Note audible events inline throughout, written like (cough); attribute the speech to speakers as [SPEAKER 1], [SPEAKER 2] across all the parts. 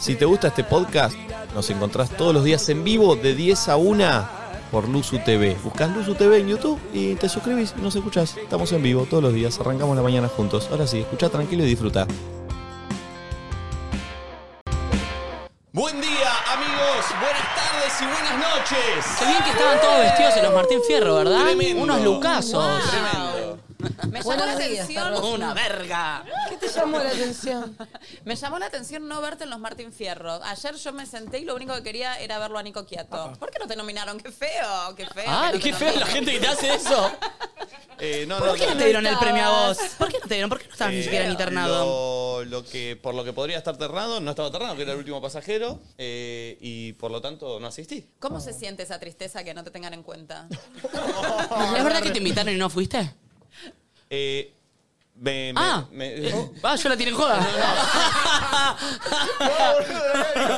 [SPEAKER 1] Si te gusta este podcast, nos encontrás todos los días en vivo de 10 a 1 por Luzu TV. Buscás Luzu TV en YouTube y te suscribís y nos escuchás. Estamos en vivo todos los días, arrancamos la mañana juntos. Ahora sí, escucha tranquilo y disfruta. Buen día, amigos. Buenas tardes y buenas noches.
[SPEAKER 2] Qué bien que estaban todos vestidos en los Martín Fierro, ¿verdad?
[SPEAKER 1] Tremendo.
[SPEAKER 2] Unos lucazos.
[SPEAKER 3] Me llamó
[SPEAKER 4] Buenos
[SPEAKER 3] la
[SPEAKER 4] días,
[SPEAKER 3] atención.
[SPEAKER 4] Carlos.
[SPEAKER 2] Una verga.
[SPEAKER 4] ¿Qué te llamó la atención?
[SPEAKER 3] (laughs) Me llamó la atención no verte en los Martín Fierro. Ayer yo me senté y lo único que quería era verlo a Nico Quiato. ¿Por qué no te nominaron? ¡Qué feo! ¡Qué feo!
[SPEAKER 2] Ay,
[SPEAKER 3] que
[SPEAKER 2] Ah, qué
[SPEAKER 3] no te
[SPEAKER 2] fea la
[SPEAKER 3] nominen.
[SPEAKER 2] gente que te hace eso.
[SPEAKER 1] Eh, no,
[SPEAKER 2] ¿Por qué no te dieron el premio a vos? ¿Por qué no te dieron? ¿Por qué no estabas
[SPEAKER 1] Eh,
[SPEAKER 2] ni siquiera en internado?
[SPEAKER 1] Lo, lo que, por lo que podría estar terrado, no estaba terrado, que era el último pasajero, eh, y por lo tanto no asistí.
[SPEAKER 3] (laughs) ¿Cómo se siente esa tristeza que no te tengan en
[SPEAKER 2] (laughs)
[SPEAKER 3] cuenta?
[SPEAKER 2] ¿Es verdad que te invitaron y no fuiste?
[SPEAKER 1] Eh, me, me-
[SPEAKER 2] Ah. (laughs)
[SPEAKER 1] me-
[SPEAKER 2] Ah, yo la tiré en joda.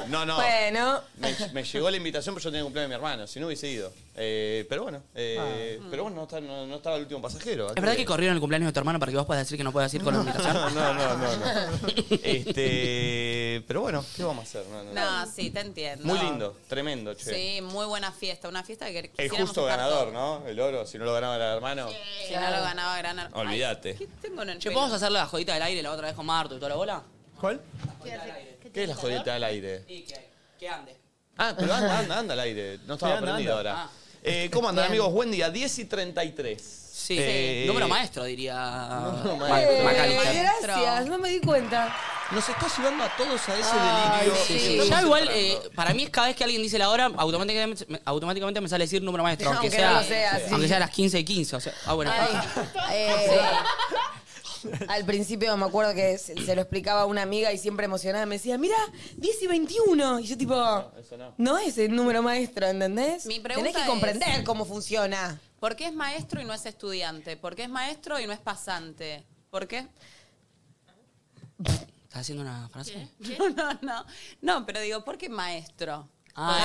[SPEAKER 3] (laughs)
[SPEAKER 1] no, no.
[SPEAKER 4] Bueno,
[SPEAKER 1] Me, me llegó la invitación, pero yo tenía cumpleaños de mi hermano, si no hubiese ido. Eh, pero bueno, eh,
[SPEAKER 3] Ah.
[SPEAKER 1] pero bueno, no, está- no- no estaba el último pasajero.
[SPEAKER 2] ¿Es verdad que corrieron el cumpleaños de tu hermano para que vos puedas decir que no puedas ir con la invitación?
[SPEAKER 1] No, (laughs) no, no, no. no. Este, pero bueno, ¿qué vamos a hacer? No, no, no.
[SPEAKER 3] No, sí, te entiendo.
[SPEAKER 1] Muy lindo, tremendo, che.
[SPEAKER 3] Sí, muy buena fiesta. Una fiesta que
[SPEAKER 1] El
[SPEAKER 3] quisiéramos
[SPEAKER 1] justo
[SPEAKER 3] estar
[SPEAKER 1] ganador,
[SPEAKER 3] todos.
[SPEAKER 1] ¿no? El oro, si no lo ganaba el hermano.
[SPEAKER 3] Si no lo ganaba Granar. Ay,
[SPEAKER 1] Olvídate.
[SPEAKER 3] ¿Qué tengo en el
[SPEAKER 2] Che,
[SPEAKER 3] pelo?
[SPEAKER 2] ¿podemos hacer la jodita del aire la otra vez con Marto y toda la bola?
[SPEAKER 1] ¿Cuál? ¿Qué es la jodita al aire?
[SPEAKER 2] Sí, que, que ande.
[SPEAKER 1] Ah, pero anda, anda, anda al aire. No estaba
[SPEAKER 5] anda,
[SPEAKER 1] prendido
[SPEAKER 5] anda.
[SPEAKER 1] ahora.
[SPEAKER 2] Ah.
[SPEAKER 1] Eh, ¿Cómo andan, amigos? Buen día, 10 y 33.
[SPEAKER 2] Sí.
[SPEAKER 1] Eh,
[SPEAKER 2] Número maestro, diría.
[SPEAKER 1] Número
[SPEAKER 2] Ma-
[SPEAKER 1] maestro.
[SPEAKER 2] Macalister.
[SPEAKER 4] Eh, gracias, no me di cuenta.
[SPEAKER 1] Nos está llevando a todos a ese delirio.
[SPEAKER 2] Sí, sí.
[SPEAKER 1] Estamos
[SPEAKER 2] Ya igual,
[SPEAKER 1] entrando.
[SPEAKER 2] eh, para mí es cada vez que alguien dice la hora, automáticamente, me- automáticamente me sale decir número maestro. Aunque,
[SPEAKER 4] Aunque
[SPEAKER 2] sea,
[SPEAKER 4] no lo sea, sí.
[SPEAKER 2] aunque sea a las 15 y 15. O sea, ah, bueno.
[SPEAKER 4] Ay, eh,
[SPEAKER 1] (laughs)
[SPEAKER 4] al principio me acuerdo que se se lo explicaba a una amiga y siempre emocionada me decía, mira, 10 y 21. Y yo tipo, no,
[SPEAKER 1] eso no.
[SPEAKER 4] es el número maestro, ¿entendés?
[SPEAKER 3] Mi pregunta
[SPEAKER 4] Tenés que
[SPEAKER 3] es-
[SPEAKER 4] comprender cómo funciona.
[SPEAKER 3] ¿Por qué es maestro y no es estudiante? ¿Por qué es maestro y no es pasante? ¿Por qué?
[SPEAKER 2] ¿Estás haciendo una frase?
[SPEAKER 3] (laughs) No, no, no. No, pero digo, ¿por qué maestro?
[SPEAKER 2] Ah,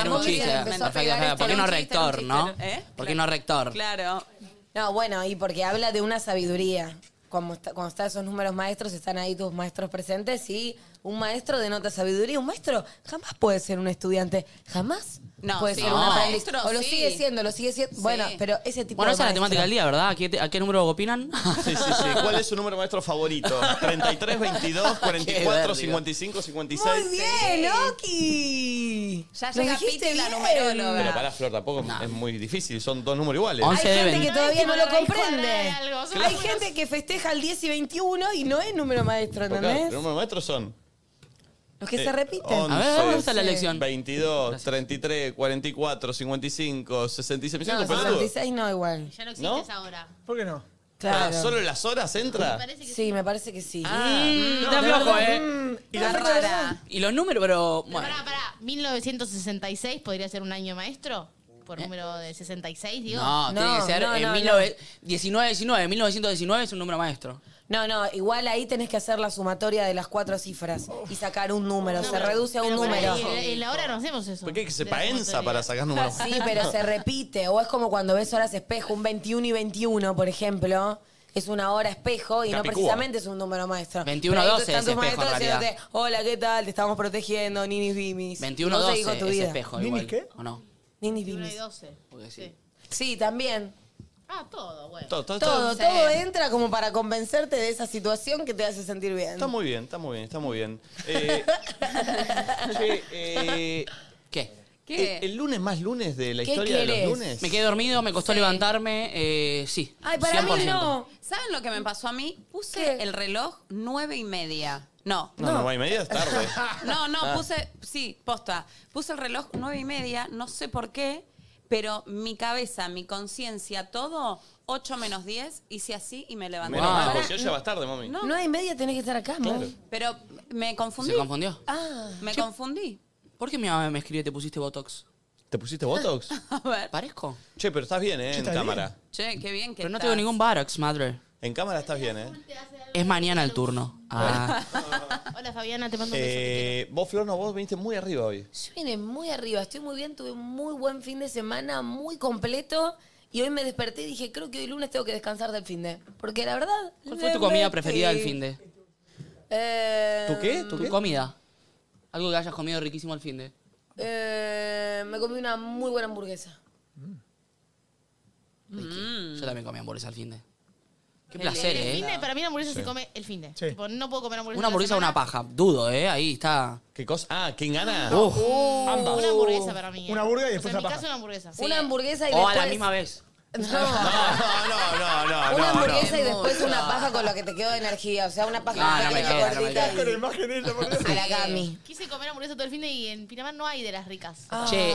[SPEAKER 3] Porque
[SPEAKER 2] era un
[SPEAKER 3] ambos
[SPEAKER 2] chiste.
[SPEAKER 3] dicen,
[SPEAKER 2] Perfecto,
[SPEAKER 3] empezó a
[SPEAKER 2] perfecto.
[SPEAKER 3] pegar
[SPEAKER 2] ¿Por qué
[SPEAKER 3] esto,
[SPEAKER 2] no
[SPEAKER 3] era un chiste, era un
[SPEAKER 2] rector, no?
[SPEAKER 3] chiste, ¿eh?
[SPEAKER 2] ¿Por qué no rector?
[SPEAKER 3] Claro.
[SPEAKER 4] No, bueno, y porque habla de una sabiduría. Cuando, está- cuando están esos números maestros, están ahí tus maestros presentes y un maestro denota sabiduría. Un maestro jamás puede ser un estudiante. Jamás
[SPEAKER 3] No,
[SPEAKER 4] puede
[SPEAKER 3] sí.
[SPEAKER 4] ser
[SPEAKER 2] No.
[SPEAKER 4] un aprendiz.
[SPEAKER 3] Maestro,
[SPEAKER 4] O lo
[SPEAKER 3] sí.
[SPEAKER 4] sigue siendo, lo sigue siendo.
[SPEAKER 3] Sí.
[SPEAKER 4] Bueno, pero ese tipo
[SPEAKER 2] Bueno,
[SPEAKER 4] de
[SPEAKER 2] esa es la temática del
[SPEAKER 4] maestro.
[SPEAKER 2] día, ¿verdad? ¿A qué, te- a qué número opinan?
[SPEAKER 1] Sí, sí, sí. ¿Cuál es su número maestro favorito? 33,
[SPEAKER 2] (laughs)
[SPEAKER 1] 22, 44,
[SPEAKER 2] vértigo.
[SPEAKER 1] 55,
[SPEAKER 4] Muy
[SPEAKER 1] 56.
[SPEAKER 4] bien, Oki.
[SPEAKER 3] Ya
[SPEAKER 4] Nos
[SPEAKER 3] llega
[SPEAKER 4] dijiste
[SPEAKER 3] Piti, la
[SPEAKER 4] bien.
[SPEAKER 3] numeróloga.
[SPEAKER 1] Pero para Flor, tampoco es muy difícil. Son dos números iguales.
[SPEAKER 4] Hay
[SPEAKER 2] Once. Se
[SPEAKER 4] gente
[SPEAKER 2] deben.
[SPEAKER 4] que todavía no lo comprende.
[SPEAKER 6] algo, son
[SPEAKER 4] Hay
[SPEAKER 6] unos-
[SPEAKER 4] gente que festeja el 10 y 21 y no es número maestro,
[SPEAKER 1] Porque, claro, Los
[SPEAKER 4] ¿entendés?
[SPEAKER 1] números maestros son
[SPEAKER 4] Los que
[SPEAKER 1] Eh,
[SPEAKER 4] se repiten.
[SPEAKER 1] once.
[SPEAKER 2] a ver, vamos a la
[SPEAKER 4] Sí.
[SPEAKER 2] lección.
[SPEAKER 1] 22, 33, 44, 55, 66.
[SPEAKER 4] No,
[SPEAKER 1] ¿Me siento pelotudo?
[SPEAKER 4] 66 no igual.
[SPEAKER 6] Ya no existe
[SPEAKER 1] ¿No?
[SPEAKER 6] esa hora.
[SPEAKER 5] ¿Por qué no?
[SPEAKER 1] Ah,
[SPEAKER 4] Claro.
[SPEAKER 1] ¿Solo las horas entra?
[SPEAKER 6] Parece que
[SPEAKER 4] Sí, me parece que sí.
[SPEAKER 2] Mm, está flojo, ¿eh?
[SPEAKER 5] ¿Y
[SPEAKER 3] Está
[SPEAKER 5] la fecha de
[SPEAKER 3] rara.
[SPEAKER 5] verdad?
[SPEAKER 2] Y los números, pero. Bueno.
[SPEAKER 6] Pará, pará. 1966 podría ser un año maestro. Por número de 66, digo.
[SPEAKER 2] Eh. No, tiene que
[SPEAKER 4] No,
[SPEAKER 2] ser
[SPEAKER 4] no,
[SPEAKER 2] en
[SPEAKER 4] no,
[SPEAKER 2] 19 1919. 1919 es un número maestro.
[SPEAKER 4] No, no, igual ahí tenés que hacer la sumatoria de las cuatro cifras y sacar un número. se reduce a un
[SPEAKER 6] Pero pará,
[SPEAKER 4] número.
[SPEAKER 6] y En, en la hora no hacemos eso.
[SPEAKER 1] ¿Por qué hay que se
[SPEAKER 6] Le damos
[SPEAKER 1] paenza
[SPEAKER 6] autoridad.
[SPEAKER 1] para sacar números?
[SPEAKER 4] Sí, pero se repite. O es como cuando ves horas espejo, un 21 y 21, por ejemplo. Es una hora espejo y no
[SPEAKER 1] Capicúa.
[SPEAKER 4] precisamente es un número maestro.
[SPEAKER 2] 21
[SPEAKER 4] Pero ahí
[SPEAKER 2] doce
[SPEAKER 4] están tus
[SPEAKER 2] es espejo, en
[SPEAKER 4] maestros
[SPEAKER 2] realidad.
[SPEAKER 4] diciéndote, Hola, ¿qué tal? Te estamos protegiendo, ninis bimis. No seguís con
[SPEAKER 2] 21-12
[SPEAKER 4] tu
[SPEAKER 2] es
[SPEAKER 4] vida.
[SPEAKER 2] espejo
[SPEAKER 5] ¿Nini
[SPEAKER 2] igual.
[SPEAKER 5] qué?
[SPEAKER 2] ¿O no?
[SPEAKER 4] Ninis
[SPEAKER 6] 21 y
[SPEAKER 4] bimis.
[SPEAKER 6] 12.
[SPEAKER 2] Porque sí.
[SPEAKER 6] Sí.
[SPEAKER 4] Sí, también.
[SPEAKER 6] Ah, todo, bueno.
[SPEAKER 1] (laughs) Todo, todo, todo.
[SPEAKER 4] Todo, todo entra como para convencerte de esa situación que te hace sentir bien.
[SPEAKER 1] Está muy bien, está muy bien, está muy
[SPEAKER 4] (laughs)
[SPEAKER 1] bien. Eh, che, eh,
[SPEAKER 2] ¿Qué?
[SPEAKER 3] ¿Qué?
[SPEAKER 1] El, el lunes más lunes de la
[SPEAKER 4] ¿Qué
[SPEAKER 1] historia de
[SPEAKER 4] querés?
[SPEAKER 1] los lunes.
[SPEAKER 2] Me quedé dormido, me costó
[SPEAKER 3] Sí.
[SPEAKER 2] levantarme. Eh, sí.
[SPEAKER 4] Ay, para mí
[SPEAKER 2] 100%.
[SPEAKER 4] no.
[SPEAKER 3] ¿Saben lo que me pasó a mí? Puse
[SPEAKER 4] ¿Qué?
[SPEAKER 3] el reloj nueve y media. No.
[SPEAKER 1] No, no, y media es
[SPEAKER 4] (laughs)
[SPEAKER 1] tarde.
[SPEAKER 4] Ah,
[SPEAKER 3] (laughs) No,
[SPEAKER 2] Ah.
[SPEAKER 3] no, puse, sí, posta. Puse el reloj nueve y media, no sé por qué, pero mi cabeza, mi conciencia, todo, 8 menos 10, hice así y me levanté.
[SPEAKER 1] Menos mal,
[SPEAKER 4] Pará,
[SPEAKER 1] porque hoy ya vas tarde, mami.
[SPEAKER 3] No,
[SPEAKER 4] Nueve y media tenés que estar
[SPEAKER 2] (laughs)
[SPEAKER 4] acá, amor.
[SPEAKER 3] pero me confundí.
[SPEAKER 2] ¿Se confundió?
[SPEAKER 4] Ah.
[SPEAKER 3] Me confundí. (laughs)
[SPEAKER 2] ¿Por qué mi mamá me escribe te pusiste Botox?
[SPEAKER 1] ¿Te pusiste
[SPEAKER 2] (laughs)
[SPEAKER 1] Botox?
[SPEAKER 3] A ver.
[SPEAKER 2] ¿Parezco?
[SPEAKER 1] che, pero estás bien, ¿eh? En
[SPEAKER 5] estás
[SPEAKER 1] cámara.
[SPEAKER 3] Che, qué bien que
[SPEAKER 2] Pero no
[SPEAKER 3] estás.
[SPEAKER 2] tengo ningún Botox, madre.
[SPEAKER 1] En cámara estás bien, ¿eh?
[SPEAKER 2] Es mañana el turno. Ah.
[SPEAKER 6] Hola Fabiana, te mando un beso. te
[SPEAKER 1] Eh, Vos, Flor, no, vos viniste muy arriba hoy.
[SPEAKER 4] Yo vine muy arriba, estoy muy bien, tuve un muy buen fin de semana, muy completo. Y hoy me desperté y dije, creo que hoy lunes tengo que descansar del fin de. Porque la verdad. eh,
[SPEAKER 2] ¿Cuál fue tu comida preferida del fin
[SPEAKER 4] de?
[SPEAKER 2] de?
[SPEAKER 1] ¿Tu qué?
[SPEAKER 2] ¿Tu comida? Algo que hayas comido riquísimo al fin de.
[SPEAKER 4] Eh, me comí una muy buena hamburguesa. Mm.
[SPEAKER 2] Yo también comí hamburguesa al fin de. Qué
[SPEAKER 3] Qué
[SPEAKER 2] placer,
[SPEAKER 6] El
[SPEAKER 2] ¿eh?
[SPEAKER 6] fin de, para mí la hamburguesa
[SPEAKER 1] Sí.
[SPEAKER 6] se come el fin de.
[SPEAKER 5] Sí.
[SPEAKER 6] Tipo, no puedo comer hamburguesa.
[SPEAKER 2] Una hamburguesa o
[SPEAKER 6] a la
[SPEAKER 2] una
[SPEAKER 6] semana.
[SPEAKER 2] paja. Dudo, ¿eh? Ahí está.
[SPEAKER 1] ¿Qué cosa? Ah, ¿quién gana?
[SPEAKER 2] Uf.
[SPEAKER 5] Ambas.
[SPEAKER 6] Una hamburguesa para mí. eh.
[SPEAKER 5] Una burger y
[SPEAKER 6] O sea,
[SPEAKER 5] después
[SPEAKER 6] en
[SPEAKER 5] una
[SPEAKER 6] mi
[SPEAKER 5] paja.
[SPEAKER 6] caso, una hamburguesa.
[SPEAKER 2] Sí.
[SPEAKER 4] Una hamburguesa y
[SPEAKER 2] O a
[SPEAKER 4] después.
[SPEAKER 2] la misma vez.
[SPEAKER 4] No.
[SPEAKER 1] No, no, no, no,
[SPEAKER 4] una
[SPEAKER 1] no, no.
[SPEAKER 4] hamburguesa y después una paja con lo que te quedó de energía. O sea, una paja
[SPEAKER 2] No, no me
[SPEAKER 4] pequeña,
[SPEAKER 2] queda, no me
[SPEAKER 4] gordita
[SPEAKER 2] queda.
[SPEAKER 5] Con la imagen ella, por Dios.
[SPEAKER 4] y- a la Gami.
[SPEAKER 6] Quise comer hamburguesa todo el fin de y en Pinamar no hay de las ricas.
[SPEAKER 2] Che,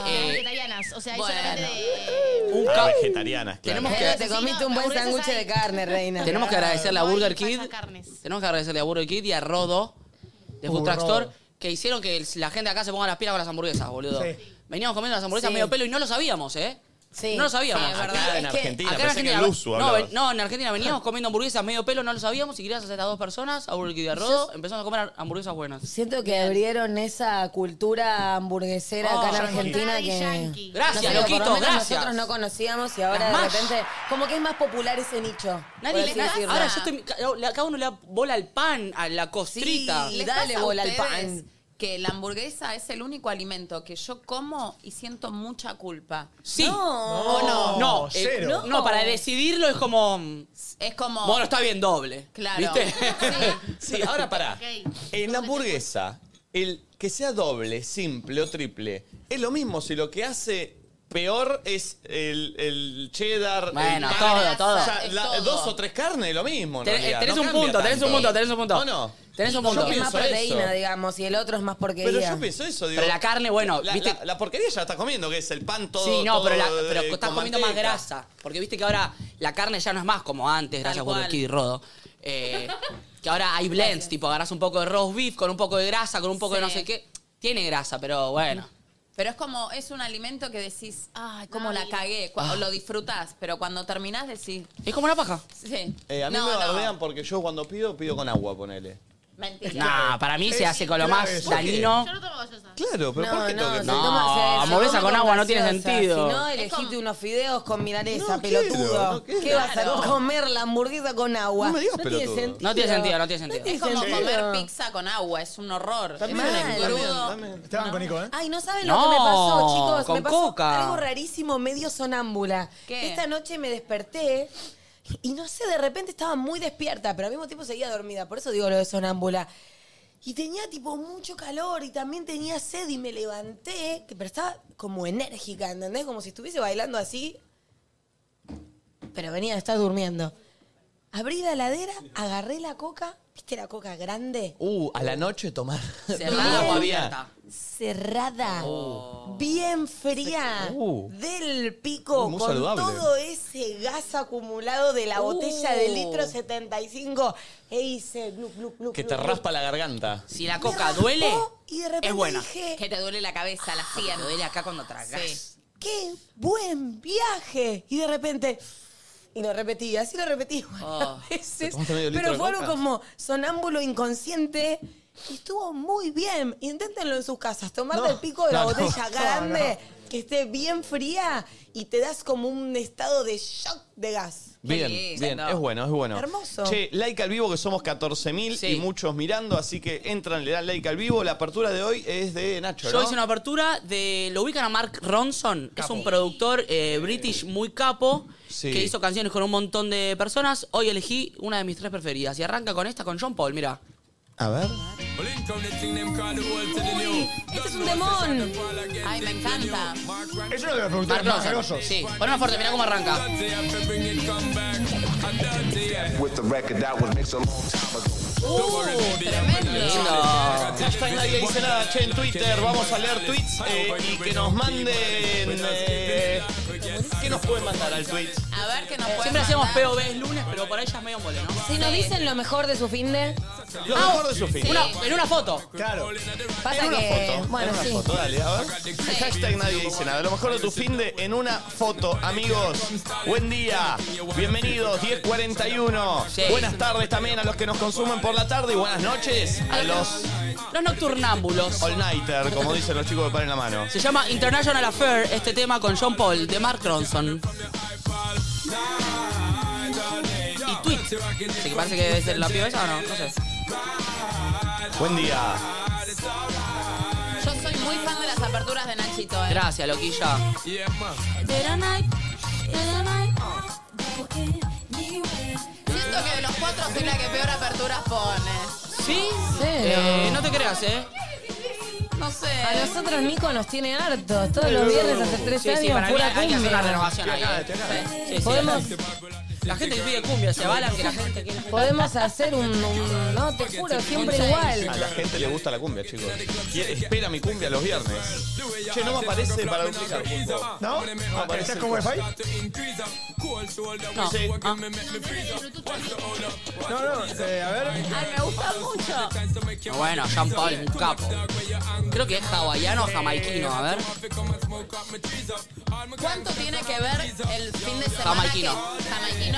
[SPEAKER 6] Hay
[SPEAKER 2] eh,
[SPEAKER 6] vegetarianas. O sea, hay
[SPEAKER 3] Bueno.
[SPEAKER 6] solamente de.
[SPEAKER 2] un
[SPEAKER 1] Ah,
[SPEAKER 2] ca-
[SPEAKER 1] vegetarianas, claro.
[SPEAKER 2] Tenemos
[SPEAKER 4] Pero te
[SPEAKER 6] Sí, no,
[SPEAKER 4] comiste un buen
[SPEAKER 6] hamburguesas
[SPEAKER 4] sándwich
[SPEAKER 6] hay.
[SPEAKER 4] de
[SPEAKER 2] (laughs)
[SPEAKER 4] carne, reina.
[SPEAKER 2] Tenemos que agradecerle a
[SPEAKER 6] No hay
[SPEAKER 2] Burger
[SPEAKER 6] pasa
[SPEAKER 2] Kid.
[SPEAKER 6] carnes.
[SPEAKER 2] Tenemos que agradecerle a Burger Kid y a Rodo de
[SPEAKER 1] Oh,
[SPEAKER 2] Food
[SPEAKER 5] Uh,
[SPEAKER 2] Truck
[SPEAKER 5] Rodo.
[SPEAKER 2] Store que hicieron que el- la gente acá se ponga las pilas con las hamburguesas, boludo.
[SPEAKER 5] Sí.
[SPEAKER 2] Veníamos comiendo las hamburguesas
[SPEAKER 4] Sí.
[SPEAKER 2] medio pelo y no lo sabíamos, ¿eh?
[SPEAKER 4] Sí.
[SPEAKER 2] No lo sabíamos.
[SPEAKER 4] Sí,
[SPEAKER 2] Acá
[SPEAKER 1] en
[SPEAKER 4] Es que-
[SPEAKER 1] Argentina.
[SPEAKER 2] Acá en
[SPEAKER 1] pensé que
[SPEAKER 2] Argentina,
[SPEAKER 1] el Luzu
[SPEAKER 2] no,
[SPEAKER 1] hablabas.
[SPEAKER 2] ven- no, en Argentina veníamos comiendo hamburguesas medio pelo, no lo sabíamos, y querías hacer estas dos personas, a Burger Kid y a Rodo, empezamos a comer hamburguesas buenas.
[SPEAKER 4] Siento que abrieron esa cultura hamburguesera
[SPEAKER 2] Oh,
[SPEAKER 4] acá en
[SPEAKER 2] yankee.
[SPEAKER 4] Argentina
[SPEAKER 6] Trae
[SPEAKER 4] que...
[SPEAKER 6] yankee.
[SPEAKER 4] No
[SPEAKER 2] Gracias,
[SPEAKER 4] sé, por lo
[SPEAKER 2] loquito,
[SPEAKER 4] menos
[SPEAKER 2] gracias.
[SPEAKER 4] Nosotros no conocíamos y ahora de
[SPEAKER 2] Las más.
[SPEAKER 4] repente... Como que es más popular ese nicho.
[SPEAKER 2] Nadie
[SPEAKER 4] por
[SPEAKER 2] le-
[SPEAKER 4] así
[SPEAKER 2] na-
[SPEAKER 4] decirlo.
[SPEAKER 2] ahora yo estoy, ca- le- cada uno le da bola al pan, a la costrita.
[SPEAKER 4] Sí.
[SPEAKER 3] ¿Les
[SPEAKER 4] dale
[SPEAKER 3] pasa a
[SPEAKER 4] bola al
[SPEAKER 3] ustedes
[SPEAKER 4] pan.
[SPEAKER 3] Que la hamburguesa es el único alimento que yo como y siento mucha culpa.
[SPEAKER 2] Sí.
[SPEAKER 5] No,
[SPEAKER 2] no, no, eh,
[SPEAKER 5] cero.
[SPEAKER 2] no, no, para decidirlo es como. mm,
[SPEAKER 3] Es como.
[SPEAKER 2] Bueno, está bien doble.
[SPEAKER 3] Claro.
[SPEAKER 2] (laughs) ¿Viste?
[SPEAKER 1] Sí, ahora pará.
[SPEAKER 6] Ok.
[SPEAKER 1] En la hamburguesa, el que sea doble, simple o triple, es lo mismo si lo que hace peor es el, el cheddar.
[SPEAKER 2] Bueno,
[SPEAKER 1] el
[SPEAKER 2] todo, todo.
[SPEAKER 1] O sea,
[SPEAKER 3] Es
[SPEAKER 1] la-
[SPEAKER 3] todo.
[SPEAKER 1] dos o tres carnes, es lo mismo. en
[SPEAKER 2] Ten-
[SPEAKER 1] realidad,
[SPEAKER 2] tenés
[SPEAKER 1] no
[SPEAKER 2] un
[SPEAKER 1] cambia
[SPEAKER 2] punto, tenés
[SPEAKER 1] tanto.
[SPEAKER 2] un punto, tenés un punto.
[SPEAKER 1] No, no.
[SPEAKER 2] Tenés un
[SPEAKER 4] Como
[SPEAKER 2] punto.
[SPEAKER 4] que es más
[SPEAKER 1] pienso
[SPEAKER 4] proteína,
[SPEAKER 1] eso.
[SPEAKER 4] digamos, y el otro es más
[SPEAKER 1] Pero
[SPEAKER 4] porquería.
[SPEAKER 1] yo pienso eso, digo.
[SPEAKER 2] Pero la carne, bueno,
[SPEAKER 1] la,
[SPEAKER 2] viste.
[SPEAKER 1] la- la porquería ya la estás comiendo, que es el pan todo.
[SPEAKER 2] sí, no,
[SPEAKER 1] todo,
[SPEAKER 2] pero, la-
[SPEAKER 1] eh,
[SPEAKER 2] pero estás
[SPEAKER 1] con
[SPEAKER 2] comiendo más
[SPEAKER 1] manteca.
[SPEAKER 2] grasa. Porque viste que ahora la carne ya no es más como antes, gracias a Burger
[SPEAKER 3] cual.
[SPEAKER 2] King y Rodo. Eh, que ahora hay blends, tipo agarras un poco de roast beef con un poco de grasa, con un poco de no
[SPEAKER 3] Sí.
[SPEAKER 2] sé qué. Tiene grasa, pero bueno.
[SPEAKER 3] Pero es como, es un alimento que decís, ay, cómo
[SPEAKER 6] Ay.
[SPEAKER 3] la cagué. Cu- Lo disfrutás, pero cuando terminás decís,
[SPEAKER 2] Es como una paja.
[SPEAKER 3] sí.
[SPEAKER 1] Eh, a mí
[SPEAKER 3] No,
[SPEAKER 1] me
[SPEAKER 3] no.
[SPEAKER 1] bardean porque yo cuando pido, pido con agua, ponele.
[SPEAKER 3] Mentira.
[SPEAKER 2] Nah, para mí se
[SPEAKER 5] Es
[SPEAKER 2] hace con lo
[SPEAKER 5] clave
[SPEAKER 2] más
[SPEAKER 5] eso.
[SPEAKER 2] dañino.
[SPEAKER 6] Yo no tomo gaseosa.
[SPEAKER 1] Claro, pero
[SPEAKER 4] No,
[SPEAKER 1] ¿por qué
[SPEAKER 4] no,
[SPEAKER 1] tengo que
[SPEAKER 4] se
[SPEAKER 1] pedir?
[SPEAKER 4] toma- se- se
[SPEAKER 2] hamburguesa
[SPEAKER 4] come
[SPEAKER 2] con agua no tiene
[SPEAKER 4] gaseosa.
[SPEAKER 2] sentido.
[SPEAKER 4] Si no,
[SPEAKER 3] Es
[SPEAKER 4] elegiste
[SPEAKER 3] como-
[SPEAKER 4] unos fideos con milanesa,
[SPEAKER 1] No quiero,
[SPEAKER 4] pelotudo.
[SPEAKER 1] no quiero.
[SPEAKER 4] ¿Qué vas
[SPEAKER 3] Claro.
[SPEAKER 4] a comer la hamburguesa con agua?
[SPEAKER 1] No me digas pelotudo.
[SPEAKER 2] No tiene sentido, no tiene sentido.
[SPEAKER 4] tiene
[SPEAKER 3] Es como
[SPEAKER 4] sentido.
[SPEAKER 3] comer pizza con agua, es un horror.
[SPEAKER 1] También,
[SPEAKER 4] Mal.
[SPEAKER 1] también,
[SPEAKER 3] Crudo.
[SPEAKER 1] también.
[SPEAKER 5] Estaban con Nico, ¿eh?
[SPEAKER 4] Ay, no saben lo
[SPEAKER 2] No,
[SPEAKER 4] que me pasó, chicos.
[SPEAKER 2] con
[SPEAKER 4] me pasó
[SPEAKER 2] coca.
[SPEAKER 4] algo rarísimo, medio sonámbula.
[SPEAKER 3] ¿Qué?
[SPEAKER 4] Esta noche me desperté y no sé, de repente estaba muy despierta, pero al mismo tiempo seguía dormida. Por eso digo lo de sonámbula. Y tenía tipo mucho calor y también tenía sed y me levanté, que- pero estaba como enérgica, ¿entendés? Como si estuviese bailando así. Pero venía de estar durmiendo. Abrí la heladera, agarré la coca, ¿viste la coca grande?
[SPEAKER 1] Uh, a la noche (laughs)
[SPEAKER 2] (laughs)
[SPEAKER 1] tomar.
[SPEAKER 2] Cerrada
[SPEAKER 4] o
[SPEAKER 2] abierta.
[SPEAKER 4] cerrada,
[SPEAKER 2] Oh.
[SPEAKER 4] bien fría,
[SPEAKER 1] Uh.
[SPEAKER 4] del pico,
[SPEAKER 1] Muy
[SPEAKER 4] con
[SPEAKER 1] saludable.
[SPEAKER 4] todo ese gas acumulado de la
[SPEAKER 3] Uh.
[SPEAKER 4] botella de litro 75. E hice glu, glu, glu,
[SPEAKER 1] Que
[SPEAKER 4] glu,
[SPEAKER 1] te
[SPEAKER 4] glu.
[SPEAKER 1] raspa la garganta.
[SPEAKER 2] Si la
[SPEAKER 4] Me
[SPEAKER 2] coca
[SPEAKER 4] raspó
[SPEAKER 2] duele,
[SPEAKER 4] y de repente
[SPEAKER 2] es buena.
[SPEAKER 4] dije-
[SPEAKER 3] Que te duele la cabeza, la
[SPEAKER 2] Te
[SPEAKER 3] sien.
[SPEAKER 2] duele acá cuando tragas.
[SPEAKER 3] Sí.
[SPEAKER 4] ¡Qué buen viaje! Y de repente. Y lo repetí, así lo repetí (laughs) varias
[SPEAKER 2] Oh.
[SPEAKER 1] ¿Te
[SPEAKER 4] veces.
[SPEAKER 1] tomaste medio litro
[SPEAKER 4] Pero
[SPEAKER 1] de
[SPEAKER 4] fue algo
[SPEAKER 1] coca?
[SPEAKER 4] como sonámbulo inconsciente. Y estuvo muy bien. Inténtenlo en sus casas. Tomar del pico de la
[SPEAKER 1] no, (laughs) no.
[SPEAKER 4] botella
[SPEAKER 5] No,
[SPEAKER 4] grande, que esté bien fría y te das como un estado de shock de gas.
[SPEAKER 1] Bien,
[SPEAKER 3] lindo.
[SPEAKER 1] bien, es bueno, es bueno.
[SPEAKER 4] Hermoso.
[SPEAKER 1] Che, like al vivo que somos 14.000
[SPEAKER 2] Sí.
[SPEAKER 1] y muchos mirando, así que entran, le dan like al vivo. La apertura de hoy es de Nacho,
[SPEAKER 2] Yo
[SPEAKER 1] ¿no?
[SPEAKER 2] hice una apertura de. Lo ubican a Mark Ronson. Es un productor eh, british muy capo.
[SPEAKER 1] Sí.
[SPEAKER 2] Que hizo canciones con un montón de personas. Hoy elegí una de mis tres preferidas. Y arranca con esta, con John Paul, mira.
[SPEAKER 1] A ver.
[SPEAKER 4] Uy, este es un demon.
[SPEAKER 3] Ay, me encanta.
[SPEAKER 5] Es uno de los productores
[SPEAKER 2] Mark
[SPEAKER 5] más
[SPEAKER 2] Ronson.
[SPEAKER 5] grosos.
[SPEAKER 2] Sí, ponme fuerte, mira cómo arranca.
[SPEAKER 7] With the record that was mixed a long time ago.
[SPEAKER 3] Uh, tremendo.
[SPEAKER 1] Hashtag nadie dice nada, che, en Twitter. Vamos a leer tweets eh, y que nos manden. eh, ¿Qué nos pueden mandar al tweet?
[SPEAKER 3] A ver qué nos pueden
[SPEAKER 2] Siempre hacemos
[SPEAKER 3] mandar.
[SPEAKER 2] POV el lunes, pero para ella es medio mole, ¿no?
[SPEAKER 4] Si nos dicen lo mejor de su fin de. Ah,
[SPEAKER 1] Lo mejor de su fin.
[SPEAKER 2] Una- en una foto.
[SPEAKER 5] Claro.
[SPEAKER 4] Pasa
[SPEAKER 1] En una
[SPEAKER 4] que.
[SPEAKER 1] foto.
[SPEAKER 4] bueno,
[SPEAKER 1] en una
[SPEAKER 4] sí.
[SPEAKER 1] foto, dale, a ver. Hashtag nadie dice nada. Lo mejor de tu fin de en una foto, amigos. Buen día. Bienvenidos, 1041.
[SPEAKER 2] Sí.
[SPEAKER 1] Buenas tardes también a los que nos consumen por la tarde y buenas noches a los
[SPEAKER 2] Los nocturnámbulos.
[SPEAKER 1] all nighter, como dicen los chicos de pan en la mano.
[SPEAKER 2] Se llama International Affair este tema con John Paul de Mark Ronson. Y tweet. Así que parece que debe ser la piba esa o no, no sé.
[SPEAKER 1] Buen día.
[SPEAKER 3] Muy fan de las aperturas de Nachito, ¿eh?
[SPEAKER 2] Gracias, loquilla.
[SPEAKER 3] Siento que de los cuatro soy la que peor aperturas pone.
[SPEAKER 2] ¿Sí?
[SPEAKER 4] Cero.
[SPEAKER 2] Eh, no te creas, ¿eh?
[SPEAKER 3] No sé.
[SPEAKER 4] A nosotros Nico nos tiene hartos. Todos los viernes hace tres
[SPEAKER 2] Sí,
[SPEAKER 4] años,
[SPEAKER 2] sí, para mí
[SPEAKER 4] pura
[SPEAKER 2] hay que hacer una
[SPEAKER 4] cumbia.
[SPEAKER 2] renovación ahí. ¿eh? Sí, sí.
[SPEAKER 4] Podemos,
[SPEAKER 2] La gente que pide cumbia, se avalan que la gente quiere...
[SPEAKER 4] podemos hacer un, un- No, te juro, siempre
[SPEAKER 1] A
[SPEAKER 4] igual.
[SPEAKER 1] la gente le gusta la cumbia, chicos. Quiere- espera mi cumbia los viernes. Che, no me aparece para duplicar. punto.
[SPEAKER 5] ¿No?
[SPEAKER 1] parece
[SPEAKER 5] ¿Estás con wifi?
[SPEAKER 2] No. Ah.
[SPEAKER 5] No, no, eh, a ver.
[SPEAKER 3] Ay, me gusta mucho.
[SPEAKER 2] Bueno, Jean Paul es un capo. Creo que es hawaiano o jamaiquino, a ver.
[SPEAKER 3] ¿Cuánto tiene que ver el fin de semana?
[SPEAKER 2] Jamaiquino.
[SPEAKER 3] que- Jamaiquino.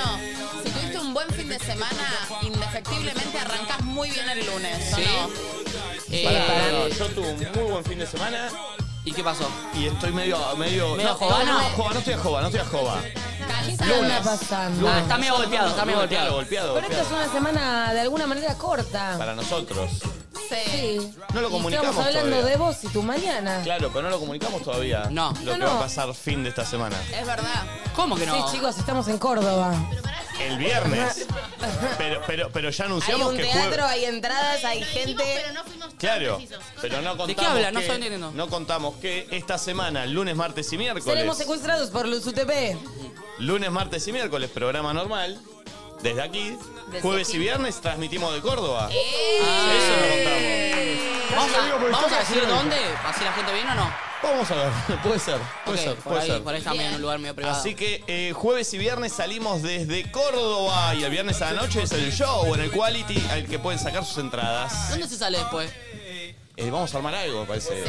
[SPEAKER 3] Si tuviste un buen fin de semana, indefectiblemente arrancás muy bien el lunes. ¿o
[SPEAKER 2] ¿Sí?
[SPEAKER 3] no?
[SPEAKER 2] Eh,
[SPEAKER 1] Pará, pará, no, Yo tuve un muy buen fin de semana
[SPEAKER 2] ¿Y qué pasó?
[SPEAKER 1] y estoy medio. medio
[SPEAKER 2] ¿Medio
[SPEAKER 1] no,
[SPEAKER 2] jovano?
[SPEAKER 1] No, no, jova, no estoy a jova, no estoy a jova.
[SPEAKER 3] Calzado.
[SPEAKER 4] ¿Qué anda pasando?
[SPEAKER 2] Ah, está medio golpeado, está medio
[SPEAKER 1] Claro,
[SPEAKER 2] golpeado.
[SPEAKER 1] golpeado.
[SPEAKER 4] Pero esta es
[SPEAKER 1] golpeado.
[SPEAKER 4] una semana de alguna manera corta.
[SPEAKER 2] Ah.
[SPEAKER 1] Para nosotros.
[SPEAKER 3] Sí.
[SPEAKER 4] Sí.
[SPEAKER 1] No lo
[SPEAKER 4] Y
[SPEAKER 1] comunicamos
[SPEAKER 4] Estamos hablando
[SPEAKER 1] todavía.
[SPEAKER 4] de vos y tu mañana.
[SPEAKER 1] Claro, pero no lo comunicamos todavía.
[SPEAKER 2] No.
[SPEAKER 1] Lo que
[SPEAKER 4] No,
[SPEAKER 1] va
[SPEAKER 4] no.
[SPEAKER 1] a pasar fin de esta semana.
[SPEAKER 3] Es verdad.
[SPEAKER 2] ¿Cómo que no?
[SPEAKER 4] Sí, chicos, estamos en Córdoba.
[SPEAKER 1] El
[SPEAKER 4] (laughs)
[SPEAKER 1] viernes. Pero, pero, pero ya anunciamos que jueves.
[SPEAKER 4] hay entradas, hay
[SPEAKER 6] Dijimos, pero no fuimos tan
[SPEAKER 1] Claro,
[SPEAKER 6] precisos.
[SPEAKER 1] pero no contamos.
[SPEAKER 2] qué habla? No
[SPEAKER 1] que-
[SPEAKER 2] estoy entendiendo.
[SPEAKER 1] No contamos que esta semana, lunes, martes y
[SPEAKER 4] Seremos
[SPEAKER 1] miércoles.
[SPEAKER 4] secuestrados por Luz UTP.
[SPEAKER 1] Lunes, martes y miércoles, programa normal. Desde aquí, jueves y viernes transmitimos de Córdoba. Ah, Eso no contamos.
[SPEAKER 2] ¿Vamos
[SPEAKER 5] Casi lo digo
[SPEAKER 2] a,
[SPEAKER 5] porque
[SPEAKER 2] ¡Eh! vamos a
[SPEAKER 5] está
[SPEAKER 2] decir
[SPEAKER 5] casi lo
[SPEAKER 2] dónde? ¿Así la gente viene o no?
[SPEAKER 1] Vamos a ver, puede ser, puede
[SPEAKER 2] Ok,
[SPEAKER 1] ser,
[SPEAKER 2] por
[SPEAKER 1] puede
[SPEAKER 2] ahí,
[SPEAKER 1] ser.
[SPEAKER 2] por ahí está medio en un lugar medio privado.
[SPEAKER 1] Así que eh, jueves y viernes salimos desde Córdoba y el viernes a la noche es el show en el Quality al que pueden sacar sus entradas.
[SPEAKER 2] ¿Dónde se sale después?
[SPEAKER 1] Eh, vamos a armar algo, parece.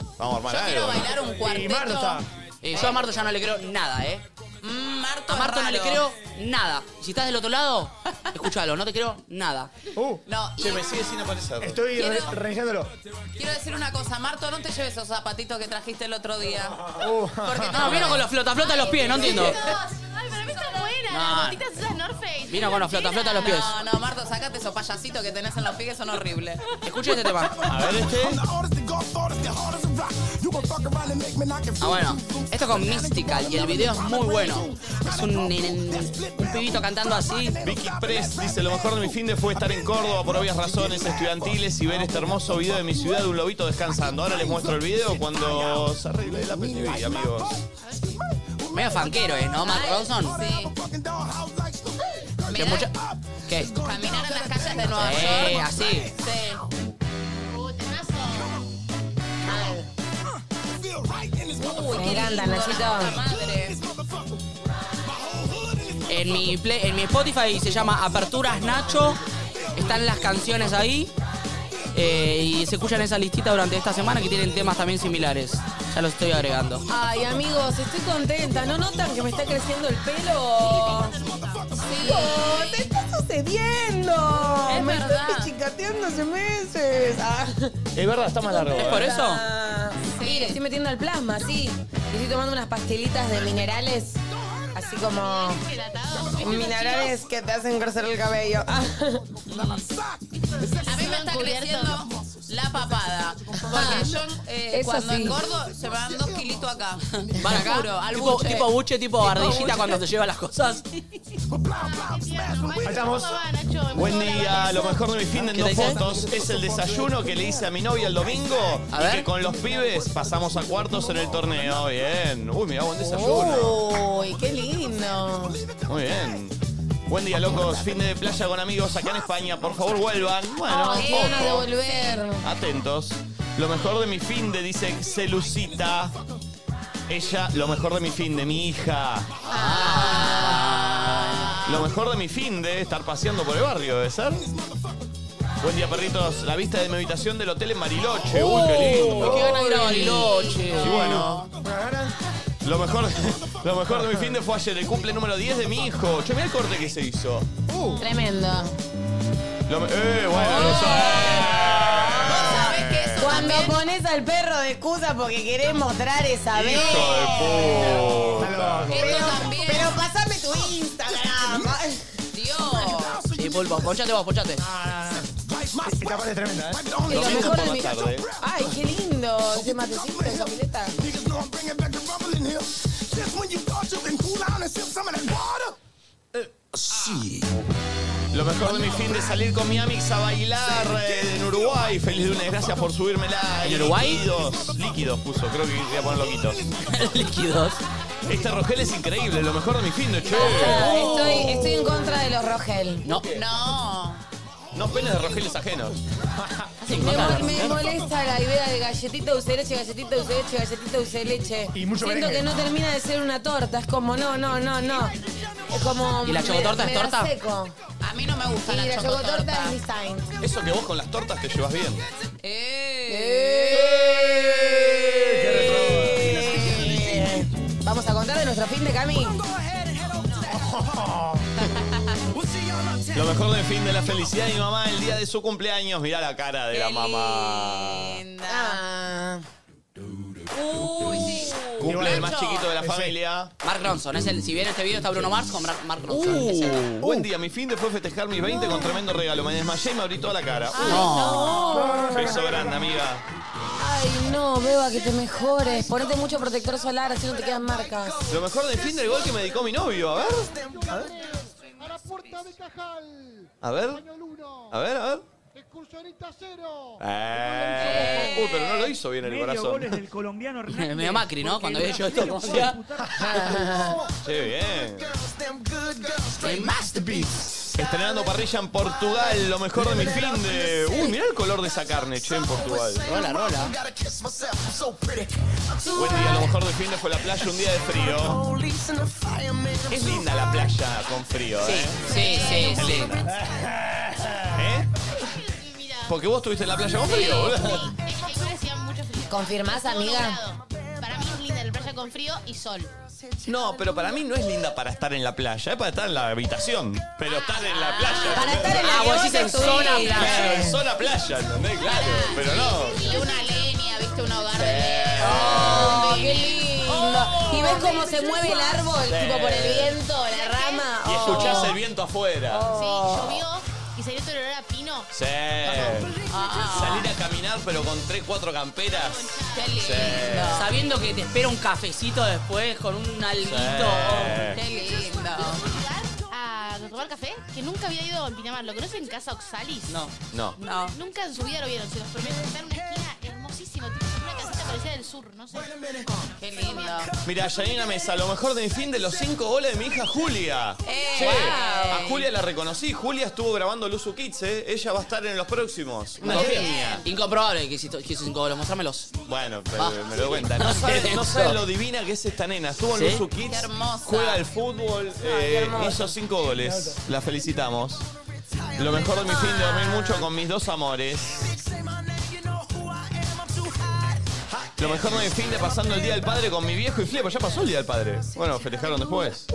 [SPEAKER 3] Sí.
[SPEAKER 1] Vamos a armar
[SPEAKER 3] Yo quiero
[SPEAKER 1] algo.
[SPEAKER 3] bailar un
[SPEAKER 5] Y
[SPEAKER 3] cuarteto.
[SPEAKER 5] Marta.
[SPEAKER 2] Eh, yo a Marto ya no le creo nada, ¿eh?
[SPEAKER 3] Mm, Marto,
[SPEAKER 2] A
[SPEAKER 3] es
[SPEAKER 2] Marto no le
[SPEAKER 3] raro.
[SPEAKER 2] creo nada. Si estás del otro lado, escúchalo, no te creo
[SPEAKER 1] (laughs)
[SPEAKER 2] nada.
[SPEAKER 5] Uh,
[SPEAKER 3] No, y
[SPEAKER 1] Che, me sigue sin aparecer.
[SPEAKER 5] estoy re-
[SPEAKER 3] Quiero-
[SPEAKER 5] revisándolo.
[SPEAKER 3] quiero decir una cosa, Marto, no te lleves esos zapatitos que trajiste el otro día.
[SPEAKER 5] Uh,
[SPEAKER 2] (laughs)
[SPEAKER 3] Porque
[SPEAKER 2] No, vino con los flota flota en los pies, no entiendo.
[SPEAKER 6] Ay, para mí están buenas.
[SPEAKER 2] No.
[SPEAKER 6] Las botitas esas North Face.
[SPEAKER 2] Vino con los flota flota en los pies.
[SPEAKER 3] No, no, Marto, sácate esos payasitos que tenés en los pies, son horribles.
[SPEAKER 2] Escuchen este tema.
[SPEAKER 1] (laughs) A ver este.
[SPEAKER 2] Ah, bueno. Esto con Mystical y el video es muy bueno. Es un, un pibito cantando así.
[SPEAKER 1] Vicky Press dice, lo mejor de mi fin de fue estar en Córdoba por obvias razones estudiantiles y ver este hermoso video de mi ciudad de un lobito descansando. Ahora les muestro el video cuando se arregle la PTV, amigos.
[SPEAKER 2] Medio fanquero, ¿eh? ¿No, Mark Ronson?
[SPEAKER 3] Sí.
[SPEAKER 2] Que mucha- ¿Qué?
[SPEAKER 3] Caminar en las calles de Nueva
[SPEAKER 2] Eh,
[SPEAKER 3] York.
[SPEAKER 2] así.
[SPEAKER 3] Sí.
[SPEAKER 6] Uh, temazo.
[SPEAKER 3] Uy,
[SPEAKER 4] Me encanta,
[SPEAKER 3] lindo,
[SPEAKER 4] Nachito.
[SPEAKER 3] la puta madre.
[SPEAKER 2] En mi, play- en mi Spotify se llama Aperturas Nacho. Están las canciones ahí. Eh, y se escuchan esa listita durante esta semana que tienen temas también similares. Ya los estoy agregando.
[SPEAKER 4] Ay, amigos, estoy contenta. ¿No notan que me está creciendo el pelo?
[SPEAKER 3] Sí.
[SPEAKER 4] ¡Oh, te está sucediendo!
[SPEAKER 3] Es
[SPEAKER 4] Oh, me
[SPEAKER 3] verdad.
[SPEAKER 4] estoy chicateando hace meses. Ah.
[SPEAKER 1] Es verdad, está más largo. ¿eh?
[SPEAKER 2] ¿Es por eso?
[SPEAKER 4] Ah, Sí, le estoy metiendo al plasma, sí. Y estoy tomando unas pastelitas de minerales. Así como
[SPEAKER 6] Gelatado. ¿Viste los
[SPEAKER 4] minerales que te hacen crecer el (laughs) cabello. Ah.
[SPEAKER 3] A mí me está creciendo la papada. Porque yo eh,
[SPEAKER 4] Ah, Eso
[SPEAKER 3] cuando
[SPEAKER 4] sí.
[SPEAKER 3] engordo se me van dos kilitos acá.
[SPEAKER 2] ¿Van
[SPEAKER 3] Te
[SPEAKER 2] acá?
[SPEAKER 3] juro, al
[SPEAKER 2] tipo,
[SPEAKER 3] buche.
[SPEAKER 2] tipo buche, tipo ardillita cuando te lleva las cosas.
[SPEAKER 6] chicos? Sí, tía, normal.
[SPEAKER 5] estamos.
[SPEAKER 6] ¿Cómo va, Nacho? Empezó
[SPEAKER 1] Buen
[SPEAKER 6] la
[SPEAKER 1] día,
[SPEAKER 6] banda.
[SPEAKER 1] lo mejor de mi fin de en
[SPEAKER 2] ¿Qué
[SPEAKER 1] dos
[SPEAKER 2] te dice?
[SPEAKER 1] fotos es el desayuno que le hice a mi novia el domingo y
[SPEAKER 2] A ver.
[SPEAKER 1] que con los pibes pasamos a cuartos en el torneo. Bien. Uy, mira, buen desayuno.
[SPEAKER 4] Uy, qué lindo.
[SPEAKER 1] Muy bien. Buen día, locos. Fin de playa con amigos acá en España. Por favor, vuelvan. Bueno,
[SPEAKER 4] Ay, qué ganas de
[SPEAKER 1] ojo.
[SPEAKER 4] volver.
[SPEAKER 1] Atentos. Lo mejor de mi fin de, dice Celucita. Ella, lo mejor de mi fin de mi hija.
[SPEAKER 2] Ah.
[SPEAKER 1] Lo mejor de mi fin de estar paseando por el barrio, debe ser. Buen día, perritos. La vista de mi habitación del hotel en Mariloche. Uy, qué lindo.
[SPEAKER 2] Qué ganas de ir a Bariloche.
[SPEAKER 1] Y bueno. Lo mejor, (laughs) lo mejor de mi fin de fue ayer, el cumple número 10 de mi hijo. Che, mirá el corte que se hizo. Uh.
[SPEAKER 4] Tremendo.
[SPEAKER 1] Lo me- eh, bueno, no sé.
[SPEAKER 3] Vos sabés que eso
[SPEAKER 4] Cuando
[SPEAKER 3] también-
[SPEAKER 4] pones al perro de excusa porque querés mostrar esa vez.
[SPEAKER 1] Hijo de puta.
[SPEAKER 5] Aló.
[SPEAKER 3] Esto también.
[SPEAKER 4] Pero pasame tu Instagram.
[SPEAKER 3] Dios.
[SPEAKER 2] Sí, pulpo, ponchate vos, ponchate.
[SPEAKER 5] Esta parte es tremenda, ¿eh?
[SPEAKER 1] Domingo
[SPEAKER 4] mejor
[SPEAKER 1] por
[SPEAKER 4] de
[SPEAKER 1] la
[SPEAKER 4] mi-
[SPEAKER 1] tarde. ¿eh?
[SPEAKER 4] Ay, qué lindo. ese matecito, esa pileta.
[SPEAKER 5] Niggas know I'm bringing back the rubble in here. Just when you thought you can cool down and sip some of that water. Eh, shit.
[SPEAKER 1] Lo mejor de mi fin de salir con mi amix a bailar eh, en Uruguay. Feliz lunes, gracias por subírmela.
[SPEAKER 2] ¿En Uruguay?
[SPEAKER 1] Líquidos, líquidos puso, creo que voy a poner loquitos.
[SPEAKER 2] (laughs) Líquidos.
[SPEAKER 1] Este Rogel es increíble, lo mejor de mi fin de che.
[SPEAKER 4] Ah, Estoy, estoy en contra de los Rogel.
[SPEAKER 2] No.
[SPEAKER 3] No.
[SPEAKER 1] No penes de Rogeles
[SPEAKER 2] (laughs)
[SPEAKER 1] ajenos.
[SPEAKER 2] Sí,
[SPEAKER 4] Me,
[SPEAKER 2] claro.
[SPEAKER 4] mo- me molesta la idea de galletita dulce de leche, galletita dulce de leche, galletita dulce de leche.
[SPEAKER 8] Y mucho
[SPEAKER 4] Siento
[SPEAKER 8] merengue.
[SPEAKER 4] que no termina de ser una torta, es como no, no, no, no. Es como
[SPEAKER 2] ¿Y la
[SPEAKER 4] me-
[SPEAKER 2] chocotorta es
[SPEAKER 4] me da
[SPEAKER 2] torta?
[SPEAKER 4] seco.
[SPEAKER 3] A mí no me gusta
[SPEAKER 4] Y
[SPEAKER 3] la,
[SPEAKER 4] la
[SPEAKER 3] chocotorta.
[SPEAKER 4] chocotorta es mi sign.
[SPEAKER 1] Eso que vos con las tortas te llevas bien.
[SPEAKER 4] Eh, Vamos a contar de nuestro fin de camino.
[SPEAKER 1] Lo mejor de fin de la felicidad de mi mamá el día de su cumpleaños. Mirá la cara de la mamá.
[SPEAKER 3] Linda. Uy, sí.
[SPEAKER 1] Cumple el más
[SPEAKER 3] Nacho.
[SPEAKER 1] chiquito de la
[SPEAKER 8] Ese.
[SPEAKER 1] familia.
[SPEAKER 2] Mark Ronson, es el. Si bien este video está Bruno Mars con Mar- Mark Ronson. es él.
[SPEAKER 1] Uh, buen día, mi fin de fue festejar mis 20 con tremendo regalo. Me desmayé y me abrí toda la cara. Uh, Beso grande, amiga.
[SPEAKER 4] Ay, no, Beba, que te mejores. Ponete mucho protector solar, así no te quedan marcas.
[SPEAKER 1] Lo mejor de fin del gol que me dedicó mi novio. A ver.
[SPEAKER 9] A la puerta de Cajal.
[SPEAKER 1] A ver.
[SPEAKER 9] Español 1.
[SPEAKER 1] A ver, a ver. (laughs)
[SPEAKER 9] Excursionista 0.
[SPEAKER 1] Eh. Uh, pero no lo hizo bien el
[SPEAKER 7] Medio
[SPEAKER 1] corazón.
[SPEAKER 7] goles del
[SPEAKER 2] (laughs)
[SPEAKER 7] colombiano Hernández.
[SPEAKER 2] Medio Macri, ¿no?
[SPEAKER 7] Porque
[SPEAKER 2] Cuando vi yo esto,
[SPEAKER 7] Brasil
[SPEAKER 2] como
[SPEAKER 7] fue
[SPEAKER 2] sea.
[SPEAKER 7] a disputar
[SPEAKER 1] Che, bien.
[SPEAKER 2] El masterpiece.
[SPEAKER 1] Estrenando parrilla en Portugal, lo mejor de mi fin de. Uy, mirá el color de esa carne, che, en Portugal.
[SPEAKER 2] Rola, rola.
[SPEAKER 1] Buen día, lo mejor de fin de fue la playa, un día de frío. Es linda la playa con frío,
[SPEAKER 2] Sí,
[SPEAKER 1] ¿eh?
[SPEAKER 2] sí, sí, sí.
[SPEAKER 1] ¿Eh?
[SPEAKER 6] Sí, mira.
[SPEAKER 1] Porque vos estuviste en la playa con frío, boludo.
[SPEAKER 6] Sí, es que igual hacía mucho frío.
[SPEAKER 4] ¿Confirmás, amiga?
[SPEAKER 6] Nublado. Para mí es linda la playa con frío y sol.
[SPEAKER 1] No, pero para mí no es linda para estar en la playa, es para estar en la habitación. Pero estar en la playa.
[SPEAKER 4] Para estar en la
[SPEAKER 2] Ah,
[SPEAKER 4] que
[SPEAKER 2] vos
[SPEAKER 4] vos
[SPEAKER 2] decís en
[SPEAKER 4] estuviste.
[SPEAKER 2] zona playa.
[SPEAKER 1] Claro, en zona playa, ¿entendés? Claro, pero no.
[SPEAKER 6] Y una leña, viste, un hogar de leña.
[SPEAKER 4] Oh, qué lindo. Y ves cómo se mueve el árbol, tipo por el viento, la rama.
[SPEAKER 1] Y
[SPEAKER 4] Oh.
[SPEAKER 1] escuchás el viento afuera.
[SPEAKER 6] Sí, llovió y salió todo el olor a pino.
[SPEAKER 1] Sí.
[SPEAKER 6] Ah.
[SPEAKER 1] Salir a caminar, pero con tres, cuatro camperas.
[SPEAKER 3] Qué lindo.
[SPEAKER 2] Sabiendo que te espera un cafecito después con un alguito. Oh,
[SPEAKER 1] Sí.
[SPEAKER 3] Qué lindo.
[SPEAKER 6] lugar a Ah, tomar café que nunca había ido a Pinamar. ¿Lo conocen Casa Oxalis?
[SPEAKER 2] No.
[SPEAKER 1] No.
[SPEAKER 3] No.
[SPEAKER 6] Nunca en su vida lo vieron. Se los prometo. Está en una esquina hermosísima. Tipo, una casita parecida del sur, no sé.
[SPEAKER 3] Qué lindo.
[SPEAKER 1] Mira, Janina Mesa, lo mejor de mi fin de los cinco goles de mi hija Julia.
[SPEAKER 3] ¡Eh!
[SPEAKER 1] Che,
[SPEAKER 3] Guau.
[SPEAKER 1] a Julia la reconocí. Julia estuvo grabando Luzu Kids, ¿eh? Ella va a estar en los próximos. Una
[SPEAKER 2] Inco-
[SPEAKER 1] genia.
[SPEAKER 2] Incomprobable que hiciste que hiciste cinco goles. Mostrámelos.
[SPEAKER 1] Bueno,
[SPEAKER 2] Ah.
[SPEAKER 1] pero me doy cuenta. No (laughs) sabes no sabe lo divina que es esta nena. Estuvo en
[SPEAKER 2] ¿Sí?
[SPEAKER 1] Luzu Kids.
[SPEAKER 3] Qué hermosa.
[SPEAKER 1] Juega al fútbol. eh, hizo cinco goles. La felicitamos. Lo mejor de mi fin de dormir mucho con mis dos amores. Lo mejor de mi fin de pasando el día del padre con mi viejo y Flepa. Ya pasó el día del padre. Bueno, festejaron después.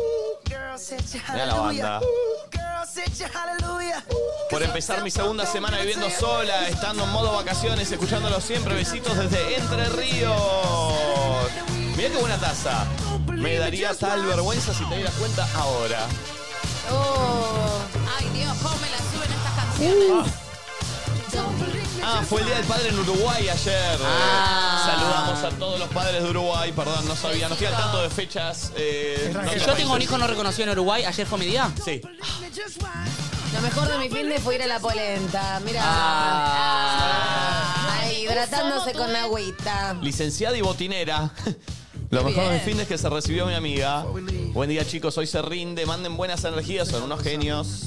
[SPEAKER 1] Mira la banda. Por empezar mi segunda semana viviendo sola, estando en modo vacaciones, escuchándolo siempre. Besitos desde Entre Ríos. Mirá qué buena taza. Me daría tal vergüenza si te dieras cuenta ahora.
[SPEAKER 3] Oh. Ay, Dios, cómo me la suben estas canciones.
[SPEAKER 1] Ah, fue el Día del Padre en Uruguay ayer.
[SPEAKER 2] Ah.
[SPEAKER 1] Saludamos a todos los padres de Uruguay. Perdón, no sabía. Nos quedan tanto de fechas. eh, en
[SPEAKER 2] Si
[SPEAKER 1] otros
[SPEAKER 2] yo tengo un
[SPEAKER 1] países.
[SPEAKER 2] hijo no reconocido en Uruguay, ayer fue mi día.
[SPEAKER 1] Sí.
[SPEAKER 4] Lo mejor de mi fin de fue ir a la polenta. Mira.
[SPEAKER 2] Ah.
[SPEAKER 4] Ay, hidratándose con agüita.
[SPEAKER 1] Licenciada y botinera. (laughs) Lo mejor de mi fin es que se recibió mi amiga. Buen día, chicos. Hoy se rinde. Manden buenas energías. Son unos genios.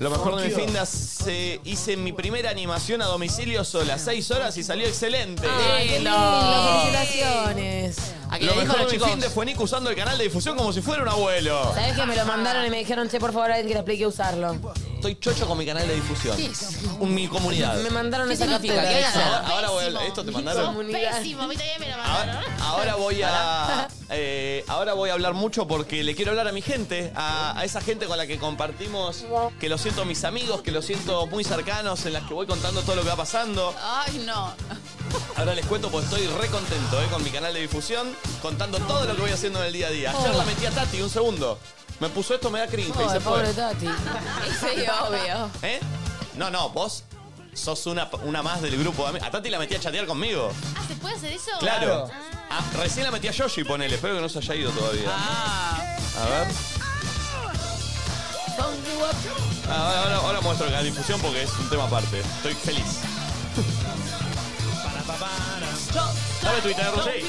[SPEAKER 1] Lo mejor de mi fin de hace- hice mi primera animación a domicilio sola. Seis horas y salió excelente.
[SPEAKER 4] Lindo,
[SPEAKER 2] Lindo.
[SPEAKER 4] felicitaciones.
[SPEAKER 2] A que
[SPEAKER 1] Lo
[SPEAKER 2] le dijo a
[SPEAKER 1] mejor
[SPEAKER 2] los
[SPEAKER 1] de mi fin de
[SPEAKER 2] chicos.
[SPEAKER 1] fue Nico usando el canal de difusión como si fuera un abuelo.
[SPEAKER 4] Sabés que me lo mandaron y me dijeron, che, por favor, alguien que le explique usarlo.
[SPEAKER 1] Estoy chocho con mi canal de difusión. Un- Mi comunidad.
[SPEAKER 4] Me mandaron
[SPEAKER 2] ¿Qué
[SPEAKER 4] esa
[SPEAKER 2] significa?
[SPEAKER 4] captura.
[SPEAKER 2] ¿Qué haga?
[SPEAKER 1] Ahora, ahora voy a, ¿Esto te mandaron?
[SPEAKER 4] Comunidad.
[SPEAKER 6] Pésimo, a mí también me la
[SPEAKER 1] Ahora,
[SPEAKER 6] mandaron.
[SPEAKER 1] ahora voy a eh, ahora voy a hablar mucho porque le quiero hablar a mi gente, a, a esa gente con la que compartimos, que lo siento mis amigos, que lo siento muy cercanos, en las que voy contando todo lo que va pasando.
[SPEAKER 3] Ay, no.
[SPEAKER 1] Ahora les cuento porque estoy re contento eh, con mi canal de difusión, contando todo lo que voy haciendo en el día a día. Ayer la metí a Tati, un segundo. Me puso esto, me da cringe y (laughs)
[SPEAKER 4] Ay,
[SPEAKER 1] se
[SPEAKER 4] pobre
[SPEAKER 1] fue.
[SPEAKER 4] Tati.
[SPEAKER 3] Sí, obvio.
[SPEAKER 1] ¿Eh? No, no, vos sos una, una más del grupo de amigos. A Tati la metí a chatear conmigo.
[SPEAKER 6] Ah, ¿se puede hacer eso?
[SPEAKER 1] Claro. Ah, recién la metí a Yoshi, ponele. Espero que no se haya ido todavía. A ver. Ah, ahora, ahora- ahora muestro la difusión porque es un tema aparte. Estoy feliz. Dame Twitter, Roger.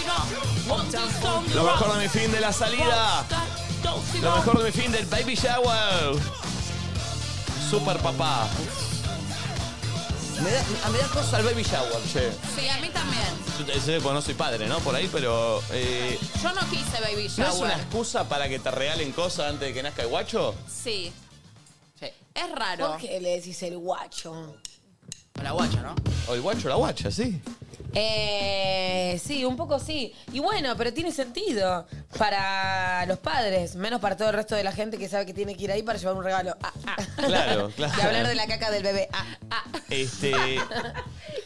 [SPEAKER 1] Lo mejor de mi fin de la salida. Lo mejor de mi fin del baby shower. Super papá. Me da, a- me da cosa el baby shower, che.
[SPEAKER 3] Sí, a mí también.
[SPEAKER 1] Yo te- sé que no soy padre, ¿no? Por ahí, pero... eh,
[SPEAKER 3] Yo no quise baby
[SPEAKER 1] ¿No
[SPEAKER 3] shower.
[SPEAKER 1] es una excusa para que te regalen cosas antes de que nazca el guacho?
[SPEAKER 3] Sí. Es raro.
[SPEAKER 4] ¿Por qué le decís el guacho?
[SPEAKER 2] La guacha, ¿no?
[SPEAKER 1] O el guacho o la guacha, sí.
[SPEAKER 4] Eh, sí, un poco sí. Y bueno, pero tiene sentido para los padres, menos para todo el resto de la gente que sabe que tiene que ir ahí para llevar un regalo. Ah, ah.
[SPEAKER 1] Claro, claro.
[SPEAKER 4] Y hablar de la caca del bebé. Ah, ah.
[SPEAKER 1] Este...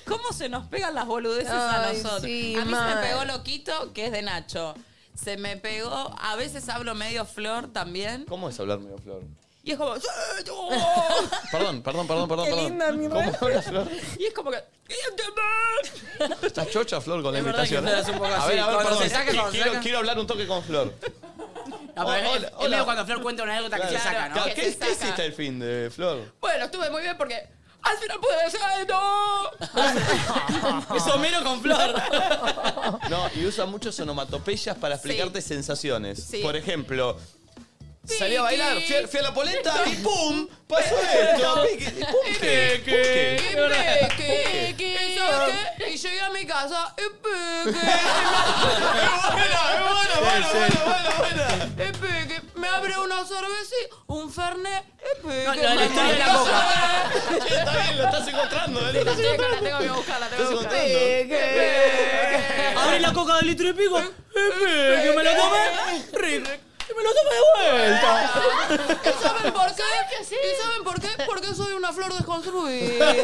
[SPEAKER 3] ¿Cómo se nos pegan las boludeces a
[SPEAKER 4] Ay,
[SPEAKER 3] nosotros?
[SPEAKER 4] sí,
[SPEAKER 3] a mí se
[SPEAKER 4] mal.
[SPEAKER 3] me pegó loquito, que es de Nacho. Se me pegó, a veces hablo medio flor también.
[SPEAKER 1] ¿Cómo es hablar medio flor?
[SPEAKER 3] Y es como.
[SPEAKER 1] Perdón, perdón, perdón, perdón.
[SPEAKER 3] Qué
[SPEAKER 1] perdón.
[SPEAKER 3] linda mi
[SPEAKER 1] ¿Cómo
[SPEAKER 3] red.
[SPEAKER 1] habla Flor?
[SPEAKER 3] (laughs) Y es como que.
[SPEAKER 1] Estás chocha, Flor, con la
[SPEAKER 2] Es verdad que
[SPEAKER 1] invitación.
[SPEAKER 2] Flor es un poco
[SPEAKER 1] a
[SPEAKER 2] así,
[SPEAKER 1] ver, a ver,
[SPEAKER 2] cuando
[SPEAKER 1] perdón.
[SPEAKER 2] se saca,
[SPEAKER 1] Qui-
[SPEAKER 2] cuando se
[SPEAKER 1] quiero,
[SPEAKER 2] saca.
[SPEAKER 1] quiero hablar un toque con Flor.
[SPEAKER 2] No, pero
[SPEAKER 1] Oh,
[SPEAKER 2] es-
[SPEAKER 1] hola,
[SPEAKER 2] es
[SPEAKER 1] hola.
[SPEAKER 2] medio cuando Flor cuenta una anécdota que se saca, ¿no?
[SPEAKER 1] Claro, ¿Qué, qué hiciste el fin de Flor?
[SPEAKER 3] Bueno, estuve muy bien porque. Al final pude decir no.
[SPEAKER 2] (laughs) Es Homero con Flor.
[SPEAKER 1] (laughs) No, y usa muchas onomatopeyas para explicarte sensaciones.
[SPEAKER 3] Sí.
[SPEAKER 1] Por ejemplo, salí a bailar, fui a, fui a la polenta y ¡pum! Pasó esto.
[SPEAKER 10] Pero-
[SPEAKER 1] Piqui- ¿Pum qué? ¿Pum qué?
[SPEAKER 3] Peque, que, ¿sabes qué? Y llegué a mi casa. Y peque. Y peque. Me abre una cerveza, un fernet. Y peque.
[SPEAKER 10] No, lo de la historia de la boca.
[SPEAKER 1] Che, está bien, lo estás encontrando. ¿eh?
[SPEAKER 3] La tengo, la tengo que buscar, la tengo que buscar.
[SPEAKER 2] Abrí la coca del litro y pico. ¡Que me lo tomé! ¡Rico! ¡Que me lo tomé de vuelta!
[SPEAKER 3] ¿Y saben por qué? ¿Y saben por qué? Porque soy una flor
[SPEAKER 5] (laughs)
[SPEAKER 3] desconstruida.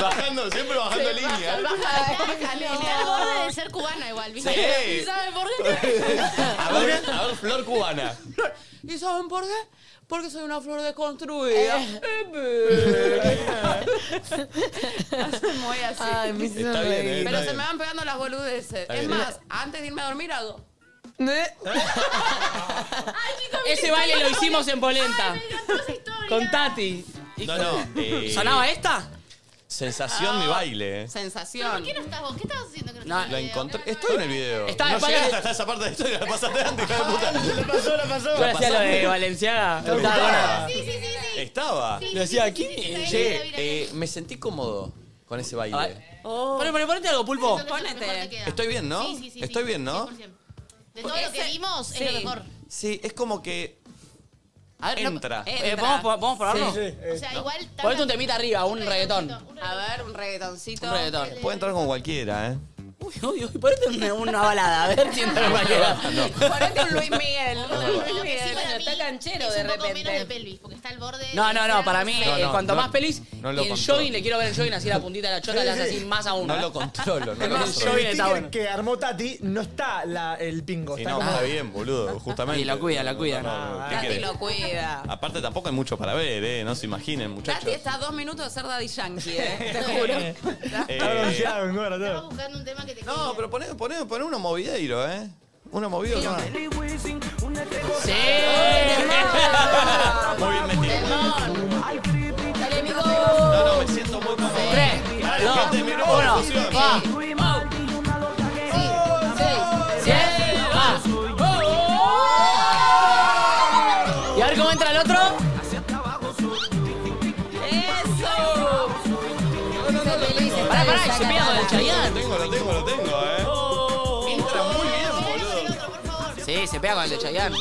[SPEAKER 1] Bajando, siempre bajando línea.
[SPEAKER 6] Está al borde de ser cubana igual, ¿viste?
[SPEAKER 1] Sí. (laughs)
[SPEAKER 3] ¿Saben por
[SPEAKER 1] A ver, a ver, Flor cubana.
[SPEAKER 3] qué? ¿Y saben por qué? Porque soy una flor desconstruida. Eh, Hacen muy (laughs) así.
[SPEAKER 4] Ay, me hizo
[SPEAKER 1] Está bien, eh,
[SPEAKER 4] reír.
[SPEAKER 1] está
[SPEAKER 3] Pero se
[SPEAKER 1] bien.
[SPEAKER 3] me van pegando las boludeces.
[SPEAKER 1] Está
[SPEAKER 3] Es
[SPEAKER 1] bien.
[SPEAKER 3] más, antes de irme a dormir hago. ¿Eh?
[SPEAKER 2] Ese baile lo hicimos en Polenta. Con Tati.
[SPEAKER 1] No, no. eh,
[SPEAKER 2] ¿Sonaba esta? Ah.
[SPEAKER 1] Sensación mi baile. eh.
[SPEAKER 6] Pero, ¿Por
[SPEAKER 3] Sensación.
[SPEAKER 6] qué no estás vos? ¿Qué estabas haciendo que no
[SPEAKER 2] No,
[SPEAKER 6] estabas
[SPEAKER 1] La
[SPEAKER 6] en el video?
[SPEAKER 1] encontré. Estoy en el video.
[SPEAKER 2] Está-
[SPEAKER 1] no
[SPEAKER 2] para-
[SPEAKER 1] llegaste hasta esa parte de la historia, la pasaste antes, hija de puta.
[SPEAKER 5] La pasó, la pasó.
[SPEAKER 2] Yo hacía lo de
[SPEAKER 1] pasaste.
[SPEAKER 2] Valenciaga.
[SPEAKER 1] Te
[SPEAKER 2] Estaba con
[SPEAKER 1] gustaba.
[SPEAKER 6] Sí, sí, sí, sí.
[SPEAKER 1] Estaba.
[SPEAKER 6] Sí,
[SPEAKER 2] Le
[SPEAKER 6] sí,
[SPEAKER 2] decía,
[SPEAKER 6] sí, sí,
[SPEAKER 2] ¿quién
[SPEAKER 6] sí, sí,
[SPEAKER 2] es?
[SPEAKER 6] está bien, está
[SPEAKER 1] Che,
[SPEAKER 6] bien, está
[SPEAKER 1] eh,
[SPEAKER 6] bien.
[SPEAKER 1] me sentí cómodo con ese baile.
[SPEAKER 2] Ay. Poné, poné, Oh. ponete algo, pulpo.
[SPEAKER 6] Creo que es
[SPEAKER 5] Este,
[SPEAKER 6] lo que mejor te queda.
[SPEAKER 1] Estoy bien, ¿no?
[SPEAKER 6] Sí, sí, sí,
[SPEAKER 1] Estoy
[SPEAKER 6] sí,
[SPEAKER 1] bien, ¿no?
[SPEAKER 6] 100%. De todo lo que
[SPEAKER 3] Ese-
[SPEAKER 6] vimos,
[SPEAKER 3] sí.
[SPEAKER 6] es lo mejor.
[SPEAKER 1] Sí, es como que
[SPEAKER 2] A ver, no-
[SPEAKER 1] entra.
[SPEAKER 3] eh.
[SPEAKER 2] Eh, ¿Vamos vamos a probarlo?
[SPEAKER 5] Sí, sí.
[SPEAKER 6] O sea, igual... tarda-
[SPEAKER 2] Ponete un temita arriba, un
[SPEAKER 6] Un
[SPEAKER 2] reggaetón.
[SPEAKER 6] reggaetón.
[SPEAKER 3] A ver, un reggaetoncito.
[SPEAKER 2] Un reggaetón.
[SPEAKER 1] Puede entrar con cualquiera, ¿eh?
[SPEAKER 2] Uy, uy, uy, ponete una, una balada, a
[SPEAKER 1] (laughs)
[SPEAKER 2] ver si entra cualquiera.
[SPEAKER 3] Ponete un Luis Miguel.
[SPEAKER 6] Lo que sí para
[SPEAKER 4] Bueno,
[SPEAKER 6] mí
[SPEAKER 4] está canchero
[SPEAKER 6] es
[SPEAKER 4] de
[SPEAKER 6] un poco menos
[SPEAKER 4] repente.
[SPEAKER 6] de pelvis, porque está al borde...
[SPEAKER 2] No,
[SPEAKER 6] de
[SPEAKER 2] no,
[SPEAKER 6] ser
[SPEAKER 2] no, para
[SPEAKER 6] algo
[SPEAKER 2] mí,
[SPEAKER 6] sexual.
[SPEAKER 2] eh,
[SPEAKER 1] no,
[SPEAKER 2] cuanto
[SPEAKER 1] no,
[SPEAKER 2] más pelis,
[SPEAKER 1] no lo
[SPEAKER 2] y el
[SPEAKER 1] controlo.
[SPEAKER 2] jogging, le quiero ver el jogging así la puntita de la chota, le hace así más aún.
[SPEAKER 1] No
[SPEAKER 2] ¿eh?
[SPEAKER 1] lo controlo, no lo
[SPEAKER 5] Es más,
[SPEAKER 2] Además,
[SPEAKER 5] yo
[SPEAKER 1] controlo.
[SPEAKER 5] el
[SPEAKER 2] Joey está
[SPEAKER 5] sticker
[SPEAKER 2] bueno.
[SPEAKER 5] que armó Tati no está la, el pingo.
[SPEAKER 1] Y
[SPEAKER 5] Está
[SPEAKER 1] no,
[SPEAKER 5] como-
[SPEAKER 1] está bien, boludo, justamente.
[SPEAKER 2] Y la cuida, la cuida.
[SPEAKER 1] ¿qué
[SPEAKER 3] Tati
[SPEAKER 1] querés?
[SPEAKER 3] lo cuida.
[SPEAKER 1] Aparte tampoco hay mucho para ver, ¿eh? No se imaginen, muchachos.
[SPEAKER 3] Tati está a dos minutos de ser Daddy Yankee, eh. Te juro.
[SPEAKER 1] Eh,
[SPEAKER 5] Está bronceado, me muero,
[SPEAKER 6] Estaba
[SPEAKER 5] todo.
[SPEAKER 6] buscando un tema que te
[SPEAKER 1] no, pero poné, poné, poné uno movideiro, ¿eh? Uno movido. ¿no?
[SPEAKER 2] ¡Sí! (laughs)
[SPEAKER 1] Muy bien metido.
[SPEAKER 4] Dale, amigo.
[SPEAKER 1] No, no, me siento muy cómodo.
[SPEAKER 2] Tres,
[SPEAKER 1] Dale,
[SPEAKER 2] dos,
[SPEAKER 1] gente, menudo
[SPEAKER 2] uno,
[SPEAKER 1] fusión.
[SPEAKER 2] va. Sí, va. Y a ver cómo entra el otro.
[SPEAKER 3] ¡Eso!
[SPEAKER 2] Pará, pará, y se pega con el
[SPEAKER 1] Lo
[SPEAKER 2] Chayanne.
[SPEAKER 1] tengo, lo tengo, lo tengo, ¿eh? Entra muy bien, boludo.
[SPEAKER 2] Sí, se pega con el de Chayanne.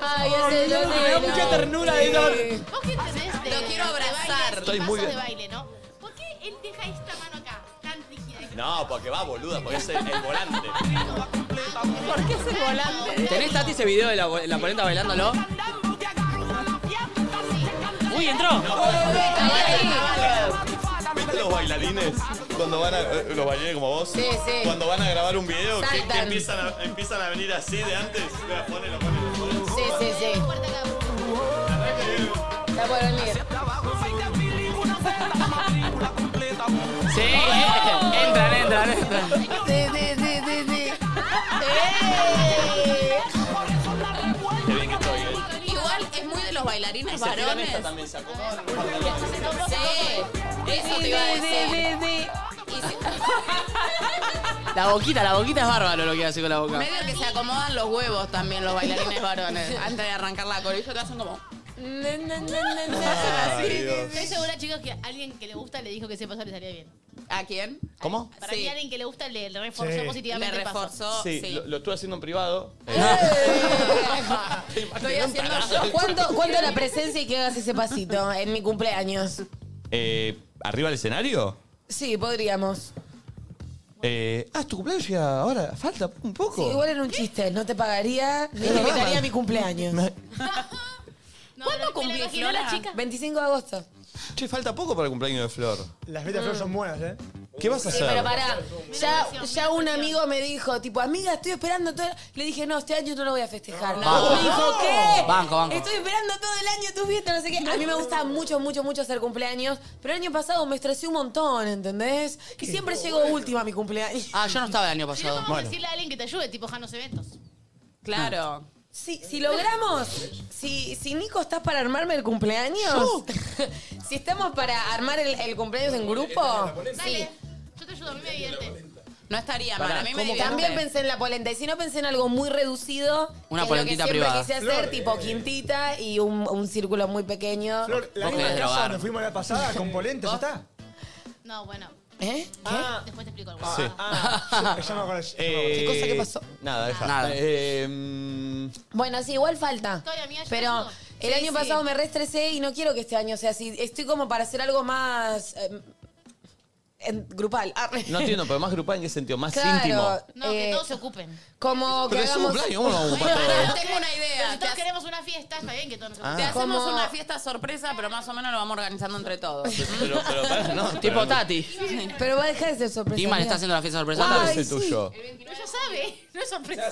[SPEAKER 4] Ay, ese es
[SPEAKER 2] Me da mucha ternura de Dor.
[SPEAKER 6] ¿Vos qué entendés de-
[SPEAKER 3] Lo quiero
[SPEAKER 6] de
[SPEAKER 3] abrazar.
[SPEAKER 6] bailes y
[SPEAKER 1] Estoy
[SPEAKER 6] pasos
[SPEAKER 1] muy bien.
[SPEAKER 6] de baile, ¿no? ¿Por qué él deja esta mano acá, tan rígida?
[SPEAKER 1] No, porque va, boluda, porque es el, el volante.
[SPEAKER 6] ¿Por qué es el volante?
[SPEAKER 2] ¿Tenés Tati ese video de la, la polenta bailándolo? Uy, entró.
[SPEAKER 1] ¿Viste los bailarines? bailarines cuando van a. eh, Los bailarines como vos.
[SPEAKER 4] Sí, sí.
[SPEAKER 1] Cuando van a grabar un video, que,
[SPEAKER 4] Saltan.
[SPEAKER 1] que empiezan, a, empiezan a venir así de antes. Lo ponen, lo ponen, lo ponen.
[SPEAKER 4] Sí, sí, sí. Está por venir.
[SPEAKER 2] Sí,
[SPEAKER 6] Oh.
[SPEAKER 2] entran, entran, entran.
[SPEAKER 4] Sí, sí, sí, sí, sí.
[SPEAKER 1] Qué bien que estoy, ¿eh?
[SPEAKER 3] Igual es muy de los
[SPEAKER 1] Y se
[SPEAKER 3] bailarines
[SPEAKER 1] tiran
[SPEAKER 3] varones.
[SPEAKER 1] esta también, se acomodan.
[SPEAKER 3] Sí, eso te iba a decir. Y
[SPEAKER 2] La boquita, la boquita es bárbaro lo que hace con la
[SPEAKER 3] se-
[SPEAKER 2] boca.
[SPEAKER 3] medio que se acomodan los huevos también los bailarines varones. Antes de arrancar la corilla te hacen como. ah,
[SPEAKER 4] Na, na, na, na, na.
[SPEAKER 1] Ay, Dios.
[SPEAKER 6] Estoy segura, chicos, que alguien que le gusta le dijo que ese paso le salía bien.
[SPEAKER 3] ¿A quién?
[SPEAKER 1] ¿Cómo?
[SPEAKER 6] Para
[SPEAKER 3] Sí.
[SPEAKER 6] mí, alguien que le gusta le le reforzó
[SPEAKER 5] Sí.
[SPEAKER 6] positivamente
[SPEAKER 3] Me
[SPEAKER 6] el paso.
[SPEAKER 3] reforzó.
[SPEAKER 1] Sí,
[SPEAKER 3] Sí.
[SPEAKER 1] Lo, lo estuve haciendo en privado.
[SPEAKER 3] Estoy haciendo yo.
[SPEAKER 4] ¿Cuánto, ¿Cuánto la presencia y que hagas ese pasito en mi cumpleaños?
[SPEAKER 1] Eh, ¿Arriba del escenario?
[SPEAKER 4] Sí, podríamos.
[SPEAKER 1] Eh, ah, tu cumpleaños llega ahora. Falta un
[SPEAKER 4] Sí,
[SPEAKER 1] poco.
[SPEAKER 4] igual era un chiste, no te pagaría ni te
[SPEAKER 1] no,
[SPEAKER 4] invitaría
[SPEAKER 1] no.
[SPEAKER 4] a mi cumpleaños.
[SPEAKER 6] No,
[SPEAKER 3] ¿Cuándo
[SPEAKER 6] no, me la
[SPEAKER 3] cumplís,
[SPEAKER 6] imaginó
[SPEAKER 3] Lola?
[SPEAKER 6] la chica?
[SPEAKER 4] 25 de agosto.
[SPEAKER 1] Che, falta poco para el cumpleaños de Flor.
[SPEAKER 5] Las Beta Flor son buenas, ¿eh?
[SPEAKER 1] ¿Qué vas a
[SPEAKER 4] Sí,
[SPEAKER 1] hacer?
[SPEAKER 4] pero pará, ya, ya un amigo me dijo, tipo, amiga, estoy esperando todo. el-". Le dije, no, este año no lo voy a festejar.
[SPEAKER 1] Ah.
[SPEAKER 2] Banco.
[SPEAKER 4] No. Me dijo, ¿qué?
[SPEAKER 2] Banco, banco.
[SPEAKER 4] Estoy esperando todo el año tu fiesta, no sé qué. A mí me gusta mucho, mucho, mucho hacer cumpleaños, pero el año pasado me estresé un montón, ¿entendés? Y siempre llego última a mi cumpleaños.
[SPEAKER 2] Ah, yo no estaba el año
[SPEAKER 6] Si no,
[SPEAKER 2] pasado.
[SPEAKER 6] vamos a decirle a alguien que te ayude, tipo Janos Eventos.
[SPEAKER 3] Claro.
[SPEAKER 4] Si, si logramos, si, si Nico estás para armarme el cumpleaños, (laughs) si estamos para armar el, el cumpleaños en grupo, sí.
[SPEAKER 6] Dale, yo te ayudo, a mí me divierte.
[SPEAKER 3] No estaría mal.
[SPEAKER 2] Pará,
[SPEAKER 3] A mí me
[SPEAKER 2] ¿cómo-
[SPEAKER 3] divierte.
[SPEAKER 4] También pensé en la polenta, y si no pensé en algo muy reducido,
[SPEAKER 2] Una
[SPEAKER 4] que
[SPEAKER 2] polentita
[SPEAKER 4] es lo que
[SPEAKER 2] privada.
[SPEAKER 4] siempre quise hacer, tipo quintita y un, un círculo muy pequeño.
[SPEAKER 5] Flor, la
[SPEAKER 2] Vos
[SPEAKER 5] misma
[SPEAKER 2] querés
[SPEAKER 5] casa
[SPEAKER 2] drogar.
[SPEAKER 5] donde fuimos la pasada con polenta, ya está.
[SPEAKER 6] No, bueno,
[SPEAKER 4] ¿Eh?
[SPEAKER 5] Ah,
[SPEAKER 6] después te explico algo.
[SPEAKER 1] Sí.
[SPEAKER 5] ah, ya me acuerdo. ya me acuerdo.
[SPEAKER 1] Eh,
[SPEAKER 4] ¿Qué cosa? ¿Qué pasó?
[SPEAKER 1] Nada, deja.
[SPEAKER 2] Nada.
[SPEAKER 1] Eh, mm,
[SPEAKER 4] Bueno, sí, igual falta.
[SPEAKER 6] Todavía, amiga, yo
[SPEAKER 4] Pero
[SPEAKER 6] ayudo.
[SPEAKER 4] el
[SPEAKER 3] Sí,
[SPEAKER 4] año
[SPEAKER 3] sí.
[SPEAKER 4] pasado me reestresé y no quiero que este año sea así. Estoy como para hacer algo más eh, en- grupal. Arre.
[SPEAKER 1] no entiendo, pero más grupal en qué sentido, más
[SPEAKER 4] Claro.
[SPEAKER 1] íntimo.
[SPEAKER 6] Ah, No, que
[SPEAKER 4] Eh,
[SPEAKER 6] todos se ocupen.
[SPEAKER 4] Como que
[SPEAKER 1] Pero es un
[SPEAKER 4] hagamos...
[SPEAKER 1] cumpleaños, ¿cómo lo vamos a ocupar
[SPEAKER 3] Pará,
[SPEAKER 4] (laughs)
[SPEAKER 1] todo?
[SPEAKER 3] tengo una
[SPEAKER 6] Pero
[SPEAKER 3] idea.
[SPEAKER 6] si
[SPEAKER 3] Te
[SPEAKER 6] todos
[SPEAKER 3] hace-
[SPEAKER 6] queremos una fiesta, está bien que todos nos
[SPEAKER 1] Ah.
[SPEAKER 3] Te
[SPEAKER 6] ocupen.
[SPEAKER 3] hacemos
[SPEAKER 4] Como-
[SPEAKER 3] una fiesta sorpresa, pero más o menos lo vamos organizando entre todos.
[SPEAKER 1] Pero, pero, pará, no.
[SPEAKER 2] Tipo
[SPEAKER 1] pero-
[SPEAKER 2] Tati.
[SPEAKER 4] Pero va a dejar de ser sorpresa.
[SPEAKER 2] Iman
[SPEAKER 4] amiga.
[SPEAKER 2] está haciendo la fiesta sorpresa.
[SPEAKER 1] ¿Cuándo
[SPEAKER 4] Ay,
[SPEAKER 1] es el
[SPEAKER 4] sí.
[SPEAKER 1] tuyo?
[SPEAKER 6] Pero ya sabe, no es sorpresa.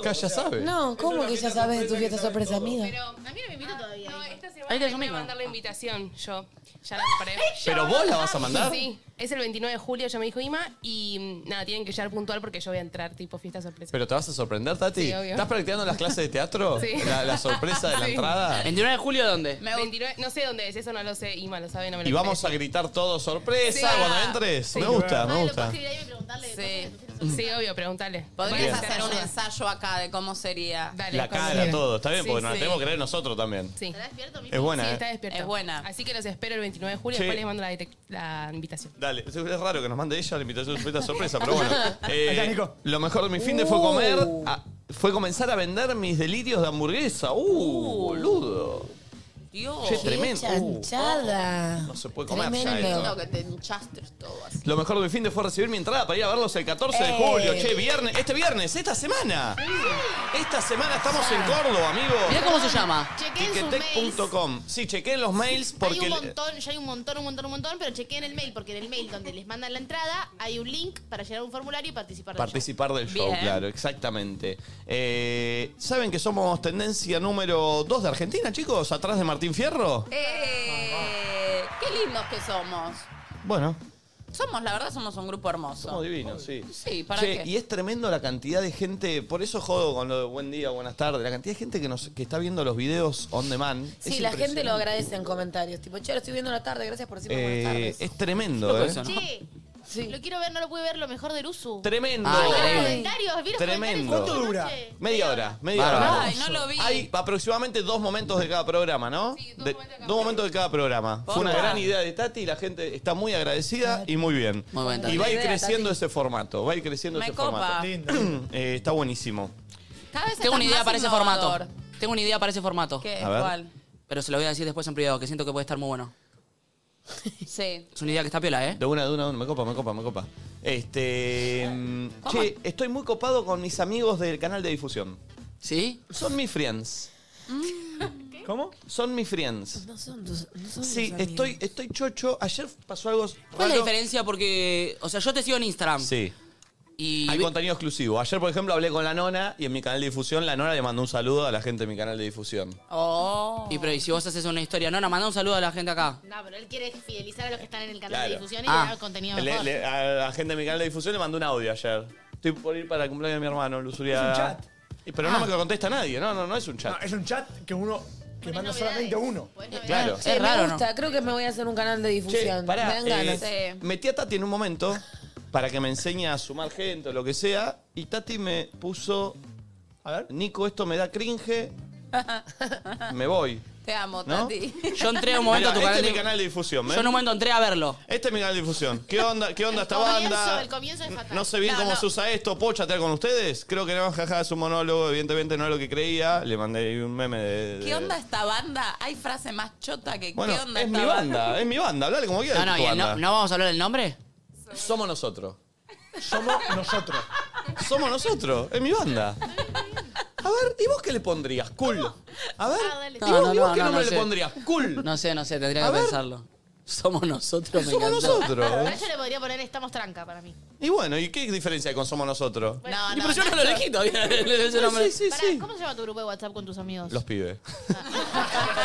[SPEAKER 1] Acá ya sabe.
[SPEAKER 4] No, ¿cómo que ya sabes de tu fiesta sorpresa, amiga?
[SPEAKER 6] Pero a mí no me invito todavía.
[SPEAKER 11] No, esta
[SPEAKER 2] Ahí
[SPEAKER 11] semana
[SPEAKER 2] tenés
[SPEAKER 11] le
[SPEAKER 2] un
[SPEAKER 11] voy a
[SPEAKER 2] micro.
[SPEAKER 11] mandar la invitación yo. Ya la preparé.
[SPEAKER 1] ¿Pero vos la vas a mandar?
[SPEAKER 11] Sí, es el 29 de julio, ya me dijo Ima. Y mm, nada, tienen que llegar puntual porque yo voy a entrar tipo fiesta sorpresa.
[SPEAKER 1] ¿Pero te vas a sorprender, Tati?
[SPEAKER 11] Sí, obvio.
[SPEAKER 1] ¿Estás practicando las clases de teatro?
[SPEAKER 11] Sí.
[SPEAKER 1] La, la sorpresa de la
[SPEAKER 11] Sí.
[SPEAKER 1] entrada.
[SPEAKER 2] 29 de julio, ¿dónde?
[SPEAKER 11] 29, no sé dónde es, eso no lo sé. Ima lo sabe, no me lo
[SPEAKER 1] Y vamos a gritar todo sorpresa
[SPEAKER 11] Sí.
[SPEAKER 1] cuando entres.
[SPEAKER 11] Sí.
[SPEAKER 1] Me gusta, me
[SPEAKER 6] Ay, lo puedo
[SPEAKER 1] gusta.
[SPEAKER 6] escribir ahí y preguntarle.
[SPEAKER 3] Sí.
[SPEAKER 6] cosas que ustedes hacen.
[SPEAKER 11] Sí, obvio, pregúntale.
[SPEAKER 3] Podrías
[SPEAKER 1] Bien.
[SPEAKER 3] hacer un ensayo acá de cómo sería.
[SPEAKER 11] Dale,
[SPEAKER 1] La
[SPEAKER 11] cuando
[SPEAKER 1] cara,
[SPEAKER 11] quieras.
[SPEAKER 1] todo. Está bien,
[SPEAKER 11] Sí,
[SPEAKER 1] porque nos la
[SPEAKER 11] sí.
[SPEAKER 1] tenemos que creer nosotros también.
[SPEAKER 11] Sí.
[SPEAKER 6] ¿Estará despierto?
[SPEAKER 1] Es
[SPEAKER 6] mismo?
[SPEAKER 1] buena,
[SPEAKER 11] Sí,
[SPEAKER 1] ¿eh?
[SPEAKER 11] está despierto.
[SPEAKER 3] Es buena.
[SPEAKER 11] Así que los espero el 29 de julio.
[SPEAKER 1] Sí.
[SPEAKER 11] Después les mando la, direc- la invitación.
[SPEAKER 1] Dale, es es raro que nos mande ella la invitación de sorpresa, pero bueno. Eh,
[SPEAKER 5] Ahí está, Nico.
[SPEAKER 1] lo mejor de mi fin de fue comer, a- fue comenzar a vender mis delirios de hamburguesa. ¡Uh, boludo!
[SPEAKER 3] Dios.
[SPEAKER 1] Che, tremendo. Uh,
[SPEAKER 4] Chanchada.
[SPEAKER 1] no se puede comer ya
[SPEAKER 4] Tremendo.
[SPEAKER 1] eso.
[SPEAKER 3] que te hinchaste todo así.
[SPEAKER 1] lo mejor de mi fin de fue recibir mi entrada para ir a verlos el 14 de
[SPEAKER 4] Eh.
[SPEAKER 1] julio. Che, viernes, este viernes, esta semana. Esta semana estamos en Córdoba, amigos.
[SPEAKER 2] Mirá cómo se llama.
[SPEAKER 6] Chequeen sus mails.
[SPEAKER 1] Tiquetec.com. Sí, chequeen los mails porque...
[SPEAKER 6] Hay un montón, ya hay un montón, un montón, un montón, pero chequeen el mail, porque en el mail donde les mandan la entrada hay un link para llenar un formulario y participar. del show.
[SPEAKER 1] Participar del show,
[SPEAKER 3] Bien.
[SPEAKER 1] claro, exactamente. Eh, ¿Saben que somos tendencia número 2 de Argentina, chicos? Atrás de Martín Fierro.
[SPEAKER 3] Eh, qué lindos que somos.
[SPEAKER 1] Bueno,
[SPEAKER 3] Somos, la verdad, somos un grupo
[SPEAKER 1] somos
[SPEAKER 3] hermoso.
[SPEAKER 1] divinos, sí.
[SPEAKER 3] Sí, ¿para
[SPEAKER 1] Che,
[SPEAKER 3] qué?
[SPEAKER 1] y es tremendo la cantidad de gente, por eso jodo con lo de buen día, buenas tardes, la cantidad de gente que nos que está viendo los videos on demand.
[SPEAKER 4] Sí,
[SPEAKER 1] es
[SPEAKER 4] la gente lo
[SPEAKER 1] impresionante.
[SPEAKER 4] agradece en comentarios. Tipo, che, lo estoy viendo en la tarde, gracias por decirme
[SPEAKER 1] Eh,
[SPEAKER 4] buenas tardes.
[SPEAKER 1] es tremendo,
[SPEAKER 2] Loco
[SPEAKER 1] ¿eh?
[SPEAKER 2] eso, ¿no?
[SPEAKER 6] Che, lo quiero ver, no lo pude ver, lo mejor del uso.
[SPEAKER 1] Tremendo.
[SPEAKER 2] Ah,
[SPEAKER 6] Vi los
[SPEAKER 2] Tremendo.
[SPEAKER 6] comentarios, vi los
[SPEAKER 1] Tremendo.
[SPEAKER 6] comentarios
[SPEAKER 5] ¿Cuánto dura?
[SPEAKER 6] anoche.
[SPEAKER 1] Media hora, media
[SPEAKER 2] Bárbaro.
[SPEAKER 1] hora.
[SPEAKER 3] Ay, no lo vi.
[SPEAKER 1] Hay aproximadamente dos momentos de cada programa, ¿no?
[SPEAKER 11] Sí, dos
[SPEAKER 1] De-
[SPEAKER 11] momentos de cada
[SPEAKER 1] dos momentos de cada programa. Fue una gran idea de Tati y la gente está muy agradecida y muy bien.
[SPEAKER 2] Muy buena, Tati.
[SPEAKER 1] y va a ir
[SPEAKER 4] Buena idea,
[SPEAKER 1] creciendo ese formato, va a ir creciendo
[SPEAKER 3] Me
[SPEAKER 1] ese
[SPEAKER 3] copa.
[SPEAKER 1] formato.
[SPEAKER 5] Lindo.
[SPEAKER 1] (clears throat) Eh, está buenísimo.
[SPEAKER 3] Cada vez
[SPEAKER 2] Tengo una
[SPEAKER 3] estás
[SPEAKER 2] idea
[SPEAKER 3] más
[SPEAKER 2] para ese
[SPEAKER 3] innovador.
[SPEAKER 2] formato. Tengo una idea para ese formato.
[SPEAKER 3] ¿Qué?
[SPEAKER 1] A ver.
[SPEAKER 3] ¿Cuál?
[SPEAKER 2] Pero se lo voy a decir después en privado, que siento que puede estar muy bueno.
[SPEAKER 1] este-
[SPEAKER 3] Sí.
[SPEAKER 2] Es una idea que está piola, ¿eh?
[SPEAKER 1] De una, de una, de una. Me copa, me copa, me copa. Este. mm, Che, estoy muy copado con mis amigos del canal de difusión.
[SPEAKER 2] ¿Sí?
[SPEAKER 6] (laughs)
[SPEAKER 1] Son mis friends.
[SPEAKER 5] ¿Cómo?
[SPEAKER 1] Son mis friends.
[SPEAKER 4] Mm. No son tus. No son
[SPEAKER 1] Sí,
[SPEAKER 4] tus
[SPEAKER 1] estoy, estoy chocho. Ayer pasó algo.
[SPEAKER 2] ¿Cuál es la
[SPEAKER 1] raro.
[SPEAKER 2] diferencia? Porque, o sea, yo te sigo en Instagram.
[SPEAKER 1] Sí.
[SPEAKER 2] Y
[SPEAKER 1] Hay contenido exclusivo. Ayer, por ejemplo, hablé con la nona y en mi canal de difusión, la nona le mandó un saludo a la gente de mi canal de difusión.
[SPEAKER 2] Oh. Y pero y si vos haces una historia, no, no, manda un saludo a la gente acá.
[SPEAKER 6] No, pero él quiere fidelizar a los que están en el canal de
[SPEAKER 1] Claro.
[SPEAKER 6] difusión y
[SPEAKER 1] Ah.
[SPEAKER 6] dar contenido
[SPEAKER 1] Le-
[SPEAKER 6] mejor.
[SPEAKER 1] le- a la gente de mi canal de difusión le mandó un audio ayer. Estoy por ir para el cumpleaños de mi hermano, Luzuria.
[SPEAKER 5] Es un chat.
[SPEAKER 1] Y- Pero
[SPEAKER 2] Ah.
[SPEAKER 1] no me lo contesta nadie, no, no, no es un chat.
[SPEAKER 5] No, es un chat que uno que manda solamente uno.
[SPEAKER 6] eh,
[SPEAKER 1] Claro.
[SPEAKER 4] Che, Eh, me gusta, creo que me voy a hacer un canal de difusión.
[SPEAKER 1] pará,
[SPEAKER 4] me dan ganas.
[SPEAKER 1] eh, Metí a Tati en un momento para que me enseñe a sumar gente o lo que sea. Y Tati me puso. A ver. Nico, esto me da cringe, (laughs) me voy.
[SPEAKER 3] Te amo,
[SPEAKER 1] ¿No?
[SPEAKER 3] Tati.
[SPEAKER 2] Yo entré un momento a tu
[SPEAKER 1] Mirá,
[SPEAKER 2] canal
[SPEAKER 1] este
[SPEAKER 2] de-
[SPEAKER 1] es mi canal de difusión. ¿ves?
[SPEAKER 2] Yo en un momento entré a verlo.
[SPEAKER 1] Este es mi canal de difusión. ¿Qué onda, qué onda esta
[SPEAKER 6] comienzo,
[SPEAKER 1] banda?
[SPEAKER 6] el comienzo es fatal.
[SPEAKER 1] No sé bien
[SPEAKER 6] No,
[SPEAKER 1] cómo
[SPEAKER 6] no.
[SPEAKER 1] se usa esto. ¿Puedo chatear con ustedes? Creo que no, jaja, es un monólogo. Evidentemente no es lo que creía. Le mandé ahí un meme de... de-
[SPEAKER 3] ¿Qué onda esta banda? Hay frase más chota que
[SPEAKER 1] Bueno,
[SPEAKER 3] ¿qué onda
[SPEAKER 1] es
[SPEAKER 3] esta
[SPEAKER 1] mi banda, ¿eh? es mi banda. Hablale como quieras.
[SPEAKER 2] No, no,
[SPEAKER 1] de
[SPEAKER 2] y
[SPEAKER 1] tu
[SPEAKER 2] el no,
[SPEAKER 1] banda.
[SPEAKER 2] ¿no vamos a hablar del nombre?
[SPEAKER 1] Somos nosotros.
[SPEAKER 5] Somos nosotros.
[SPEAKER 1] Somos nosotros, es mi banda. A ver, ¿y vos qué le pondrías? Cool. A ver, ¿y vos, y vos qué nombre le
[SPEAKER 2] sé.
[SPEAKER 1] pondrías? Cool.
[SPEAKER 2] No sé, no sé, tendría
[SPEAKER 1] A
[SPEAKER 2] que
[SPEAKER 1] ver.
[SPEAKER 2] pensarlo. Somos nosotros, me
[SPEAKER 1] Somos
[SPEAKER 2] encantó.
[SPEAKER 1] nosotros.
[SPEAKER 6] A yo le podría poner estamos tranca para mí.
[SPEAKER 1] Y bueno, ¿y qué diferencia hay con Somos nosotros?
[SPEAKER 6] No,
[SPEAKER 2] Y pero yo no lo elegí todavía, ese nombre.
[SPEAKER 1] Sí, sí,
[SPEAKER 6] Pará, ¿Cómo se llama tu grupo de WhatsApp con tus amigos?
[SPEAKER 1] Los pibes.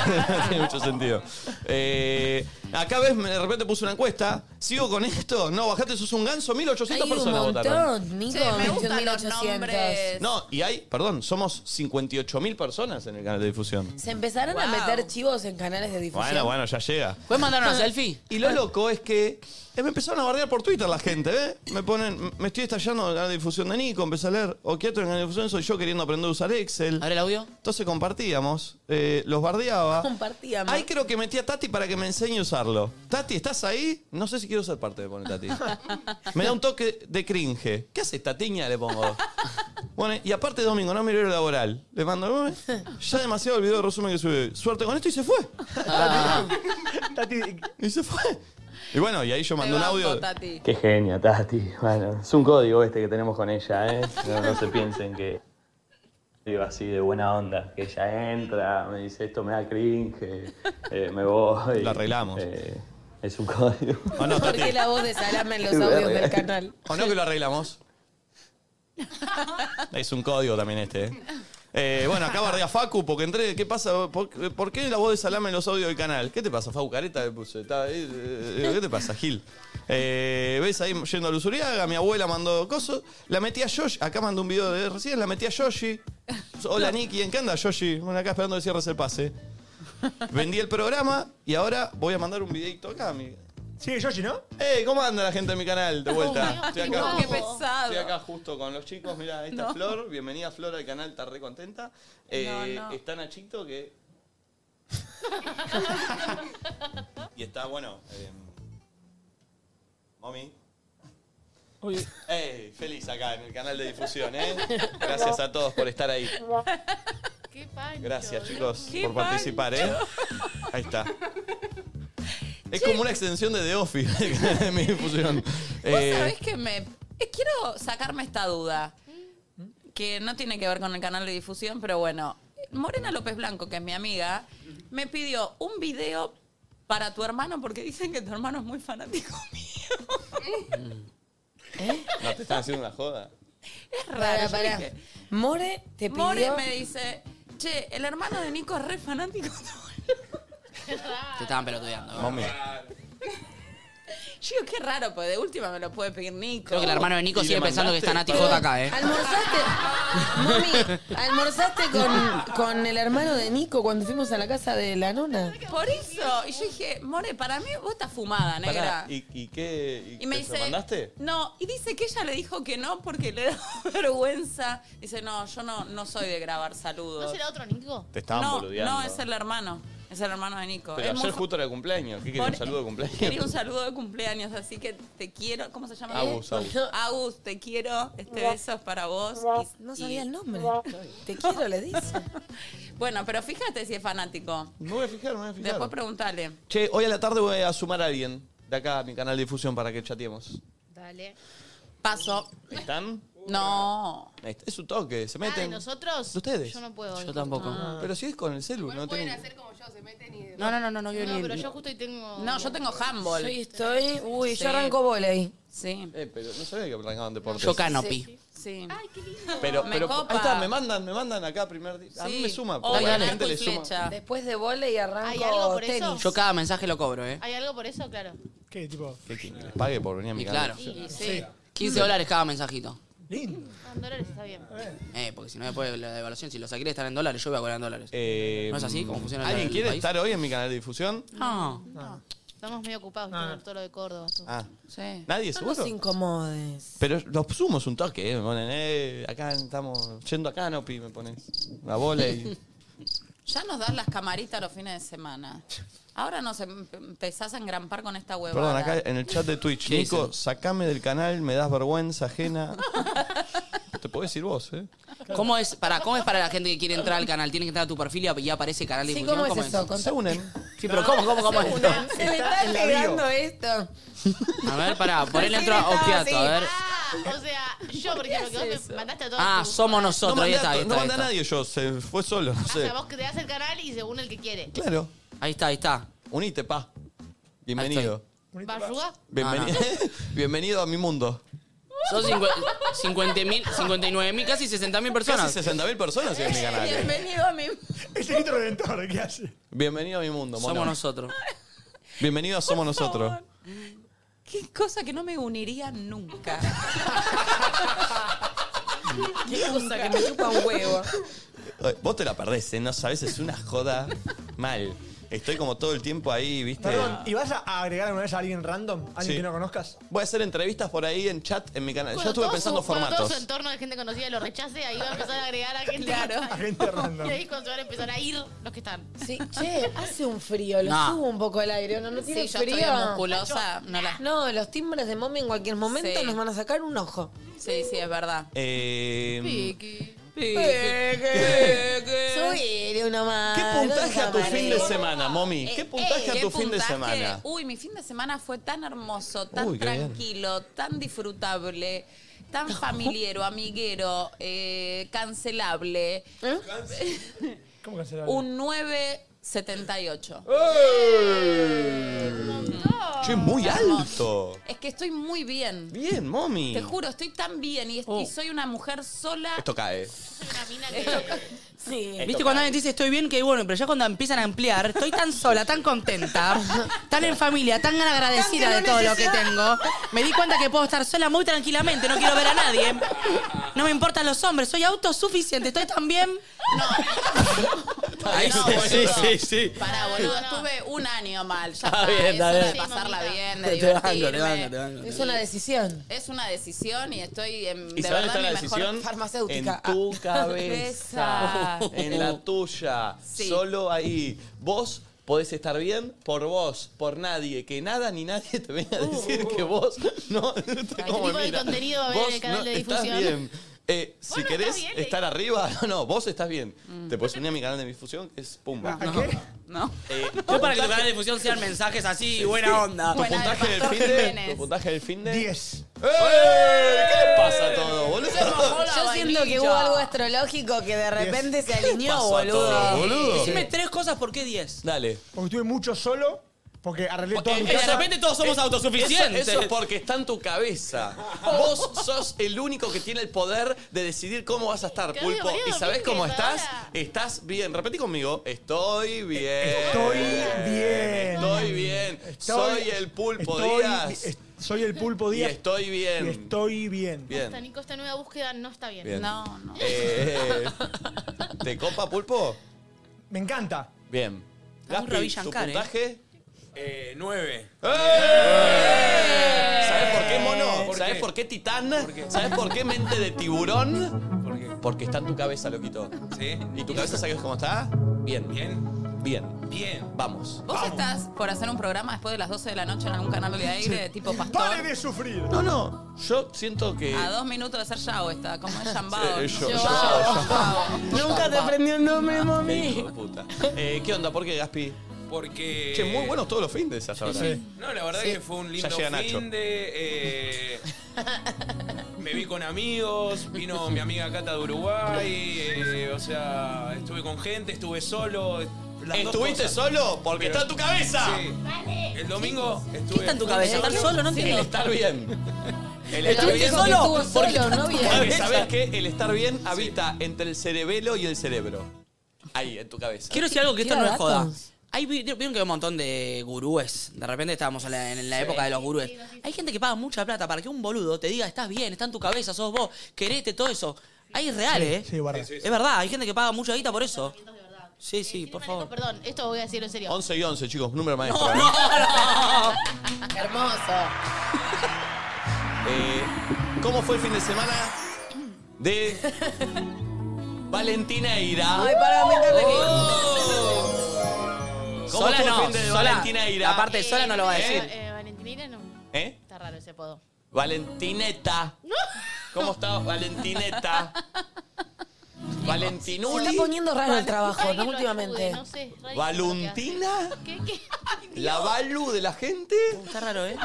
[SPEAKER 1] (laughs) Tiene mucho sentido. Eh, acá ves, me- de repente puse una encuesta. ¿Sigo con esto? No, bajate, sos un ganso. 1800
[SPEAKER 4] Hay un
[SPEAKER 1] personas votaron.
[SPEAKER 4] montón, Nico.
[SPEAKER 3] Che, me gustan
[SPEAKER 4] 1800.
[SPEAKER 3] nombres.
[SPEAKER 1] No, y hay, perdón, somos 58.000 personas en el canal de difusión.
[SPEAKER 4] Se empezaron a
[SPEAKER 3] Wow.
[SPEAKER 4] meter chivos en canales de difusión.
[SPEAKER 1] Bueno, bueno, ya llega.
[SPEAKER 2] ¿Puedes mandar una
[SPEAKER 5] (laughs)
[SPEAKER 2] selfie?
[SPEAKER 1] Y lo loco es que eh, me empezaron a bardear por Twitter la gente, ¿eh? Me ponen, m- me estoy estallando en el canal de difusión de Nico, empecé a leer, o quieto en el canal de difusión soy yo queriendo aprender a usar Excel.
[SPEAKER 2] ¿Abre el audio?
[SPEAKER 1] Entonces compartíamos, eh, los bardeaba.
[SPEAKER 2] (laughs)
[SPEAKER 4] Compartíamos.
[SPEAKER 1] Ahí creo que metí a Tati para que me enseñe a usarlo. Tati, ¿estás ahí? No sé si quiero ser parte, me pone Tati. Me da un toque de cringe. ¿Qué haces, Tatiña? Le pongo. Bueno, y aparte domingo, no me horario laboral. Le mando, "Eh, ya demasiado el video de resumen que subí. Suerte con esto y se fue.
[SPEAKER 2] Ah.
[SPEAKER 5] Tati,
[SPEAKER 1] Y se fue. Y bueno, y ahí yo mandé un audio.
[SPEAKER 3] Tati.
[SPEAKER 1] Qué genia, Tati. Bueno, es un código este que tenemos con ella, ¿eh? No, no se piensen que. Digo así de buena onda, que ella entra, me dice esto me da cringe, eh, me voy. Lo arreglamos. es un código. ¿O no,
[SPEAKER 4] ¿Por qué
[SPEAKER 1] Tati?
[SPEAKER 4] la voz de Salame en los audios del canal?
[SPEAKER 1] ¿O no que lo arreglamos? Es un código también este, ¿eh? Eh, bueno, acá bardea Facu porque entré. ¿Qué pasa? ¿Por, por qué la voz de Salame en los audios del canal? ¿Qué te pasa, Facu? Careta le puse. Está ahí, eh, ¿Qué te pasa, Gil? Eh, ¿Ves ahí yendo a Luzuriaga? Mi abuela mandó cosas. La metí a Yoshi. Acá mandó un video de recién. La metí a Yoshi. Hola, Nicky. ¿En qué anda, Yoshi? Bueno, acá esperando que cierres el pase. Vendí el programa y ahora voy a mandar un videito acá. mi- Eh,
[SPEAKER 5] sigue Yoshi, ¿no?
[SPEAKER 1] ¡Ey! ¿Cómo anda la gente de mi canal? De (laughs) vuelta. Estoy acá.
[SPEAKER 3] No, qué
[SPEAKER 1] justo- Estoy
[SPEAKER 3] pesado.
[SPEAKER 1] acá justo con los chicos, mira, esta es Flor, bienvenida Flor al canal, está re contenta. Eh,
[SPEAKER 3] No, no.
[SPEAKER 1] Está Nachito
[SPEAKER 3] (laughs)
[SPEAKER 1] que... y está, bueno... eh, Mami. Ey, feliz acá en el canal de difusión, ¿eh? Gracias a todos por estar ahí.
[SPEAKER 6] Qué pancho.
[SPEAKER 1] Gracias chicos
[SPEAKER 3] Qué
[SPEAKER 1] por participar, ¿eh? Ahí
[SPEAKER 3] (laughs)
[SPEAKER 1] está. Es como una extensión de The Office, (laughs) el canal de mi difusión.
[SPEAKER 3] Vos
[SPEAKER 1] Eh,
[SPEAKER 3] sabés que me. eh, quiero sacarme esta duda. Que no tiene que ver con el canal de difusión, pero bueno. Morena López Blanco, que es mi amiga, me pidió un video para tu hermano porque dicen que tu hermano es muy fanático (laughs) mío.
[SPEAKER 1] ¿No te están haciendo una joda?
[SPEAKER 3] es raro.
[SPEAKER 4] Para,
[SPEAKER 3] yo
[SPEAKER 4] para.
[SPEAKER 3] dije,
[SPEAKER 4] More te pidió.
[SPEAKER 3] More me dice, che, el hermano de Nico es re fanático
[SPEAKER 2] Te estaban pelotudeando.
[SPEAKER 1] Mami.
[SPEAKER 3] (laughs) Yo digo, qué raro, porque de última me lo puede pedir Nico.
[SPEAKER 2] Creo que el hermano de Nico
[SPEAKER 1] ¿Y
[SPEAKER 2] sigue
[SPEAKER 1] le
[SPEAKER 2] pensando que está Nati
[SPEAKER 1] mandaste?
[SPEAKER 2] J acá, ¿eh?
[SPEAKER 4] Almorzaste. Mami, almorzaste con, con el hermano de Nico cuando fuimos a la casa de la nona.
[SPEAKER 3] Por eso. Y yo dije, More, para mí vos estás fumada, Ah, negra.
[SPEAKER 1] Pará, ¿y, y qué?
[SPEAKER 3] Y me
[SPEAKER 1] te-
[SPEAKER 3] dice,
[SPEAKER 1] ¿Lo mandaste?
[SPEAKER 3] No, y dice que ella le dijo que no porque le (laughs) da vergüenza. Dice, no, yo no, no soy de grabar saludos.
[SPEAKER 6] ¿No será otro Nico?
[SPEAKER 1] Te estaban
[SPEAKER 3] no,
[SPEAKER 1] boludeando.
[SPEAKER 3] no, es el hermano. Es el hermano de Nico.
[SPEAKER 1] Pero
[SPEAKER 3] Es muy
[SPEAKER 1] ayer
[SPEAKER 3] fa-
[SPEAKER 1] justo era el cumpleaños. ¿Qué quería?
[SPEAKER 3] Por-
[SPEAKER 1] ¿Un saludo de cumpleaños?
[SPEAKER 3] (laughs) Quería un saludo de cumpleaños, así que te quiero. ¿Cómo se llama?
[SPEAKER 1] Agus, Agus.
[SPEAKER 3] Agus, te quiero. Este beso es para vos. Y-
[SPEAKER 4] No
[SPEAKER 3] y-
[SPEAKER 4] sabía el nombre. Te quiero, le dice.
[SPEAKER 3] Bueno, pero fíjate si es fanático.
[SPEAKER 1] Me voy a fijar, me voy a fijar.
[SPEAKER 3] Después preguntale.
[SPEAKER 1] Che, hoy a la tarde voy a sumar a alguien de acá a mi canal de difusión para que chateemos.
[SPEAKER 6] Dale.
[SPEAKER 3] Paso.
[SPEAKER 1] ¿Están?
[SPEAKER 3] No.
[SPEAKER 1] Es su toque, se
[SPEAKER 6] Ah, de
[SPEAKER 1] meten.
[SPEAKER 6] nosotros.
[SPEAKER 1] ¿De ustedes?
[SPEAKER 6] Yo no puedo.
[SPEAKER 1] Ah, Pero si es con el celu, no
[SPEAKER 6] pueden
[SPEAKER 1] tengo.
[SPEAKER 6] hacer como yo, se meten y.
[SPEAKER 2] No, no, no, no, no, yo ni-
[SPEAKER 6] pero yo justo hoy tengo.
[SPEAKER 3] No, yo tengo handball.
[SPEAKER 4] Yo estoy. Uy,
[SPEAKER 3] Sí.
[SPEAKER 4] yo arranco volei.
[SPEAKER 3] Sí.
[SPEAKER 1] Eh, pero no sabía que arrancaban deportes.
[SPEAKER 2] Yo canopy. Sí,
[SPEAKER 3] Sí.
[SPEAKER 6] Ay, qué lindo.
[SPEAKER 1] Pero,
[SPEAKER 3] Me
[SPEAKER 1] pero
[SPEAKER 3] copa.
[SPEAKER 1] ahí está, me mandan, me mandan acá primer día. A mí
[SPEAKER 3] Sí.
[SPEAKER 1] me suma.
[SPEAKER 3] O
[SPEAKER 1] porque a la
[SPEAKER 3] arco
[SPEAKER 1] gente
[SPEAKER 3] y
[SPEAKER 1] le suma.
[SPEAKER 3] flecha.
[SPEAKER 4] Después de volei arranco
[SPEAKER 6] ¿Hay algo por eso?
[SPEAKER 4] tenis.
[SPEAKER 2] Yo cada mensaje lo cobro, ¿eh?
[SPEAKER 6] ¿Hay algo por eso? Claro.
[SPEAKER 5] ¿Qué tipo?
[SPEAKER 1] Que quien les pague por venir a mi
[SPEAKER 2] Y
[SPEAKER 1] casa.
[SPEAKER 2] claro.
[SPEAKER 6] Sí, sí.
[SPEAKER 2] 15 dólares cada mensajito.
[SPEAKER 5] Lindo.
[SPEAKER 6] Ah, en dólares está bien.
[SPEAKER 2] Eh, porque si no después la devaluación, si los alquileres están en dólares, yo voy a cobrar en dólares.
[SPEAKER 1] Eh,
[SPEAKER 2] ¿No es así como funciona el-
[SPEAKER 1] ¿Alguien
[SPEAKER 2] el
[SPEAKER 1] quiere
[SPEAKER 2] país?
[SPEAKER 1] estar hoy en mi canal de difusión?
[SPEAKER 2] No.
[SPEAKER 6] Estamos medio ocupados con todo lo de Córdoba.
[SPEAKER 1] Ah.
[SPEAKER 3] Sí.
[SPEAKER 1] ¿Nadie
[SPEAKER 4] No nos
[SPEAKER 1] seguro?
[SPEAKER 4] incomodes.
[SPEAKER 1] Pero los sumos un toque, eh, me ponen, eh, acá estamos yendo a Canopy, me ponen la bola
[SPEAKER 2] (laughs)
[SPEAKER 1] y...
[SPEAKER 3] (laughs) Ya nos das las camaritas los fines de semana. Ahora nos em- empezás a engrampar con esta huevada.
[SPEAKER 1] Perdón, acá en el chat de Twitch,
[SPEAKER 2] ¿Qué
[SPEAKER 1] Nico,
[SPEAKER 2] dicen?
[SPEAKER 1] sacame del canal, me das vergüenza
[SPEAKER 2] (laughs)
[SPEAKER 1] ajena. Te podés ir vos, ¿eh?
[SPEAKER 2] ¿Cómo es, para, ¿Cómo es para la gente que quiere entrar al canal? ¿Tiene que entrar a tu perfil y ap- y aparece canal de
[SPEAKER 4] Sí,
[SPEAKER 2] difusión?
[SPEAKER 4] ¿cómo es eso?
[SPEAKER 1] Se
[SPEAKER 4] Contá-
[SPEAKER 1] unen.
[SPEAKER 2] Sí, pero ¿cómo, cómo, cómo es esto?
[SPEAKER 4] Se me está
[SPEAKER 5] en la bio.
[SPEAKER 4] pegando esto.
[SPEAKER 2] A ver, pará, ponele
[SPEAKER 4] Recién
[SPEAKER 2] otro
[SPEAKER 4] estaba
[SPEAKER 2] ojeato, a ver.
[SPEAKER 6] Ah, o (laughs) sea, yo, por ejemplo, que vos me mandaste a todos.
[SPEAKER 2] Ah,
[SPEAKER 6] tus-
[SPEAKER 2] somos
[SPEAKER 1] No
[SPEAKER 2] nosotros, ahí
[SPEAKER 1] mandé,
[SPEAKER 2] está,
[SPEAKER 1] a,
[SPEAKER 2] ahí
[SPEAKER 1] no
[SPEAKER 2] está. ahí
[SPEAKER 1] mandé a
[SPEAKER 2] está.
[SPEAKER 1] nadie yo, se fue solo, no
[SPEAKER 6] Ah, O
[SPEAKER 1] sé.
[SPEAKER 6] sea, vos creás el canal y según el que quiere.
[SPEAKER 1] Claro,
[SPEAKER 2] Ahí está, ahí está.
[SPEAKER 1] unite, pa. Bienvenido.
[SPEAKER 6] ¿Barruga?
[SPEAKER 1] Bienvenido, (laughs) bienvenido a mi mundo.
[SPEAKER 2] Son (laughs) 50 mil, 59 mil, casi 60 mil personas.
[SPEAKER 1] Casi 60.000 personas en mi canal. eh.
[SPEAKER 5] (laughs)
[SPEAKER 3] Bienvenido a mi...
[SPEAKER 5] Ese grito redentor, ¿qué hace?
[SPEAKER 1] Bienvenido a mi mundo, mono.
[SPEAKER 2] Somos nosotros.
[SPEAKER 1] Bienvenido a Somos Nosotros.
[SPEAKER 3] Qué cosa que no me uniría (laughs) nunca.
[SPEAKER 4] Qué cosa que me chupa un huevo.
[SPEAKER 1] Ay, Vos te la perdés, ¿eh? No sabes, es una joda mal. Estoy como todo el tiempo ahí, ¿viste?
[SPEAKER 5] Perdón, ¿y vas a agregar alguna vez a alguien random? ¿Alguien
[SPEAKER 1] Sí.
[SPEAKER 5] que no conozcas?
[SPEAKER 1] Voy a hacer entrevistas por ahí en chat en mi canal. Yo
[SPEAKER 6] Cuando
[SPEAKER 1] estuve
[SPEAKER 6] todo
[SPEAKER 1] pensando
[SPEAKER 6] su- Cuando todo su
[SPEAKER 1] formatos.
[SPEAKER 6] entorno de gente conocida lo rechace, ahí va a empezar a agregar a gente. (laughs)
[SPEAKER 5] A gente random.
[SPEAKER 6] Y ahí cuando se van a empezar a ir los que están.
[SPEAKER 4] Sí,
[SPEAKER 6] (laughs)
[SPEAKER 4] che, hace un frío. Lo
[SPEAKER 2] No.
[SPEAKER 4] subo un poco el aire. No, no
[SPEAKER 3] Sí,
[SPEAKER 4] tiene
[SPEAKER 3] yo
[SPEAKER 4] frío.
[SPEAKER 3] estoy musculosa. No la...
[SPEAKER 4] No, los timbres de momia en cualquier momento
[SPEAKER 3] Sí.
[SPEAKER 4] nos van a sacar un ojo.
[SPEAKER 3] Sí, sí, es verdad.
[SPEAKER 1] Eh,
[SPEAKER 4] Subir uno más.
[SPEAKER 1] ¿Qué puntaje
[SPEAKER 4] Ah, no Eh,
[SPEAKER 1] a tu
[SPEAKER 4] se
[SPEAKER 1] fin de
[SPEAKER 4] amaré.
[SPEAKER 1] semana, mommy? ¿Qué puntaje a
[SPEAKER 3] Eh, ¿Qué
[SPEAKER 1] tu fin de
[SPEAKER 3] puntaje?
[SPEAKER 1] semana?
[SPEAKER 3] Uy, mi fin de semana fue tan hermoso, tan
[SPEAKER 1] Uy, qué bien.
[SPEAKER 3] tranquilo, tan disfrutable,
[SPEAKER 1] (laughs)
[SPEAKER 3] tan familiero, amiguero, eh, cancelable.
[SPEAKER 6] ¿Eh?
[SPEAKER 3] (laughs)
[SPEAKER 5] ¿Cómo cancelar?
[SPEAKER 3] Un 978.
[SPEAKER 1] Che, muy alto.
[SPEAKER 3] Es que estoy muy bien.
[SPEAKER 1] Bien, Oh. mommy.
[SPEAKER 3] Te juro, estoy tan bien y, es- y soy una mujer sola.
[SPEAKER 1] (laughs) Esto cae.
[SPEAKER 6] Soy una mina que.
[SPEAKER 4] Sí.
[SPEAKER 2] ¿Viste cuando alguien te dice estoy bien? Que bueno, pero ya cuando empiezan a ampliar, estoy tan sola, tan contenta, tan en familia, tan agradecida de todo lo que tengo. Me di cuenta que puedo estar sola muy tranquilamente, no quiero ver a nadie. No me importan los hombres, soy autosuficiente, estoy tan bien.
[SPEAKER 1] Ahí
[SPEAKER 3] No,
[SPEAKER 1] sí,
[SPEAKER 3] boludo.
[SPEAKER 1] sí, sí, sí.
[SPEAKER 3] Pará, boludo,
[SPEAKER 6] No, no.
[SPEAKER 3] estuve un año mal. Ya
[SPEAKER 2] Está
[SPEAKER 1] Ah,
[SPEAKER 3] está, es
[SPEAKER 2] bien, está
[SPEAKER 3] hora
[SPEAKER 2] bien.
[SPEAKER 3] de pasarla
[SPEAKER 6] mamita.
[SPEAKER 3] bien, de divertirme.
[SPEAKER 4] Es una decisión.
[SPEAKER 3] Es una decisión y estoy en,
[SPEAKER 1] ¿Y
[SPEAKER 3] de
[SPEAKER 1] sabes
[SPEAKER 3] verdad
[SPEAKER 1] dónde está
[SPEAKER 3] en
[SPEAKER 1] la
[SPEAKER 3] mi mejor
[SPEAKER 1] decisión?
[SPEAKER 4] farmacéutica.
[SPEAKER 1] En tu cabeza.
[SPEAKER 3] Esa.
[SPEAKER 1] en la tuya.
[SPEAKER 3] Sí.
[SPEAKER 1] Solo ahí. Vos podés estar bien por vos, por nadie. Que nada ni nadie te venga a decir que vos no.
[SPEAKER 6] tipo de contenido va a haber en el canal de difusión?
[SPEAKER 1] Estás bien. Eh, si
[SPEAKER 6] no
[SPEAKER 1] querés
[SPEAKER 6] estás bien, le
[SPEAKER 1] estar arriba, (laughs) no, no, vos estás bien. Te puedes unir a mi canal de difusión, que es Pumba.
[SPEAKER 3] ¿no?
[SPEAKER 1] Eh,
[SPEAKER 2] Yo para que el canal de difusión sean mensajes así, buena onda.
[SPEAKER 1] ¿Tu
[SPEAKER 3] Buena de
[SPEAKER 1] puntaje del
[SPEAKER 3] Pastor
[SPEAKER 1] fin de?
[SPEAKER 3] Jiménez.
[SPEAKER 1] ¿Tu puntaje del fin de?
[SPEAKER 5] 10.
[SPEAKER 1] ¡Eh! ¿Qué le pasa a todo,
[SPEAKER 3] mojó
[SPEAKER 1] boludo?
[SPEAKER 3] la
[SPEAKER 4] Yo siento que
[SPEAKER 3] vainilla.
[SPEAKER 4] hubo algo astrológico que de repente se alineó,
[SPEAKER 1] pasó a todo,
[SPEAKER 4] boludo.
[SPEAKER 1] boludo?
[SPEAKER 2] Decime tres cosas, ¿por qué
[SPEAKER 1] (laughs)
[SPEAKER 2] diez?
[SPEAKER 1] Dale.
[SPEAKER 5] Porque estuve mucho solo, porque arreglé todo
[SPEAKER 2] Eh,
[SPEAKER 5] mi
[SPEAKER 2] De
[SPEAKER 5] casa.
[SPEAKER 2] repente todos somos
[SPEAKER 1] Eh,
[SPEAKER 2] autosuficientes. Oh.
[SPEAKER 1] Eso, eso es porque está en tu cabeza. Vos sos el único que tiene el poder de decidir cómo vas a estar,
[SPEAKER 6] Qué
[SPEAKER 1] pulpo.
[SPEAKER 6] boludo,
[SPEAKER 1] ¿Y sabés
[SPEAKER 6] ¿viste?
[SPEAKER 1] cómo estás?
[SPEAKER 6] Ahora.
[SPEAKER 1] Estás bien. Repetí conmigo. Estoy bien.
[SPEAKER 5] Estoy bien.
[SPEAKER 1] Estoy bien.
[SPEAKER 5] Estoy-
[SPEAKER 1] Soy el pulpo
[SPEAKER 5] estoy-
[SPEAKER 1] Díaz.
[SPEAKER 5] es- soy el pulpo
[SPEAKER 1] y
[SPEAKER 5] Díaz.
[SPEAKER 1] estoy bien.
[SPEAKER 5] y estoy bien.
[SPEAKER 6] Esta,
[SPEAKER 1] Bien.
[SPEAKER 6] Nico, esta nueva búsqueda no está bien.
[SPEAKER 1] Bien.
[SPEAKER 3] No, no.
[SPEAKER 1] Eh, ¿Te copa, pulpo?
[SPEAKER 5] Me encanta.
[SPEAKER 1] Bien.
[SPEAKER 2] Está muy
[SPEAKER 1] Gaspi,
[SPEAKER 2] Ravi
[SPEAKER 1] ¿tu
[SPEAKER 2] Shankar, ¿eh?
[SPEAKER 1] puntaje?
[SPEAKER 12] Eh, 9.
[SPEAKER 1] ¿Sabes por qué, mono?
[SPEAKER 12] ¿Por
[SPEAKER 1] ¿Sabes
[SPEAKER 12] qué?
[SPEAKER 1] por qué titán? ¿Sabes por qué mente de tiburón?
[SPEAKER 12] ¿Por qué?
[SPEAKER 1] Porque está en tu cabeza, loquito.
[SPEAKER 12] ¿Sí?
[SPEAKER 1] ¿Y tu cabeza sabes cómo está? Bien.
[SPEAKER 12] Bien.
[SPEAKER 1] Bien.
[SPEAKER 12] Bien.
[SPEAKER 1] Vamos.
[SPEAKER 3] ¿Vos estás por hacer un programa después de las 12 de la noche en algún canal de aire tipo pastor?
[SPEAKER 5] ¡Pare de sufrir!
[SPEAKER 1] No, no. Yo siento que.
[SPEAKER 3] A dos minutos de ser Yao está, como es Yambao.
[SPEAKER 1] Eh, yo- yo-
[SPEAKER 4] Nunca te aprendió el
[SPEAKER 7] Ah,
[SPEAKER 4] nombre, mami.
[SPEAKER 1] Hijo de puta. Eh, ¿Qué onda? ¿Por qué, Gaspi?
[SPEAKER 12] Porque.
[SPEAKER 1] Che, muy buenos todos los findes hasta ahora.
[SPEAKER 12] No, la verdad que fue un
[SPEAKER 1] Ya
[SPEAKER 12] lindo
[SPEAKER 1] llega Nacho.
[SPEAKER 12] fin de. eh,
[SPEAKER 7] me vi con amigos, vino mi amiga Cata de Uruguay, eh, o sea, estuve con gente, estuve solo. las dos
[SPEAKER 1] ¿Estuviste
[SPEAKER 7] cosas.
[SPEAKER 1] solo? Porque está en tu cabeza.
[SPEAKER 7] Sí. El domingo estuve.
[SPEAKER 2] está en tu cabeza? ¿Estar solo? No entiendo.
[SPEAKER 1] El estar bien. El
[SPEAKER 2] Estuviste solo porque
[SPEAKER 1] está
[SPEAKER 2] no
[SPEAKER 1] en tu
[SPEAKER 2] bien.
[SPEAKER 1] cabeza. ¿Sabes qué? El estar bien habita entre el cerebelo y el cerebro. Ahí, en tu cabeza.
[SPEAKER 2] Quiero decir algo que esto
[SPEAKER 1] Tira
[SPEAKER 2] no es joda.
[SPEAKER 1] datos.
[SPEAKER 2] Hay, vi- vieron que hay un montón de gurúes. De repente estábamos en la, en la
[SPEAKER 1] Sí.
[SPEAKER 2] época de los gurúes. Hay gente que paga mucha plata para que un boludo te diga, estás bien, está en tu cabeza, sos vos, querete, todo eso. Hay real,
[SPEAKER 13] Sí,
[SPEAKER 2] ¿eh?
[SPEAKER 13] sí, verdad.
[SPEAKER 2] Es verdad, hay gente que paga mucha guita por eso. Sí, sí, por favor.
[SPEAKER 6] Perdón, esto voy a decirlo en serio.
[SPEAKER 1] 11 y 11, chicos, número maestro. ¿eh?
[SPEAKER 2] (laughs)
[SPEAKER 6] Hermoso.
[SPEAKER 1] Eh, ¿Cómo fue el fin de semana de Valentina Oh. Ira?
[SPEAKER 4] Ay, pará, me encanta que-
[SPEAKER 3] Oh.
[SPEAKER 1] ¿Cómo
[SPEAKER 2] Sola
[SPEAKER 1] fue el
[SPEAKER 2] no,
[SPEAKER 1] fin de
[SPEAKER 2] sola.
[SPEAKER 1] Valentina Ira?
[SPEAKER 2] La parte de sola no lo va a decir.
[SPEAKER 1] ¿Eh?
[SPEAKER 6] Eh, Valentina no.
[SPEAKER 1] ¿Eh?
[SPEAKER 6] Está raro ese apodo.
[SPEAKER 1] Valentineta. ¿Cómo está Valentineta?
[SPEAKER 4] Se
[SPEAKER 1] Valentinuli.
[SPEAKER 4] está poniendo raro el trabajo, ¿no?
[SPEAKER 6] Alguien lo
[SPEAKER 4] Últimamente.
[SPEAKER 6] ayude, No sé. rarísimo lo que
[SPEAKER 1] ¿Valentina?
[SPEAKER 6] hace. ¿Qué, qué?
[SPEAKER 1] La Valu de la gente.
[SPEAKER 2] Está raro, ¿eh?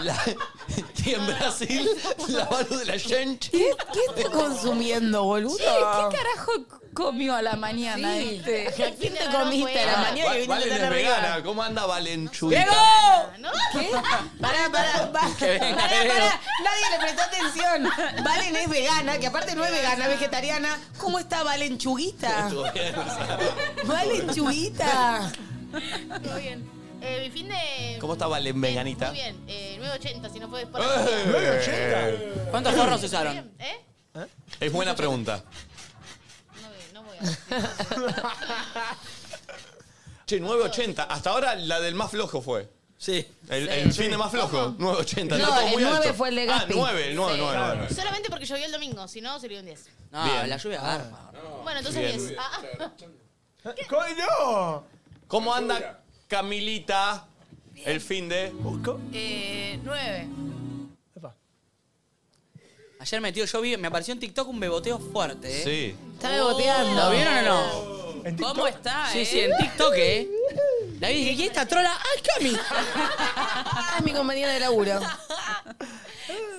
[SPEAKER 1] y en Brasil, la Valu de la gente.
[SPEAKER 4] ¿Qué está consumiendo, boludo?
[SPEAKER 3] Che,
[SPEAKER 2] Ah.
[SPEAKER 3] ¿qué carajo comió a la mañana
[SPEAKER 4] Sí.
[SPEAKER 3] este?
[SPEAKER 4] ¿A quién te comiste a la mañana que viniste
[SPEAKER 1] Valen
[SPEAKER 4] tan
[SPEAKER 1] es
[SPEAKER 4] arriba?
[SPEAKER 1] vegana. ¿Cómo anda Valenchuita?
[SPEAKER 4] ¡Diego! ¿Qué? Pará, pará, (laughs) pará.
[SPEAKER 1] Que venga,
[SPEAKER 4] Pará,
[SPEAKER 1] Diego.
[SPEAKER 4] pará. Nadie le prestó atención. Valen es vegana, que aparte no es vegana, es vegetariana. ¿Cómo está Valenchuguita?
[SPEAKER 1] Estuvo bien, o sea.
[SPEAKER 4] Valenchuguita.
[SPEAKER 6] (laughs) Todo bien. Eh, mi fin de.
[SPEAKER 1] ¿Cómo está Valen veganita?
[SPEAKER 6] Muy bien. Eh, 9.80, si no fue después.
[SPEAKER 1] Eh.
[SPEAKER 2] ¿Cuántos gorros usaron?
[SPEAKER 6] ¿Eh?
[SPEAKER 1] Es buena pregunta. Che, 9.80. Hasta ahora la del más flojo fue.
[SPEAKER 2] Sí.
[SPEAKER 1] El, el fin de más flojo, 9.80.
[SPEAKER 4] No,
[SPEAKER 1] está todo
[SPEAKER 4] el
[SPEAKER 1] muy
[SPEAKER 4] 9
[SPEAKER 1] alto.
[SPEAKER 4] fue el de
[SPEAKER 1] Ah,
[SPEAKER 4] Gaspi.
[SPEAKER 1] 9, el 9,
[SPEAKER 4] Sí.
[SPEAKER 1] 9, 9.
[SPEAKER 6] Solamente porque llovió el domingo, si no sería un 10.
[SPEAKER 2] No,
[SPEAKER 1] Bien.
[SPEAKER 2] Ah,
[SPEAKER 1] Ah.
[SPEAKER 2] la lluvia garpa.
[SPEAKER 6] Bueno, entonces
[SPEAKER 1] Bien.
[SPEAKER 6] 10. Ah, ah.
[SPEAKER 1] ¡Coño! ¿Cómo anda Camilita el fin de...?
[SPEAKER 3] Eh, nueve.
[SPEAKER 2] Ayer metió, yo vi, me apareció en TikTok un beboteo fuerte, ¿eh?
[SPEAKER 1] Sí.
[SPEAKER 3] Está beboteando.
[SPEAKER 2] ¿Lo vieron o no?
[SPEAKER 3] ¿Cómo está,
[SPEAKER 2] Sí,
[SPEAKER 3] eh?
[SPEAKER 2] sí, en TikTok, ¿eh? La vi y dije, ¿y esta trola? ¡Ay, Cami!
[SPEAKER 4] Ah, es mi compañera de laburo.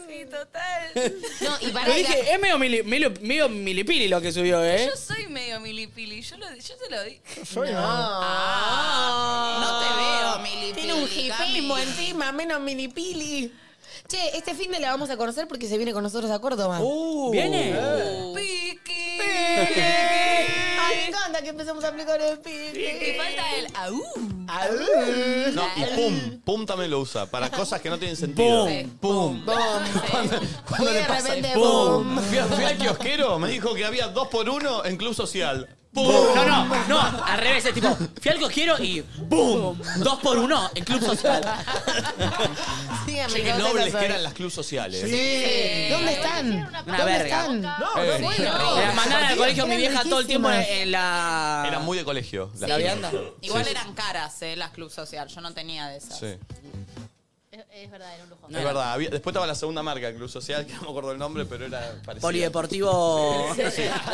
[SPEAKER 3] Sí, total.
[SPEAKER 4] No, y
[SPEAKER 2] Yo dije, es medio, mili- mili- medio milipili lo que subió, ¿eh?
[SPEAKER 3] Yo soy medio milipili. Yo, lo, yo te lo dije.
[SPEAKER 4] soy, No.
[SPEAKER 3] Ah, no te veo milipili.
[SPEAKER 4] Tiene un hipismo
[SPEAKER 3] Cami.
[SPEAKER 4] encima, menos minipili. Che, este fin de la vamos a conocer porque se viene con nosotros a Córdoba.
[SPEAKER 2] ¿Viene?
[SPEAKER 3] Uh, Piqui.
[SPEAKER 4] Eh. (laughs) Ay, me encanta que empecemos a aplicar el
[SPEAKER 3] Y
[SPEAKER 4] pique.
[SPEAKER 3] falta el aú.
[SPEAKER 1] No, y pum, pum también lo usa, para cosas que no tienen sentido.
[SPEAKER 4] Pum,
[SPEAKER 1] pum. Cuando, cuando
[SPEAKER 4] Y
[SPEAKER 1] le
[SPEAKER 4] de
[SPEAKER 1] pasa el
[SPEAKER 4] repente,
[SPEAKER 1] pum.
[SPEAKER 4] pum.
[SPEAKER 1] Fui, a- fui al kiosquero, me dijo que había dos por uno en Club Social. ¡Pum!
[SPEAKER 2] No, no, no, al revés, es tipo, fui al quiero y ¡boom! Dos por uno en Club Social.
[SPEAKER 4] Síganme,
[SPEAKER 1] Che, qué
[SPEAKER 4] con
[SPEAKER 1] nobles
[SPEAKER 4] esas
[SPEAKER 1] que
[SPEAKER 4] horas.
[SPEAKER 1] eran las Club Sociales.
[SPEAKER 4] Sí. ¿Dónde están?
[SPEAKER 2] Una
[SPEAKER 4] ¿Dónde
[SPEAKER 2] verga.
[SPEAKER 4] están?
[SPEAKER 1] Eh,
[SPEAKER 2] Me la mandaban al colegio mi vieja todo el tiempo en, en la...
[SPEAKER 1] Eran muy de colegio. las
[SPEAKER 2] La
[SPEAKER 1] Club
[SPEAKER 2] vianda.
[SPEAKER 1] Social.
[SPEAKER 3] Igual
[SPEAKER 1] Sí,
[SPEAKER 3] eran caras, eh, las club social. Yo no tenía de esas.
[SPEAKER 1] Sí.
[SPEAKER 6] Es, es verdad, era un lujo.
[SPEAKER 1] es verdad, había- después estaba la segunda marca, Club Social, (laughs) que no me acuerdo el nombre, pero era parecido.
[SPEAKER 2] Polideportivo...
[SPEAKER 1] Sí.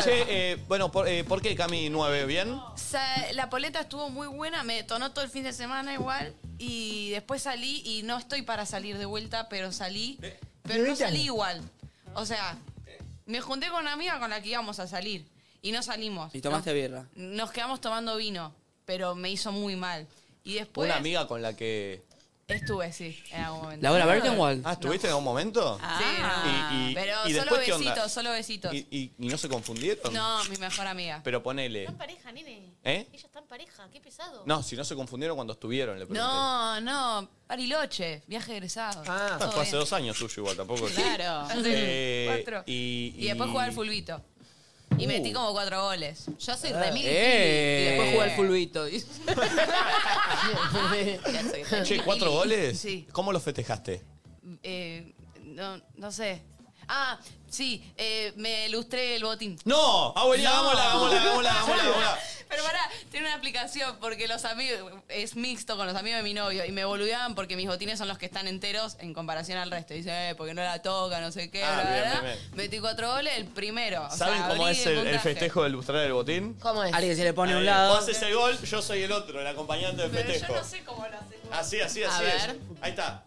[SPEAKER 1] Che, eh, bueno, por, eh, ¿por qué Cami 9? ¿Bien?
[SPEAKER 5] Sa- La poleta estuvo muy buena, me detonó todo el fin de semana igual. Y después salí y no estoy para salir de vuelta, pero salí. Pero no salí igual. O sea, me junté con una amiga con la que íbamos a salir. Y no salimos.
[SPEAKER 2] Y tomaste birra.
[SPEAKER 5] Nos quedamos tomando vino, pero me hizo muy mal. Y después
[SPEAKER 1] Una amiga con la que...
[SPEAKER 5] estuve, sí, en algún momento.
[SPEAKER 2] ¿Laura Berkenwald?
[SPEAKER 1] Ah, ¿estuviste en algún momento?
[SPEAKER 5] Sí,
[SPEAKER 1] Ah. Y- y-
[SPEAKER 5] pero
[SPEAKER 1] y
[SPEAKER 5] solo
[SPEAKER 1] después, ¿qué onda?
[SPEAKER 5] besitos, solo besitos.
[SPEAKER 1] ¿Y, y- y no se confundieron?
[SPEAKER 5] No, mi mejor amiga.
[SPEAKER 1] Pero eh. ponele...
[SPEAKER 6] Están pareja, nene.
[SPEAKER 1] ¿Eh?
[SPEAKER 6] Ella está en pareja, qué pesado.
[SPEAKER 1] No, si no se confundieron cuando estuvieron, le pregunté.
[SPEAKER 5] No, no, Pariloche, viaje egresado.
[SPEAKER 1] Ah, (laughs) fue hace dos años suyo igual, tampoco. es-
[SPEAKER 5] Claro.
[SPEAKER 1] Eh,
[SPEAKER 5] Cuatro.
[SPEAKER 1] y,
[SPEAKER 5] Y después jugar al fulbito. Y
[SPEAKER 1] Uh.
[SPEAKER 5] metí como cuatro goles.
[SPEAKER 3] Yo soy
[SPEAKER 2] Ah,
[SPEAKER 3] re mil
[SPEAKER 1] Eh.
[SPEAKER 3] y después jugué al fulbito.
[SPEAKER 1] Che, ¿cuatro goles?
[SPEAKER 5] Sí.
[SPEAKER 1] ¿Cómo los festejaste?
[SPEAKER 5] Eh, no, no sé. Ah, sí, eh, me lustré el botín.
[SPEAKER 1] ¡No! ah, ¡Abuelita,
[SPEAKER 5] No.
[SPEAKER 1] vámonos, vámonos, vámonos, vámonos, vámonos!
[SPEAKER 5] Pero pará, tiene una aplicación porque los amigos, es mixto con los amigos de mi novio y me boludeaban porque mis botines son los que están enteros en comparación al resto. Dice, eh, porque no la toca, no sé qué,
[SPEAKER 1] Ah,
[SPEAKER 5] bla, bla,
[SPEAKER 1] bien,
[SPEAKER 5] bla.
[SPEAKER 1] bien, bien.
[SPEAKER 5] Metí cuatro goles, el primero. O
[SPEAKER 1] ¿Saben
[SPEAKER 5] sea,
[SPEAKER 1] cómo
[SPEAKER 5] abrí
[SPEAKER 1] es el, el
[SPEAKER 5] puntaje.
[SPEAKER 1] festejo del lustrar el botín?
[SPEAKER 4] ¿Cómo es?
[SPEAKER 2] Alguien se le pone a un
[SPEAKER 1] Eh,
[SPEAKER 2] lado.
[SPEAKER 1] Vos haces el gol, yo soy el otro, el acompañante del festejo.
[SPEAKER 5] sé cómo lo haces.
[SPEAKER 1] Así, así, así.
[SPEAKER 5] A
[SPEAKER 1] es.
[SPEAKER 5] ver.
[SPEAKER 1] Ahí está.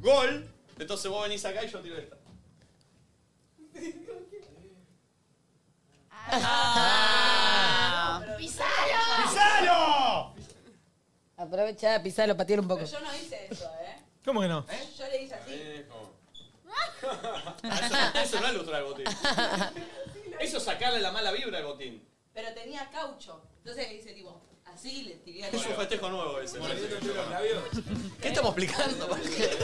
[SPEAKER 1] Gol. Entonces vos venís acá y yo tiro esta.
[SPEAKER 3] Ah.
[SPEAKER 2] Ah.
[SPEAKER 6] ¡Pisalo!
[SPEAKER 5] ¡Pisalo!
[SPEAKER 4] Aprovechá, pisalo, patear un poco.
[SPEAKER 5] no
[SPEAKER 14] hice eso, ¿eh?
[SPEAKER 5] ¿Cómo que no?
[SPEAKER 14] Yo le hice así.
[SPEAKER 1] Ah,
[SPEAKER 12] Eso, eso Eh, no es lustrar el botín. Eso es sacarle la mala vibra al botín.
[SPEAKER 14] (laughs) Pero tenía caucho. Entonces le hice tipo, así le tiré al
[SPEAKER 12] Es un
[SPEAKER 14] (laughs)
[SPEAKER 12] festejo nuevo ese.
[SPEAKER 1] ¿Qué estamos explicando?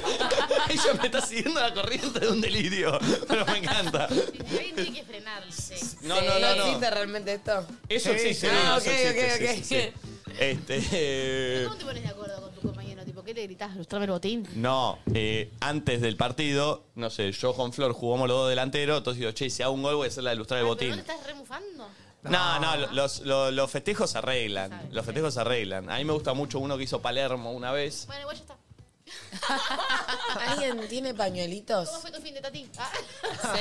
[SPEAKER 1] (laughs) Ella me está siguiendo la corriente de un delirio, pero me encanta.
[SPEAKER 6] Alguien tiene que frenarse.
[SPEAKER 1] No, no, no, no.
[SPEAKER 4] existe realmente esto?
[SPEAKER 1] Eso
[SPEAKER 4] Sí.
[SPEAKER 1] existe.
[SPEAKER 4] Ah, ok,
[SPEAKER 1] eso existe,
[SPEAKER 4] ok, ok.
[SPEAKER 1] sí, sí, sí. Este, eh,
[SPEAKER 6] ¿Cómo te pones de acuerdo con tu compañero? Tipo, ¿qué le gritás? ¿Lustrame el botín?
[SPEAKER 1] (laughs) no, eh, antes del partido, no sé, yo con Flor jugamos los dos delanteros, entonces digo, che, si hago un gol voy a hacer la de ilustrar
[SPEAKER 3] Ah,
[SPEAKER 1] el
[SPEAKER 6] ¿Pero no te
[SPEAKER 1] botín.
[SPEAKER 6] estás remufando?
[SPEAKER 1] No, no, lo- los, lo- los festejos se arreglan. Los festejos se arreglan. A mí me gusta mucho uno que hizo Palermo una vez. (laughs)
[SPEAKER 6] Bueno, igual ya está.
[SPEAKER 4] ¿Alguien tiene pañuelitos?
[SPEAKER 6] ¿Cómo fue tu fin de Tati?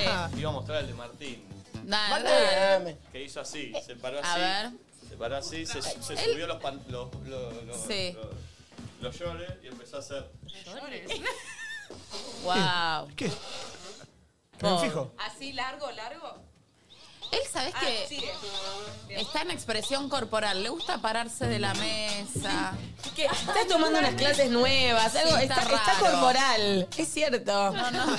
[SPEAKER 6] Ah.
[SPEAKER 1] Iba a mostrar el de Martín.
[SPEAKER 3] Dale,
[SPEAKER 4] dale.
[SPEAKER 1] Que hizo así, se paró
[SPEAKER 3] A
[SPEAKER 1] así.
[SPEAKER 3] ver.
[SPEAKER 1] Se paró así, se, se
[SPEAKER 3] Él-
[SPEAKER 1] subió los, pan- los, los, los-
[SPEAKER 3] Sí.
[SPEAKER 1] los- los llores y empezó a hacer.
[SPEAKER 3] Wow.
[SPEAKER 5] ¿Qué? Pero fijo.
[SPEAKER 14] Así, largo, largo.
[SPEAKER 3] Él, ¿sabes
[SPEAKER 14] Ah,
[SPEAKER 3] que
[SPEAKER 14] sigue.
[SPEAKER 3] Está en expresión corporal. Le gusta pararse de la mesa.
[SPEAKER 4] ¿Qué? Está tomando unas clases nuevas, algo,
[SPEAKER 3] Sí,
[SPEAKER 4] está,
[SPEAKER 3] está
[SPEAKER 4] está
[SPEAKER 3] raro.
[SPEAKER 4] corporal, es cierto.
[SPEAKER 3] No, no.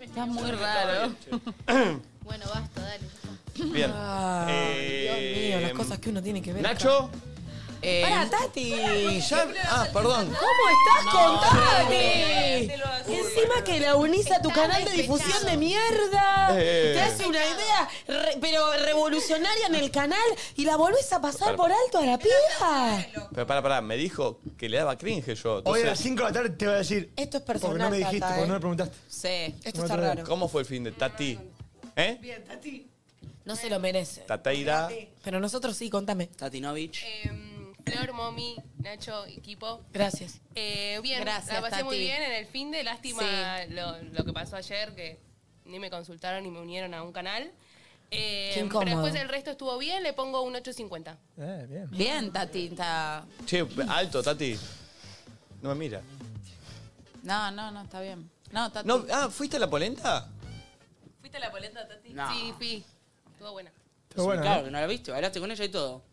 [SPEAKER 3] Está muy raro.
[SPEAKER 6] Bueno, basta, dale.
[SPEAKER 1] (coughs) Bien.
[SPEAKER 4] Ah,
[SPEAKER 1] Eh,
[SPEAKER 4] Dios mío, las cosas que uno tiene que ver.
[SPEAKER 1] Nacho.
[SPEAKER 4] Eh, Pará, Tati.
[SPEAKER 1] Ya- ah, perdón.
[SPEAKER 4] ¿Cómo estás
[SPEAKER 1] No,
[SPEAKER 4] con Tati?
[SPEAKER 1] no,
[SPEAKER 4] Encima que la unís a tu canal de difusión de mierda.
[SPEAKER 1] Eh.
[SPEAKER 4] Te hace una idea, re- pero revolucionaria en el canal y la volvés a pasar por alto a la piba.
[SPEAKER 1] Pero pará, pará, me dijo que le daba cringe yo.
[SPEAKER 5] Hoy
[SPEAKER 1] entonces-
[SPEAKER 5] a las 5 de la tarde te voy a decir.
[SPEAKER 4] Esto es
[SPEAKER 5] Porque no me dijiste,
[SPEAKER 4] Tata,
[SPEAKER 5] porque
[SPEAKER 4] ¿eh?
[SPEAKER 5] no me preguntaste.
[SPEAKER 3] Sí, esto
[SPEAKER 5] No está te veo. raro.
[SPEAKER 1] ¿Cómo fue el fin de Tati? ¿Eh?
[SPEAKER 14] Bien, Tati.
[SPEAKER 4] No se lo merece.
[SPEAKER 5] Ah.
[SPEAKER 1] Tateira.
[SPEAKER 4] Pero nosotros sí, contame.
[SPEAKER 2] Tatinovich.
[SPEAKER 11] Flor, Momi, Nacho, equipo.
[SPEAKER 4] Gracias.
[SPEAKER 11] Eh, bien,
[SPEAKER 3] Gracias,
[SPEAKER 11] la pasé muy
[SPEAKER 3] Tati.
[SPEAKER 11] bien en el fin de lástima lo, lo que pasó ayer, que ni me consultaron ni me unieron a un canal. Eh,
[SPEAKER 3] Qué incómodo.
[SPEAKER 11] pero después el resto estuvo bien, le pongo un 850.
[SPEAKER 5] bien.
[SPEAKER 3] Bien, Tati. está-
[SPEAKER 1] Che, alto, Tati. No me mira.
[SPEAKER 3] No, no, no, está bien. No, Tati.
[SPEAKER 1] No, ah, ¿fuiste a la polenta?
[SPEAKER 14] ¿Fuiste a la polenta, Tati?
[SPEAKER 2] No.
[SPEAKER 11] Sí, fui. Estuvo buena.
[SPEAKER 5] Pero bueno,
[SPEAKER 2] claro, que no la viste, hablaste con ella y todo.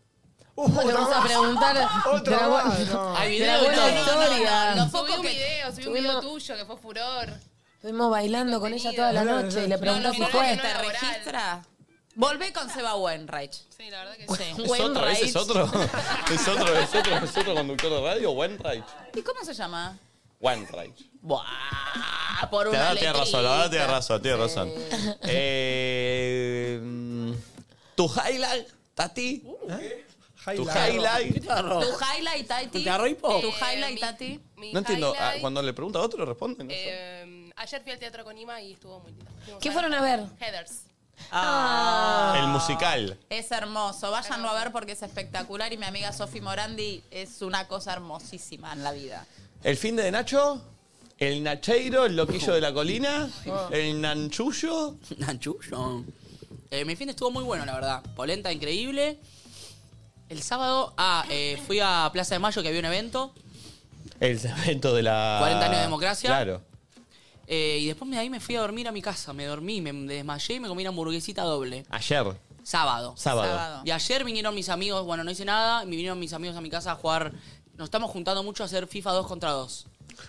[SPEAKER 5] ¿Cómo
[SPEAKER 4] le vas a preguntar?
[SPEAKER 5] Otra
[SPEAKER 4] Grabó-
[SPEAKER 5] más, no.
[SPEAKER 2] (laughs) Hay
[SPEAKER 4] grabó
[SPEAKER 2] video y
[SPEAKER 4] la
[SPEAKER 2] todo.
[SPEAKER 4] historia.
[SPEAKER 11] No, subí un video, subí un video
[SPEAKER 4] Tuvimos-
[SPEAKER 11] tuyo que fue furor.
[SPEAKER 4] Estuvimos bailando con ella toda la
[SPEAKER 5] Hola,
[SPEAKER 4] noche y
[SPEAKER 5] hola.
[SPEAKER 4] le preguntó
[SPEAKER 3] No,
[SPEAKER 4] si
[SPEAKER 3] no,
[SPEAKER 4] fue.
[SPEAKER 3] no, ¿Te registra? Volvé con Seba Wenreich.
[SPEAKER 11] Sí, la verdad que
[SPEAKER 3] sí.
[SPEAKER 1] ¿Es otro? ¿Ese es otro? (laughs) ¿Es otro? ¿Es otro? ¿Es otro conductor de radio? Wenreich.
[SPEAKER 3] ¿Y cómo se llama?
[SPEAKER 1] Wenreich.
[SPEAKER 3] Buah, por
[SPEAKER 1] Te
[SPEAKER 3] una
[SPEAKER 1] da, tiene razón, la verdad, tiene razón, tiene razón. Eh, mm, ¿Tu highlight,
[SPEAKER 5] ¿eh?
[SPEAKER 1] Tati? ¿Tu Uh, highlight?
[SPEAKER 3] Tu highlight, Tati.
[SPEAKER 1] ¿Te arroipo?
[SPEAKER 3] Oh. Tu
[SPEAKER 1] Eh,
[SPEAKER 3] highlight, Tati.
[SPEAKER 11] Mi
[SPEAKER 1] No entiendo, ah,
[SPEAKER 11] highlight,
[SPEAKER 1] cuando le pregunta a otro responde. ¿no?
[SPEAKER 11] eh, ayer fui al teatro con Ima y estuvo muy lindo. Fuimos
[SPEAKER 4] ¿Qué fueron a ver?
[SPEAKER 11] Heathers.
[SPEAKER 1] El musical.
[SPEAKER 3] Es hermoso, váyanlo a ver porque es espectacular y mi amiga Sofi Morandi es una cosa hermosísima en la vida.
[SPEAKER 1] El fin de Nacho, el Nacheiro, el loquillo de la colina,
[SPEAKER 5] Oh.
[SPEAKER 1] el
[SPEAKER 2] (laughs)
[SPEAKER 1] Nanchullo.
[SPEAKER 2] Nanchullo. Eh, mi fin de estuvo muy bueno, la verdad. Polenta increíble. El sábado, ah, eh, fui a Plaza de Mayo que había un evento.
[SPEAKER 1] El evento de la.
[SPEAKER 2] 40 años de democracia.
[SPEAKER 1] Claro.
[SPEAKER 2] eh, y después de ahí me fui a dormir a mi casa. Me dormí, me desmayé y me comí una hamburguesita doble.
[SPEAKER 1] Ayer.
[SPEAKER 2] Sábado.
[SPEAKER 1] Sábado. Sábado.
[SPEAKER 2] Y ayer vinieron mis amigos, bueno, no hice nada, y vinieron mis amigos a mi casa a jugar. Nos estamos juntando mucho a hacer FIFA 2 contra 2.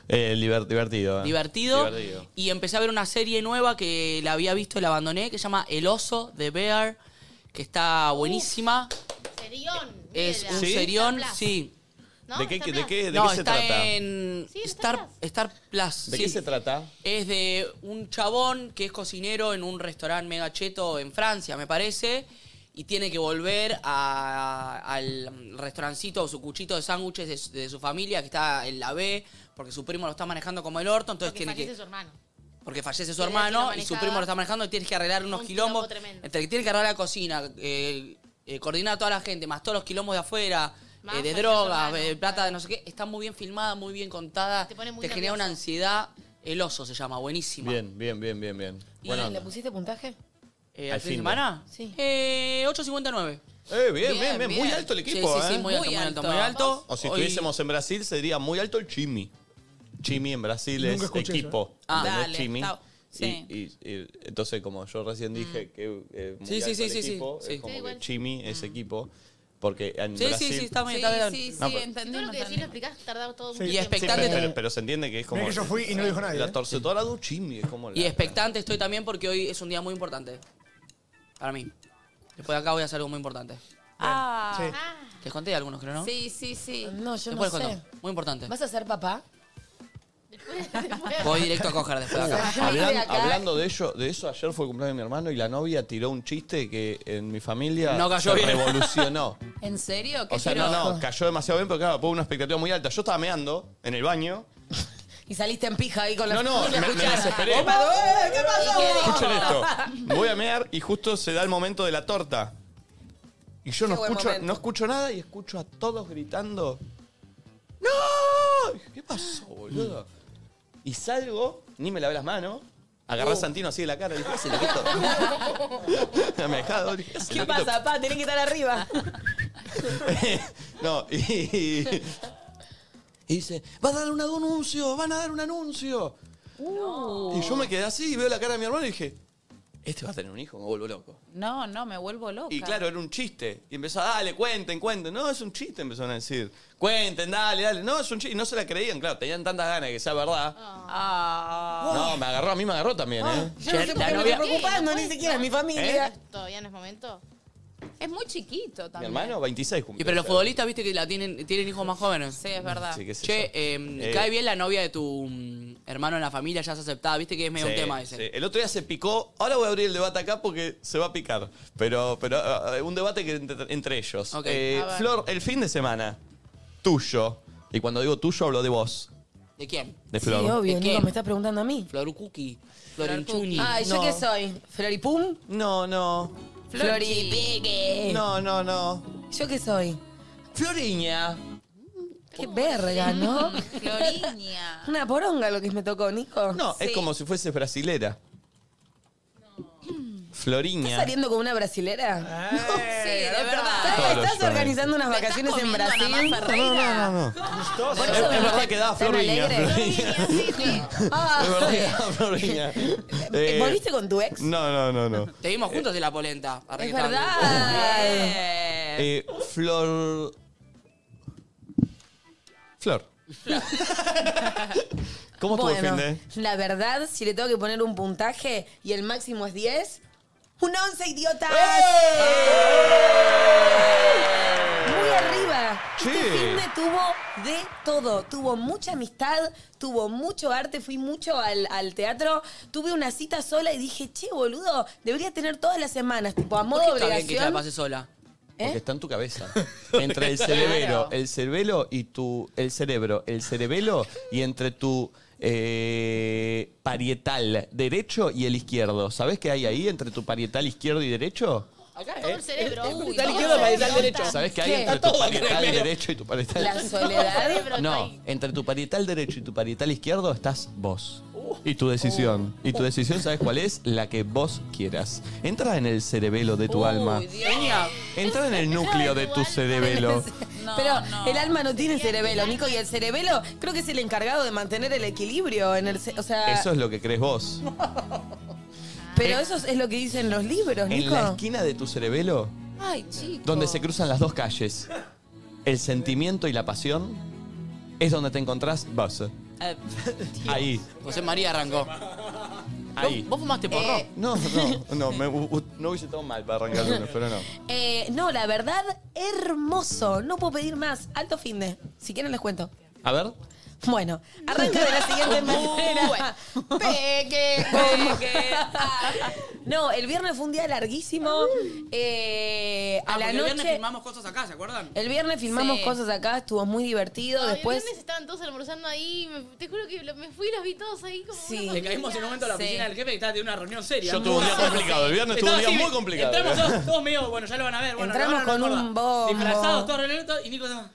[SPEAKER 1] Eh, liber- divertido. eh.
[SPEAKER 2] Divertido.
[SPEAKER 1] Divertido.
[SPEAKER 2] Y empecé a ver una serie nueva que la había visto y la abandoné, que se llama El Oso de Bear, que está buenísima.
[SPEAKER 6] Serión.
[SPEAKER 2] Es
[SPEAKER 6] mírala.
[SPEAKER 2] un
[SPEAKER 6] Está
[SPEAKER 2] serión,
[SPEAKER 6] Plus.
[SPEAKER 2] sí.
[SPEAKER 6] ¿No?
[SPEAKER 1] ¿De qué-
[SPEAKER 6] Está
[SPEAKER 1] de
[SPEAKER 6] Plus.
[SPEAKER 1] qué- de
[SPEAKER 2] no,
[SPEAKER 1] qué se
[SPEAKER 2] está
[SPEAKER 1] trata?
[SPEAKER 2] en Star, Star Plus.
[SPEAKER 1] ¿De
[SPEAKER 2] sí.
[SPEAKER 1] qué se trata?
[SPEAKER 2] Es de un chabón que es cocinero en un restaurante mega cheto en Francia, me parece, y tiene que volver a- al restaurancito o su cuchito de sándwiches de, de su familia que está en la B, porque su primo lo está manejando como el orto, entonces
[SPEAKER 6] Porque
[SPEAKER 2] tiene que...
[SPEAKER 6] fallece su hermano.
[SPEAKER 2] Porque fallece su
[SPEAKER 6] Desde que lo
[SPEAKER 2] hermano y su
[SPEAKER 6] manejaba.
[SPEAKER 2] primo lo está manejando y tienes que arreglar unos
[SPEAKER 6] Un quilombo
[SPEAKER 2] quilombos.
[SPEAKER 6] tremendo.
[SPEAKER 2] Entre que tienes que arreglar la cocina, eh, eh, coordinar a toda la gente, más todos los quilombos de afuera,
[SPEAKER 6] Más
[SPEAKER 2] eh, de
[SPEAKER 6] falleció su
[SPEAKER 2] drogas,
[SPEAKER 6] hermano,
[SPEAKER 2] de plata, de no sé qué. Está muy bien filmada, muy bien contada. Te,
[SPEAKER 6] pone muy
[SPEAKER 2] genera una
[SPEAKER 6] nervioso.
[SPEAKER 2] ansiedad. El oso se llama, buenísima.
[SPEAKER 1] Bien, bien, bien, bien, bien. Buena
[SPEAKER 4] ¿Le
[SPEAKER 1] onda.
[SPEAKER 4] pusiste puntaje?
[SPEAKER 2] Eh,
[SPEAKER 1] Al
[SPEAKER 2] ¿Al fin de
[SPEAKER 1] fin de-
[SPEAKER 2] semana? Sí. Eh, 8.59.
[SPEAKER 1] Eh, bien, bien, bien, Muy alto el equipo.
[SPEAKER 2] Sí, sí, sí,
[SPEAKER 1] eh.
[SPEAKER 2] muy, alto, muy alto, muy alto.
[SPEAKER 1] O si
[SPEAKER 2] Hoy-
[SPEAKER 1] estuviésemos en Brasil, sería muy alto el Chimi. Chimi en Brasil
[SPEAKER 5] Nunca
[SPEAKER 1] es
[SPEAKER 5] escuché
[SPEAKER 1] equipo.
[SPEAKER 2] Ah,
[SPEAKER 1] ¿entendés?
[SPEAKER 2] dale,
[SPEAKER 1] Chimi.
[SPEAKER 2] está- Mm.
[SPEAKER 3] Sí.
[SPEAKER 1] Y, y- y entonces, como yo recién dije que eh,
[SPEAKER 2] Sí,
[SPEAKER 1] Mundial
[SPEAKER 2] sí, sí,
[SPEAKER 1] es
[SPEAKER 2] sí, sí.
[SPEAKER 1] equipo,
[SPEAKER 2] Sí.
[SPEAKER 1] es como
[SPEAKER 2] Sí,
[SPEAKER 1] que
[SPEAKER 2] igual.
[SPEAKER 1] Chimi es equipo, porque en
[SPEAKER 2] Sí, sí,
[SPEAKER 1] Brasil...
[SPEAKER 2] sí, está bien,
[SPEAKER 6] Sí,
[SPEAKER 2] está bien.
[SPEAKER 6] sí,
[SPEAKER 1] No,
[SPEAKER 6] sí,
[SPEAKER 1] pero-
[SPEAKER 6] entendí. Todo lo que decís lo explicás, tardaba todo mucho
[SPEAKER 2] Y
[SPEAKER 6] tiempo.
[SPEAKER 2] expectante-
[SPEAKER 1] Sí, pero, pero- pero se entiende que es como...
[SPEAKER 2] Mirá que yo fui y no dijo nadie,
[SPEAKER 1] La
[SPEAKER 2] ¿eh?
[SPEAKER 1] torcedora de un Chimi es como...
[SPEAKER 2] Y
[SPEAKER 1] la-
[SPEAKER 2] expectante estoy también porque hoy es un día muy importante. Para mí. Después de acá voy a hacer algo muy importante.
[SPEAKER 3] Ah.
[SPEAKER 2] Les conté algunos, creo, ¿no?
[SPEAKER 3] Sí, sí, sí.
[SPEAKER 4] No, yo
[SPEAKER 2] Después
[SPEAKER 4] no
[SPEAKER 2] les
[SPEAKER 4] sé.
[SPEAKER 2] cuento. Muy importante.
[SPEAKER 4] ¿Vas a ser papá?
[SPEAKER 2] Voy directo a coger después de acá.
[SPEAKER 1] Hablan-
[SPEAKER 4] de acá.
[SPEAKER 1] hablando de ello, de eso, ayer fue el cumpleaños de mi hermano y la novia tiró un chiste que en mi familia
[SPEAKER 2] No cayó
[SPEAKER 1] se
[SPEAKER 2] bien. (laughs)
[SPEAKER 1] revolucionó.
[SPEAKER 3] ¿En serio? ¿Qué
[SPEAKER 1] O sea, no,
[SPEAKER 3] tiró?
[SPEAKER 1] no, cayó demasiado bien, pero claro, fue una expectativa muy alta. Yo estaba meando en el baño.
[SPEAKER 4] Y saliste en pija ahí con la
[SPEAKER 1] No, no,
[SPEAKER 4] y la
[SPEAKER 1] me- me
[SPEAKER 4] cuchara.
[SPEAKER 1] desesperé.
[SPEAKER 4] ¡Opa, eh, ¿Qué
[SPEAKER 3] ¿Y qué
[SPEAKER 4] pasó?
[SPEAKER 1] Escuchen esto. Voy a mear y justo se da el momento de la torta. Y yo no
[SPEAKER 4] Qué buen
[SPEAKER 1] escucho,
[SPEAKER 4] momento.
[SPEAKER 1] no escucho nada y escucho a todos gritando. ¡No! ¿Qué pasó, boludo? Y salgo, ni me lavé las manos.
[SPEAKER 4] Uh.
[SPEAKER 1] Agarré a Santino así de la cara y dije, "¿Qué hace,
[SPEAKER 4] (laughs)
[SPEAKER 1] loquito?". (laughs) Me dejado. ¿Qué hace,
[SPEAKER 4] ¿Qué
[SPEAKER 1] loquito?
[SPEAKER 4] pasa, pa? Tenés que estar arriba.
[SPEAKER 1] No, y. Y dice, va a dar un anuncio, van a dar un anuncio.
[SPEAKER 6] Uh.
[SPEAKER 1] Y yo me quedé así y veo la cara de mi hermano y dije, este va a tener un hijo, me vuelvo loco.
[SPEAKER 3] No, no, me vuelvo loca.
[SPEAKER 1] Y claro, era un chiste. Y empezó, dale, cuenten, cuenten. No, es un chiste, empezaron a decir. Cuenten, dale, dale. No, es un chiste. Y no se la creían, claro, tenían tantas ganas de que sea verdad. No, me agarró, a mí me agarró también, ¿eh?
[SPEAKER 4] Ah. Yo no sé por qué me estoy preocupando, ni siquiera es mi familia.
[SPEAKER 1] ¿Eh?
[SPEAKER 6] Todavía no es momento.
[SPEAKER 3] Es muy chiquito
[SPEAKER 1] Mi
[SPEAKER 3] también.
[SPEAKER 1] hermano, 26
[SPEAKER 2] Y
[SPEAKER 1] cumplió.
[SPEAKER 2] pero los futbolistas, viste que la tienen, tienen hijos más jóvenes.
[SPEAKER 3] Sí, es verdad.
[SPEAKER 1] Sí, qué sé
[SPEAKER 2] che,
[SPEAKER 1] yo. Eh.
[SPEAKER 2] eh, cae bien la novia de tu mm, hermano en la familia, ya es aceptada, viste que es medio un
[SPEAKER 1] Sí,
[SPEAKER 2] tema ese.
[SPEAKER 1] sí. El otro día se picó. Ahora voy a abrir el debate acá porque se va a picar. Pero, pero ah, ah, un debate que entre, entre ellos.
[SPEAKER 2] Ok.
[SPEAKER 1] Eh,
[SPEAKER 2] A ver.
[SPEAKER 1] Flor, el fin de semana, tuyo. Y cuando digo tuyo, hablo de vos.
[SPEAKER 2] ¿De quién?
[SPEAKER 1] De
[SPEAKER 4] Sí,
[SPEAKER 1] Flor.
[SPEAKER 4] obvio,
[SPEAKER 1] ¿De
[SPEAKER 4] Nico,
[SPEAKER 1] quién?
[SPEAKER 4] me estás preguntando a mí.
[SPEAKER 2] Florucuqui. Florinchuni.
[SPEAKER 4] Ay, ¿yo qué soy? ¿Floripum?
[SPEAKER 1] No, no.
[SPEAKER 4] Floripique.
[SPEAKER 1] No, no, no.
[SPEAKER 4] ¿Yo qué soy?
[SPEAKER 1] Floriña.
[SPEAKER 4] Qué verga, ¿no?
[SPEAKER 3] Floriña.
[SPEAKER 4] Una poronga lo que me tocó, Nico.
[SPEAKER 1] No, es como si fuese brasilera. Floriña.
[SPEAKER 4] ¿Estás saliendo con una brasilera?
[SPEAKER 1] Ah.
[SPEAKER 4] No, sí, de
[SPEAKER 1] Todos
[SPEAKER 4] verdad.
[SPEAKER 1] los
[SPEAKER 4] ¿Estás
[SPEAKER 1] flores.
[SPEAKER 4] organizando unas vacaciones en Brasil?
[SPEAKER 1] No, no, no. no. Es, es verdad que da Floriña. (laughs) Floriña.
[SPEAKER 4] Ah,
[SPEAKER 1] Es verdad que
[SPEAKER 4] (laughs)
[SPEAKER 1] da Floriña. Eh,
[SPEAKER 4] ¿Volviste con tu ex?
[SPEAKER 1] No, no, no, no.
[SPEAKER 2] Te vimos juntos en la polenta. Arre que estaban-
[SPEAKER 4] (laughs)
[SPEAKER 1] Eh, Flor.
[SPEAKER 2] (laughs)
[SPEAKER 1] Flor. ¿Cómo estuvo el
[SPEAKER 4] Bueno,
[SPEAKER 1] fin de?
[SPEAKER 4] La verdad, si le tengo que poner un puntaje y el máximo es 10, ¡un 11, idiotas!
[SPEAKER 2] ¡Eh!
[SPEAKER 4] ¡Eh! Muy arriba. Este
[SPEAKER 10] Sí.
[SPEAKER 4] fin de tuvo de todo. Tuvo mucha amistad, tuvo mucho arte, fui mucho al, al teatro. Tuve una cita sola y dije, che, boludo, debería tener todas las semanas, tipo, a modo
[SPEAKER 2] ¿Por qué está bien que te la
[SPEAKER 4] obligación. ¿eh?
[SPEAKER 2] pases sola?
[SPEAKER 1] Porque está en tu cabeza. Entre el cerebelo, el cerebelo y tu. El cerebro, el cerebelo y entre tu. eh, parietal derecho y el izquierdo. ¿Sabés qué hay ahí entre tu parietal izquierdo y derecho?
[SPEAKER 6] Acá, Todo el cerebro. Uy,
[SPEAKER 2] está
[SPEAKER 6] todo
[SPEAKER 2] izquierdo,
[SPEAKER 6] el
[SPEAKER 2] parietal
[SPEAKER 6] cerebro.
[SPEAKER 2] derecho.
[SPEAKER 1] ¿Sabés qué hay
[SPEAKER 2] ¿Qué?
[SPEAKER 1] entre
[SPEAKER 2] Está
[SPEAKER 1] tu
[SPEAKER 2] todo acá en el
[SPEAKER 1] parietal
[SPEAKER 2] medio.
[SPEAKER 1] derecho y tu parietal
[SPEAKER 4] La soledad.
[SPEAKER 1] No, entre tu parietal derecho y tu parietal izquierdo estás vos. Y tu decisión. Y tu decisión, ¿sabes cuál es? La que vos quieras. Entra en el cerebelo de tu alma.
[SPEAKER 2] Peña.
[SPEAKER 1] Entra en el núcleo de tu (laughs) cerebelo.
[SPEAKER 4] Pero el alma no tiene cerebelo, Nico, y el cerebelo creo que es el encargado de mantener el equilibrio en el, ce- o sea,
[SPEAKER 1] Eso es lo que crees vos.
[SPEAKER 4] pero
[SPEAKER 2] Eh,
[SPEAKER 4] eso es lo que dicen los libros,
[SPEAKER 1] En
[SPEAKER 4] Nico.
[SPEAKER 1] la esquina de tu cerebelo,
[SPEAKER 4] Ay, chico.
[SPEAKER 1] donde se cruzan las dos calles, el sentimiento y la pasión, es donde te encontrás vos.
[SPEAKER 2] Eh,
[SPEAKER 1] Ahí.
[SPEAKER 2] José María arrancó.
[SPEAKER 1] Ahí.
[SPEAKER 2] ¿Vos fumaste porro?
[SPEAKER 4] Eh.
[SPEAKER 1] No, (laughs) no, no, me, u- u- no hubiese estado mal para arrancar el lunes, pero no.
[SPEAKER 4] Eh, no, la verdad, hermoso. No puedo pedir más. Alto fin de. Si quieren les cuento.
[SPEAKER 1] A ver.
[SPEAKER 4] Bueno, arranca de
[SPEAKER 5] (laughs)
[SPEAKER 4] la
[SPEAKER 2] (laughs)
[SPEAKER 4] siguiente manera. Peque, peque. No, el viernes fue un día larguísimo.
[SPEAKER 6] Mm.
[SPEAKER 4] Eh,
[SPEAKER 2] Ah,
[SPEAKER 4] a la
[SPEAKER 2] porque el viernes
[SPEAKER 4] noche.
[SPEAKER 2] filmamos cosas acá, ¿se acuerdan?
[SPEAKER 4] El viernes filmamos
[SPEAKER 2] Sí.
[SPEAKER 4] cosas acá, estuvo muy divertido.
[SPEAKER 6] Ay,
[SPEAKER 4] Después.
[SPEAKER 6] El viernes estaban todos almorzando ahí. me- te juro que lo- me fui y los vi todos ahí como
[SPEAKER 4] Sí.
[SPEAKER 6] una
[SPEAKER 2] Le caímos en un momento a la
[SPEAKER 6] Sí.
[SPEAKER 2] oficina del jefe que estaba teniendo una reunión seria.
[SPEAKER 1] Yo tuve un día complicado, el viernes tuve un día
[SPEAKER 2] Estaba así,
[SPEAKER 1] muy complicado.
[SPEAKER 2] Entramos todos, todos medio, bueno, ya lo van a ver. Bueno,
[SPEAKER 4] Entramos
[SPEAKER 2] lo van a
[SPEAKER 4] con
[SPEAKER 2] recordar.
[SPEAKER 4] un bombo.
[SPEAKER 1] Oh.
[SPEAKER 2] Disfrazados, todos relentos y Nico estaba-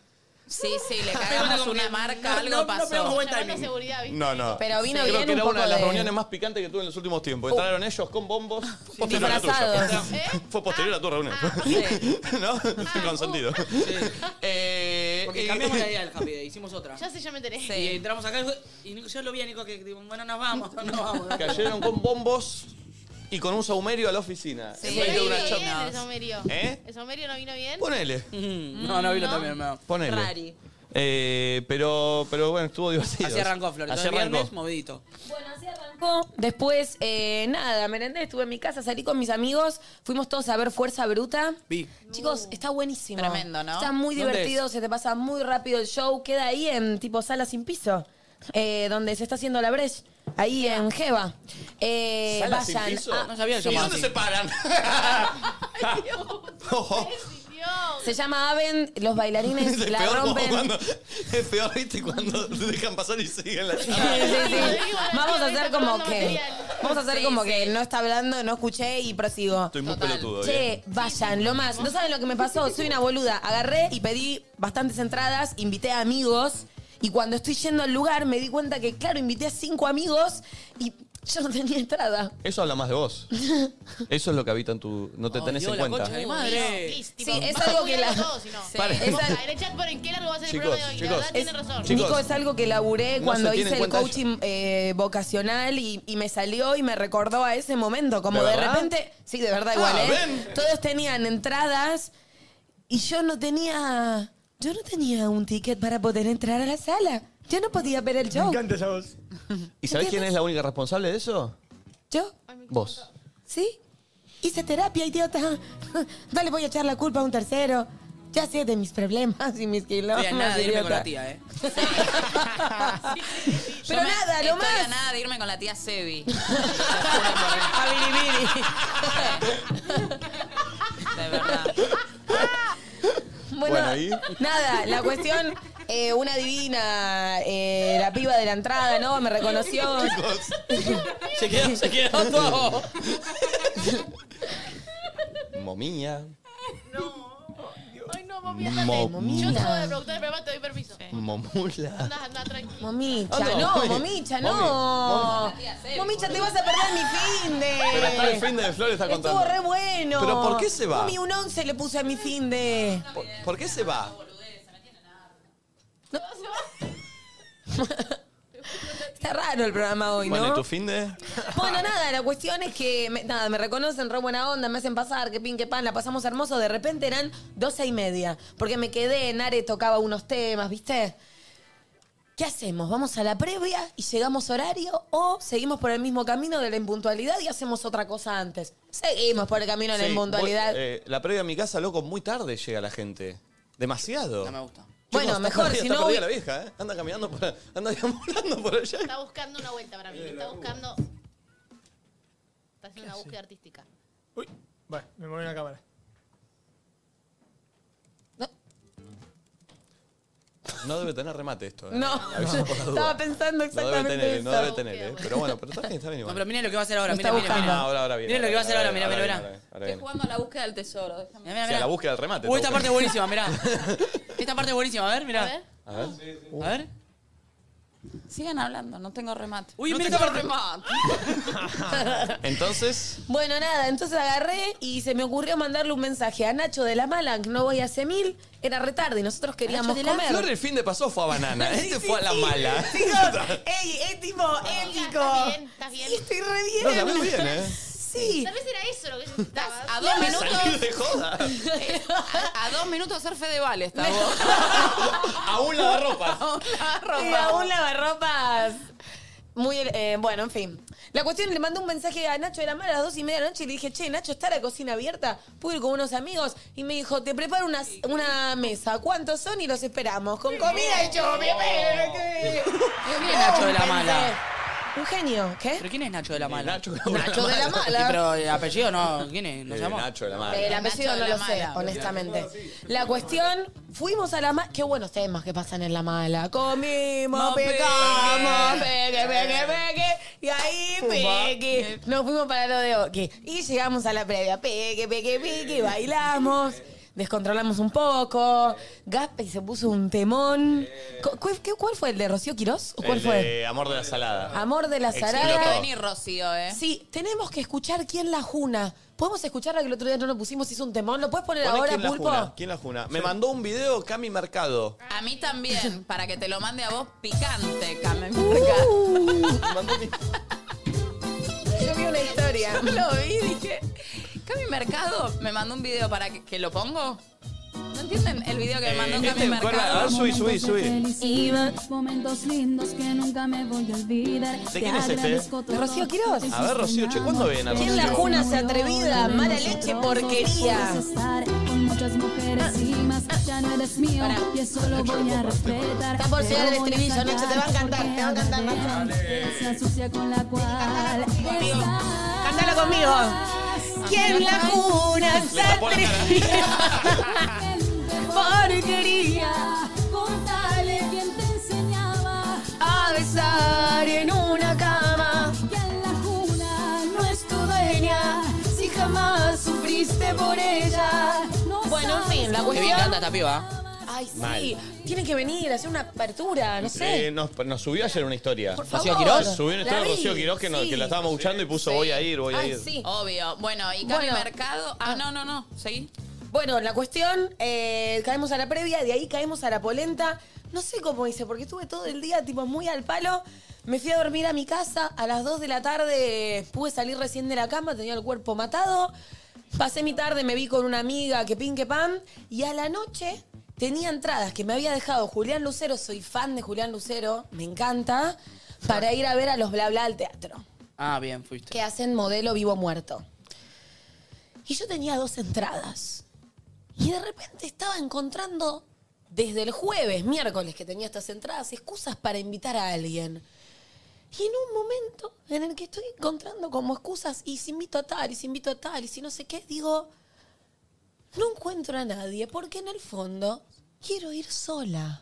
[SPEAKER 3] Sí, sí,
[SPEAKER 1] (laughs)
[SPEAKER 3] le
[SPEAKER 2] Pegando
[SPEAKER 3] cagamos
[SPEAKER 2] como
[SPEAKER 3] una
[SPEAKER 2] que-
[SPEAKER 3] marca,
[SPEAKER 2] no,
[SPEAKER 3] algo
[SPEAKER 2] no, no
[SPEAKER 3] pasó.
[SPEAKER 2] pegamos buen
[SPEAKER 6] Llamando
[SPEAKER 2] timing.
[SPEAKER 6] seguridad, ¿viste?
[SPEAKER 1] No, no.
[SPEAKER 4] Pero vino
[SPEAKER 1] Creo
[SPEAKER 4] bien
[SPEAKER 1] que
[SPEAKER 4] un
[SPEAKER 1] era
[SPEAKER 4] poco
[SPEAKER 1] una de las
[SPEAKER 4] de-
[SPEAKER 1] reuniones más picantes que tuve en los últimos tiempos. Entraron ellos con bombos. Posterior a la tuya.
[SPEAKER 4] Disfrazados.
[SPEAKER 1] (laughs) Fue posterior a tu reunión. ¿No? Consentido. Eh,
[SPEAKER 2] Porque cambiamos la idea del Happy Day, hicimos otra.
[SPEAKER 6] Ya sé, ya me enteré.
[SPEAKER 2] Y entramos acá y fue- y Nico- yo lo vi a Nico que digo, bueno, nos vamos, nos vamos.
[SPEAKER 1] Cayeron con bombos y con un saumerio a la oficina.
[SPEAKER 6] Sí.
[SPEAKER 1] En medio de una
[SPEAKER 6] ¿Vino bien
[SPEAKER 1] chapa.
[SPEAKER 6] el somerio?
[SPEAKER 1] ¿Eh?
[SPEAKER 6] ¿El somerio no vino bien?
[SPEAKER 2] (laughs)
[SPEAKER 1] Ponele.
[SPEAKER 2] No, no vino también, no.
[SPEAKER 1] Ponele.
[SPEAKER 6] Rari.
[SPEAKER 1] Eh, pero, pero bueno, estuvo divertido.
[SPEAKER 2] Así arrancó, Flor.
[SPEAKER 1] Así
[SPEAKER 2] Entonces,
[SPEAKER 1] arrancó.
[SPEAKER 2] viernes, movidito.
[SPEAKER 4] arrancó. Después, eh, nada, merendé, estuve en mi casa, salí con mis amigos, fuimos todos a ver Fuerza Bruta.
[SPEAKER 2] Vi.
[SPEAKER 4] Chicos, está buenísimo.
[SPEAKER 3] Tremendo, ¿no?
[SPEAKER 4] Está muy
[SPEAKER 3] ¿Dónde
[SPEAKER 4] divertido,
[SPEAKER 3] es?
[SPEAKER 4] se te pasa muy rápido el show. Queda ahí en tipo sala sin piso, eh, donde se está haciendo la brecha. Ahí en Jeva. Eh,
[SPEAKER 1] ¿Sala sin
[SPEAKER 4] vayan
[SPEAKER 1] piso?
[SPEAKER 4] a-
[SPEAKER 1] Ah, No sabía que se llamaba ¿Y dónde así. se paran? (laughs) Oh.
[SPEAKER 4] Se llama Aven, los bailarines
[SPEAKER 1] (laughs) Es
[SPEAKER 4] la
[SPEAKER 1] peor, como
[SPEAKER 4] rompen.
[SPEAKER 1] cuando- es peor, viste, cuando te dejan pasar y siguen la
[SPEAKER 4] Sí, sí, sí.
[SPEAKER 1] llave.
[SPEAKER 4] Vamos a hacer como
[SPEAKER 1] probando
[SPEAKER 4] que.
[SPEAKER 1] material.
[SPEAKER 4] Vamos a hacer
[SPEAKER 1] Sí,
[SPEAKER 4] como
[SPEAKER 1] sí.
[SPEAKER 4] que no está hablando, no escuché y prosigo.
[SPEAKER 1] Estoy muy pelotudo.
[SPEAKER 4] Che,
[SPEAKER 1] ¿eh?
[SPEAKER 4] vayan, lo más. No saben lo que me pasó, soy una boluda. Agarré y pedí bastantes entradas, invité a amigos y cuando estoy yendo al lugar me di cuenta que, claro, invité a cinco amigos y yo no tenía entrada.
[SPEAKER 1] Eso habla más de
[SPEAKER 4] (laughs)
[SPEAKER 1] vos. Eso es lo que habita en tu. No te tenés en cuenta.
[SPEAKER 4] madre.
[SPEAKER 6] Please,
[SPEAKER 4] Sí,
[SPEAKER 6] tipo,
[SPEAKER 4] es
[SPEAKER 6] vamos
[SPEAKER 4] algo
[SPEAKER 6] a
[SPEAKER 4] que
[SPEAKER 6] cuidarlo
[SPEAKER 4] la-
[SPEAKER 6] todos, si no.
[SPEAKER 4] Sí. Pare.
[SPEAKER 6] Posta,
[SPEAKER 4] Es al-
[SPEAKER 6] En el chat por en qué largo va a ser
[SPEAKER 1] Chicos,
[SPEAKER 6] el programa de hoy.
[SPEAKER 1] chicos.
[SPEAKER 6] la verdad, tiene
[SPEAKER 1] Es-
[SPEAKER 6] razón.
[SPEAKER 1] Chicos.
[SPEAKER 4] Nico, es algo que laburé
[SPEAKER 1] No se
[SPEAKER 4] cuando
[SPEAKER 1] tiene en
[SPEAKER 4] hice el
[SPEAKER 1] cuenta
[SPEAKER 4] coaching eh, vocacional y, y me salió y me recordó a ese momento. Como
[SPEAKER 1] ¿De
[SPEAKER 4] de,
[SPEAKER 1] verdad?
[SPEAKER 4] repente. Sí, de verdad
[SPEAKER 1] Ah,
[SPEAKER 4] igual, ¿eh?
[SPEAKER 1] ven.
[SPEAKER 4] Todos tenían entradas y yo no tenía. Yo no tenía un ticket para poder entrar a la sala. Yo no podía ver el show.
[SPEAKER 1] ¿Y sabés quién es la única responsable de eso?
[SPEAKER 4] ¿Yo? (laughs)
[SPEAKER 1] Vos.
[SPEAKER 4] ¿Sí? Hice terapia, idiota. (laughs) No le voy a echar la culpa a un tercero. Ya sé de mis problemas y mis
[SPEAKER 2] No
[SPEAKER 4] kilómetros.
[SPEAKER 2] tenía nada de irme con la tía, ¿eh?
[SPEAKER 4] Pero nada, lo
[SPEAKER 3] no
[SPEAKER 4] más.
[SPEAKER 3] nada de irme con la tía
[SPEAKER 4] (laughs)
[SPEAKER 3] Sebi.
[SPEAKER 2] A biribiri.
[SPEAKER 3] De verdad.
[SPEAKER 4] Bueno,
[SPEAKER 3] Bueno, ¿y?
[SPEAKER 4] nada, la cuestión, eh, una divina, eh, la piba de la entrada, ¿no?
[SPEAKER 1] (laughs)
[SPEAKER 4] Me reconoció. (laughs)
[SPEAKER 1] Se quedó, se quedó todo. Momía.
[SPEAKER 6] Ay, no, mami, andate.
[SPEAKER 1] Momia.
[SPEAKER 6] Yo te hago de productor del programa, te doy permiso.
[SPEAKER 1] Momula.
[SPEAKER 6] Anda,
[SPEAKER 4] Ah,
[SPEAKER 6] anda, tranqui.
[SPEAKER 4] Momicha,
[SPEAKER 1] Ando,
[SPEAKER 4] no,
[SPEAKER 1] mami.
[SPEAKER 4] momicha,
[SPEAKER 1] Mami,
[SPEAKER 4] no. Momicha, te vas a perder mi fin de.
[SPEAKER 1] Pero está el fin de Flor está contando.
[SPEAKER 4] Estuvo re bueno.
[SPEAKER 1] ¿Pero por qué se va?
[SPEAKER 4] Mami, un 11 le puse a mi fin de.
[SPEAKER 1] ¿Por qué se va?
[SPEAKER 4] Está raro el programa hoy, ¿no?
[SPEAKER 1] Bueno, ¿y tu fin de?
[SPEAKER 4] Bueno, nada, la cuestión es que me, nada, me reconocen, re buena onda, me hacen pasar, que pin, que pan, la pasamos hermoso. De repente eran doce y media, porque me quedé en Are, tocaba unos temas, ¿viste? ¿Qué hacemos? ¿Vamos a la previa y llegamos horario o seguimos por el mismo camino de la impuntualidad y hacemos otra cosa antes? Seguimos por el camino de la
[SPEAKER 1] Sí,
[SPEAKER 4] impuntualidad.
[SPEAKER 1] voy- eh, la previa a mi casa, loco, muy tarde llega la gente. Demasiado. No me
[SPEAKER 2] gusta.
[SPEAKER 4] Bueno, mejor, si no
[SPEAKER 1] Está perdida
[SPEAKER 4] hubi-
[SPEAKER 1] la vieja, ¿eh? Anda caminando por, anda deambulando por allá.
[SPEAKER 6] Está buscando una vuelta para mí. Está buscando. Está haciendo una búsqueda artística.
[SPEAKER 5] Bueno, me moví la cámara.
[SPEAKER 1] No debe tener remate esto. ¿eh?
[SPEAKER 4] No.
[SPEAKER 1] Aviso por la duda.
[SPEAKER 4] Estaba pensando
[SPEAKER 1] No debe
[SPEAKER 4] exactamente
[SPEAKER 1] tener, no
[SPEAKER 4] eso.
[SPEAKER 1] debe tener, ¿eh? Pero bueno, pero está bien, está bien
[SPEAKER 2] No,
[SPEAKER 1] igual.
[SPEAKER 2] pero miren lo que va a hacer ahora.
[SPEAKER 1] Me
[SPEAKER 2] Miren,
[SPEAKER 1] está
[SPEAKER 2] miren, miren.
[SPEAKER 1] buscando. Ahora, ahora viene,
[SPEAKER 2] Miren lo que va a hacer ahora,
[SPEAKER 1] ahora
[SPEAKER 2] mira,
[SPEAKER 1] viene,
[SPEAKER 2] mira,
[SPEAKER 1] ahora viene,
[SPEAKER 2] mira.
[SPEAKER 1] ahora viene.
[SPEAKER 3] Jugando a la búsqueda del tesoro. Déjame.
[SPEAKER 2] Mirá,
[SPEAKER 1] O sea,
[SPEAKER 2] mirá.
[SPEAKER 1] la búsqueda del remate.
[SPEAKER 2] Uy, esta
[SPEAKER 1] toca.
[SPEAKER 2] parte es buenísima, mirá. Esta parte es buenísima, a ver, mirá.
[SPEAKER 1] (laughs) A ver.
[SPEAKER 2] A ver.
[SPEAKER 3] Sigan hablando, no tengo remate.
[SPEAKER 2] Uy,
[SPEAKER 3] no
[SPEAKER 2] mira
[SPEAKER 3] tengo
[SPEAKER 2] esta parte.
[SPEAKER 3] remate.
[SPEAKER 1] Entonces,
[SPEAKER 4] Bueno, nada, entonces agarré y se me ocurrió mandarle un mensaje a Nacho de la Mala, que no voy a Semil, era retarde y nosotros queríamos comer.
[SPEAKER 1] Flor el fin de pasó fue a banana.
[SPEAKER 4] Sí,
[SPEAKER 1] Este
[SPEAKER 4] sí,
[SPEAKER 1] fue a la
[SPEAKER 4] sí.
[SPEAKER 1] mala.
[SPEAKER 4] Chicos, ey, es tipo épico.
[SPEAKER 6] ¿Estás Ah, bien? ¿Estás bien?
[SPEAKER 4] Sí, estoy re bien.
[SPEAKER 1] No, la veo bien, ¿eh?
[SPEAKER 4] Sí.
[SPEAKER 6] Tal vez era eso lo que yo necesitaba.
[SPEAKER 3] A dos minutos.
[SPEAKER 1] de joda.
[SPEAKER 3] eh, a, a dos minutos ser Fedeval está vos.
[SPEAKER 1] Aún la ropa.
[SPEAKER 4] Sí, aún lavarropas. Muy, eh, bueno, en fin. La cuestión, le mandé un mensaje a Nacho de la Mala a las dos y media de la noche y le dije, che, Nacho, ¿está la cocina abierta? Pude ir con unos amigos y me dijo, te preparo una, una mesa. ¿Cuántos son? Y los esperamos. Con comida y yo, mi (laughs)
[SPEAKER 2] ¿Quién es Nacho de la Mala?
[SPEAKER 4] Un genio. ¿Qué?
[SPEAKER 2] ¿Pero quién es Nacho de
[SPEAKER 1] Eh,
[SPEAKER 2] la Mala? Nacho,
[SPEAKER 4] Nacho de la Mala.
[SPEAKER 2] Pero el apellido no, ¿quién es? No
[SPEAKER 1] Eh,
[SPEAKER 2] se llama.
[SPEAKER 1] Nacho de la Mala.
[SPEAKER 4] El apellido
[SPEAKER 3] Nacho
[SPEAKER 4] no
[SPEAKER 3] de la
[SPEAKER 4] lo sé,
[SPEAKER 3] Mala.
[SPEAKER 4] honestamente. La cuestión, fuimos a la mala. Qué buenos temas que pasan en la mala. Comimos,
[SPEAKER 3] Mo-
[SPEAKER 4] pegamos,
[SPEAKER 3] pegue.
[SPEAKER 4] pegue, pegue, pegue. Y ahí,
[SPEAKER 3] Fumá.
[SPEAKER 4] pegue. Nos fuimos para lo de Oki. Y llegamos a la previa. Pegue, pegue, pegue. Bailamos. descontrolamos un poco. Gaspe se puso un temón. Cu- ¿Cuál, qué- cuál fue el de Rocío Quirós? ¿O cuál
[SPEAKER 15] El
[SPEAKER 4] fue?
[SPEAKER 15] de Amor de la Salada.
[SPEAKER 4] Amor de la
[SPEAKER 15] Explotó.
[SPEAKER 4] Sarada.
[SPEAKER 3] Rocío, ¿eh?
[SPEAKER 4] Sí, tenemos que escuchar quién la juna. ¿Podemos escucharla que el otro día no lo pusimos? Hizo un temón. ¿Lo puedes poner
[SPEAKER 1] Poné
[SPEAKER 4] ahora,
[SPEAKER 1] ¿quién la
[SPEAKER 4] Pulpo?
[SPEAKER 1] juna? ¿Quién la juna? Me mandó un video Cami Mercado.
[SPEAKER 3] A mí también, para que te lo mande a vos picante, Carmen.
[SPEAKER 1] Uh,
[SPEAKER 14] Uh.
[SPEAKER 4] Yo vi una historia.
[SPEAKER 3] Yo lo vi, dije. Cami Mercado me mandó un video para que, que lo pongo. ¿No entienden el video que me mandó
[SPEAKER 1] Eh,
[SPEAKER 3] Cami
[SPEAKER 1] este, guarda, a
[SPEAKER 3] Mercado?
[SPEAKER 1] ver, subí, subí, subí.
[SPEAKER 16] Felicidad, momentos lindos que nunca me voy a olvidar.
[SPEAKER 1] ¿De quién es este?
[SPEAKER 4] ¿De Rocío Quiroz?
[SPEAKER 1] A ver, Rocío, che, ¿cuándo viene Rocío?
[SPEAKER 4] ¿Quién la juna se atrevida? Mala leche, porquería. Ah,
[SPEAKER 16] Puedes estar con muchas mujeres y más. Ya no eres mío y eso lo voy a respetar.
[SPEAKER 4] Está por
[SPEAKER 16] Te
[SPEAKER 4] llegar
[SPEAKER 16] voy
[SPEAKER 4] el
[SPEAKER 16] a
[SPEAKER 4] estribillo,
[SPEAKER 16] sacar
[SPEAKER 4] Nacho, te va a encantar, te va a encantar,
[SPEAKER 16] porque
[SPEAKER 4] Nacho.
[SPEAKER 16] andas de ella, Se asocia con la cual.
[SPEAKER 4] Cántalo conmigo. ¿Quién la juna
[SPEAKER 16] (laughs)
[SPEAKER 4] se
[SPEAKER 16] atrevida? Porquería. Contale quién te enseñaba
[SPEAKER 4] a besar en una cama.
[SPEAKER 16] Que en la cuna no es tu
[SPEAKER 4] dueña,
[SPEAKER 16] si jamás sufriste por ella. No
[SPEAKER 4] Bueno, en fin, la
[SPEAKER 2] Qué bien
[SPEAKER 4] cuestión.
[SPEAKER 2] canta esta piba.
[SPEAKER 4] Ay, sí.
[SPEAKER 1] Mal.
[SPEAKER 4] Tienen que venir, hacer una apertura, no sé.
[SPEAKER 1] Eh, nos, nos subió ayer una historia.
[SPEAKER 4] Por ¿Rocío favor. Quirós?
[SPEAKER 1] Subió una historia
[SPEAKER 4] La
[SPEAKER 1] de
[SPEAKER 4] vi,
[SPEAKER 1] Rocío Quirós que, nos-
[SPEAKER 4] sí.
[SPEAKER 1] que la estábamos escuchando y puso voy a ir, voy a ir.
[SPEAKER 3] Obvio. Bueno, y Cami
[SPEAKER 4] Bueno.
[SPEAKER 3] Mercado. Ah, no, no, no. Seguí.
[SPEAKER 4] Bueno, la cuestión, eh, caemos a la previa, de ahí caemos a la polenta. No sé cómo hice, porque estuve todo el día tipo muy al palo. Me fui a dormir a mi casa, a las 2 de la tarde pude salir recién de la cama, tenía el cuerpo matado. Pasé mi tarde, me vi con una amiga que pin que pan. Y a la noche tenía entradas que me había dejado Julián Lucero, soy fan de Julián Lucero, me encanta, para ir a ver a los bla bla al teatro
[SPEAKER 2] Ah, bien, fuiste.
[SPEAKER 4] que hacen modelo vivo muerto. Y yo tenía dos entradas. Y de repente estaba encontrando desde el jueves, miércoles que tenía estas entradas, excusas para invitar a alguien. Y en un momento en el que estoy encontrando como excusas, y si invito a tal, y si invito a tal, y si no sé qué, digo, no encuentro a nadie, porque en el fondo quiero ir sola.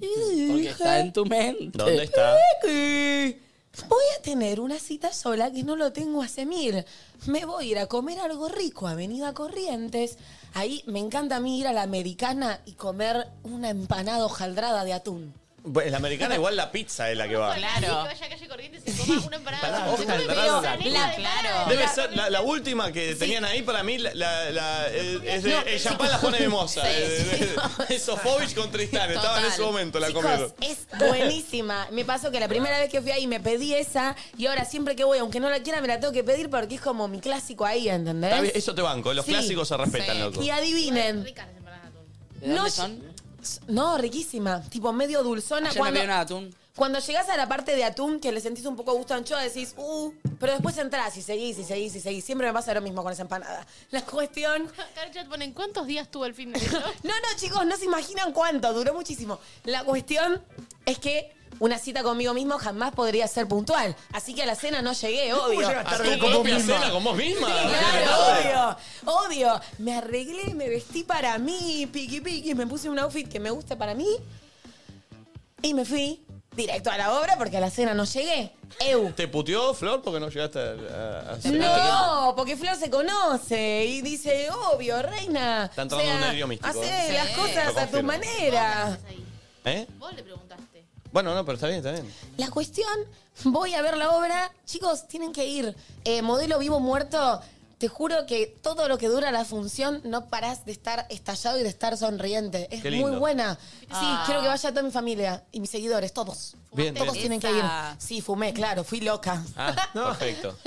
[SPEAKER 4] Y
[SPEAKER 2] Porque
[SPEAKER 4] dije,
[SPEAKER 2] está en tu mente.
[SPEAKER 1] ¿Dónde está?
[SPEAKER 4] que Voy a tener una cita sola que no lo tengo hace mil. Me voy a ir a comer algo rico a Avenida Corrientes. Ahí me encanta a mí ir a la americana y comer una empanada hojaldrada de atún.
[SPEAKER 1] Bueno, la americana igual la pizza es la que va.
[SPEAKER 6] Claro. Que vaya a calle corriente y se coma una empanada.
[SPEAKER 1] Pará,
[SPEAKER 6] Se come
[SPEAKER 1] ojalá.
[SPEAKER 6] medio
[SPEAKER 1] La-
[SPEAKER 6] canela de nada.
[SPEAKER 1] Debe ser la, la última que tenían ahí para mí, la, la, la- el, es de- Eh, el champán la pone mimosa. Es Sofovich con Tristán, estaba en ese momento la
[SPEAKER 4] Chicos,
[SPEAKER 1] comieron.
[SPEAKER 4] es buenísima. Me pasó que la primera vez que fui ahí me pedí esa y ahora siempre que voy, aunque no la quiera, me la tengo que pedir porque es como mi clásico ahí, ¿entendés?
[SPEAKER 1] Está bien, Eso te banco, los
[SPEAKER 4] Sí.
[SPEAKER 1] clásicos se respetan, loco.
[SPEAKER 4] Y adivinen.
[SPEAKER 2] ¿De dónde
[SPEAKER 4] No,
[SPEAKER 2] son?
[SPEAKER 4] s- No, riquísima. Tipo medio dulzona.
[SPEAKER 2] Ayer me pedí una de atún.
[SPEAKER 4] Cuando llegás a la parte de atún que le sentís un poco gusto a anchoa, decís, uh, pero después entrás y seguís y seguís y seguís. Siempre me pasa lo mismo con esa empanada. La cuestión.
[SPEAKER 6] (laughs) Acá en el chat ponen, ¿cuántos días tuvo el fin de semana?
[SPEAKER 4] (laughs) No, no, chicos, no se imaginan cuánto, duró muchísimo. La cuestión es que una cita conmigo mismo jamás podría ser puntual. Así que a la cena no llegué,
[SPEAKER 1] ¿Cómo
[SPEAKER 4] obvio.
[SPEAKER 1] llegas tarde
[SPEAKER 4] Así-
[SPEAKER 1] con vos misma? cena con vos misma?
[SPEAKER 4] Claro, obvio, obvio. Me arreglé, me vestí para mí, piqui piqui, me puse un outfit que me gusta para mí y me fui directo a la obra porque a la cena no llegué. Eu.
[SPEAKER 1] ¿Te puteó, Flor, porque no llegaste a, a- a hacer-
[SPEAKER 4] No, porque Flor se conoce y dice, obvio, reina.
[SPEAKER 1] Está entrando un nervio místico,
[SPEAKER 4] Hace
[SPEAKER 1] ¿eh?
[SPEAKER 4] las
[SPEAKER 1] Sí.
[SPEAKER 4] cosas
[SPEAKER 1] Lo
[SPEAKER 4] a tu
[SPEAKER 1] confirmo.
[SPEAKER 4] manera.
[SPEAKER 1] ¿Eh?
[SPEAKER 6] Vos le preguntaste.
[SPEAKER 1] Bueno, no, pero está bien, está bien.
[SPEAKER 4] La cuestión, voy a ver la obra. Chicos, tienen que ir. Eh, modelo vivo muerto. Te juro que todo lo que dura la función no parás de estar estallado y de estar sonriente. Es
[SPEAKER 1] Qué
[SPEAKER 4] muy
[SPEAKER 1] lindo.
[SPEAKER 4] buena. Sí,
[SPEAKER 3] Ah.
[SPEAKER 4] quiero que vaya toda mi familia y mis seguidores, todos.
[SPEAKER 1] Bien,
[SPEAKER 4] todos
[SPEAKER 1] bien.
[SPEAKER 4] tienen que ir. Sí, fumé, claro, fui loca. (laughs)
[SPEAKER 1] Ah, perfecto.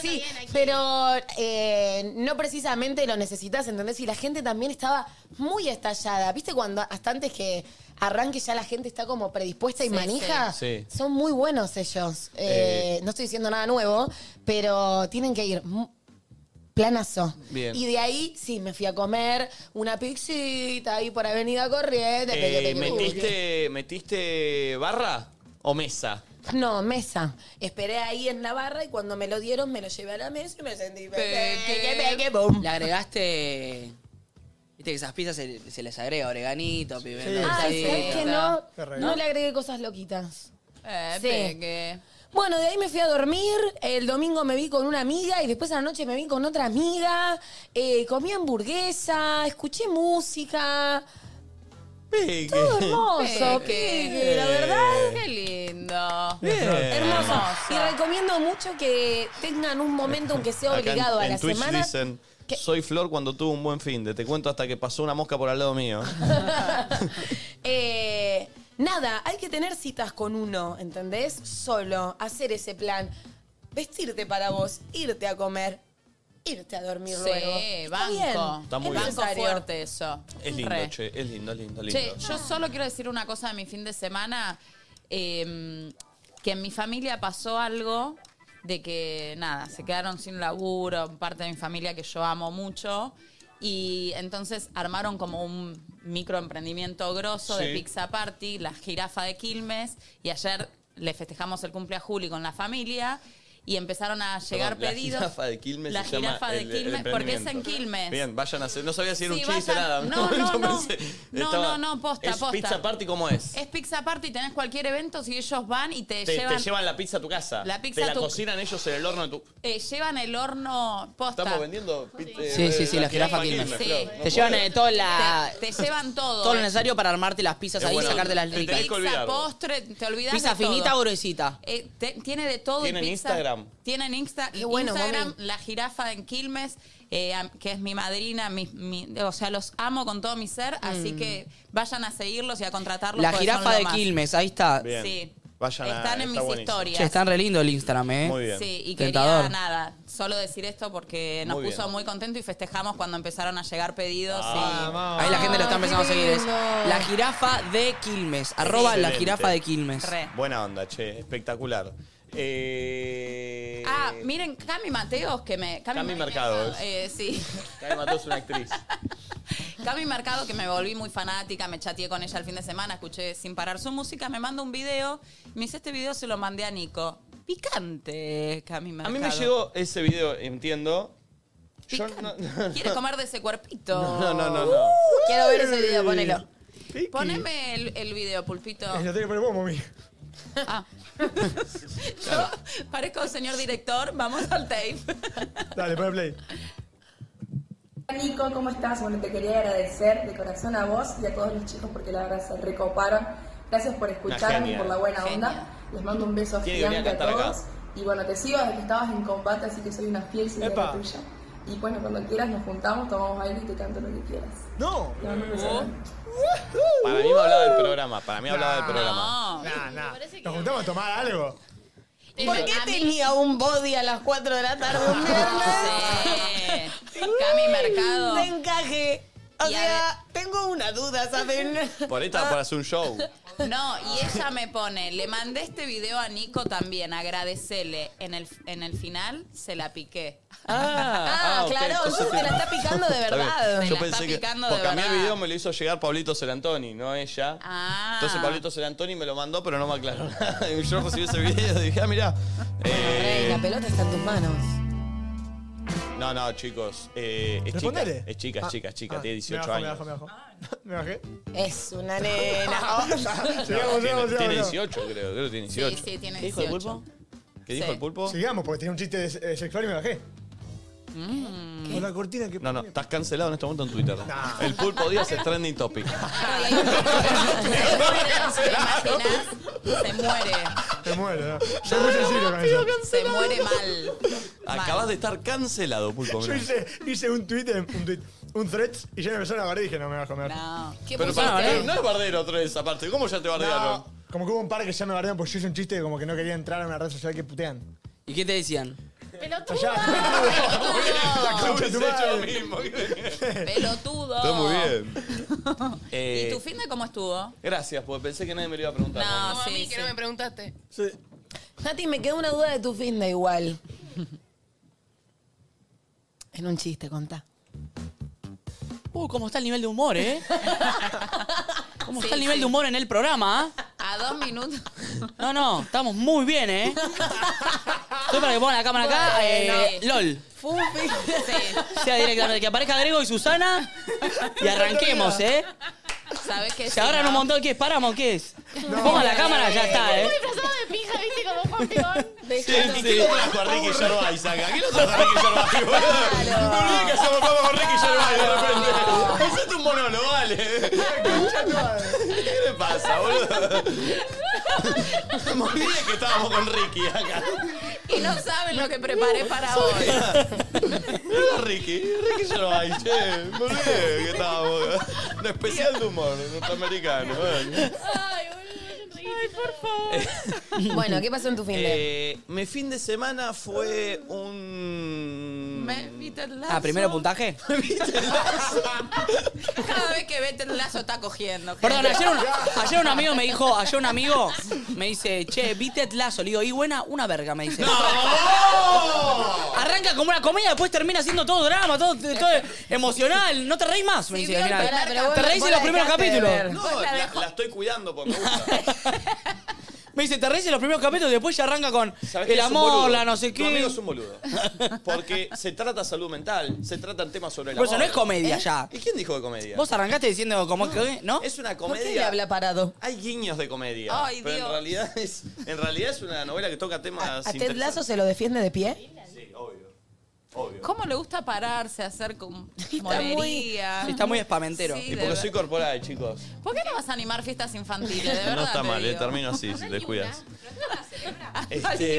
[SPEAKER 4] Sí, pero eh, no precisamente lo necesitas, ¿entendés? Y la gente también estaba muy estallada. ¿Viste cuando hasta antes que arranque ya la gente está como predispuesta y
[SPEAKER 3] Sí,
[SPEAKER 4] manija?
[SPEAKER 1] sí. Sí.
[SPEAKER 4] Son muy buenos ellos. Eh, No estoy diciendo nada nuevo, pero tienen que ir. Mu- Planazo.
[SPEAKER 1] Bien.
[SPEAKER 4] Y de ahí, sí, me fui a comer una pixita ahí por Avenida Corriente.
[SPEAKER 1] Eh, ¿metiste, ¿Metiste barra o mesa?
[SPEAKER 4] No, mesa. Esperé ahí en la barra y cuando me lo dieron me lo llevé a la mesa y me sentí. peque, peque, boom.
[SPEAKER 2] Le agregaste. Viste que esas pizzas se, se les agrega oreganito, pibe.
[SPEAKER 4] Ay, ¿sabes que no?
[SPEAKER 2] Qué rico.
[SPEAKER 4] No le agregué cosas loquitas.
[SPEAKER 3] Eh,
[SPEAKER 4] Sí.
[SPEAKER 3] pegue.
[SPEAKER 4] Bueno, de ahí me fui a dormir. El domingo me vi con una amiga y después a la noche me vi con otra amiga. Eh, comí hamburguesa, escuché música.
[SPEAKER 1] Pegue.
[SPEAKER 4] Todo hermoso, pegue, la verdad.
[SPEAKER 3] Qué lindo.
[SPEAKER 1] Bien.
[SPEAKER 4] Hermoso. Y recomiendo mucho que tengan un momento, aunque sea
[SPEAKER 1] Acá en-
[SPEAKER 4] obligado a
[SPEAKER 1] en
[SPEAKER 4] la
[SPEAKER 1] Twitch
[SPEAKER 4] semana.
[SPEAKER 1] dicen,
[SPEAKER 4] que-
[SPEAKER 1] soy Flor cuando tuve un buen fin de. Te cuento hasta que pasó una mosca por al lado
[SPEAKER 4] (laughs)
[SPEAKER 1] mío.
[SPEAKER 4] Eh, nada, hay que tener citas con uno, ¿entendés? Solo, hacer ese plan. Vestirte para vos, irte a comer, irte a dormir
[SPEAKER 3] Sí,
[SPEAKER 4] luego. Está
[SPEAKER 3] banco.
[SPEAKER 4] bien,
[SPEAKER 1] Está muy
[SPEAKER 4] es
[SPEAKER 1] bien.
[SPEAKER 3] Banco
[SPEAKER 4] necesario.
[SPEAKER 3] fuerte eso.
[SPEAKER 1] Es lindo,
[SPEAKER 3] Re.
[SPEAKER 1] che. Es lindo, es lindo, lindo.
[SPEAKER 3] Che, yo solo quiero decir una cosa de mi fin de semana. eh, que en mi familia pasó algo de que, nada, se quedaron sin laburo, parte de mi familia que yo amo mucho. Y entonces armaron como un microemprendimiento grosso de
[SPEAKER 14] Sí.
[SPEAKER 3] pizza party, la jirafa de Quilmes. Y ayer le festejamos el cumple a Juli con la familia. Y empezaron a llegar
[SPEAKER 1] Perdón,
[SPEAKER 3] pedidos.
[SPEAKER 1] La jirafa de Quilmes
[SPEAKER 3] La
[SPEAKER 1] se llama
[SPEAKER 3] jirafa de
[SPEAKER 1] el- el
[SPEAKER 3] Quilmes, porque es en
[SPEAKER 1] emprendimiento.
[SPEAKER 3] Quilmes.
[SPEAKER 1] Bien, vayan a hacer. No sabía si era
[SPEAKER 3] Sí,
[SPEAKER 1] un chiste,
[SPEAKER 3] vayan-
[SPEAKER 1] nada. (laughs)
[SPEAKER 3] no, no,
[SPEAKER 1] Yo
[SPEAKER 3] no.
[SPEAKER 1] pensé-
[SPEAKER 3] No, no, no, posta,
[SPEAKER 1] ¿es
[SPEAKER 3] posta.
[SPEAKER 1] ¿Pizza party cómo es?
[SPEAKER 3] Es pizza party, tenés cualquier evento, si ellos van y
[SPEAKER 1] Te,
[SPEAKER 3] te,
[SPEAKER 1] te
[SPEAKER 3] llevan.
[SPEAKER 1] llevan, la pizza a tu casa.
[SPEAKER 3] La pizza
[SPEAKER 1] te
[SPEAKER 3] a
[SPEAKER 1] la
[SPEAKER 3] tu-
[SPEAKER 1] cocinan ellos en el horno de tu.
[SPEAKER 3] eh, llevan el horno posta.
[SPEAKER 1] Estamos vendiendo pizza.
[SPEAKER 2] Sí, sí, sí, la jirafa Quilmes. Te llevan eh, todo la...
[SPEAKER 3] Te llevan todo.
[SPEAKER 2] Todo lo necesario para armarte las pizzas
[SPEAKER 3] Es
[SPEAKER 2] ahí y
[SPEAKER 3] bueno,
[SPEAKER 2] sacarte las
[SPEAKER 3] te
[SPEAKER 2] ricas.
[SPEAKER 3] tenés que Pizza, olvidar, vos. postre, te olvidás
[SPEAKER 2] Pizza
[SPEAKER 3] de todo.
[SPEAKER 2] finita o gruesita.
[SPEAKER 3] Eh, te- tiene de todo. y
[SPEAKER 2] ¿Tienen
[SPEAKER 3] pizza-
[SPEAKER 2] Instagram?
[SPEAKER 3] Tienen Insta-
[SPEAKER 2] bueno,
[SPEAKER 3] Instagram,
[SPEAKER 2] mami.
[SPEAKER 3] la jirafa en Quilmes, eh, am- que es mi madrina, mi- mi- o sea, los amo con todo mi ser,
[SPEAKER 2] Mm.
[SPEAKER 3] así que vayan a seguirlos y a contratarlos.
[SPEAKER 2] La
[SPEAKER 3] porque
[SPEAKER 2] jirafa
[SPEAKER 3] son lo
[SPEAKER 2] de
[SPEAKER 3] más.
[SPEAKER 2] Quilmes, ahí está.
[SPEAKER 3] Sí.
[SPEAKER 1] Vayan
[SPEAKER 3] a- Están en está mis buenísimo. historias.
[SPEAKER 2] Che, están re lindo el Instagram, ¿eh?
[SPEAKER 3] Sí, y
[SPEAKER 2] Tentador.
[SPEAKER 3] quería nada, solo decir esto porque nos
[SPEAKER 2] Muy bien.
[SPEAKER 3] puso muy contento y festejamos cuando empezaron a llegar pedidos.
[SPEAKER 1] Ah,
[SPEAKER 3] y... Ah,
[SPEAKER 2] Ahí la gente lo está empezando a seguir. Es
[SPEAKER 3] lindo.
[SPEAKER 2] la jirafa de Quilmes. Arroba la
[SPEAKER 1] Excelente.
[SPEAKER 2] jirafa de Quilmes.
[SPEAKER 3] Re.
[SPEAKER 1] Buena onda, che. Espectacular. Eh...
[SPEAKER 3] Ah, miren, Cami Mateos, que me.
[SPEAKER 1] Cami Mercado,
[SPEAKER 3] Eh, sí. (laughs)
[SPEAKER 1] Cami Mató es una actriz.
[SPEAKER 3] Cami Mercado, que me volví muy fanática, me chateé con ella el fin de semana, escuché sin parar su música, me manda un video. Me dice, este video se lo mandé a Nico. Picante, Cami
[SPEAKER 1] A
[SPEAKER 3] Mercado.
[SPEAKER 1] mí me llegó ese video, entiendo. Yo no,
[SPEAKER 3] ¿Quieres comer de ese cuerpito?
[SPEAKER 1] no, no, no. no.
[SPEAKER 4] Quiero ver ese video, ponelo.
[SPEAKER 3] Poneme el, el video, pulpito.
[SPEAKER 5] Lo tengo que poner vos, mami.
[SPEAKER 3] Ah. Yo parezco señor director, vamos al tape.
[SPEAKER 5] Dale, pon el play.
[SPEAKER 15] Hola, Nico, ¿cómo estás? Bueno, te quería agradecer de corazón a vos y a todos los chicos porque la verdad se recoparon. Gracias por
[SPEAKER 1] Una
[SPEAKER 15] escucharme y
[SPEAKER 1] genia.
[SPEAKER 15] por la buena onda. Les mando un beso
[SPEAKER 1] Tiene que venir a
[SPEAKER 15] gigante a
[SPEAKER 1] cantar acá.
[SPEAKER 15] todos. Y bueno, te sigo desde que estabas en combate, así que soy una fiel seguidora
[SPEAKER 5] Epa.
[SPEAKER 15] tuya. Y bueno, cuando quieras nos juntamos, tomamos aire y te canto lo que quieras.
[SPEAKER 5] ¡No!
[SPEAKER 15] Te mando un beso.
[SPEAKER 1] Para mí me hablaba del programa. Para mí hablaba del
[SPEAKER 5] Nah.
[SPEAKER 1] programa.
[SPEAKER 5] Nah, nah. Nos juntamos a tomar algo.
[SPEAKER 4] ¿Por qué tenía un body a las 4 de la tarde un (laughs) viernes?
[SPEAKER 3] Cami Mercado.
[SPEAKER 4] De encaje. O sea, tengo una duda, ¿saben?
[SPEAKER 1] (laughs) Por ahí estaba por hacer un show.
[SPEAKER 3] Ah. No, y ella me pone, le mandé este video a Nico también, agradecele. En el, en el final se la piqué. (laughs)
[SPEAKER 1] Ah,
[SPEAKER 4] Ah,
[SPEAKER 1] ok,
[SPEAKER 4] claro,
[SPEAKER 1] entonces
[SPEAKER 4] entonces
[SPEAKER 1] (laughs)
[SPEAKER 4] te la está picando de
[SPEAKER 1] Está bien.
[SPEAKER 4] verdad.
[SPEAKER 1] Yo pensé que.
[SPEAKER 3] picando de
[SPEAKER 1] Porque a mí el
[SPEAKER 3] verdad.
[SPEAKER 1] video me lo hizo llegar Pablito Celantoni, no ella.
[SPEAKER 3] Ah.
[SPEAKER 1] Entonces Pablito Celantoni me lo mandó, pero no me aclaró nada. (laughs) Y Yo recibí ese video y dije, ah, mirá. Eh,
[SPEAKER 4] Rey, la pelota está en tus manos.
[SPEAKER 1] no, no, chicos. eh, es, chica,
[SPEAKER 5] Respondele.
[SPEAKER 1] es chica, es
[SPEAKER 5] Ah,
[SPEAKER 1] chica, es chica,
[SPEAKER 5] ah,
[SPEAKER 1] tiene 18
[SPEAKER 5] me
[SPEAKER 1] años.
[SPEAKER 5] bajó, Me bajó, me bajó. Me bajé.
[SPEAKER 4] Es una nena. Oh.
[SPEAKER 1] No, tiene,
[SPEAKER 5] Llegamos, llegamos,
[SPEAKER 1] tiene
[SPEAKER 5] llegamos.
[SPEAKER 1] 18, creo, creo que tiene 18.
[SPEAKER 3] Sí, sí, tiene
[SPEAKER 1] ¿Qué dijo el
[SPEAKER 3] 18.
[SPEAKER 1] pulpo? ¿Qué dijo
[SPEAKER 3] Sí.
[SPEAKER 1] el pulpo?
[SPEAKER 5] Sigamos, porque tenía un chiste eh, sexual y me bajé.
[SPEAKER 3] Mm.
[SPEAKER 5] Con la cortina que.
[SPEAKER 1] No, no, estás cancelado en este momento en Twitter. El pulpo Díaz es trending topic.
[SPEAKER 3] Se muere.
[SPEAKER 5] (laughs) Te muero, ¿no? Soy muy sencillo con eso.
[SPEAKER 3] Se muere mal.
[SPEAKER 1] Acabas de estar cancelado, pulpo.
[SPEAKER 5] Yo
[SPEAKER 1] mirá.
[SPEAKER 5] hice, hice un tweet, un tweet, un thread y ya me empezaron a guardar y dije, no, me bajo, me bajo.
[SPEAKER 3] No.
[SPEAKER 4] ¿Qué
[SPEAKER 1] Pero para, no, no es bardero otra vez aparte. ¿Cómo ya te bardearon?
[SPEAKER 5] Como que hubo un par que ya me bardean porque yo hice un chiste como que no quería entrar a una red social que putean.
[SPEAKER 2] ¿Y qué
[SPEAKER 5] (laughs)
[SPEAKER 2] te decían?
[SPEAKER 5] La concha de
[SPEAKER 1] Hubiese
[SPEAKER 5] tu
[SPEAKER 1] hecho lo
[SPEAKER 5] madre.
[SPEAKER 1] mismo.
[SPEAKER 3] Pelotudo.
[SPEAKER 1] Está muy bien.
[SPEAKER 3] (laughs) ¿Y
[SPEAKER 1] Eh,
[SPEAKER 3] tu fin de cómo estuvo?
[SPEAKER 1] Gracias, porque pensé que nadie me lo iba a preguntar.
[SPEAKER 3] No,
[SPEAKER 7] Como a mí,
[SPEAKER 3] sí,
[SPEAKER 7] que
[SPEAKER 3] sí.
[SPEAKER 7] no me preguntaste.
[SPEAKER 4] Nati, me queda una duda de tu fin de igual. En un chiste, contá.
[SPEAKER 2] Uh, cómo está el nivel de
[SPEAKER 3] (laughs)
[SPEAKER 2] humor, ¿eh? ¿Cómo
[SPEAKER 3] Sí,
[SPEAKER 2] está el nivel
[SPEAKER 3] sí.
[SPEAKER 2] de humor en el programa? ah?
[SPEAKER 3] A dos minutos.
[SPEAKER 2] No, no, estamos muy bien, ¿eh?
[SPEAKER 3] (laughs)
[SPEAKER 2] Estoy para que pongan la cámara acá. eh, LOL.
[SPEAKER 4] Fufi.
[SPEAKER 2] O sea, directamente que aparezca Grego y Susana y arranquemos, ¿eh?
[SPEAKER 3] ¿Sabes qué?
[SPEAKER 2] Se ahora en un montón, ¿qué es? ¿Páramo? ¿Qué es? Ponga la cámara, ya está, ¿eh?
[SPEAKER 6] Estoy disfrazado de pija, viste, como Juan
[SPEAKER 4] (laughs)
[SPEAKER 6] Pigón.
[SPEAKER 1] Sí, sí. ¿Qué lo trajo a Ricky Gervais acá? ¿Qué lo trajo a Ricky Gervais, boludo? Me olvidé que hacíamos como con Ricky Gervais de repente. Hacete
[SPEAKER 5] (laughs)
[SPEAKER 1] un monólogo, vale. ¿Qué le pasa, boludo? Me olvidé que estábamos con Ricky acá.
[SPEAKER 3] Y no saben lo que preparé para hoy.
[SPEAKER 1] (laughs) Era Ricky, Ricky Gervais, che. Me olvidé que estábamos. Un especial de humor norteamericano. bueno.
[SPEAKER 6] Ay, por
[SPEAKER 4] favor. bueno, ¿qué pasó en tu fin de?
[SPEAKER 1] Eh, mi fin de semana fue un.
[SPEAKER 2] Ah, primero puntaje.
[SPEAKER 3] Cada vez que vete el lazo está cogiendo. gente.
[SPEAKER 2] Perdón, ayer un, ayer un amigo me dijo, ayer un amigo me dice, che, vi Ted Lasso. Le digo, y buena, una verga, me dice. Arranca como una comedia, después termina siendo todo drama, todo, todo emocional. No te reís más, me dice. al final. te reís en los primeros capítulos.
[SPEAKER 1] No, la, la estoy cuidando porque me gusta.
[SPEAKER 2] Me dice, te reís en los primeros capítulos, después ya arranca con
[SPEAKER 1] ¿Sabés que
[SPEAKER 2] el
[SPEAKER 1] es un
[SPEAKER 2] amor,
[SPEAKER 1] boludo?
[SPEAKER 2] la no sé
[SPEAKER 1] Tu
[SPEAKER 2] qué.
[SPEAKER 1] amigo es un boludo. Porque se trata salud mental, se tratan temas sobre el
[SPEAKER 2] Por
[SPEAKER 1] amor.
[SPEAKER 2] eso no es comedia
[SPEAKER 1] ¿Eh?
[SPEAKER 2] ya.
[SPEAKER 1] ¿Y quién dijo de comedia?
[SPEAKER 2] Vos arrancaste diciendo como que, ¿no?
[SPEAKER 1] Es una
[SPEAKER 4] ¿Por
[SPEAKER 1] comedia.
[SPEAKER 4] qué le habla parado?
[SPEAKER 1] Hay guiños de comedia.
[SPEAKER 4] Ay,
[SPEAKER 1] pero
[SPEAKER 4] Dios.
[SPEAKER 1] en realidad es en realidad es una novela que toca temas
[SPEAKER 4] ¿A Ted
[SPEAKER 1] interesantes.
[SPEAKER 4] Lazo se lo defiende de pie?
[SPEAKER 1] Sí, obvio. Obvio.
[SPEAKER 3] ¿Cómo le gusta pararse a hacer con monería?
[SPEAKER 2] Sí, está muy espamentero.
[SPEAKER 3] Sí,
[SPEAKER 1] y
[SPEAKER 3] de
[SPEAKER 1] porque
[SPEAKER 3] verdad.
[SPEAKER 1] soy corporal, chicos.
[SPEAKER 3] ¿Por qué no vas a animar fiestas infantiles? De
[SPEAKER 1] (laughs)
[SPEAKER 3] verdad.
[SPEAKER 1] no está
[SPEAKER 3] te
[SPEAKER 1] mal, eh,
[SPEAKER 3] digo.
[SPEAKER 1] termino así, si te cuidas. este, (laughs)
[SPEAKER 3] (laughs)
[SPEAKER 1] Hay
[SPEAKER 4] (laughs) Sí,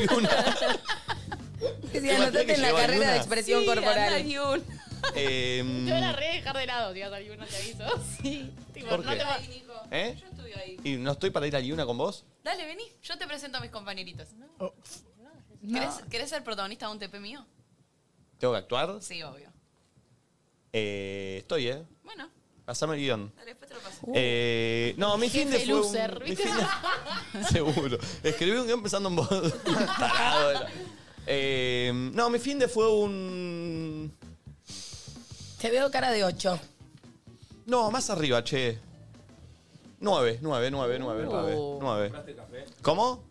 [SPEAKER 1] Imagínate
[SPEAKER 4] anotate
[SPEAKER 1] que
[SPEAKER 4] en la
[SPEAKER 1] llegó
[SPEAKER 4] carrera de
[SPEAKER 1] Ayuna.
[SPEAKER 4] expresión
[SPEAKER 6] Sí,
[SPEAKER 4] corporal.
[SPEAKER 6] anda
[SPEAKER 1] Eh,
[SPEAKER 6] Yo la re dejar de lado, tío, había una, te
[SPEAKER 5] Eh,
[SPEAKER 6] aviso. Sí. Tipo,
[SPEAKER 1] ¿Por
[SPEAKER 6] no
[SPEAKER 1] qué?
[SPEAKER 6] te va-
[SPEAKER 1] ¿Eh?
[SPEAKER 6] Yo estuve ahí.
[SPEAKER 1] ¿Y no estoy para ir a Yuna con vos?
[SPEAKER 7] Dale, vení, yo te presento a mis compañeritos.
[SPEAKER 5] Oh.
[SPEAKER 1] No.
[SPEAKER 7] ¿Querés, querés ser protagonista de un TP mío?
[SPEAKER 1] ¿Tengo que actuar?
[SPEAKER 7] Sí, obvio.
[SPEAKER 1] Eh, estoy, ¿eh?
[SPEAKER 7] Bueno.
[SPEAKER 1] Pasame el guión.
[SPEAKER 7] Dale, después te lo paso.
[SPEAKER 1] Eh, no, mi fin de
[SPEAKER 6] Jefe
[SPEAKER 1] fue un-
[SPEAKER 6] loser,
[SPEAKER 1] mi
[SPEAKER 6] ¿viste?
[SPEAKER 1] fin de- (laughs) Seguro. Escribí un guión pensando en vos. (laughs) Tarado era. Eh, no, mi fin de fue un...
[SPEAKER 4] Te veo cara de 8.
[SPEAKER 1] No, más arriba, che. 9, 9, 9, 9, 9, 9. (laughs) ¿Cómo?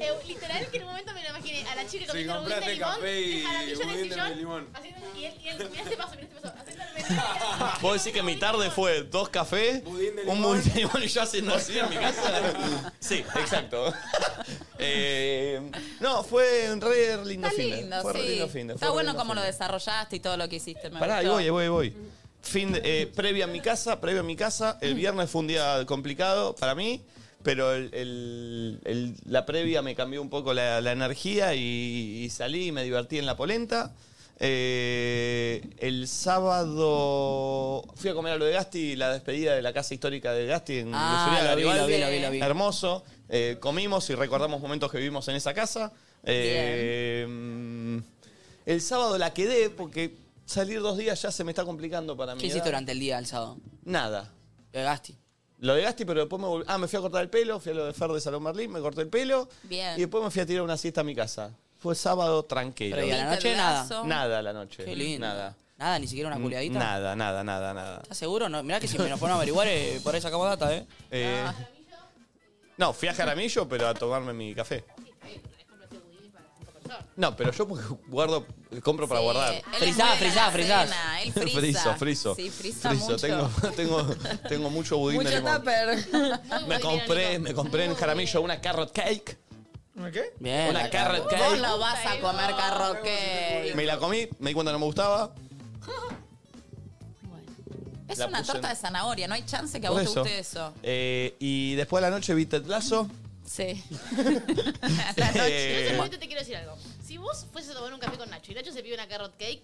[SPEAKER 6] Eh, literal que en un momento me lo imaginé a la
[SPEAKER 1] Sí,
[SPEAKER 6] chica comiendo un
[SPEAKER 1] compraste
[SPEAKER 6] de limón,
[SPEAKER 1] café y
[SPEAKER 6] a la millón
[SPEAKER 1] budín
[SPEAKER 6] de
[SPEAKER 1] de
[SPEAKER 6] sillón,
[SPEAKER 1] limón.
[SPEAKER 6] haciendo y él, y él, mira este paso, mira este paso, haciendo
[SPEAKER 1] Puedo decir que mi tarde fue dos cafés, un budín de limón y yo haciendo así en mi casa. Sí, (laughs) exacto. Eh, no fue un re lindo
[SPEAKER 3] Está
[SPEAKER 1] fin. de.
[SPEAKER 3] lindo,
[SPEAKER 1] Fue re
[SPEAKER 3] sí.
[SPEAKER 1] lindo fin de,
[SPEAKER 3] Está
[SPEAKER 1] fue re
[SPEAKER 3] bueno
[SPEAKER 1] lindo
[SPEAKER 3] cómo
[SPEAKER 1] fin
[SPEAKER 3] lo
[SPEAKER 1] de.
[SPEAKER 3] desarrollaste y todo lo que hiciste. me
[SPEAKER 1] Pará, ahí
[SPEAKER 3] gustó.
[SPEAKER 1] voy, ahí voy, ahí voy. Fin de- eh, previa a mi casa, previa a mi casa. El viernes fue un día complicado para mí, pero el- el- el- la previa me cambió un poco la, la energía y, y salí y me divertí en la polenta. Eh, el sábado fui a comer a lo de Gasti, la despedida de la casa histórica de Gasti en
[SPEAKER 2] Ah,
[SPEAKER 1] Lujuria
[SPEAKER 2] lo vi,
[SPEAKER 1] Garibaldi.
[SPEAKER 2] lo vi, lo vi, lo vi.
[SPEAKER 1] Hermoso. Eh, comimos y recordamos momentos que vivimos en esa casa. Eh, mm, el sábado la quedé porque salir dos días ya se me está complicando para mí.
[SPEAKER 2] ¿Qué hiciste durante el día el sábado?
[SPEAKER 1] Nada.
[SPEAKER 2] Lo de Gasti.
[SPEAKER 1] Lo de Gasti, pero después me volví. Ah, me fui a cortar el pelo, fui a lo de Fer de Salón Berlín, me corté el pelo.
[SPEAKER 2] Bien.
[SPEAKER 1] Y después me fui a tirar una siesta a mi casa. Fue sábado tranquilo.
[SPEAKER 2] Pero, ¿y a la noche nada?
[SPEAKER 1] Nada a la noche.
[SPEAKER 2] Qué lindo.
[SPEAKER 1] Nada.
[SPEAKER 2] Nada, ni siquiera una culiadita.
[SPEAKER 1] Mm, Nada, nada, nada, nada.
[SPEAKER 2] ¿Estás seguro? No, mirá que si me nos ponen a averiguar, eh, por ahí sacamos data, ¿eh?
[SPEAKER 1] Eh, no, fui a Jaramillo, pero a tomarme mi café. No, pero yo porque guardo, compro para guardar.
[SPEAKER 2] Frisá, frisá, frisá.
[SPEAKER 1] (laughs)
[SPEAKER 3] Él
[SPEAKER 1] Frizo, frizo.
[SPEAKER 3] Sí, frisa
[SPEAKER 1] Frizo,
[SPEAKER 3] mucho.
[SPEAKER 1] Tengo, tengo, tengo mucho budín de
[SPEAKER 4] Mucho
[SPEAKER 1] limón.
[SPEAKER 4] tupper.
[SPEAKER 1] (laughs) Me compré, me compré en Jaramillo una carrot cake.
[SPEAKER 5] ¿Una qué?
[SPEAKER 1] Bien. Una carrot
[SPEAKER 3] Vos
[SPEAKER 1] cake.
[SPEAKER 3] no vas a comer carroque.
[SPEAKER 1] Me la comí, me di cuenta que no me
[SPEAKER 3] (laughs)
[SPEAKER 1] gustaba.
[SPEAKER 3] Es
[SPEAKER 1] La
[SPEAKER 3] una
[SPEAKER 1] puse en-
[SPEAKER 3] torta de zanahoria, no hay chance que a
[SPEAKER 1] Por
[SPEAKER 3] vos
[SPEAKER 1] eso.
[SPEAKER 3] te guste eso.
[SPEAKER 1] Eh, y después de la noche vi Ted Lasso. (laughs)
[SPEAKER 3] Sí.
[SPEAKER 6] En
[SPEAKER 1] Eh,
[SPEAKER 6] ese momento te quiero decir algo. Si vos fueses a tomar un café con Nacho y Nacho se pide una carrot cake,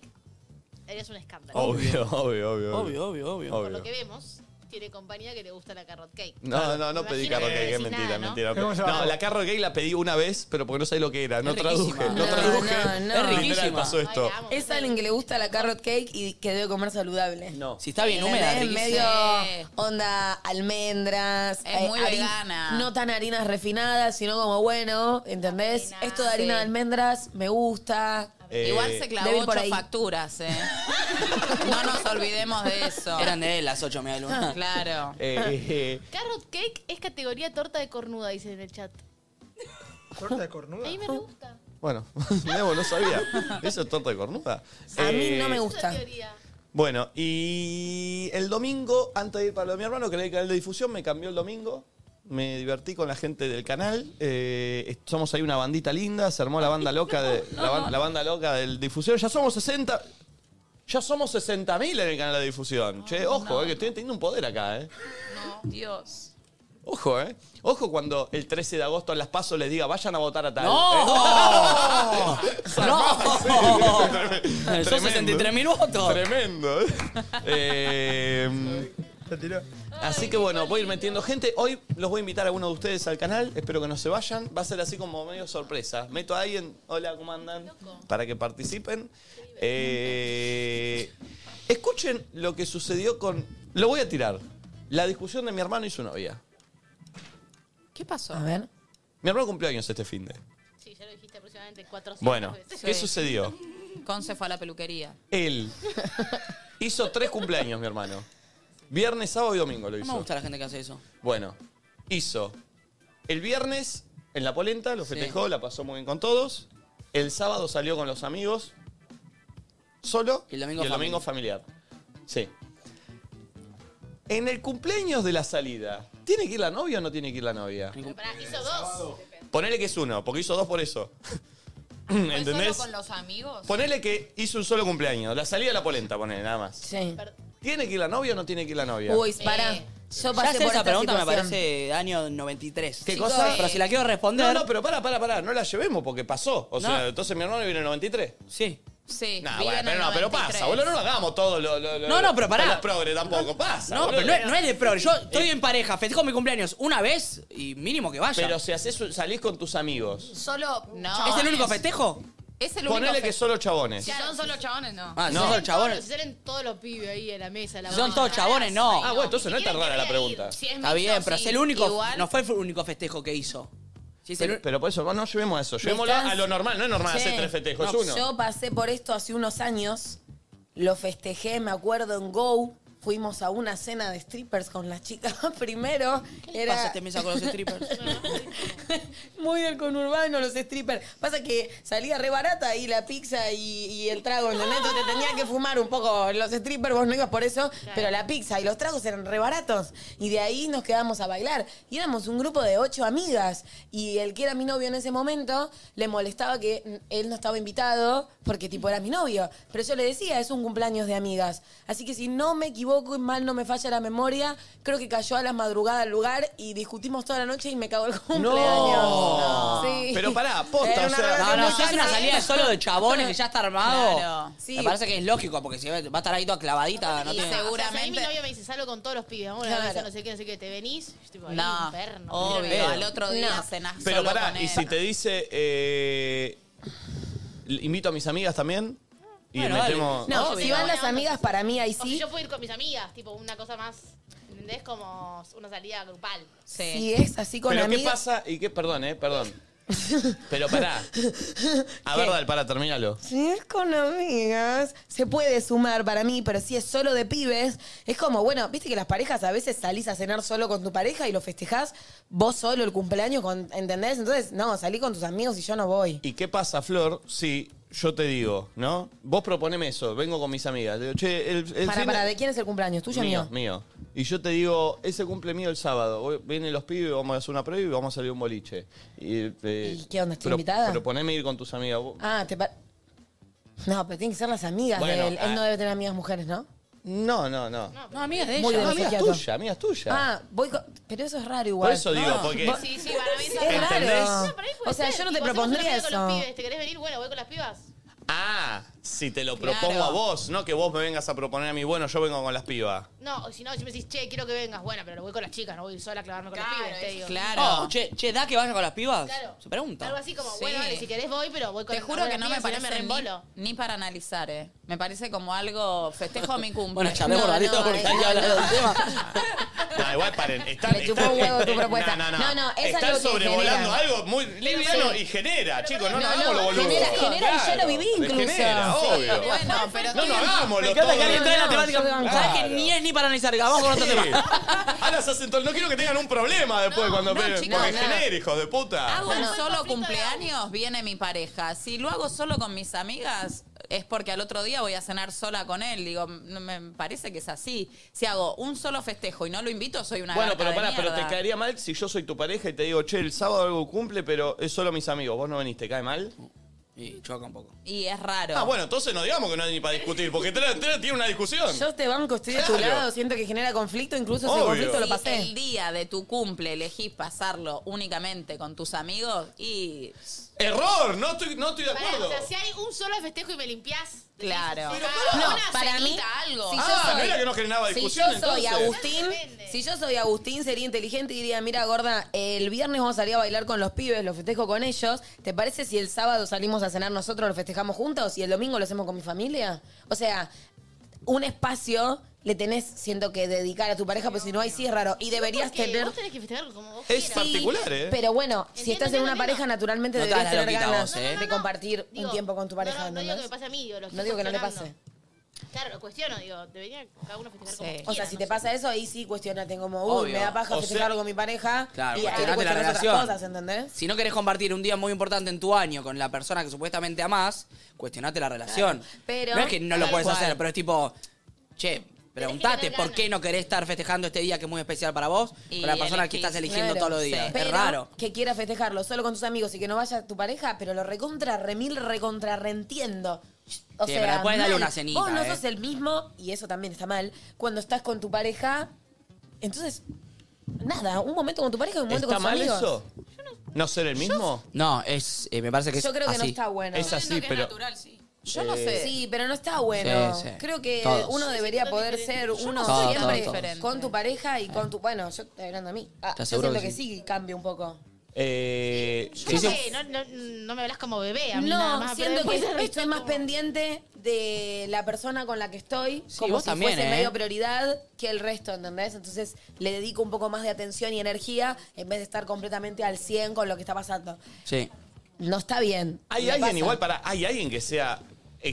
[SPEAKER 6] harías un escándalo.
[SPEAKER 1] obvio, obvio, obvio.
[SPEAKER 2] Obvio, obvio, obvio.
[SPEAKER 6] Por lo que vemos, tiene compañía que le gusta la carrot cake.
[SPEAKER 1] No, no, no
[SPEAKER 6] Me
[SPEAKER 1] pedí
[SPEAKER 6] imagino
[SPEAKER 1] carro
[SPEAKER 6] que
[SPEAKER 1] cake, es
[SPEAKER 6] decís
[SPEAKER 1] mentira,
[SPEAKER 6] nada, ¿no?
[SPEAKER 1] mentira.
[SPEAKER 5] ¿Cómo se
[SPEAKER 1] No,
[SPEAKER 5] llama?
[SPEAKER 1] la carro cake la pedí una vez, pero porque no sabía lo que era, no traduje, no,
[SPEAKER 4] No,
[SPEAKER 1] traduje.
[SPEAKER 4] no, Ah, no.
[SPEAKER 1] literal,
[SPEAKER 4] Riquísima.
[SPEAKER 1] pasó esto.
[SPEAKER 4] Es alguien que le gusta la carrot cake y que debe comer saludable.
[SPEAKER 1] No.
[SPEAKER 2] Si está bien húmeda,
[SPEAKER 4] Es
[SPEAKER 2] riquísima.
[SPEAKER 4] medio onda almendras.
[SPEAKER 3] Es muy
[SPEAKER 4] hari-
[SPEAKER 3] vegana.
[SPEAKER 4] No tan harinas refinadas, sino como bueno, ¿entendés? Esto de harina
[SPEAKER 3] sí.
[SPEAKER 4] de almendras me gusta.
[SPEAKER 1] Eh,
[SPEAKER 3] Igual se clavó
[SPEAKER 4] Débil por
[SPEAKER 3] ocho
[SPEAKER 4] ahí.
[SPEAKER 3] facturas,
[SPEAKER 2] (laughs)
[SPEAKER 3] ¿eh? No nos olvidemos de eso.
[SPEAKER 2] Eran de él las 8, me da luna.
[SPEAKER 3] Claro.
[SPEAKER 1] Eh,
[SPEAKER 6] Carrot cake es categoría torta de cornuda, dicen en el chat.
[SPEAKER 5] Torta de cornuda.
[SPEAKER 6] Ahí me re gusta.
[SPEAKER 1] (laughs) bueno, Nemo no sabía. Eso es torta de cornuda.
[SPEAKER 4] A mí
[SPEAKER 1] Eh,
[SPEAKER 4] no me gusta.
[SPEAKER 6] Teoría.
[SPEAKER 1] Bueno, y el domingo, antes de ir para lo de mi hermano, que era el canal de difusión, me cambió el domingo. Me divertí con la gente del canal. eh, est- somos ahí una bandita linda. Se armó la banda loca de la, ban- la banda loca del difusión. Ya somos 60. Ya somos 60.000 en el canal de difusión. che, ojo, eh, que estoy teniendo un poder acá, eh.
[SPEAKER 3] Dios.
[SPEAKER 1] Ojo, eh. Ojo cuando el 13 de agosto en las pasos les diga, vayan a votar a tal. (laughs)
[SPEAKER 2] ¡No!
[SPEAKER 1] ¡No!
[SPEAKER 2] Son 63.000 votos.
[SPEAKER 1] Tremendo. ¿eh? (laughs) Eh, así que bueno, voy a ir metiendo gente. Hoy los voy a invitar a alguno de ustedes al canal. Espero que no se vayan. Va a ser así como medio sorpresa. Meto a alguien, hola, ¿cómo andan? Para que participen. Eh, escuchen lo que sucedió con... Lo voy a tirar. La discusión de mi hermano y su novia.
[SPEAKER 3] ¿Qué pasó?
[SPEAKER 4] A ver.
[SPEAKER 1] Mi hermano cumplió años este fin de.
[SPEAKER 6] Sí, ya lo dijiste aproximadamente 400
[SPEAKER 1] Bueno,
[SPEAKER 6] veces.
[SPEAKER 1] ¿qué sucedió?
[SPEAKER 3] Conce fue a la peluquería.
[SPEAKER 1] Él hizo tres cumpleaños, mi hermano. Viernes, sábado y domingo lo
[SPEAKER 2] No
[SPEAKER 1] hizo.
[SPEAKER 2] me gusta la gente que hace eso.
[SPEAKER 1] Bueno, hizo el viernes en la polenta, lo festejó, la pasó muy bien con todos. El sábado salió con los amigos, solo. Y el domingo, familiar. Sí. En el cumpleaños de la salida, ¿tiene que ir la novia o no tiene que ir la novia?
[SPEAKER 6] Pero pará, hizo dos.
[SPEAKER 1] Ponele que es uno, porque hizo dos por eso. ¿Entendés?
[SPEAKER 7] con los amigos?
[SPEAKER 1] Ponele que hizo un solo cumpleaños, la salida de la polenta, ponele, nada más.
[SPEAKER 4] Sí.
[SPEAKER 1] ¿Tiene que ir la novia o no tiene que ir la novia?
[SPEAKER 4] Uy,
[SPEAKER 2] Eh,
[SPEAKER 4] pará.
[SPEAKER 1] eh,
[SPEAKER 4] Yo
[SPEAKER 2] Ya
[SPEAKER 4] pasé
[SPEAKER 2] hacer
[SPEAKER 4] por
[SPEAKER 2] esa
[SPEAKER 4] esta
[SPEAKER 2] pregunta me
[SPEAKER 4] situación.
[SPEAKER 2] parece año 93.
[SPEAKER 1] ¿Qué cosa?
[SPEAKER 2] eh, Pero si la quiero
[SPEAKER 1] No,
[SPEAKER 2] responder.
[SPEAKER 1] no, pero para, para, para, no la llevemos porque pasó. O sea, entonces mi hermano viene en el 93.
[SPEAKER 2] Sí.
[SPEAKER 3] Sí.
[SPEAKER 1] Nah,
[SPEAKER 2] vive
[SPEAKER 1] bueno,
[SPEAKER 2] en
[SPEAKER 1] pero
[SPEAKER 2] el
[SPEAKER 1] no, pero
[SPEAKER 2] 93.
[SPEAKER 1] pasa, boludo, no lo hagamos todo lo, lo- lo-
[SPEAKER 2] No, no, pero pará.
[SPEAKER 1] con las progre tampoco, pasa.
[SPEAKER 2] No,
[SPEAKER 1] boludo. Eh,
[SPEAKER 2] pero no es, no es de pro. Yo estoy en pareja, festejo mi cumpleaños una vez y mínimo que vaya.
[SPEAKER 1] Pero si haces, un- salís con tus amigos.
[SPEAKER 7] Solo. No.
[SPEAKER 2] ¿Es el único festejo?
[SPEAKER 7] Es el
[SPEAKER 1] Ponele que solo chabones.
[SPEAKER 7] Si son solo chabones, no.
[SPEAKER 2] Ah, si
[SPEAKER 1] No.
[SPEAKER 2] son todos
[SPEAKER 6] Si
[SPEAKER 2] chabones.
[SPEAKER 6] salen todos los pibes ahí en la mesa. La
[SPEAKER 2] Si son todos chabones, no.
[SPEAKER 1] Ah, bueno, entonces no es tan rara la pregunta.
[SPEAKER 2] Está bien, pero es el único.
[SPEAKER 6] igual.
[SPEAKER 2] No fue el único festejo que hizo. Si es el
[SPEAKER 1] Pero, pero por eso, no llevemos a eso, llevémoslo
[SPEAKER 4] estás-
[SPEAKER 1] a lo normal. No es normal
[SPEAKER 4] Che,
[SPEAKER 1] hacer tres festejos,
[SPEAKER 4] no,
[SPEAKER 1] es uno.
[SPEAKER 4] Yo pasé por esto hace unos años. Lo festejé, me acuerdo, en Go. Fuimos a una cena de strippers con las chicas (laughs) primero.
[SPEAKER 2] ¿Qué
[SPEAKER 4] Era
[SPEAKER 2] pasa este mesa con
[SPEAKER 4] (laughs)
[SPEAKER 2] los strippers?
[SPEAKER 4] muy del conurbano los strippers. Pasa que salía re barata y la pizza y, y el trago, ¿entendés? Entonces te tenía que fumar un poco. Los strippers vos no ibas por eso, pero la pizza y los tragos eran re baratos. Y de ahí nos quedábamos a bailar. Y éramos un grupo de ocho amigas. Y el que era mi novio en ese momento le molestaba que mm, él no estaba invitado porque tipo era mi novio. Pero yo le decía, es un cumpleaños de amigas. Así que si no me equivoco y mal no me falla la memoria, creo que cayó a la madrugada al lugar y discutimos toda la noche y me cagó el cumpleaños.
[SPEAKER 1] No. Pero pará, posta,
[SPEAKER 4] Era
[SPEAKER 1] o
[SPEAKER 4] una
[SPEAKER 1] sea-
[SPEAKER 2] No,
[SPEAKER 4] relación
[SPEAKER 2] no,
[SPEAKER 4] muy
[SPEAKER 2] si es una
[SPEAKER 4] sana.
[SPEAKER 2] salida solo de chabones que ya está armado.
[SPEAKER 4] Claro.
[SPEAKER 2] Me parece que es lógico, porque si va a estar ahí toda clavadita, no
[SPEAKER 6] Y
[SPEAKER 2] tiene.
[SPEAKER 6] seguramente. a mí mi novia me dice, salgo con todos los pibes, vamos a la
[SPEAKER 2] Claro.
[SPEAKER 6] mesa, no sé qué, no sé qué, te venís. Yo, tipo, ahí,
[SPEAKER 3] No.
[SPEAKER 6] infierno.
[SPEAKER 3] Obvio,
[SPEAKER 1] Pero-
[SPEAKER 3] al otro día
[SPEAKER 6] No.
[SPEAKER 3] cenás
[SPEAKER 1] Pero
[SPEAKER 3] solo
[SPEAKER 1] pará,
[SPEAKER 3] con
[SPEAKER 1] y
[SPEAKER 3] él.
[SPEAKER 1] si te dice, eh, invito a mis amigas también y
[SPEAKER 4] Bueno, dale.
[SPEAKER 1] metemos...
[SPEAKER 4] No, si van las amigas, para mí ahí
[SPEAKER 6] O si
[SPEAKER 4] sí.
[SPEAKER 6] yo puedo ir con mis amigas, tipo una cosa más, ¿entendés? Como una salida grupal.
[SPEAKER 4] Si es así con
[SPEAKER 1] Pero qué
[SPEAKER 4] amigas.
[SPEAKER 1] pasa y qué, perdón, eh, perdón. Pero pará.
[SPEAKER 4] (laughs)
[SPEAKER 1] A ver, dale, pará, terminalo.
[SPEAKER 4] Si es con amigas, se puede sumar para mí, pero si es solo de pibes, es como, bueno, viste que las parejas a veces salís a cenar solo con tu pareja y lo festejás vos solo el cumpleaños, con, ¿entendés? Entonces, no, salí con tus amigos y yo no voy.
[SPEAKER 1] ¿Y qué pasa, Flor, si yo te digo, ¿no? Vos proponeme eso, vengo con mis amigas. Digo, che, el, el
[SPEAKER 4] para,
[SPEAKER 1] fin
[SPEAKER 4] para, ¿de quién es el cumpleaños? ¿Tuyo o mío?
[SPEAKER 1] mío, mío. Y yo te digo, ese cumple mío el sábado. Voy- Vienen los pibes, vamos a hacer una prueba y vamos a salir a un boliche. ¿Y, eh,
[SPEAKER 4] ¿Y qué onda, estoy
[SPEAKER 1] pro-
[SPEAKER 4] invitada?
[SPEAKER 1] Proponeme ir con tus amigas. Vos-
[SPEAKER 4] Ah, te pa- No, pero tienen que ser las amigas
[SPEAKER 1] Bueno,
[SPEAKER 4] de él. Él
[SPEAKER 1] ah.
[SPEAKER 4] no debe tener amigas mujeres, ¿no?
[SPEAKER 1] No, no, no.
[SPEAKER 2] No, amigas de
[SPEAKER 4] Muy
[SPEAKER 2] ella.
[SPEAKER 4] de
[SPEAKER 1] amigas
[SPEAKER 4] psiquiatra.
[SPEAKER 1] tuyas, amigas tuyas.
[SPEAKER 4] Ah, voy con... Pero eso es raro igual.
[SPEAKER 1] Por eso digo,
[SPEAKER 4] No.
[SPEAKER 1] porque-
[SPEAKER 4] Vos-
[SPEAKER 6] Sí, sí, para mí
[SPEAKER 4] (laughs) Es
[SPEAKER 6] también.
[SPEAKER 4] raro.
[SPEAKER 1] ¿Entendés?
[SPEAKER 6] No, para mí puede
[SPEAKER 4] o sea,
[SPEAKER 6] ser,
[SPEAKER 4] yo no te
[SPEAKER 6] tipo, hacemos una
[SPEAKER 4] propondría
[SPEAKER 6] peda Con los
[SPEAKER 4] eso.
[SPEAKER 6] pibes. ¿Te querés venir? Bueno, voy con las pibas.
[SPEAKER 1] Ah, si te lo propongo a vos, no que vos me vengas a proponer a mí, bueno, yo vengo con las pibas.
[SPEAKER 6] No, o si no, si me decís, che, quiero que vengas, bueno, pero voy con las chicas, no voy sola a clavarme con los pibes, te digo.
[SPEAKER 2] Oh, che, che, da que vaya con las pibas.
[SPEAKER 6] Claro.
[SPEAKER 2] Se pregunta.
[SPEAKER 6] Algo así como,
[SPEAKER 3] Sí.
[SPEAKER 6] bueno, dale, si querés voy, pero voy con
[SPEAKER 3] Te juro que no me
[SPEAKER 6] parece
[SPEAKER 3] parece ni, ni para analizar, ¿eh? Me parece como algo festejo mi cumple.
[SPEAKER 2] Bueno, charlemos
[SPEAKER 3] No,
[SPEAKER 2] ratito
[SPEAKER 3] no,
[SPEAKER 2] porque
[SPEAKER 3] eh,
[SPEAKER 2] hay que
[SPEAKER 3] no,
[SPEAKER 2] hablar
[SPEAKER 3] no.
[SPEAKER 2] del tema.
[SPEAKER 1] No, Ah, igual
[SPEAKER 4] (laughs)
[SPEAKER 1] paren. Están,
[SPEAKER 4] Le chupó un huevo tu
[SPEAKER 1] (laughs)
[SPEAKER 4] propuesta.
[SPEAKER 1] No, no,
[SPEAKER 4] No,
[SPEAKER 1] no.
[SPEAKER 4] no, es
[SPEAKER 1] Están
[SPEAKER 4] algo que
[SPEAKER 1] sobrevolando
[SPEAKER 4] genera.
[SPEAKER 1] algo muy liviano
[SPEAKER 4] sí.
[SPEAKER 1] y genera, chicos. No,
[SPEAKER 4] No,
[SPEAKER 1] nos
[SPEAKER 4] no,
[SPEAKER 1] hagamos los boludos.
[SPEAKER 4] genera- genera y yo lo
[SPEAKER 1] Claro,
[SPEAKER 4] viví incluso.
[SPEAKER 1] Genera,
[SPEAKER 4] Sí,
[SPEAKER 1] obvio.
[SPEAKER 4] bueno, pero
[SPEAKER 1] no
[SPEAKER 4] tiene-
[SPEAKER 1] nos hagamos
[SPEAKER 2] Me
[SPEAKER 1] los
[SPEAKER 2] encanta que
[SPEAKER 1] todos.
[SPEAKER 2] alguien trae la
[SPEAKER 1] No,
[SPEAKER 2] temática.
[SPEAKER 1] yo banco.
[SPEAKER 2] Sabes que
[SPEAKER 1] Claro.
[SPEAKER 2] ni es ni para analizar. Vamos con otro tema.
[SPEAKER 1] Ahora se hacen todo- No quiero que tengan un problema después cuando
[SPEAKER 3] no,
[SPEAKER 1] peguen,
[SPEAKER 3] chicos,
[SPEAKER 1] Porque
[SPEAKER 3] no.
[SPEAKER 1] genera, hijos de
[SPEAKER 4] Ah,
[SPEAKER 1] puta.
[SPEAKER 3] Hago un solo cumpleaños, viene mi pareja. Si lo hago solo con mis amigas, es porque al otro día voy a cenar sola con él. Digo, no me parece que es así. Si hago un solo festejo y no lo invito, soy una
[SPEAKER 1] Bueno,
[SPEAKER 3] garca
[SPEAKER 1] pero
[SPEAKER 3] de
[SPEAKER 1] pará, pero te
[SPEAKER 3] mierda.
[SPEAKER 1] caería mal si yo soy tu pareja y te digo, che, el sábado algo cumple, pero es solo mis amigos, vos no veniste, ¿cae mal?
[SPEAKER 2] Y choca un poco.
[SPEAKER 3] Y es raro.
[SPEAKER 1] Ah, bueno, entonces no digamos que no hay ni para discutir, porque tra- tra- tiene una discusión.
[SPEAKER 4] Yo te banco, estoy de tu
[SPEAKER 1] Claro.
[SPEAKER 4] lado, siento que genera conflicto, incluso ese
[SPEAKER 1] Obvio.
[SPEAKER 4] conflicto lo
[SPEAKER 1] Sí,
[SPEAKER 4] pasé.
[SPEAKER 3] El día de tu cumple elegís pasarlo únicamente con tus amigos y.
[SPEAKER 1] ¡Error! No estoy, no estoy de
[SPEAKER 6] Pará,
[SPEAKER 1] acuerdo.
[SPEAKER 6] o sea, si hay un solo festejo y me limpiás. decís,
[SPEAKER 3] Claro.
[SPEAKER 6] "Pero
[SPEAKER 4] No,
[SPEAKER 6] Ah, una
[SPEAKER 4] para mí,
[SPEAKER 6] cenita, algo.
[SPEAKER 4] si
[SPEAKER 1] Ah,
[SPEAKER 4] yo soy,
[SPEAKER 1] no era que no generaba discusión,
[SPEAKER 4] Si yo soy
[SPEAKER 1] entonces.
[SPEAKER 4] Agustín, si yo soy Agustín, sería inteligente y diría, mira, gorda, el viernes vamos a salir a bailar con los pibes, lo festejo con ellos. ¿Te parece si el sábado salimos a cenar nosotros, lo festejamos juntos y el domingo lo hacemos con mi familia? O sea, un espacio le tenés, siento que dedicar a tu pareja, pues si no, ahí sí es raro. Y deberías
[SPEAKER 6] Porque
[SPEAKER 4] tener...
[SPEAKER 6] Vos tenés que festejar como vos
[SPEAKER 4] Es
[SPEAKER 6] quieras.
[SPEAKER 1] particular, ¿eh?
[SPEAKER 4] Pero bueno, si estás en una pareja, naturalmente
[SPEAKER 2] No te
[SPEAKER 4] deberías
[SPEAKER 2] hagas la
[SPEAKER 4] tener
[SPEAKER 2] loquita
[SPEAKER 4] ganas
[SPEAKER 2] vos, ¿eh? No, no,
[SPEAKER 4] de compartir
[SPEAKER 6] Digo,
[SPEAKER 4] un tiempo con tu pareja.
[SPEAKER 6] No, no, no digo que me
[SPEAKER 4] ¿entendés?
[SPEAKER 6] pase a mí, digo, lo
[SPEAKER 4] No
[SPEAKER 6] estoy
[SPEAKER 4] digo que no le
[SPEAKER 6] cuestionando.
[SPEAKER 4] pase.
[SPEAKER 6] Claro, lo cuestiono, digo, debería cada uno festejar como quiera.
[SPEAKER 4] O sea, si te pasa eso, ahí sí cuestionate como, uy,
[SPEAKER 2] Obvio.
[SPEAKER 4] me da paja
[SPEAKER 2] O
[SPEAKER 4] festejarlo
[SPEAKER 2] sea-
[SPEAKER 4] con mi pareja.
[SPEAKER 2] Claro,
[SPEAKER 4] y ahí te
[SPEAKER 2] cuestionate la
[SPEAKER 4] cuestionas otras
[SPEAKER 2] relación.
[SPEAKER 4] cosas, ¿entendés?
[SPEAKER 2] Si no querés compartir un día muy importante en tu año con la persona que supuestamente amás, cuestionate la relación.
[SPEAKER 4] Pero-
[SPEAKER 2] no es que no lo
[SPEAKER 4] Tal
[SPEAKER 2] puedes
[SPEAKER 4] cual.
[SPEAKER 2] hacer, pero es tipo, che, preguntate por qué no querés estar festejando este día que es muy especial para vos
[SPEAKER 3] Y
[SPEAKER 2] con la persona que
[SPEAKER 3] elegís,
[SPEAKER 2] estás eligiendo
[SPEAKER 4] Claro,
[SPEAKER 2] todos los días.
[SPEAKER 4] sí.
[SPEAKER 2] Es
[SPEAKER 4] Pero
[SPEAKER 2] raro.
[SPEAKER 4] Que quiera festejarlo solo con tus amigos y que no vaya tu pareja, pero lo recontra, remil, recontra, reentiendo. O
[SPEAKER 2] Sí,
[SPEAKER 4] sea,
[SPEAKER 2] pero después dale
[SPEAKER 4] mal.
[SPEAKER 2] una cenita,
[SPEAKER 4] Vos no
[SPEAKER 2] eh.
[SPEAKER 4] sos el mismo, y eso también está mal, cuando estás con tu pareja. Entonces, nada, un momento con tu pareja y un momento
[SPEAKER 1] ¿Está
[SPEAKER 4] con tus
[SPEAKER 1] mal
[SPEAKER 4] amigos.
[SPEAKER 1] eso? ¿No ser el mismo?
[SPEAKER 2] No, es, eh, me parece que es
[SPEAKER 4] Yo creo que no
[SPEAKER 2] así.
[SPEAKER 4] está bueno.
[SPEAKER 1] Es así, pero...
[SPEAKER 4] Yo no
[SPEAKER 1] Eh,
[SPEAKER 4] sé. Sí, pero no está bueno.
[SPEAKER 2] Sí, sí.
[SPEAKER 4] Creo que
[SPEAKER 2] Todos.
[SPEAKER 4] uno debería poder ser uno
[SPEAKER 2] no soy
[SPEAKER 4] siempre
[SPEAKER 2] tan diferente.
[SPEAKER 4] con tu pareja y
[SPEAKER 2] Eh.
[SPEAKER 4] con tu. Bueno, yo estoy hablando a mí. Ah,
[SPEAKER 1] ¿Estás
[SPEAKER 4] yo
[SPEAKER 1] seguro
[SPEAKER 4] siento
[SPEAKER 1] que
[SPEAKER 4] que sí cambia un poco.
[SPEAKER 1] Eh,
[SPEAKER 6] Yo no sé, no, no, no me hablas como bebé a mí nada
[SPEAKER 4] No,
[SPEAKER 6] más.
[SPEAKER 4] siento
[SPEAKER 6] pero
[SPEAKER 4] que
[SPEAKER 6] después-
[SPEAKER 4] estoy más pendiente de la persona con la que estoy, como
[SPEAKER 2] vos
[SPEAKER 4] si
[SPEAKER 2] también,
[SPEAKER 4] fuese
[SPEAKER 2] ¿eh?
[SPEAKER 4] medio prioridad que el resto, ¿entendés? Entonces le dedico un poco más de atención y energía en vez de estar completamente al 100 con lo que está pasando.
[SPEAKER 2] Sí.
[SPEAKER 4] No está bien.
[SPEAKER 1] ¿Hay
[SPEAKER 4] me
[SPEAKER 1] alguien
[SPEAKER 4] pasa.
[SPEAKER 1] igual para... ¿Hay alguien que sea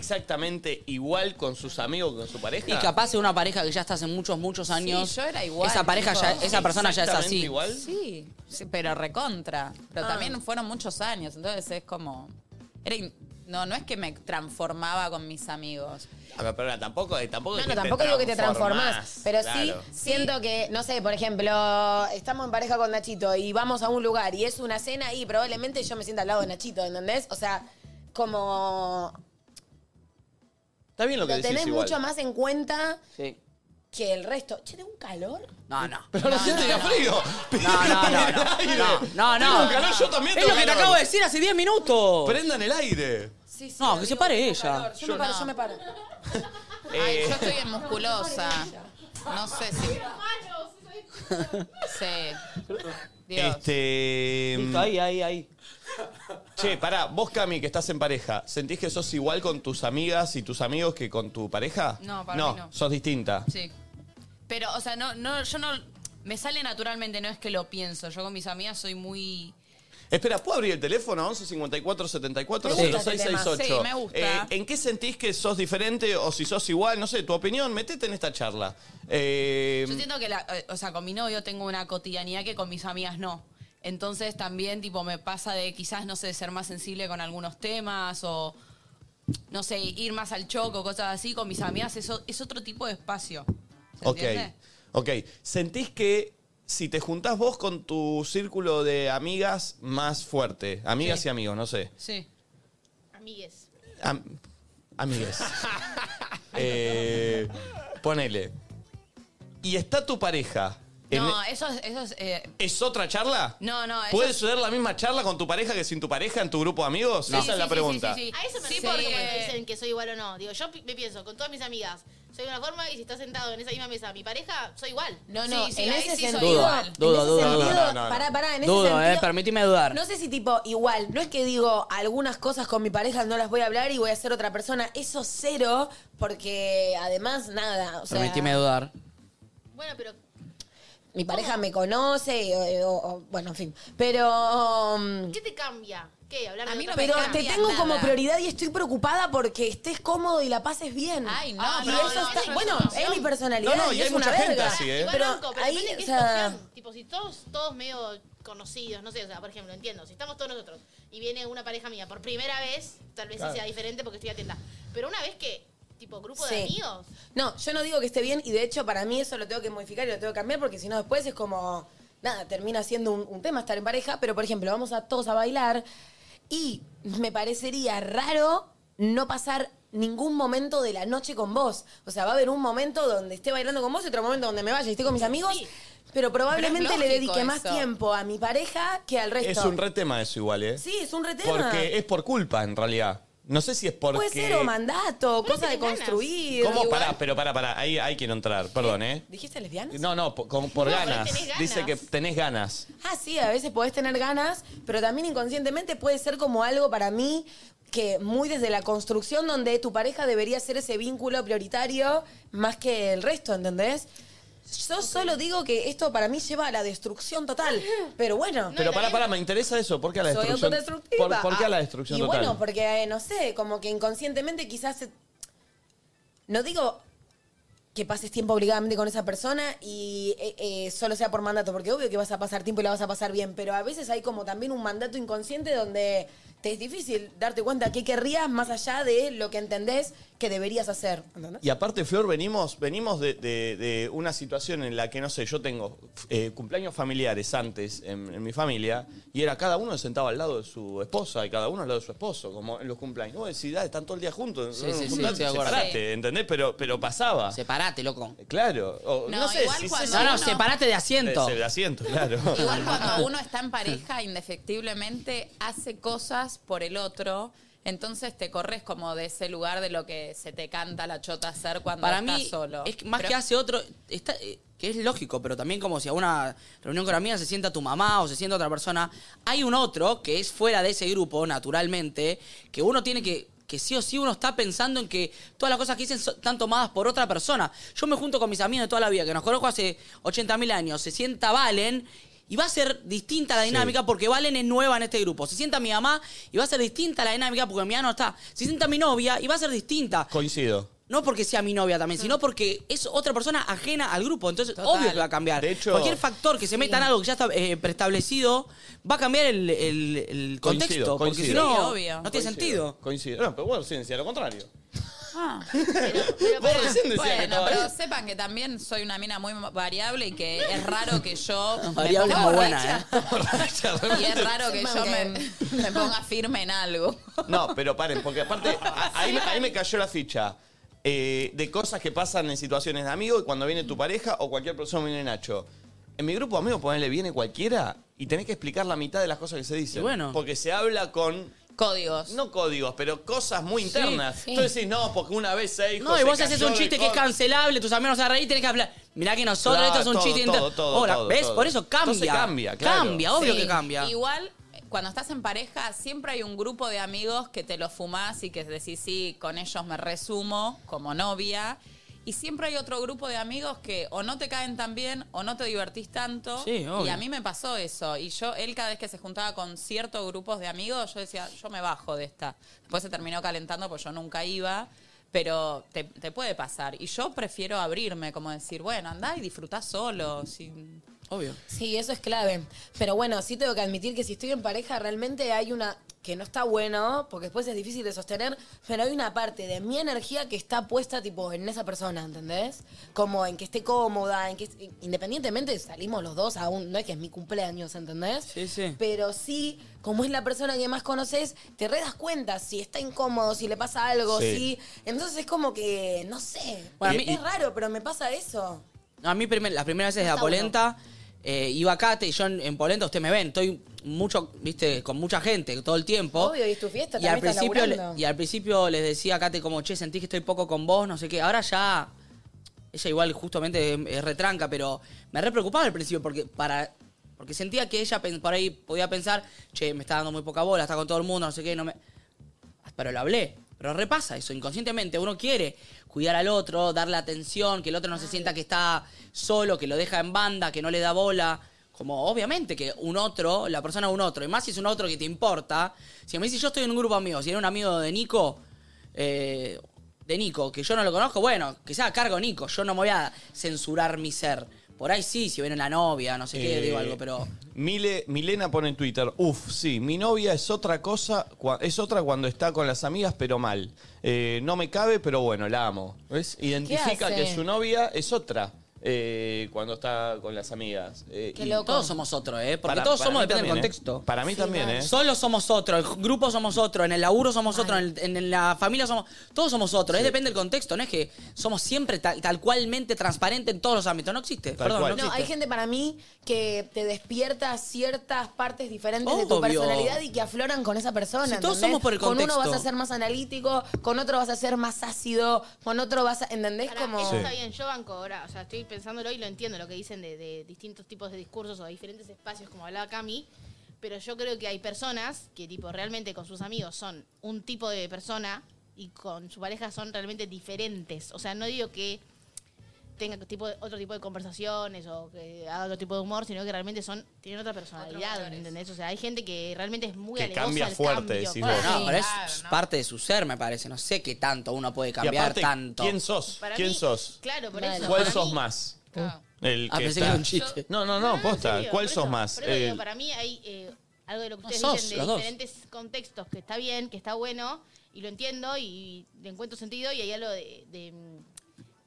[SPEAKER 1] exactamente igual con sus amigos que con su pareja?
[SPEAKER 2] Y capaz de una pareja que ya está hace muchos, muchos años.
[SPEAKER 3] yo era igual,
[SPEAKER 2] Esa pareja
[SPEAKER 3] tipo.
[SPEAKER 2] ya, esa persona ya es
[SPEAKER 1] ¿Exactamente
[SPEAKER 2] así.
[SPEAKER 1] igual?
[SPEAKER 3] Sí, sí, pero recontra. Pero
[SPEAKER 4] Ah.
[SPEAKER 3] también fueron muchos años, entonces es como. era in- no, no es que me transformaba con mis amigos.
[SPEAKER 1] A ver, pero tampoco, eh, tampoco
[SPEAKER 4] No,
[SPEAKER 1] es
[SPEAKER 4] no,
[SPEAKER 1] que te
[SPEAKER 4] tampoco digo que te transformás, pero sí
[SPEAKER 1] claro.
[SPEAKER 4] siento que, no sé, por ejemplo, estamos en pareja con Nachito y vamos a un lugar y es una cena y probablemente yo me sienta al lado de Nachito, ¿entendés? O sea, como
[SPEAKER 1] Está bien
[SPEAKER 4] lo,
[SPEAKER 1] lo que decís
[SPEAKER 4] tenés
[SPEAKER 1] igual.
[SPEAKER 4] mucho más en cuenta
[SPEAKER 2] Sí.
[SPEAKER 4] que el resto. Che, tengo un calor.
[SPEAKER 2] No, no.
[SPEAKER 1] (laughs) Pero la gente tenía frío.
[SPEAKER 2] No, no, no,
[SPEAKER 1] (laughs)
[SPEAKER 2] no. No, no, no.
[SPEAKER 1] Tengo calor, yo también
[SPEAKER 2] Es
[SPEAKER 1] tengo
[SPEAKER 2] lo que te
[SPEAKER 1] calor.
[SPEAKER 2] acabo de decir hace 10 minutos.
[SPEAKER 1] Prendan el aire.
[SPEAKER 2] no, que se pare ella.
[SPEAKER 4] Yo, me paro, yo me paro.
[SPEAKER 3] Ay,
[SPEAKER 1] Eh,
[SPEAKER 3] yo estoy en
[SPEAKER 7] (laughs)
[SPEAKER 3] musculosa. No sé si.
[SPEAKER 7] (laughs)
[SPEAKER 3] Sí. Dios.
[SPEAKER 1] Este.
[SPEAKER 2] Listo, ahí,
[SPEAKER 5] ah.
[SPEAKER 2] ahí, ahí.
[SPEAKER 1] Che, pará, vos, Cami, que estás en pareja, ¿sentís que sos igual con tus amigas y tus amigos que con tu pareja?
[SPEAKER 7] No, para mí no.
[SPEAKER 1] sos distinta.
[SPEAKER 7] Sí. Pero, o sea, no, no, yo no. Me sale naturalmente, no es que lo pienso. Yo con mis amigas soy muy.
[SPEAKER 1] Espera, ¿puedo abrir el teléfono? 11 54 74
[SPEAKER 7] Me gusta este
[SPEAKER 1] 06 68.
[SPEAKER 7] tema. Sí, me gusta.
[SPEAKER 1] Eh, ¿En qué sentís que sos diferente o si sos igual? No sé, tu opinión, metete en esta charla. Eh,
[SPEAKER 7] Yo siento que, la- eh, o sea, con mi novio tengo una cotidianidad que con mis amigas no. Entonces también, tipo, me pasa de quizás, no sé, ser más sensible con algunos temas o, no sé, ir más al choco, cosas así. Con mis amigas eso es otro tipo de espacio. ¿Se
[SPEAKER 1] ok,
[SPEAKER 7] entiende?
[SPEAKER 1] ok. ¿Sentís que si te juntás vos con tu círculo de amigas más fuerte, amigas y amigos, no sé,
[SPEAKER 7] Sí.
[SPEAKER 6] Amigues.
[SPEAKER 1] Am-
[SPEAKER 7] (laughs)
[SPEAKER 1] amigues. Eh, ponele. Y está tu pareja. en- e-,
[SPEAKER 7] No, eso es... Eso es eh,
[SPEAKER 1] ¿Es otra charla?
[SPEAKER 7] no, no. eso
[SPEAKER 1] ¿Puede
[SPEAKER 7] es-
[SPEAKER 1] suceder la misma charla con tu pareja que sin tu pareja en tu grupo de amigos?
[SPEAKER 7] Sí,
[SPEAKER 1] Esa
[SPEAKER 7] sí,
[SPEAKER 1] es la
[SPEAKER 7] sí,
[SPEAKER 1] pregunta.
[SPEAKER 7] sí, sí, sí.
[SPEAKER 6] A eso me
[SPEAKER 7] Sí,
[SPEAKER 6] refiero
[SPEAKER 7] porque-
[SPEAKER 6] cuando dicen que soy igual o no. Digo, yo pi- me pienso, con todas mis amigas, soy de una forma y si está sentado en esa misma mesa mi pareja, soy igual.
[SPEAKER 4] No, no,
[SPEAKER 7] Sí, sí,
[SPEAKER 4] en
[SPEAKER 7] ahí
[SPEAKER 4] ese
[SPEAKER 7] sí soy
[SPEAKER 4] sentido.
[SPEAKER 7] igual.
[SPEAKER 4] en
[SPEAKER 2] Dudo,
[SPEAKER 4] ese
[SPEAKER 2] dudo,
[SPEAKER 4] sentido-
[SPEAKER 2] dudo. No, no,
[SPEAKER 1] no.
[SPEAKER 4] Pará, pará, en ese
[SPEAKER 2] Dudo,
[SPEAKER 4] sentido.
[SPEAKER 2] eh, permitime dudar.
[SPEAKER 4] No sé si tipo, igual, no es que digo algunas cosas con mi pareja no las voy a hablar y voy a ser otra persona. Eso cero, porque además nada. O sea,
[SPEAKER 2] Permitime dudar.
[SPEAKER 6] Bueno, pero
[SPEAKER 4] eh, mi pareja me conoce, o- o- o- bueno, en fin. Pero. um,
[SPEAKER 6] ¿qué te cambia? ¿Qué? Hablar de
[SPEAKER 3] A mí
[SPEAKER 6] otra
[SPEAKER 4] Pero
[SPEAKER 6] persona.
[SPEAKER 4] te tengo como prioridad y estoy preocupada porque estés cómodo y la pases bien. Ay,
[SPEAKER 6] no,
[SPEAKER 4] y
[SPEAKER 6] no,
[SPEAKER 4] Ah, eso
[SPEAKER 6] no,
[SPEAKER 4] está-
[SPEAKER 6] eso es
[SPEAKER 4] bueno,
[SPEAKER 6] una
[SPEAKER 4] es mi personalidad.
[SPEAKER 1] No, no, y hay
[SPEAKER 4] es una
[SPEAKER 1] mucha gente
[SPEAKER 4] verga.
[SPEAKER 1] así, ¿eh?
[SPEAKER 6] Igual,
[SPEAKER 4] Pero
[SPEAKER 6] banco, pero
[SPEAKER 4] ahí,
[SPEAKER 6] depende de
[SPEAKER 4] o
[SPEAKER 6] qué
[SPEAKER 4] sea,
[SPEAKER 6] situación. Tipo, si todos, todos medio conocidos, no sé, o sea, por ejemplo, entiendo, si estamos todos nosotros y viene una pareja mía por primera vez, tal vez sí
[SPEAKER 4] Claro.
[SPEAKER 6] sea diferente porque estoy atenta. Pero una vez que, tipo, grupo
[SPEAKER 4] Sí.
[SPEAKER 6] de amigos,
[SPEAKER 4] No, yo no digo que esté bien y de hecho para mí eso lo tengo que modificar y lo tengo que cambiar porque si no después es como, nada, termina siendo un, un tema estar en pareja, pero por ejemplo, vamos a todos a bailar y me parecería raro no pasar ningún momento de la noche con vos. O sea, va a haber un momento donde esté bailando con vos y otro momento donde me vaya y esté con mis amigos, pero probablemente
[SPEAKER 3] Pero es
[SPEAKER 4] le
[SPEAKER 3] lógico
[SPEAKER 4] dedique más
[SPEAKER 3] eso.
[SPEAKER 4] tiempo a mi pareja que al resto.
[SPEAKER 1] Es un re tema eso igual, ¿eh?
[SPEAKER 4] Sí, es un re tema.
[SPEAKER 1] Porque es por culpa, en realidad. No sé si es porque...
[SPEAKER 4] Puede ser o mandato, cosa de construir.
[SPEAKER 1] ¿Cómo?
[SPEAKER 4] Igual-
[SPEAKER 1] Pará, pero pará, pará. Ahí, ahí quiero entrar, perdón, ¿eh?
[SPEAKER 4] ¿Dijiste lesbiana?
[SPEAKER 1] No, no, por, con- por
[SPEAKER 4] No, pero
[SPEAKER 1] ganas.
[SPEAKER 4] tenés ganas.
[SPEAKER 1] Dice que tenés ganas.
[SPEAKER 4] Ah, sí, a veces podés tener ganas, pero también inconscientemente puede ser como algo para mí que muy desde la construcción donde tu pareja debería ser ese vínculo prioritario más que el resto, ¿entendés? Yo solo digo que esto para mí lleva a la destrucción total, pero bueno.
[SPEAKER 1] pero pará, pará, me interesa eso. ¿Por qué a la
[SPEAKER 4] Soy
[SPEAKER 1] destrucción?
[SPEAKER 4] autodestructiva.
[SPEAKER 1] ¿Por, por qué a la
[SPEAKER 4] Ah,
[SPEAKER 1] destrucción
[SPEAKER 4] y
[SPEAKER 1] total?
[SPEAKER 4] bueno, porque, eh, no sé, como que inconscientemente quizás... se- No digo que pases tiempo obligadamente con esa persona y eh, eh, solo sea por mandato, porque obvio que vas a pasar tiempo y la vas a pasar bien, pero a veces hay como también un mandato inconsciente donde te es difícil darte cuenta qué querrías más allá de lo que entendés que deberías hacer. ¿entendés?
[SPEAKER 1] Y aparte, Flor, venimos, venimos de, de- de una situación en la que, no sé, yo tengo eh, cumpleaños familiares antes en, en mi familia y era cada uno sentado al lado de su esposa y cada uno al lado de su esposo, como en los cumpleaños. Vos decís, "Ah, están todo el día juntos.
[SPEAKER 2] Sí, sí, sí,
[SPEAKER 1] juntate,
[SPEAKER 2] estoy de acuerdo.
[SPEAKER 1] separate,
[SPEAKER 2] Sí.
[SPEAKER 1] ¿entendés? Pero, pero pasaba.
[SPEAKER 2] Separate, loco.
[SPEAKER 1] Claro. O- no,
[SPEAKER 3] No,
[SPEAKER 1] sé,
[SPEAKER 3] igual
[SPEAKER 1] si
[SPEAKER 3] cuando
[SPEAKER 1] sé-
[SPEAKER 2] No, no, separate de asiento.
[SPEAKER 1] Eh, de asiento, (laughs) claro.
[SPEAKER 3] Igual cuando uno está en pareja, indefectiblemente hace cosas por el otro. Entonces te corres como de ese lugar de lo que se te canta la chota hacer cuando
[SPEAKER 2] Para
[SPEAKER 3] estás
[SPEAKER 2] mí,
[SPEAKER 3] solo.
[SPEAKER 2] es que más
[SPEAKER 3] Pero-
[SPEAKER 2] que hace otro, está, eh, que es lógico, pero también como si a una reunión con amigas se sienta tu mamá o se sienta otra persona, hay un otro que es fuera de ese grupo, naturalmente, que uno tiene que, que sí o sí uno está pensando en que todas las cosas que dicen so- están tomadas por otra persona. Yo me junto con mis amigos de toda la vida, que nos conozco hace 80.000 años, se sienta Valen... Y va a ser distinta la dinámica porque Valen es nueva en este grupo. Se sienta mi mamá y va a ser distinta la dinámica porque mi mamá no está. Se sienta mi novia y va a ser distinta.
[SPEAKER 1] Coincido.
[SPEAKER 2] No porque sea mi novia también, sino porque es otra persona ajena al grupo. Entonces, obvio que va a cambiar. Cualquier factor que se meta en algo que ya está eh, preestablecido va a cambiar el, el- el
[SPEAKER 1] Coincido,
[SPEAKER 2] contexto. porque si
[SPEAKER 1] coincido.
[SPEAKER 2] no,
[SPEAKER 1] Sí, obvio.
[SPEAKER 2] no tiene
[SPEAKER 1] Coincido.
[SPEAKER 2] sentido.
[SPEAKER 1] Coincido. No, pero bueno, sí, decía lo contrario.
[SPEAKER 3] Ah,
[SPEAKER 2] (laughs)
[SPEAKER 3] Bueno,
[SPEAKER 1] Vos recién decías que estaba
[SPEAKER 3] pero
[SPEAKER 1] bien.
[SPEAKER 3] sepan que también soy una mina muy variable y que es raro que yo. me
[SPEAKER 2] Variable
[SPEAKER 3] ponga
[SPEAKER 2] muy
[SPEAKER 3] borracha
[SPEAKER 1] (laughs)
[SPEAKER 2] buena, ¿eh?
[SPEAKER 3] Y es raro que yo me,
[SPEAKER 4] Manquen.
[SPEAKER 3] me ponga firme en algo.
[SPEAKER 1] No, pero paren, porque aparte, a- ahí, me- ahí me cayó la ficha. eh, de cosas que pasan en situaciones de amigos y cuando viene tu pareja o cualquier persona viene Nacho. En mi grupo de amigos, ponele, viene cualquiera y tenés que explicar la mitad de las cosas que se dicen.
[SPEAKER 2] Y bueno.
[SPEAKER 1] Porque se habla con.
[SPEAKER 3] Códigos.
[SPEAKER 1] No códigos, pero cosas muy internas.
[SPEAKER 2] Sí, sí.
[SPEAKER 1] Tú decís, no, porque una vez se dijo.
[SPEAKER 2] No, y
[SPEAKER 1] se
[SPEAKER 2] vos haces
[SPEAKER 1] cayó
[SPEAKER 2] un
[SPEAKER 1] del
[SPEAKER 2] chiste que es
[SPEAKER 1] coche".
[SPEAKER 2] cancelable, tus amigos se van a reír, tenés que hablar. Mirá que nosotros,
[SPEAKER 1] Claro,
[SPEAKER 2] esto es un
[SPEAKER 1] todo,
[SPEAKER 2] chiste.
[SPEAKER 1] todo,
[SPEAKER 2] inter-
[SPEAKER 1] todo,
[SPEAKER 2] Hola,
[SPEAKER 1] todo,
[SPEAKER 2] ¿Ves?
[SPEAKER 1] todo.
[SPEAKER 2] Por eso cambia.
[SPEAKER 1] Entonces cambia, claro.
[SPEAKER 2] Cambia, obvio
[SPEAKER 3] Sí.
[SPEAKER 2] que cambia.
[SPEAKER 3] Igual, cuando estás en pareja, siempre hay un grupo de amigos que te lo fumás y que decís, sí, con ellos me resumo como novia. Y siempre hay otro grupo de amigos que o no te caen tan bien o no te divertís tanto.
[SPEAKER 2] Sí, obvio.
[SPEAKER 3] Y a mí me pasó eso. Y yo, él cada vez que se juntaba con ciertos grupos de amigos, yo decía, yo me bajo de esta. Después se terminó calentando porque yo nunca iba. Pero te, te puede pasar. Y yo prefiero abrirme, como decir, bueno, andá y disfrutá solo. Sin...
[SPEAKER 2] Obvio.
[SPEAKER 4] Sí, eso es clave. Pero bueno, sí tengo que admitir que si estoy en pareja realmente hay una que no está bueno, porque después es difícil de sostener, pero hay una parte de mi energía que está puesta tipo en esa persona, ¿entendés? Como en que esté cómoda, en que independientemente salimos los dos aún, no es que es mi cumpleaños, ¿entendés?
[SPEAKER 2] Sí, sí.
[SPEAKER 4] Pero sí, como es la persona que más conoces, te re das cuenta si está incómodo, si le pasa algo,
[SPEAKER 2] Sí.
[SPEAKER 4] si entonces es como que no sé.
[SPEAKER 2] Bueno, a mí-
[SPEAKER 4] es raro, pero me pasa eso.
[SPEAKER 2] No, a mí primer- las primeras veces de la
[SPEAKER 4] Está bueno.
[SPEAKER 2] polenta eh, iba a Cate y yo en, en polenta, ustedes me ven, estoy mucho, viste, con mucha gente todo el tiempo.
[SPEAKER 4] Obvio, y es tu fiesta,
[SPEAKER 2] y al,
[SPEAKER 4] también estás
[SPEAKER 2] principio,
[SPEAKER 4] laburando.
[SPEAKER 2] le- y al principio les decía a Kate como, che, sentí que estoy poco con vos, no sé qué. Ahora ya, ella igual justamente es, es retranca, pero me re preocupaba al principio porque para... Porque sentía que ella pen- por ahí podía pensar, che, me está dando muy poca bola, está con todo el mundo, no sé qué, no me... Pero lo hablé. Pero repasa eso, inconscientemente uno quiere cuidar al otro, darle atención, que el otro no se sienta que está solo, que lo deja en banda, que no le da bola. Como obviamente que un otro, la persona un otro, y más si es un otro que te importa, si me dice yo estoy en un grupo amigo, si era un amigo de Nico, eh, de Nico, que yo no lo conozco, bueno, que sea a cargo de Nico, yo no me voy a censurar mi ser. Por ahí sí, si viene la novia, no sé qué,
[SPEAKER 1] Eh,
[SPEAKER 2] digo algo, pero...
[SPEAKER 1] Mile- Milena pone en Twitter, uff, sí, mi novia es otra cosa, cua- es otra cuando está con las amigas, pero mal. Eh, no me cabe, pero bueno, la amo. ¿Ves? Identifica
[SPEAKER 2] hace?
[SPEAKER 1] que su novia es otra eh, cuando está con las amigas. Eh,
[SPEAKER 2] Qué
[SPEAKER 1] y-
[SPEAKER 2] loco. Todos somos otros, ¿eh? Porque todos somos,
[SPEAKER 1] mí
[SPEAKER 2] depende del
[SPEAKER 1] también, ¿eh?
[SPEAKER 2] contexto.
[SPEAKER 1] Para mí también, ¿eh?
[SPEAKER 2] Solo somos otro, el grupo somos otro, en el laburo somos otro, en, el- en la familia somos. Todos somos otro, es depende del contexto, no es que somos siempre tal, tal cualmente transparente en todos los ámbitos, no existe. Perdón, no
[SPEAKER 4] No, hay
[SPEAKER 2] existe.
[SPEAKER 4] gente para mí que te despierta ciertas partes diferentes de tu
[SPEAKER 2] Obvio.
[SPEAKER 4] personalidad y que afloran con esa persona.
[SPEAKER 2] Si todos
[SPEAKER 4] ¿entendés?
[SPEAKER 2] somos por el
[SPEAKER 4] Con uno
[SPEAKER 2] contexto.
[SPEAKER 4] vas a ser más analítico, con otro vas a ser más ácido, con otro vas a. ¿Entendés? Como.
[SPEAKER 6] Eso está bien, yo banco ahora, o sea, estoy pensándolo y lo entiendo lo que dicen de, de distintos tipos de discursos o de diferentes espacios, como hablaba Cami, pero yo creo que hay personas que tipo realmente con sus amigos son un tipo de persona y con su pareja son realmente diferentes. O sea, no digo que tenga tipo de- otro tipo de conversaciones o que haga otro tipo de humor, sino que realmente son tienen otra personalidad, ¿entendés? O sea, hay gente que realmente es muy
[SPEAKER 2] Que
[SPEAKER 6] alevosa
[SPEAKER 2] cambia
[SPEAKER 6] al
[SPEAKER 2] fuerte,
[SPEAKER 6] cambio.
[SPEAKER 2] decís vos. No, pero es
[SPEAKER 6] Ah.
[SPEAKER 2] parte de su ser, me parece. No sé qué tanto uno puede cambiar
[SPEAKER 1] Y aparte,
[SPEAKER 2] tanto.
[SPEAKER 1] ¿Quién sos?
[SPEAKER 6] Para
[SPEAKER 1] ¿Quién
[SPEAKER 6] mí-
[SPEAKER 1] sos?
[SPEAKER 6] claro, por eso,
[SPEAKER 1] ¿Cuál
[SPEAKER 6] para
[SPEAKER 1] sos
[SPEAKER 6] mí-
[SPEAKER 1] más? El
[SPEAKER 2] Ah,
[SPEAKER 1] que
[SPEAKER 2] pensé
[SPEAKER 1] está-
[SPEAKER 2] que era un chiste.
[SPEAKER 1] No, no, no, posta.
[SPEAKER 6] Ah, serio,
[SPEAKER 1] ¿Cuál
[SPEAKER 6] por
[SPEAKER 1] sos
[SPEAKER 6] eso,
[SPEAKER 1] más? Eh,
[SPEAKER 6] por eso digo,
[SPEAKER 1] El-
[SPEAKER 6] para mí hay eh, algo de lo que
[SPEAKER 2] No,
[SPEAKER 6] ustedes
[SPEAKER 2] sos,
[SPEAKER 6] dicen
[SPEAKER 1] los
[SPEAKER 6] de
[SPEAKER 1] dos.
[SPEAKER 6] diferentes contextos que está bien, que está bueno, y lo entiendo y le encuentro sentido, y hay algo de, de, mm,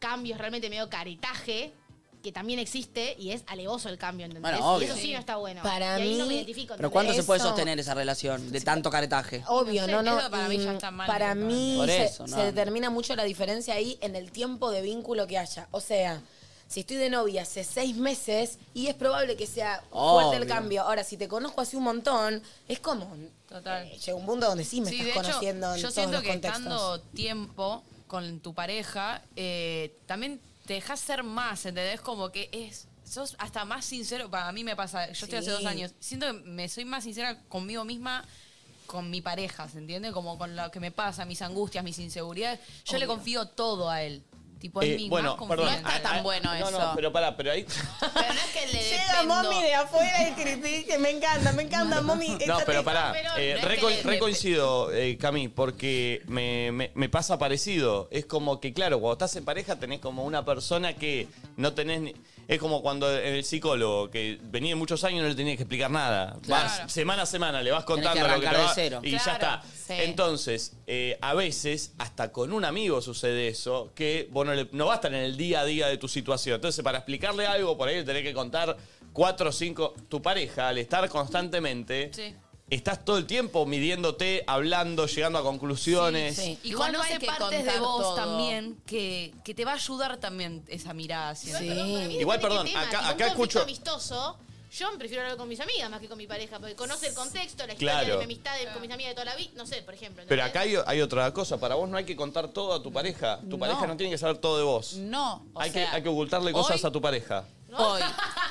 [SPEAKER 6] cambios realmente medio caretaje que también existe y es alevoso el cambio, ¿entendés?
[SPEAKER 2] Bueno,
[SPEAKER 6] Y
[SPEAKER 2] obvio.
[SPEAKER 6] eso sí no está bueno.
[SPEAKER 4] Para
[SPEAKER 6] y ahí no
[SPEAKER 4] mí-
[SPEAKER 6] me identifico.
[SPEAKER 2] Pero ¿cuánto se puede
[SPEAKER 4] Eso-
[SPEAKER 2] sostener esa relación de tanto caretaje?
[SPEAKER 4] Obvio,
[SPEAKER 6] sé,
[SPEAKER 4] no, no.
[SPEAKER 6] eso para mí ya
[SPEAKER 4] mm,
[SPEAKER 6] está mal
[SPEAKER 4] para mí
[SPEAKER 2] Por
[SPEAKER 4] se,
[SPEAKER 2] eso,
[SPEAKER 4] se
[SPEAKER 2] no, no.
[SPEAKER 4] determina mucho la diferencia ahí en el tiempo de vínculo que haya. O sea, si estoy de novia hace seis meses y es probable que sea fuerte el
[SPEAKER 5] Obvio.
[SPEAKER 4] cambio. Ahora, si te conozco hace un montón, es como.
[SPEAKER 5] Total.
[SPEAKER 4] eh, llega un punto donde sí me
[SPEAKER 5] Sí,
[SPEAKER 4] estás
[SPEAKER 5] de hecho,
[SPEAKER 4] conociendo en
[SPEAKER 5] Yo
[SPEAKER 4] todos
[SPEAKER 5] siento
[SPEAKER 4] los
[SPEAKER 5] que
[SPEAKER 4] contextos.
[SPEAKER 5] estando tiempo con tu pareja, eh, también te dejas ser más, ¿entendés? Como que es. Sos hasta más sincero. Para mí me pasa, yo estoy hace
[SPEAKER 4] Sí.
[SPEAKER 5] dos años. Siento que me soy más sincera conmigo misma, con mi pareja, ¿se entiende? Como con lo que me pasa, mis angustias, mis inseguridades. Yo le confío todo a él. Tipo, es
[SPEAKER 1] Eh,
[SPEAKER 5] mi
[SPEAKER 1] bueno,
[SPEAKER 5] más
[SPEAKER 1] perdón.
[SPEAKER 5] confianza.
[SPEAKER 1] ah, ah, no, No, pero pará, pero ahí.
[SPEAKER 17] Llega mami de afuera y critique, me encanta, me encanta, mami.
[SPEAKER 1] No,
[SPEAKER 17] Esta-
[SPEAKER 1] pero pará.
[SPEAKER 17] Pero
[SPEAKER 1] eh,
[SPEAKER 17] no es
[SPEAKER 1] re-
[SPEAKER 17] que le-
[SPEAKER 1] re- coincido, eh, Cami, porque me, me- me pasa parecido. Es como que, claro, cuando estás en pareja tenés como una persona que no tenés. ni- es como cuando en el psicólogo, que venía de muchos años y no le tenías que explicar nada. Vas semana a semana, le vas
[SPEAKER 2] Tenés que
[SPEAKER 1] contando lo que te
[SPEAKER 2] arrancar de
[SPEAKER 1] va-
[SPEAKER 2] cero.
[SPEAKER 1] Y
[SPEAKER 2] Claro,
[SPEAKER 1] ya está.
[SPEAKER 2] sí.
[SPEAKER 1] Entonces, eh, a veces, hasta con un amigo sucede eso, que vos no, le- no vas a estar en el día a día de tu situación. Entonces, para explicarle algo, por ahí le tenés que contar cuatro o cinco. Tu pareja, al estar constantemente,
[SPEAKER 5] Sí.
[SPEAKER 1] Estás todo el tiempo midiéndote, hablando, llegando a conclusiones.
[SPEAKER 5] Y
[SPEAKER 4] Igual no
[SPEAKER 5] conoce
[SPEAKER 4] hay que
[SPEAKER 5] partes de
[SPEAKER 4] contar
[SPEAKER 5] vos
[SPEAKER 4] todo.
[SPEAKER 5] también que, que te va a ayudar también esa mirada. ¿sí?
[SPEAKER 1] Igual, perdón,
[SPEAKER 6] Tema,
[SPEAKER 1] acá,
[SPEAKER 6] tipo, un
[SPEAKER 1] acá
[SPEAKER 6] conflicto
[SPEAKER 1] escucho.
[SPEAKER 6] amistoso, yo prefiero hablar con mis amigas más que con mi pareja, porque conoce el contexto, la historia
[SPEAKER 1] Claro.
[SPEAKER 6] de mi amistad de- con mis amigas de toda la vida, no sé, por ejemplo.
[SPEAKER 1] Pero acá hay, hay otra cosa. Para vos no hay que contar todo a tu pareja. Tu pareja no tiene que saber todo de vos.
[SPEAKER 3] No, o
[SPEAKER 1] Hay,
[SPEAKER 3] sea,
[SPEAKER 1] que, hay que ocultarle cosas a tu pareja.
[SPEAKER 3] hoy.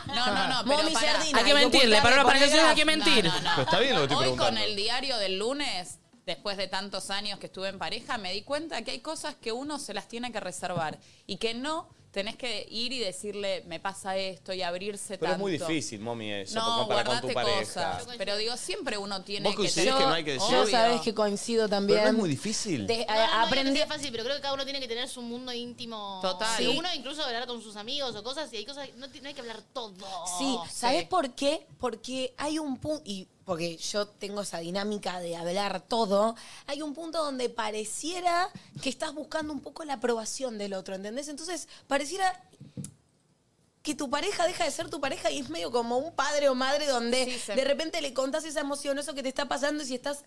[SPEAKER 3] No, no, no, pero
[SPEAKER 4] Mommy
[SPEAKER 3] pará.
[SPEAKER 4] sardina,
[SPEAKER 2] Hay que mentirle, para una pareja hay que mentir.
[SPEAKER 3] No, no, no.
[SPEAKER 1] Pero está bien lo que estoy
[SPEAKER 3] Hoy con
[SPEAKER 1] preguntando.
[SPEAKER 3] el diario del lunes, después de tantos años que estuve en pareja, me di cuenta que hay cosas que uno se las tiene que reservar y que no tenés que ir y decirle, me pasa esto y abrirse
[SPEAKER 1] Pero es
[SPEAKER 3] tanto.
[SPEAKER 1] muy difícil, mami, eso.
[SPEAKER 3] No,
[SPEAKER 1] como para con
[SPEAKER 3] guardate
[SPEAKER 1] tu pareja.
[SPEAKER 3] cosas. Pero digo, siempre uno tiene
[SPEAKER 1] ¿Vos
[SPEAKER 3] que
[SPEAKER 1] coincidís
[SPEAKER 3] tener-
[SPEAKER 1] que no hay que decir?
[SPEAKER 4] Yo
[SPEAKER 1] Obvio.
[SPEAKER 4] sabes que coincido también.
[SPEAKER 1] Pero no es muy difícil.
[SPEAKER 4] De-
[SPEAKER 6] No, no, no,
[SPEAKER 4] a-
[SPEAKER 6] no digo que
[SPEAKER 4] eh, aprendí-
[SPEAKER 6] sea fácil, pero creo que cada uno tiene que tener su mundo íntimo.
[SPEAKER 4] Total.
[SPEAKER 6] Sí.
[SPEAKER 4] Sí.
[SPEAKER 6] Uno incluso hablar con sus amigos o cosas, y hay cosas, no, ti- no hay que hablar todo.
[SPEAKER 4] Sí,
[SPEAKER 3] Oh,
[SPEAKER 4] ¿sabes por qué? Porque hay un punto, y porque yo tengo esa dinámica de hablar todo, hay un punto donde pareciera que estás buscando un poco la aprobación del otro, ¿entendés? Entonces, pareciera que tu pareja deja de ser tu pareja y es medio como un padre o madre donde
[SPEAKER 3] Sí, se-
[SPEAKER 4] de repente le contás esa emoción, eso que te está pasando y si estás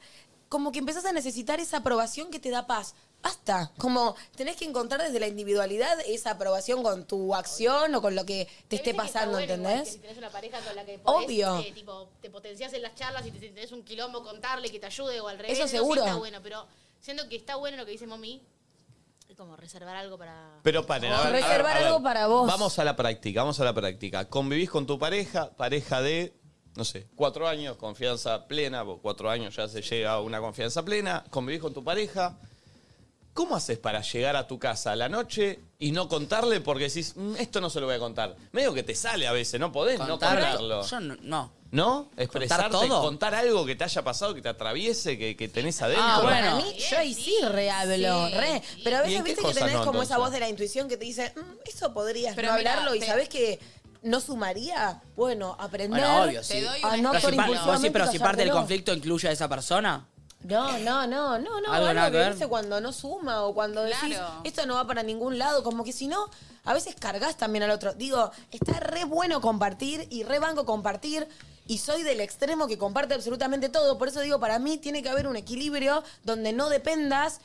[SPEAKER 4] como que empezás a necesitar esa aprobación que te da paz. Basta, como tenés que encontrar desde la individualidad esa aprobación con tu acción o con lo que te esté pasando,
[SPEAKER 6] Que
[SPEAKER 4] ¿entendés?
[SPEAKER 6] si tenés una pareja con la que podés,
[SPEAKER 4] Obvio.
[SPEAKER 6] eh, tipo, te potencias en las charlas y te si tenés un quilombo contarle que te ayude o al revés.
[SPEAKER 4] Eso
[SPEAKER 6] no sé,
[SPEAKER 4] seguro.
[SPEAKER 6] está bueno, pero siento que está bueno lo que dice Mommy, es como reservar algo para.
[SPEAKER 1] Pero paren, a
[SPEAKER 6] O
[SPEAKER 1] ver, a ver,
[SPEAKER 6] reservar
[SPEAKER 1] a ver.
[SPEAKER 6] algo
[SPEAKER 4] para vos.
[SPEAKER 1] Vamos a la práctica, vamos a la práctica. Convivís con tu pareja, pareja de, no sé, cuatro años, confianza plena, porque cuatro años ya se llega a una confianza plena. Convivís con tu pareja. ¿Cómo haces para llegar a tu casa a la noche y no contarle porque decís, "Mm, esto no se lo voy a contar? Medio que te sale a veces, no podés
[SPEAKER 2] Contar-
[SPEAKER 1] no contarlo.
[SPEAKER 2] Yo no. no.
[SPEAKER 1] ¿No? Expresarte,
[SPEAKER 2] todo?
[SPEAKER 1] contar algo que te haya pasado, que te atraviese, que, que tenés adentro.
[SPEAKER 4] Ah, bueno. A mí, yo ahí sí rehablo,
[SPEAKER 18] Sí.
[SPEAKER 4] re. Pero a
[SPEAKER 1] ¿Y en qué
[SPEAKER 4] veces viste que
[SPEAKER 1] cosas
[SPEAKER 4] tenés
[SPEAKER 1] no,
[SPEAKER 4] como esa
[SPEAKER 1] entonces?
[SPEAKER 4] voz de la intuición que te dice, "Mm, eso podrías
[SPEAKER 18] Pero
[SPEAKER 4] no
[SPEAKER 18] mira,
[SPEAKER 4] hablarlo y
[SPEAKER 18] te-
[SPEAKER 4] sabés que no sumaría. Bueno, aprender
[SPEAKER 2] Bueno, obvio, sí.
[SPEAKER 4] a no
[SPEAKER 2] pero si, par- vos sí,
[SPEAKER 4] impulsivamente
[SPEAKER 2] pero si parte del
[SPEAKER 4] callártelo.
[SPEAKER 2] conflicto incluye a esa persona.
[SPEAKER 4] No, no, no, no, no.
[SPEAKER 2] Algo
[SPEAKER 4] Algo,
[SPEAKER 2] nada que
[SPEAKER 4] que
[SPEAKER 2] ver.
[SPEAKER 4] dice cuando no suma o cuando decís,
[SPEAKER 18] Claro.
[SPEAKER 4] esto no va para ningún lado. Como que si no, a veces cargas también al otro. Digo, está re bueno compartir y re banco compartir. Y soy del extremo que comparte absolutamente todo. Por eso digo, para mí tiene que haber un equilibrio donde no dependas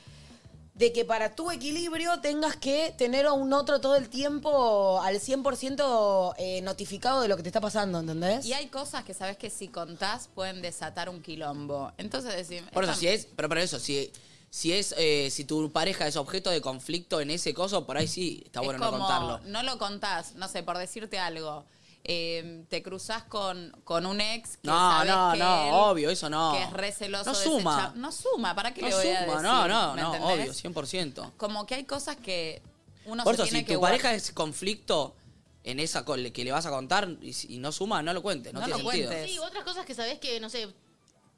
[SPEAKER 4] de que para tu equilibrio tengas que tener a un otro todo el tiempo al 100% eh, notificado de lo que te está pasando, ¿entendés?
[SPEAKER 3] Y hay cosas que sabes que si contás pueden desatar un quilombo. Entonces decime.
[SPEAKER 2] Por eso,
[SPEAKER 3] esta-
[SPEAKER 2] si es. Pero por eso, si. Si es, eh, si tu pareja es objeto de conflicto en ese coso, por ahí sí está
[SPEAKER 3] es
[SPEAKER 2] Ah, bueno no
[SPEAKER 3] como,
[SPEAKER 2] contarlo.
[SPEAKER 3] No lo contás, no sé, por decirte algo. eh, te cruzás con, con un ex que
[SPEAKER 2] No,
[SPEAKER 3] sabes
[SPEAKER 2] no,
[SPEAKER 3] que
[SPEAKER 2] no,
[SPEAKER 3] él-
[SPEAKER 2] obvio, eso no.
[SPEAKER 3] Que es re celoso
[SPEAKER 2] No
[SPEAKER 3] de ese
[SPEAKER 2] suma.
[SPEAKER 3] chap- no suma, ¿para qué
[SPEAKER 2] No
[SPEAKER 3] le voy a
[SPEAKER 2] suma,
[SPEAKER 3] decir?
[SPEAKER 2] no, no,
[SPEAKER 3] ¿Me
[SPEAKER 2] no,
[SPEAKER 3] entendés?
[SPEAKER 2] obvio, 100%.
[SPEAKER 3] Como que hay cosas que uno
[SPEAKER 2] Por
[SPEAKER 3] se
[SPEAKER 2] eso,
[SPEAKER 3] tiene
[SPEAKER 2] si
[SPEAKER 3] que
[SPEAKER 2] tu pareja es conflicto en esa co- que le vas a contar y, si- y no suma, no lo cuentes, no,
[SPEAKER 3] No
[SPEAKER 2] tiene
[SPEAKER 3] lo
[SPEAKER 2] sentido.
[SPEAKER 3] cuentes.
[SPEAKER 6] Sí, otras cosas que sabés que, no sé,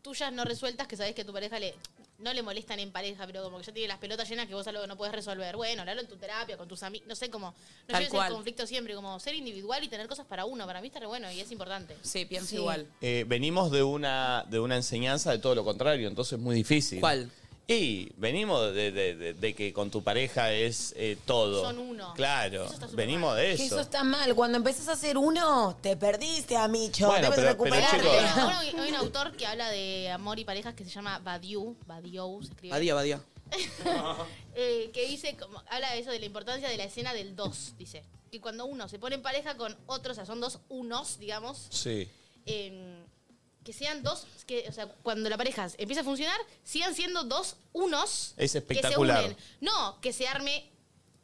[SPEAKER 6] tuyas no resueltas, que sabés que a tu pareja le no le molestan en pareja, pero como que ya tiene las pelotas llenas que vos algo no puedes resolver. Bueno, hablarlo en tu terapia, con tus amigos, no sé, como no
[SPEAKER 3] Tal
[SPEAKER 6] lleves
[SPEAKER 3] cual.
[SPEAKER 6] el conflicto siempre, como ser individual y tener cosas para uno. Para mí está re bueno y es importante.
[SPEAKER 3] Sí, pienso igual.
[SPEAKER 1] Eh, venimos de una, de una enseñanza de todo lo contrario, entonces es muy difícil.
[SPEAKER 2] ¿Cuál?
[SPEAKER 1] Y venimos de, de- de- de que con tu pareja es eh, todo.
[SPEAKER 4] Son uno.
[SPEAKER 1] Claro, venimos de
[SPEAKER 4] Que eso
[SPEAKER 1] eso.
[SPEAKER 4] está mal. Cuando empezás a hacer uno, te perdiste, amicho.
[SPEAKER 1] Bueno,
[SPEAKER 4] Debes
[SPEAKER 1] pero-
[SPEAKER 4] recuperarte.
[SPEAKER 1] pero, chicos,
[SPEAKER 6] Bueno, hay hay un autor que habla de amor y parejas que se llama Badiou, Badiou se escribe.
[SPEAKER 2] Badía, badía.
[SPEAKER 6] eh, que dice, como, habla de eso, de la importancia de la escena del dos, dice. Que cuando uno se pone en pareja con otros, o sea, son dos unos, digamos,
[SPEAKER 1] Sí.
[SPEAKER 6] eh, que sean dos, que, o sea, cuando la pareja empieza a funcionar, sigan siendo dos unos.
[SPEAKER 1] Es espectacular.
[SPEAKER 6] Que se unen. No que se arme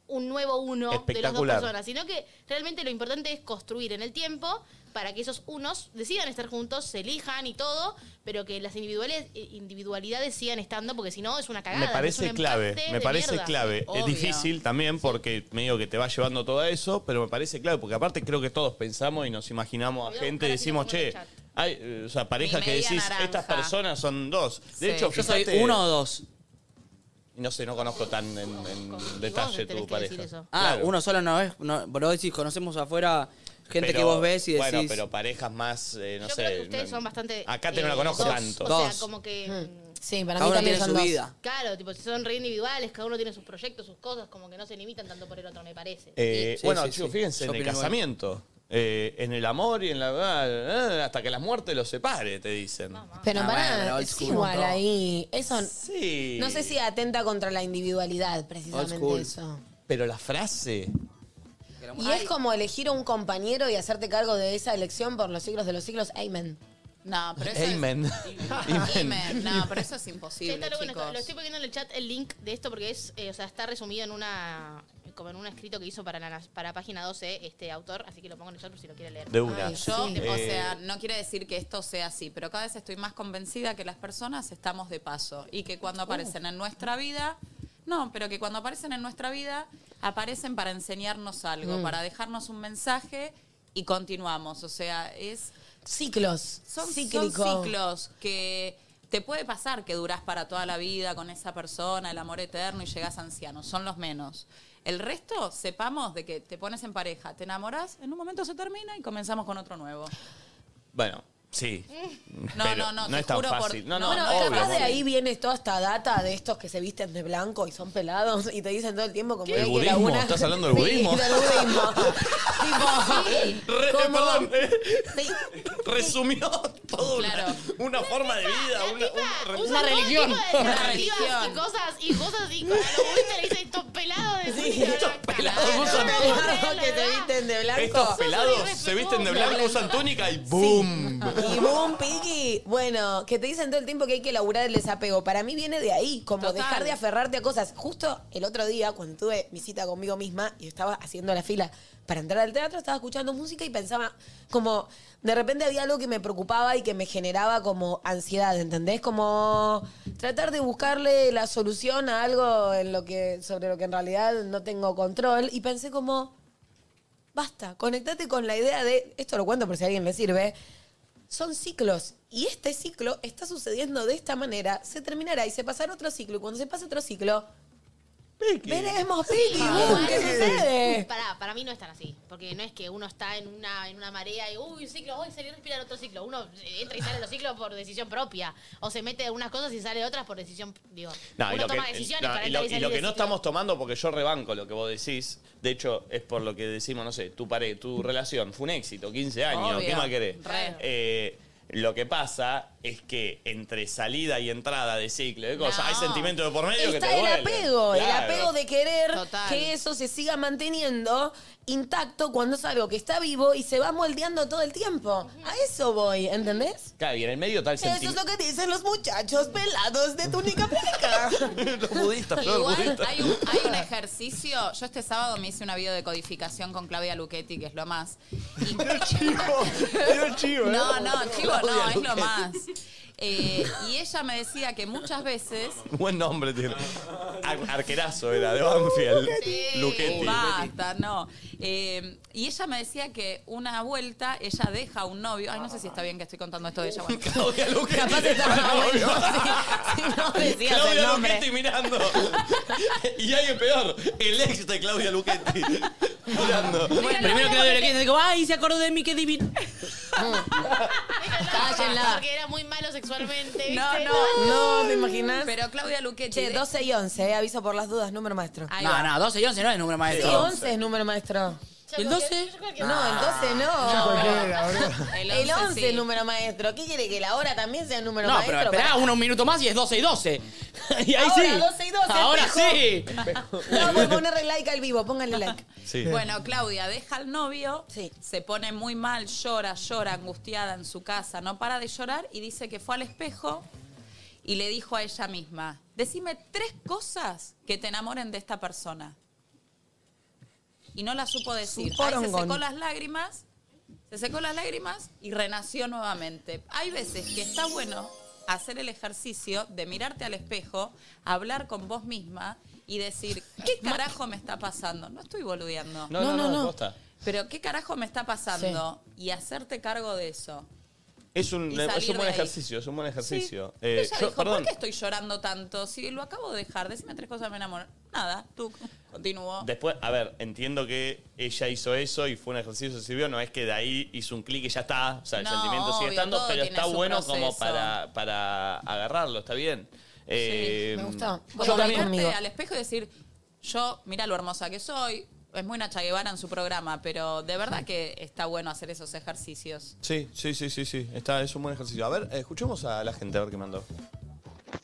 [SPEAKER 6] un nuevo uno de las dos
[SPEAKER 1] Espectacular.
[SPEAKER 6] personas, sino que realmente lo importante es construir en el tiempo para que esos unos decidan estar juntos, se elijan y todo, pero que las individuales, eh, individualidades sigan estando, porque si no es una cagada.
[SPEAKER 1] Me parece
[SPEAKER 6] es un
[SPEAKER 1] clave,
[SPEAKER 6] empate
[SPEAKER 1] me
[SPEAKER 6] de
[SPEAKER 1] parece
[SPEAKER 6] mierda.
[SPEAKER 1] clave. Es difícil también porque medio que te va llevando todo a eso, pero me parece clave porque aparte creo que todos pensamos y nos imaginamos a gente y decimos, che, hay, eh, o sea, pareja
[SPEAKER 2] Mi
[SPEAKER 1] que
[SPEAKER 2] media
[SPEAKER 1] decís,
[SPEAKER 2] naranja.
[SPEAKER 1] estas personas son dos. De
[SPEAKER 2] Sí.
[SPEAKER 1] hecho,
[SPEAKER 2] Yo soy
[SPEAKER 1] fíjate-
[SPEAKER 2] uno o dos.
[SPEAKER 1] No sé, no conozco tan en, en detalle tu pareja.
[SPEAKER 2] Ah,
[SPEAKER 1] Claro.
[SPEAKER 2] uno solo no es. No, vos decís, conocemos afuera gente
[SPEAKER 1] Pero,
[SPEAKER 2] que vos ves y decís.
[SPEAKER 1] Bueno, pero parejas más, eh, no
[SPEAKER 6] Yo
[SPEAKER 1] sé.
[SPEAKER 6] creo que ustedes
[SPEAKER 1] no-
[SPEAKER 6] son bastante. eh,
[SPEAKER 1] Acá te no la conozco
[SPEAKER 6] dos.
[SPEAKER 1] tanto.
[SPEAKER 6] O
[SPEAKER 1] Dos.
[SPEAKER 6] sea, como que.
[SPEAKER 4] Mm. Sí, para
[SPEAKER 1] Cada
[SPEAKER 4] mí
[SPEAKER 1] uno
[SPEAKER 4] también
[SPEAKER 1] tiene
[SPEAKER 4] son
[SPEAKER 1] su
[SPEAKER 4] dos.
[SPEAKER 1] vida.
[SPEAKER 6] Claro, tipo, si son re individuales, cada uno tiene sus proyectos, sus cosas, como que no se limitan tanto por el otro, me parece.
[SPEAKER 1] Eh,
[SPEAKER 19] Sí,
[SPEAKER 1] bueno,
[SPEAKER 19] sí,
[SPEAKER 1] chicos,
[SPEAKER 19] sí.
[SPEAKER 1] fíjense,
[SPEAKER 19] Yo
[SPEAKER 1] en el
[SPEAKER 19] opino igual.
[SPEAKER 1] casamiento, eh, en el amor y en la... ah, ah, hasta que la muerte los separe, te dicen.
[SPEAKER 4] Pero para, es igual ahí. Eso
[SPEAKER 1] Sí.
[SPEAKER 4] no sé si atenta contra la individualidad, precisamente
[SPEAKER 1] Old school.
[SPEAKER 4] eso.
[SPEAKER 1] Pero la frase...
[SPEAKER 4] Y es como elegir a un compañero y hacerte cargo de esa elección por los siglos de los siglos. Amen.
[SPEAKER 3] No, pero eso
[SPEAKER 1] Amen.
[SPEAKER 3] (laughs) Amen. No, pero eso es imposible,
[SPEAKER 6] Sí, está lo bueno,
[SPEAKER 3] chicos.
[SPEAKER 6] está- lo estoy poniendo en el chat el link de esto porque es, eh, o sea, está resumido en una como en un escrito que hizo para la, para página 12 este autor, así que lo pongo en el chat por si lo quiere leer.
[SPEAKER 1] De una. Ay,
[SPEAKER 3] Yo,
[SPEAKER 1] sí.
[SPEAKER 3] o
[SPEAKER 1] Eh,
[SPEAKER 3] sea, no quiere decir que esto sea así, pero cada vez estoy más convencida que las personas estamos de paso y que cuando aparecen en nuestra vida, no, pero que cuando aparecen en nuestra vida, aparecen para enseñarnos algo,
[SPEAKER 4] Mm.
[SPEAKER 3] para dejarnos un mensaje y continuamos. O sea, es.
[SPEAKER 4] Ciclos.
[SPEAKER 3] Son, son
[SPEAKER 4] Cíclico.
[SPEAKER 3] ciclos que te puede pasar que durás para toda la vida con esa persona, el amor eterno y llegás anciano. Son los menos. El resto, sepamos de que te pones en pareja, te enamoras, en un momento se termina y comenzamos con otro nuevo.
[SPEAKER 1] (laughs) Bueno, sí.
[SPEAKER 3] No,
[SPEAKER 1] pero
[SPEAKER 3] no, no, te
[SPEAKER 1] es tan
[SPEAKER 3] juro por-
[SPEAKER 1] fácil. No, no,
[SPEAKER 4] bueno,
[SPEAKER 1] obvio,
[SPEAKER 4] capaz de
[SPEAKER 1] obvio.
[SPEAKER 4] ahí viene toda esta data de estos que se visten de blanco y son pelados y te dicen todo el tiempo como
[SPEAKER 1] ¿El
[SPEAKER 4] "Ay, que la
[SPEAKER 1] budismo?
[SPEAKER 4] una-".
[SPEAKER 1] ¿Estás hablando del
[SPEAKER 4] (laughs) Sí,
[SPEAKER 1] budismo?
[SPEAKER 4] del budismo. tipo,
[SPEAKER 1] Re-
[SPEAKER 4] como-
[SPEAKER 1] perdón, eh, resumió todo una- una, forma de vida, una, una-
[SPEAKER 6] Usa todo tipo de
[SPEAKER 1] Una
[SPEAKER 6] narrativas Y cosas, y cosas, y cosas, lo budista le dice estos pelados de
[SPEAKER 1] Pelados usan-
[SPEAKER 4] Claro, que te visten de blanco.
[SPEAKER 1] Estos pelados se visten de blanco, usan túnica y ¡boom! (laughs)
[SPEAKER 4] Y boom, piqui. Bueno, que te dicen todo el tiempo que hay que laburar el desapego. Para mí viene de ahí, como dejar de aferrarte a cosas. Justo el otro día, cuando tuve mi cita conmigo misma y estaba haciendo la fila para entrar al teatro, estaba escuchando música y pensaba, como, de repente había algo que me preocupaba y que que me generaba como ansiedad, ¿entendés? Como tratar de buscarle la solución a algo en lo que, sobre lo que en realidad no tengo control. Y pensé como, basta, conectate con la idea de, esto lo cuento por si a alguien le sirve, son ciclos. Y este ciclo está sucediendo de esta manera, se terminará y se pasará otro ciclo. Y cuando se pase otro ciclo, veremos Piki,
[SPEAKER 6] Ah,
[SPEAKER 4] boom, ¿qué sucede?
[SPEAKER 6] Para, para mí no es tan así. Porque no es que uno está en una, en una marea y, uy, un ciclo, hoy salió a respirar otro ciclo. Uno eh, entra y sale de los ciclos por decisión propia. O se mete de unas cosas y sale de otras por decisión. Digo,
[SPEAKER 1] No, y
[SPEAKER 6] uno
[SPEAKER 1] lo que, eh,
[SPEAKER 6] toma decisiones
[SPEAKER 1] no,
[SPEAKER 6] para
[SPEAKER 1] y lo-
[SPEAKER 6] entrar y
[SPEAKER 1] y
[SPEAKER 6] salir
[SPEAKER 1] lo
[SPEAKER 6] de
[SPEAKER 1] que no
[SPEAKER 6] ciclos.
[SPEAKER 1] estamos tomando, porque yo rebanco lo que vos decís, de hecho, es por lo que decimos, no sé, tu pare, tu relación fue un éxito, 15 años,
[SPEAKER 20] Obvio.
[SPEAKER 1] ¿qué más querés?
[SPEAKER 20] Re.
[SPEAKER 1] Eh, lo que pasa es que entre salida y entrada de ciclo de cosas, hay sentimientos de por medio que
[SPEAKER 4] Está
[SPEAKER 1] te
[SPEAKER 4] el
[SPEAKER 1] duelen.
[SPEAKER 4] apego, el
[SPEAKER 1] Claro.
[SPEAKER 4] apego de querer
[SPEAKER 1] Total.
[SPEAKER 4] que eso se siga manteniendo intacto cuando es algo que está vivo y se va moldeando todo el tiempo. A eso voy, ¿entendés?
[SPEAKER 1] Claro, y en el medio está el
[SPEAKER 4] Eso es
[SPEAKER 1] sentimiento.
[SPEAKER 4] lo que dicen los muchachos pelados de túnica blanca.
[SPEAKER 1] (laughs)
[SPEAKER 3] Igual hay un, hay un ejercicio. Yo este sábado me hice una video de codificación con Claudia Luchetti, que es lo más.
[SPEAKER 5] Era chivo, ¿eh?
[SPEAKER 3] No, (laughs) no, chivo no,
[SPEAKER 5] Claudia
[SPEAKER 3] es lo
[SPEAKER 5] Luchetti.
[SPEAKER 3] más. Eh, y ella me decía que muchas veces
[SPEAKER 1] Buen nombre tiene. Ar- arquerazo era, de Banfield. Luchetti.
[SPEAKER 3] Basta, no. Eh, y ella me decía que una vuelta ella deja a un novio. Ay, no sé si está bien que estoy contando esto de ella. Bueno, (laughs) Capaz
[SPEAKER 1] (laughs)
[SPEAKER 3] está bueno, si- si no decías el
[SPEAKER 1] Claudia
[SPEAKER 3] nombre.
[SPEAKER 1] Luchetti mirando. y alguien peor, el ex de Claudia Luchetti. (laughs) mirando.
[SPEAKER 2] Primero que le dije, digo, ay, se acordó de mí, qué divino.
[SPEAKER 4] (laughs)
[SPEAKER 6] (laughs)
[SPEAKER 4] Cállenla.
[SPEAKER 6] Porque era muy malo sexualmente. ¿viste? (laughs)
[SPEAKER 4] No, no, no, ¿te imaginas?
[SPEAKER 3] Pero Claudia Luquetti.
[SPEAKER 4] Che, 12 y 11, eh, aviso por las dudas, número maestro.
[SPEAKER 2] No, no, 12 y 11 no es número
[SPEAKER 4] Sí,
[SPEAKER 2] maestro.
[SPEAKER 4] 11 es número maestro.
[SPEAKER 2] ¿Y el 12?
[SPEAKER 4] No, el 12
[SPEAKER 2] Yo
[SPEAKER 4] no.
[SPEAKER 2] cualquiera, boludo.
[SPEAKER 4] El
[SPEAKER 2] El
[SPEAKER 4] 11,
[SPEAKER 2] 11
[SPEAKER 4] es número maestro. ¿Qué quiere que la hora también sea el número
[SPEAKER 2] No,
[SPEAKER 4] maestro?
[SPEAKER 2] pero esperá
[SPEAKER 4] Para-
[SPEAKER 2] uno, un minuto más y es 12 y 12. (laughs) y ahí
[SPEAKER 4] Ahora,
[SPEAKER 2] sí.
[SPEAKER 4] 12 y 12,
[SPEAKER 2] Ahora sí.
[SPEAKER 4] espejo. No, por ponerle like al vivo, pónganle like.
[SPEAKER 1] Sí.
[SPEAKER 3] Bueno, Claudia deja al novio, se pone muy mal, llora, llora, angustiada en su casa, no para de llorar y dice que fue al espejo y le dijo a ella misma, decime tres cosas que te enamoren de esta persona. Y no la supo decir. Ahí se
[SPEAKER 4] porongón.
[SPEAKER 3] secó las lágrimas, se secó las lágrimas y renació nuevamente. Hay veces que está bueno hacer el ejercicio de mirarte al espejo, hablar con vos misma y decir, ¿qué carajo me está pasando? No estoy boludeando.
[SPEAKER 1] No, no, no, no, posta.
[SPEAKER 3] Pero ¿qué carajo me está pasando? Y hacerte cargo de eso.
[SPEAKER 1] Es un,
[SPEAKER 3] Y
[SPEAKER 1] es un
[SPEAKER 3] salir
[SPEAKER 1] buen
[SPEAKER 3] de ahí.
[SPEAKER 1] ejercicio, es un buen ejercicio. Eh,
[SPEAKER 3] Ella
[SPEAKER 1] yo-
[SPEAKER 3] dijo, ¿por qué estoy llorando tanto? Si lo acabo de dejar, decime tres cosas, me enamoro. Nada, tú continuó.
[SPEAKER 1] Después, a ver, entiendo que ella hizo eso y fue un ejercicio que sirvió. No es que de ahí hizo un clic y ya está. O sea, el
[SPEAKER 3] No,
[SPEAKER 1] sentimiento sigue
[SPEAKER 3] obvio,
[SPEAKER 1] estando,
[SPEAKER 3] todo
[SPEAKER 1] pero
[SPEAKER 3] tiene
[SPEAKER 1] está
[SPEAKER 3] su
[SPEAKER 1] bueno como
[SPEAKER 3] proceso.
[SPEAKER 1] para, para agarrarlo, está bien. Eh,
[SPEAKER 4] me gusta.
[SPEAKER 3] Bueno,
[SPEAKER 1] yo también-
[SPEAKER 3] mirarte al espejo y decir, yo, mira lo hermosa que soy. Es muy Nacha Guevara en su programa, pero de verdad que está bueno hacer esos ejercicios.
[SPEAKER 1] Sí, sí, sí, sí, sí. Está, es un buen ejercicio. A ver, eh, escuchemos a la gente a ver qué mandó.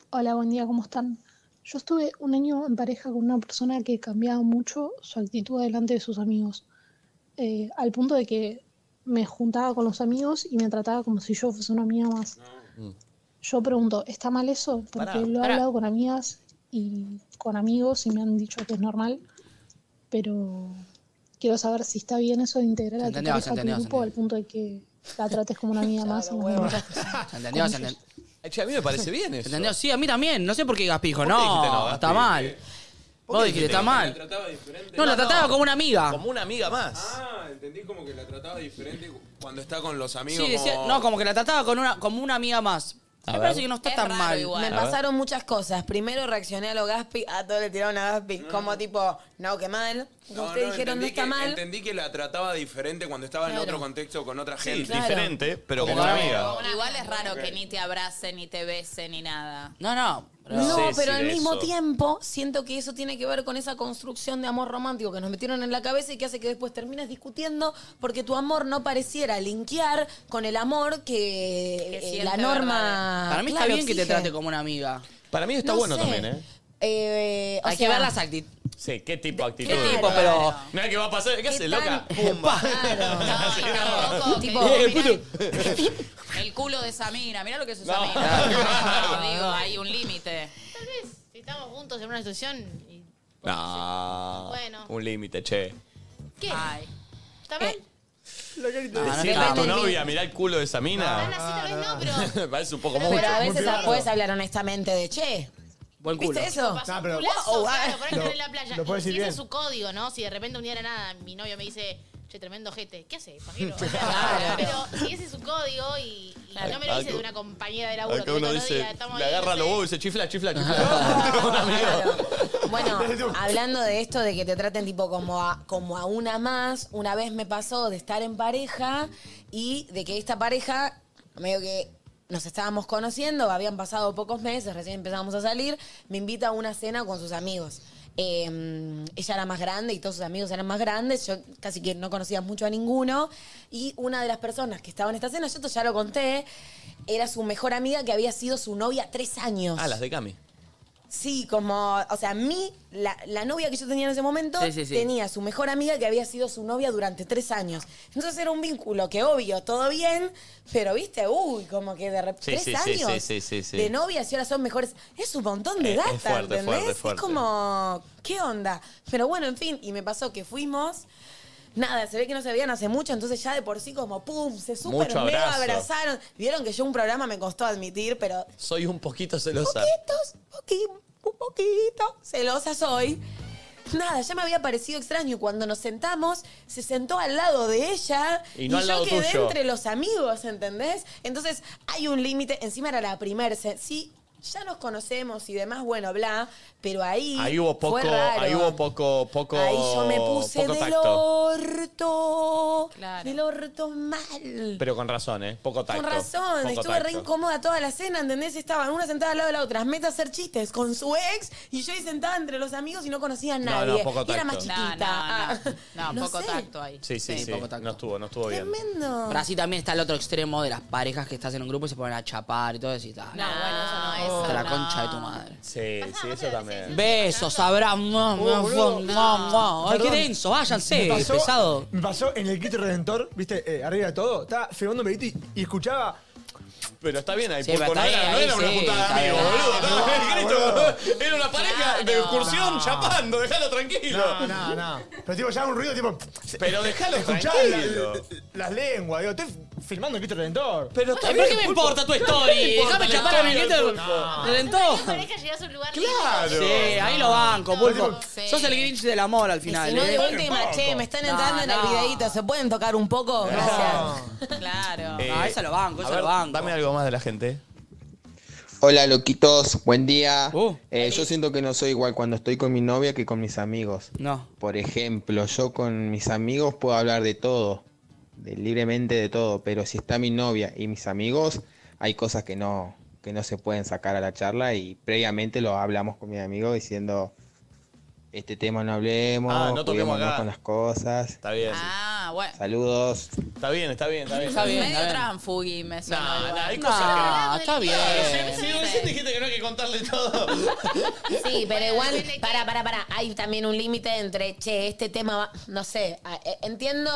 [SPEAKER 21] Hola, buen día, ¿cómo están? Yo estuve un año en pareja con una persona que cambiaba mucho su actitud delante de sus amigos, eh, al punto de que me juntaba con los amigos y me trataba como si yo fuese una amiga más.
[SPEAKER 2] Mm.
[SPEAKER 21] Yo pregunto, ¿está mal eso? Porque
[SPEAKER 11] Pará,
[SPEAKER 21] lo he
[SPEAKER 11] pará.
[SPEAKER 21] hablado con amigas y con amigos y me han dicho que es normal, pero quiero saber si está bien eso de integrar a tu
[SPEAKER 2] Entendió,
[SPEAKER 21] pareja a tu
[SPEAKER 2] entendió,
[SPEAKER 21] grupo al punto de que la trates como una
[SPEAKER 11] (laughs)
[SPEAKER 21] amiga más. y no como otra.
[SPEAKER 2] ¿Se entendió? ¿Se entendió?
[SPEAKER 1] a mí me parece bien eso.
[SPEAKER 2] ¿Se entendió? Sí, a mí también. No sé por qué Gaspijo.
[SPEAKER 1] ¿Por qué dijiste
[SPEAKER 2] No,
[SPEAKER 1] no,
[SPEAKER 2] está
[SPEAKER 1] Gaspi?
[SPEAKER 2] mal. Vos dijiste, está mal.
[SPEAKER 20] trataba diferente.
[SPEAKER 2] No, la trataba como una amiga.
[SPEAKER 1] Como una amiga más.
[SPEAKER 20] Ah, entendí como que la trataba diferente cuando está con los amigos.
[SPEAKER 2] Sí, decía,
[SPEAKER 20] como-
[SPEAKER 2] no, como que la trataba con una, como una amiga más.
[SPEAKER 20] A
[SPEAKER 2] Me
[SPEAKER 20] ver.
[SPEAKER 2] parece que no está
[SPEAKER 20] Es
[SPEAKER 2] tan
[SPEAKER 20] raro
[SPEAKER 2] mal.
[SPEAKER 20] igual.
[SPEAKER 4] Me pasaron muchas cosas. Primero reaccioné a lo Gaspi, a todo le tiraron a Gaspi, como tipo, no, qué mal. Ustedes dijeron,
[SPEAKER 20] entendí
[SPEAKER 4] no está
[SPEAKER 20] que-
[SPEAKER 4] mal.
[SPEAKER 20] Entendí que la trataba diferente cuando estaba en otro contexto con otra
[SPEAKER 1] Sí,
[SPEAKER 20] gente.
[SPEAKER 1] diferente, pero como una
[SPEAKER 20] Claro.
[SPEAKER 1] amiga.
[SPEAKER 3] Igual es raro que ni te abrace, ni te bese, ni nada.
[SPEAKER 2] No, no.
[SPEAKER 4] No,
[SPEAKER 1] sé si
[SPEAKER 4] pero al
[SPEAKER 1] de
[SPEAKER 4] mismo
[SPEAKER 1] eso.
[SPEAKER 4] tiempo siento que eso tiene que ver con esa construcción de amor romántico que nos metieron en la cabeza y que hace que después termines discutiendo porque tu amor no pareciera linkear con el amor que, eh, la
[SPEAKER 2] siente
[SPEAKER 4] norma.
[SPEAKER 2] Para mí está
[SPEAKER 4] Ah, claro,
[SPEAKER 2] bien que te
[SPEAKER 4] exige.
[SPEAKER 2] trate como una amiga.
[SPEAKER 1] Para mí
[SPEAKER 4] está No bueno sé. también, ¿eh? Eh, o
[SPEAKER 2] Hay que
[SPEAKER 4] sea,
[SPEAKER 2] ver las actitudes.
[SPEAKER 1] Sí, qué tipo de actitud.
[SPEAKER 2] ¿Qué tipo, pero-
[SPEAKER 1] No es que va a pasar. ¿Qué haces,
[SPEAKER 2] tan-
[SPEAKER 1] loca? (laughs) Pumba. Así, no.
[SPEAKER 3] Tampoco,
[SPEAKER 1] Tipo, (laughs)
[SPEAKER 3] que-
[SPEAKER 1] eh, puto.
[SPEAKER 3] El culo de Samira, mirá lo que es
[SPEAKER 1] No. (laughs)
[SPEAKER 3] Samira. No, digo, hay un límite.
[SPEAKER 6] Tal vez si estamos juntos en una situación. y-
[SPEAKER 1] No.
[SPEAKER 6] Bueno.
[SPEAKER 1] Un límite, che.
[SPEAKER 4] Eh,
[SPEAKER 6] ¿Qué? ¿Está mal?
[SPEAKER 5] La carita
[SPEAKER 1] Ah,
[SPEAKER 5] de
[SPEAKER 1] si es tu novia, mirá el culo de esa mina. Me (laughs) parece un poco mucho.
[SPEAKER 4] Pero a veces
[SPEAKER 1] Muy
[SPEAKER 4] puedes hablar honestamente de che.
[SPEAKER 1] Buen
[SPEAKER 4] ¿Viste eso?
[SPEAKER 6] No,
[SPEAKER 4] pero-
[SPEAKER 6] pero, culazo,
[SPEAKER 4] Wow,
[SPEAKER 6] claro,
[SPEAKER 4] ah.
[SPEAKER 6] por ahí
[SPEAKER 4] Lo-
[SPEAKER 6] estar en la playa.
[SPEAKER 4] lo puedo
[SPEAKER 6] Y
[SPEAKER 4] decir
[SPEAKER 6] ese
[SPEAKER 4] bien.
[SPEAKER 6] es su código, ¿no? Si de repente un día de la nada mi novio me dice, che, tremendo jete, ¿qué haces,
[SPEAKER 4] (laughs)
[SPEAKER 6] pajero? Pero si ese es su código y, y no me lo dice de una compañera de laburo,
[SPEAKER 1] Ah, Acá
[SPEAKER 6] que
[SPEAKER 1] uno
[SPEAKER 6] todos los
[SPEAKER 1] dice,
[SPEAKER 6] días estamos
[SPEAKER 1] le
[SPEAKER 6] ahí,
[SPEAKER 1] agarra
[SPEAKER 6] no
[SPEAKER 1] los
[SPEAKER 6] sé.
[SPEAKER 1] huevos y dice, chifla, chifla, chifla.
[SPEAKER 6] (laughs)
[SPEAKER 4] (laughs) Bueno, hablando de esto de que te traten tipo como a, como a una más, una vez me pasó de estar en pareja y de que esta pareja, medio que nos estábamos conociendo, habían pasado pocos meses, recién empezamos a salir, me invita a una cena con sus amigos. Eh, ella era más grande y todos sus amigos eran más grandes, yo casi que no conocía mucho a ninguno. Y una de las personas que estaba en esta cena, yo esto ya lo conté, era su mejor amiga que había sido su novia tres años.
[SPEAKER 1] Ah, las de Cami.
[SPEAKER 4] Sí, como, o sea, mi, la, la novia que yo tenía en ese momento
[SPEAKER 1] Sí, sí, sí.
[SPEAKER 4] tenía su mejor amiga que había sido su novia durante tres años. Entonces era un vínculo que obvio, todo bien, pero viste, uy, como que de repente
[SPEAKER 1] Sí,
[SPEAKER 4] tres
[SPEAKER 1] sí, sí,
[SPEAKER 4] años
[SPEAKER 1] sí, sí, sí, sí.
[SPEAKER 4] de novias y ahora son mejores. Es un montón de
[SPEAKER 1] Es- es
[SPEAKER 4] data,
[SPEAKER 1] fuerte,
[SPEAKER 4] ¿entendés?
[SPEAKER 1] fuerte, fuerte.
[SPEAKER 4] Es como, ¿qué onda? Pero bueno, en fin, y me pasó que fuimos. Nada, se ve que no se veían hace mucho, entonces ya de por sí como pum, se super
[SPEAKER 1] Mucho
[SPEAKER 4] mega
[SPEAKER 1] abrazo.
[SPEAKER 4] abrazaron. Vieron que yo un programa me costó admitir, pero
[SPEAKER 1] Soy un poquito celosa.
[SPEAKER 4] poquitos, poqui- un poquito celosa soy. Nada, ya me había parecido extraño. Cuando nos sentamos, se sentó al lado de ella
[SPEAKER 1] Y no al
[SPEAKER 4] yo
[SPEAKER 1] lado
[SPEAKER 4] quedé
[SPEAKER 1] tuyo.
[SPEAKER 4] entre los amigos, ¿entendés? Entonces hay un límite. Encima era la primera. Sí, ya nos conocemos y demás, bueno, bla. Pero ahí.
[SPEAKER 1] Ahí hubo poco,
[SPEAKER 4] fue raro.
[SPEAKER 1] ahí hubo poco, poco.
[SPEAKER 4] Ahí yo me puse
[SPEAKER 1] poco
[SPEAKER 4] del
[SPEAKER 1] tacto.
[SPEAKER 4] orto. Del orto mal.
[SPEAKER 1] Pero con razón, ¿eh? Poco tacto.
[SPEAKER 4] Con razón,
[SPEAKER 1] poco
[SPEAKER 4] estuve re
[SPEAKER 1] tacto.
[SPEAKER 4] incómoda toda la cena, ¿entendés? Estaban una sentada al lado de la otra, meta a hacer chistes con su ex y yo ahí sentada entre los amigos y no conocía a
[SPEAKER 1] No,
[SPEAKER 4] nadie.
[SPEAKER 1] no, poco
[SPEAKER 4] y era
[SPEAKER 1] tacto.
[SPEAKER 4] más
[SPEAKER 1] No,
[SPEAKER 4] chiquita.
[SPEAKER 2] no,
[SPEAKER 4] Ah,
[SPEAKER 3] No,
[SPEAKER 4] no
[SPEAKER 3] poco
[SPEAKER 4] sé.
[SPEAKER 3] tacto ahí.
[SPEAKER 1] Sí, sí,
[SPEAKER 2] Sí,
[SPEAKER 1] sí.
[SPEAKER 2] poco tacto.
[SPEAKER 1] No estuvo, no estuvo bien.
[SPEAKER 4] Tremendo.
[SPEAKER 2] Pero así también está el otro extremo de las parejas que estás en un grupo y se ponen a chapar y todo eso y tal.
[SPEAKER 3] No, bueno, eso no.
[SPEAKER 2] Hasta
[SPEAKER 3] eso
[SPEAKER 2] la
[SPEAKER 3] no.
[SPEAKER 2] concha de tu madre.
[SPEAKER 1] Sí, sí, eso también.
[SPEAKER 2] Besos, abrazo. mua, mua,
[SPEAKER 5] Uh, Oh, boludo.
[SPEAKER 2] mua, mua. Ay, qué
[SPEAKER 5] Perdón.
[SPEAKER 2] denso, váyanse,
[SPEAKER 5] Me pasó-
[SPEAKER 2] pesado.
[SPEAKER 5] Me pasó en el Cristo Redentor, viste, eh, arriba de todo, estaba fumando un pedito y, y escuchaba.
[SPEAKER 1] Pero está bien ahí,
[SPEAKER 5] Sí,
[SPEAKER 1] porque
[SPEAKER 5] pero
[SPEAKER 1] no
[SPEAKER 5] está
[SPEAKER 1] era,
[SPEAKER 5] bien,
[SPEAKER 1] no era
[SPEAKER 5] ahí
[SPEAKER 1] una
[SPEAKER 5] sí,
[SPEAKER 1] juntada
[SPEAKER 5] está
[SPEAKER 1] de amigos,
[SPEAKER 5] bien.
[SPEAKER 1] boludo. Estaba
[SPEAKER 5] No,
[SPEAKER 1] en el grito. Era una pareja de excursión chapando, déjalo tranquilo.
[SPEAKER 5] No, no, no. Pero tipo, ya un ruido tipo.
[SPEAKER 1] Pero dejalo
[SPEAKER 5] Escuchaba
[SPEAKER 1] tranquilo.
[SPEAKER 5] la- la- las lenguas, digo, estoy filmando el Cristo Redentor.
[SPEAKER 1] Pero
[SPEAKER 2] está ¿Pero bien, qué me Pulpo. importa tu
[SPEAKER 5] No me
[SPEAKER 2] story?
[SPEAKER 5] importa
[SPEAKER 2] Déjame
[SPEAKER 5] la
[SPEAKER 2] chapar
[SPEAKER 5] historia,
[SPEAKER 2] a mi Cristo
[SPEAKER 5] Pulpo.
[SPEAKER 2] Redentor.
[SPEAKER 5] No.
[SPEAKER 2] Redentor.
[SPEAKER 6] Pareja llega a su lugar
[SPEAKER 2] Claro. Sí, ahí lo banco, pulpo. Sos el Grinch del amor al final.
[SPEAKER 4] Si no,
[SPEAKER 2] ¿eh?
[SPEAKER 4] de última, che, me están entrando
[SPEAKER 2] No,
[SPEAKER 4] en
[SPEAKER 2] no.
[SPEAKER 4] el videíto, ¿se pueden tocar un poco? Gracias.
[SPEAKER 3] Claro.
[SPEAKER 2] Eh, Ah, esa lo banco,
[SPEAKER 1] a
[SPEAKER 2] esa
[SPEAKER 1] ver,
[SPEAKER 2] lo banco.
[SPEAKER 1] Dame algo más de la gente.
[SPEAKER 20] Hola loquitos, buen día.
[SPEAKER 2] Uh.
[SPEAKER 20] Eh, yo siento que no soy igual cuando estoy con mi novia que con mis amigos.
[SPEAKER 2] No.
[SPEAKER 20] Por ejemplo, yo con mis amigos puedo hablar de todo, de- libremente de todo, pero si está mi novia y mis amigos, hay cosas que no, que no se pueden sacar a la charla y previamente lo hablamos con mi amigo diciendo, este tema no hablemos,
[SPEAKER 1] Ah, no toquemos
[SPEAKER 20] cuidémonos
[SPEAKER 1] acá.
[SPEAKER 20] con las cosas.
[SPEAKER 1] Está bien.
[SPEAKER 3] Ah, bueno.
[SPEAKER 20] Saludos.
[SPEAKER 1] Está bien, está bien, está bien.
[SPEAKER 3] Medio transfugi me suena.
[SPEAKER 1] No, no, hay
[SPEAKER 3] igual.
[SPEAKER 1] cosas
[SPEAKER 3] No,
[SPEAKER 5] Ah,
[SPEAKER 1] que...
[SPEAKER 3] está bien.
[SPEAKER 1] Si si recién dijiste que no hay que contarle
[SPEAKER 5] (laughs)
[SPEAKER 1] todo.
[SPEAKER 4] Sí, pero igual, para, para, para. Hay también un límite entre, che, este tema va, no sé, a- eh, entiendo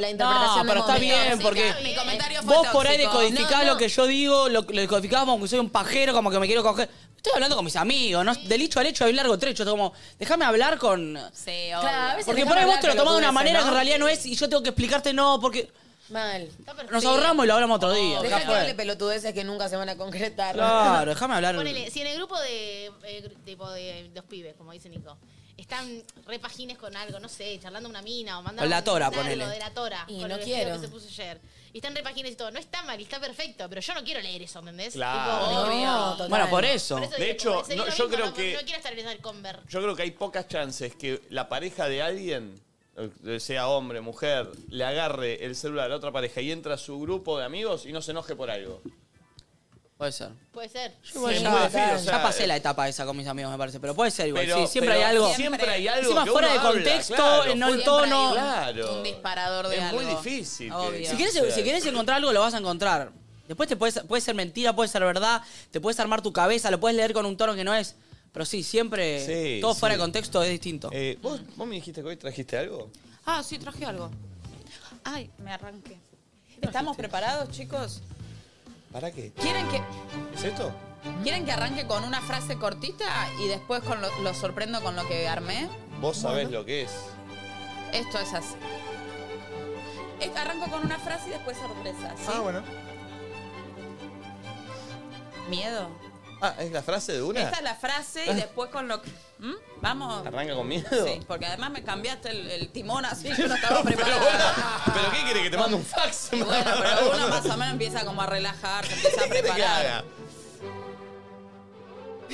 [SPEAKER 4] la interpretación
[SPEAKER 2] pero
[SPEAKER 4] del
[SPEAKER 2] está
[SPEAKER 4] momento.
[SPEAKER 2] bien, porque
[SPEAKER 3] Mi comentario fue
[SPEAKER 2] Vos por ahí
[SPEAKER 3] tóxico.
[SPEAKER 2] decodificás
[SPEAKER 3] No,
[SPEAKER 2] lo que yo digo, lo, lo decodificás como que soy un pajero, como que me quiero coger. Estoy hablando con mis amigos, ¿no? Del hecho al hecho hay un largo trecho. es Como, déjame hablar con.
[SPEAKER 3] Sí,
[SPEAKER 4] Claro,
[SPEAKER 5] Ah,
[SPEAKER 4] a veces
[SPEAKER 2] Porque
[SPEAKER 4] dejame
[SPEAKER 2] por ahí vos
[SPEAKER 4] hablar
[SPEAKER 2] te lo
[SPEAKER 4] que
[SPEAKER 2] tomás de
[SPEAKER 4] lo
[SPEAKER 2] una
[SPEAKER 4] pude
[SPEAKER 2] manera
[SPEAKER 4] hacer,
[SPEAKER 2] que en
[SPEAKER 4] ¿no?
[SPEAKER 2] realidad no es y yo tengo que explicarte no, porque
[SPEAKER 4] Mal.
[SPEAKER 2] nos ahorramos y lo hablamos otro día.
[SPEAKER 4] Dejá
[SPEAKER 2] ya
[SPEAKER 4] que
[SPEAKER 2] fue.
[SPEAKER 4] hable pelotudeces que nunca se van a concretar.
[SPEAKER 2] Claro, déjame hablar.
[SPEAKER 6] Ponele, si en el grupo de, eh, gru- tipo de los pibes, como dice Nico, están repagines con algo, no sé, charlando una mina o mandando.
[SPEAKER 2] La tora, ponele.
[SPEAKER 6] Lo de la tora.
[SPEAKER 4] Y
[SPEAKER 6] con
[SPEAKER 4] no
[SPEAKER 6] el vestido
[SPEAKER 4] quiero.
[SPEAKER 6] que se puso ayer. Y están repagines y todo. No está mal, y está perfecto, pero yo no quiero leer eso,
[SPEAKER 1] (laughs)
[SPEAKER 6] ¿entendés?
[SPEAKER 1] Claro.
[SPEAKER 6] Tipo,
[SPEAKER 1] No,
[SPEAKER 6] obvio.
[SPEAKER 1] total. Bueno, por eso.
[SPEAKER 6] digo,
[SPEAKER 1] De hecho,
[SPEAKER 6] como seguir
[SPEAKER 1] no,
[SPEAKER 6] lo
[SPEAKER 1] yo
[SPEAKER 6] mismo,
[SPEAKER 1] creo
[SPEAKER 6] no-
[SPEAKER 1] que-
[SPEAKER 6] No quiero estar en esa conver.
[SPEAKER 1] Yo creo que hay pocas chances que la pareja de alguien, eh, sea hombre, mujer, le agarre el celular a la otra pareja y entra a su grupo de amigos y no se enoje por algo.
[SPEAKER 2] Puede ser.
[SPEAKER 6] Puede ser.
[SPEAKER 2] Igual
[SPEAKER 1] Sí,
[SPEAKER 2] ya,
[SPEAKER 1] muy difícil, o sea,
[SPEAKER 2] ya pasé la etapa esa con mis amigos, me parece, pero puede ser igual.
[SPEAKER 1] Pero-
[SPEAKER 2] sí, siempre
[SPEAKER 1] pero
[SPEAKER 2] hay algo.
[SPEAKER 1] siempre hay algo
[SPEAKER 2] Encima
[SPEAKER 1] que
[SPEAKER 2] fuera
[SPEAKER 1] uno
[SPEAKER 2] de
[SPEAKER 1] habla,
[SPEAKER 2] contexto,
[SPEAKER 1] claro,
[SPEAKER 2] no el
[SPEAKER 1] siempre hay
[SPEAKER 2] tono.
[SPEAKER 1] Claro.
[SPEAKER 3] Un disparador de
[SPEAKER 1] Es
[SPEAKER 3] algo.
[SPEAKER 1] muy difícil que-
[SPEAKER 3] Obvio.
[SPEAKER 2] Si quieres, si quieres encontrar algo, lo vas a encontrar. Después te puedes, puede ser mentira, puede ser verdad, te puedes armar tu cabeza, lo puedes leer con un tono que no es. Pero sí, siempre
[SPEAKER 1] Sí,
[SPEAKER 2] todo
[SPEAKER 1] sí.
[SPEAKER 2] fuera de contexto es distinto.
[SPEAKER 1] Eh, ¿vos, vos me dijiste que hoy trajiste algo?
[SPEAKER 3] Ah, sí, traje algo. Ay, me arranqué. ¿Estamos preparados, chicos?
[SPEAKER 1] ¿Para qué?
[SPEAKER 3] ¿Quieren que,
[SPEAKER 1] ¿Es esto?
[SPEAKER 3] ¿Quieren que arranque con una frase cortita y después con lo- los sorprendo con lo que armé?
[SPEAKER 1] Vos sabés lo que es.
[SPEAKER 3] Esto es así. Eh, Arranco con una frase y después sorpresa. ¿sí?
[SPEAKER 5] Ah, bueno.
[SPEAKER 3] Miedo.
[SPEAKER 1] Ah, ¿es la frase de una?
[SPEAKER 3] Esta es la frase y después con lo que. ¿Mm? Vamos.
[SPEAKER 1] Ah. ¿Arranca con miedo?
[SPEAKER 3] Sí, porque además me cambiaste el, el
[SPEAKER 1] (laughs)
[SPEAKER 3] timón así, yo no (laughs) estaba preparada.
[SPEAKER 1] ¿Pero qué quiere que te mande un fax?
[SPEAKER 3] Bueno, pero uno más o menos empieza como a relajar, se empieza a
[SPEAKER 1] ¿Qué
[SPEAKER 3] preparar.
[SPEAKER 1] haga?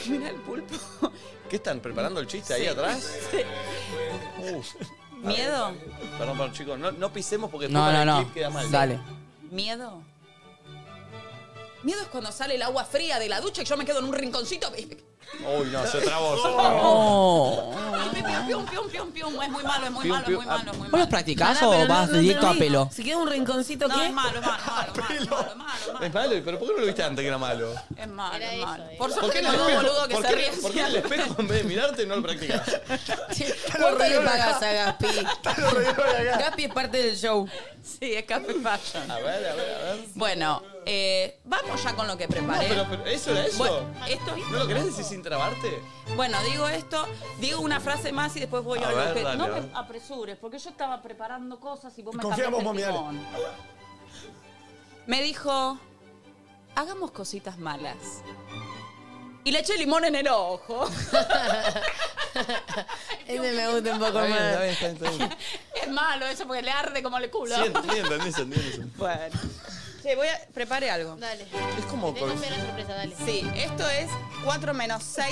[SPEAKER 3] Mira el pulpo.
[SPEAKER 1] ¿Qué están preparando el chiste ahí
[SPEAKER 3] Sí.
[SPEAKER 1] atrás?
[SPEAKER 3] Sí.
[SPEAKER 1] Uh, a
[SPEAKER 3] (laughs) ¿Miedo?
[SPEAKER 1] ver, Perdón, perdón, chicos. No, no pisemos porque
[SPEAKER 2] No,
[SPEAKER 1] después
[SPEAKER 2] no,
[SPEAKER 1] para el
[SPEAKER 2] no.
[SPEAKER 1] clip queda mal.
[SPEAKER 2] Dale.
[SPEAKER 3] ¿Miedo? Miedo es cuando sale el agua fría de la ducha y yo me quedo en un rinconcito. (laughs)
[SPEAKER 1] Uy, no, se trabó. se
[SPEAKER 2] No.
[SPEAKER 3] Pium, pium, pium, pium. Es muy malo, es muy
[SPEAKER 2] Pium,
[SPEAKER 3] malo, es
[SPEAKER 2] pium.
[SPEAKER 3] muy
[SPEAKER 1] ah.
[SPEAKER 3] malo, es muy
[SPEAKER 2] ¿Vos los
[SPEAKER 3] malo.
[SPEAKER 2] practicás
[SPEAKER 4] Pará, pero
[SPEAKER 2] o vas
[SPEAKER 4] no- no
[SPEAKER 2] directo a
[SPEAKER 4] entendí.
[SPEAKER 2] pelo?
[SPEAKER 4] Si queda un rinconcito,
[SPEAKER 3] No,
[SPEAKER 4] ¿qué?
[SPEAKER 3] es malo, es malo, es malo, es malo, es malo,
[SPEAKER 1] trabó. Es malo, pero ¿por qué no lo viste antes que era malo?
[SPEAKER 3] es malo, es malo. Por
[SPEAKER 1] ¿Por qué
[SPEAKER 3] suerte
[SPEAKER 1] en el
[SPEAKER 3] tengo un
[SPEAKER 1] espejo-
[SPEAKER 3] boludo que
[SPEAKER 1] por
[SPEAKER 3] se
[SPEAKER 1] qué-
[SPEAKER 3] (laughs) ríe.
[SPEAKER 1] ¿Por qué en el espejo en vez de mirarte no lo practicás?
[SPEAKER 4] ¿Cuánto le pagas a Gaspi? Gaspi es parte del show.
[SPEAKER 3] Sí, es Café Fashion.
[SPEAKER 1] A ver, a ver, a ver.
[SPEAKER 3] Bueno, eh, vamos ya con lo que
[SPEAKER 1] No,
[SPEAKER 3] preparé.
[SPEAKER 1] pero, pero ¿eso era eso?
[SPEAKER 3] Eh, Bueno, esto-
[SPEAKER 1] ¿No lo querés decir sin trabarte?
[SPEAKER 3] Bueno, digo esto, digo una frase más y después voy
[SPEAKER 1] A
[SPEAKER 3] a, lo
[SPEAKER 1] ver,
[SPEAKER 3] que-
[SPEAKER 1] dale,
[SPEAKER 3] No
[SPEAKER 1] a
[SPEAKER 3] me
[SPEAKER 1] ver.
[SPEAKER 3] apresures, porque yo estaba preparando cosas y vos me
[SPEAKER 5] Confía en vos,
[SPEAKER 3] cambiaste el
[SPEAKER 5] mami, dale.
[SPEAKER 3] timón. Me dijo, hagamos cositas malas. Y le eché limón en el
[SPEAKER 4] (laughs)
[SPEAKER 3] ojo. (laughs)
[SPEAKER 4] Ese me gusta un poco
[SPEAKER 1] Está bien,
[SPEAKER 4] más.
[SPEAKER 1] está bien, está bien, está bien.
[SPEAKER 3] es malo eso porque le arde como le culo.
[SPEAKER 1] Sí, entendí, entendí, entendí eso.
[SPEAKER 3] Bueno. (laughs) Che, voy a... Prepare algo.
[SPEAKER 6] Dale.
[SPEAKER 1] Es como...
[SPEAKER 6] Tengo miedo a la sorpresa, dale.
[SPEAKER 3] Sí, esto es 4 menos 6,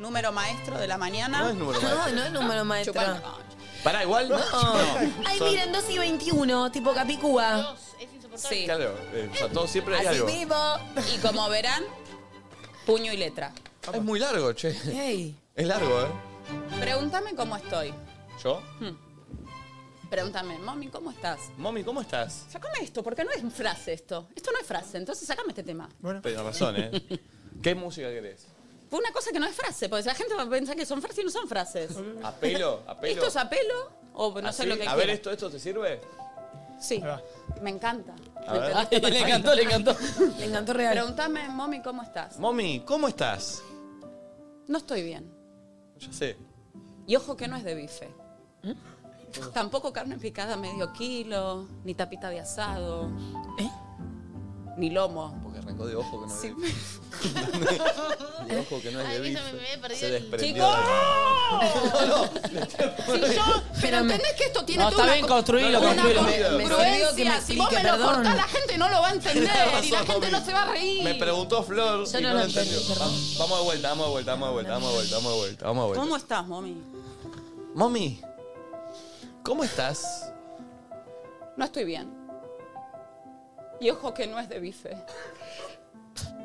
[SPEAKER 3] número maestro de la mañana.
[SPEAKER 1] No es número No, maestro.
[SPEAKER 4] (laughs) no es número maestro.
[SPEAKER 3] Chupame la concha.
[SPEAKER 1] Pará, igual...
[SPEAKER 3] (laughs)
[SPEAKER 1] No.
[SPEAKER 4] Ay,
[SPEAKER 1] Son-
[SPEAKER 4] miren, 2 y 21, tipo Capicúa.
[SPEAKER 3] Sí.
[SPEAKER 1] Claro, eh, o sea, todo siempre hay
[SPEAKER 3] Así
[SPEAKER 1] algo.
[SPEAKER 3] mismo. Y como verán, puño y letra.
[SPEAKER 1] Es muy largo, che. Es largo, ¿eh?
[SPEAKER 3] Pregúntame cómo estoy.
[SPEAKER 1] ¿Yo?
[SPEAKER 3] Pregúntame, mami, ¿cómo estás?
[SPEAKER 1] Mami, ¿cómo estás?
[SPEAKER 3] Sácame esto, porque no es frase esto. Esto no es frase, entonces sácame este tema.
[SPEAKER 1] Tenés razón, ¿eh? ¿Qué música querés?
[SPEAKER 3] Fue una cosa que no es frase, porque la gente va a pensar que son frases y no son frases.
[SPEAKER 1] ¿Apelo? ¿Apelo?
[SPEAKER 3] ¿Esto es apelo? O no sé
[SPEAKER 1] ¿Así?
[SPEAKER 3] lo que
[SPEAKER 1] ¿Ah, A ver,
[SPEAKER 3] quiera.
[SPEAKER 1] ¿esto, esto te sirve?
[SPEAKER 3] Sí, me encanta.
[SPEAKER 1] A
[SPEAKER 3] Me
[SPEAKER 1] ver.
[SPEAKER 3] encanta.
[SPEAKER 1] Ay, (laughs) le encantó, le encantó.
[SPEAKER 4] Le encantó real.
[SPEAKER 3] Pregúntame, mami, ¿cómo estás?
[SPEAKER 1] Mami, ¿cómo estás?
[SPEAKER 3] No estoy bien.
[SPEAKER 1] Ya sé.
[SPEAKER 3] Y ojo que no es de bife. Tampoco carne picada medio kilo, ni tapita de asado, ni lomo.
[SPEAKER 1] Porque arrancó de ojo que no es
[SPEAKER 3] Sí.
[SPEAKER 1] de
[SPEAKER 3] (laughs)
[SPEAKER 1] De (laughs) ojo que no es de
[SPEAKER 3] Ay, eso me-
[SPEAKER 1] bife.
[SPEAKER 3] me he perdido
[SPEAKER 1] Se
[SPEAKER 3] el-
[SPEAKER 1] desprendió.
[SPEAKER 3] ¡Chicos!
[SPEAKER 1] de- No, no.
[SPEAKER 3] Si yo, pero entendés que esto tiene
[SPEAKER 2] No,
[SPEAKER 3] toda
[SPEAKER 2] está
[SPEAKER 3] una
[SPEAKER 2] bien,
[SPEAKER 3] co-
[SPEAKER 2] construílo,
[SPEAKER 3] una
[SPEAKER 2] construílo.
[SPEAKER 3] congruencia.
[SPEAKER 2] Me- me sirvió
[SPEAKER 4] que me
[SPEAKER 3] si vos me
[SPEAKER 4] explique,
[SPEAKER 3] lo
[SPEAKER 4] perdón.
[SPEAKER 3] cortás, la gente no lo va a entender y la
[SPEAKER 1] Tenés razón,
[SPEAKER 3] gente no
[SPEAKER 1] mami.
[SPEAKER 3] se va a reír.
[SPEAKER 1] Me preguntó Flor
[SPEAKER 3] Yo
[SPEAKER 1] y
[SPEAKER 3] no
[SPEAKER 1] no,
[SPEAKER 3] lo
[SPEAKER 1] lo entendió.
[SPEAKER 3] entendí,
[SPEAKER 1] Vamos vamos de vuelta, vamos de vuelta, vamos de vuelta, vamos de vuelta, vamos de vuelta, vamos de vuelta.
[SPEAKER 3] ¿Cómo estás, mami?
[SPEAKER 1] Mami, ¿cómo estás?
[SPEAKER 3] No estoy bien. Y ojo que no es de bife.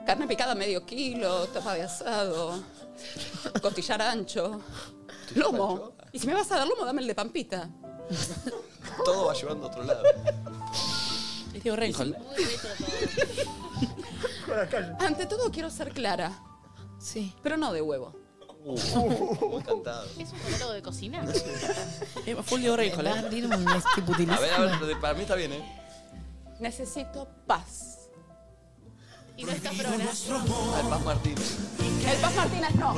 [SPEAKER 3] Carne picada medio kilo, tapa de asado, costillar ancho, lomo. Y si me vas a dar lomo, dame el de pampita.
[SPEAKER 1] Todo va llevando a otro lado.
[SPEAKER 2] Tío Reinhold.
[SPEAKER 3] Ante todo quiero ser clara.
[SPEAKER 4] Sí.
[SPEAKER 3] Pero no de huevo.
[SPEAKER 2] (laughs)
[SPEAKER 1] Uh, encantado.
[SPEAKER 6] ¿Es un catálogo de
[SPEAKER 1] (laughs)
[SPEAKER 6] cocina?
[SPEAKER 2] Full Tío Reinhold.
[SPEAKER 4] Va a abrir un
[SPEAKER 1] A ver, a
[SPEAKER 4] estiputilismo.
[SPEAKER 1] ver, para mí está bien, ¿eh?
[SPEAKER 3] Necesito paz.
[SPEAKER 6] Y no está Flora.
[SPEAKER 1] Al Ah, Paz Martínez.
[SPEAKER 3] El Paz Martínez no.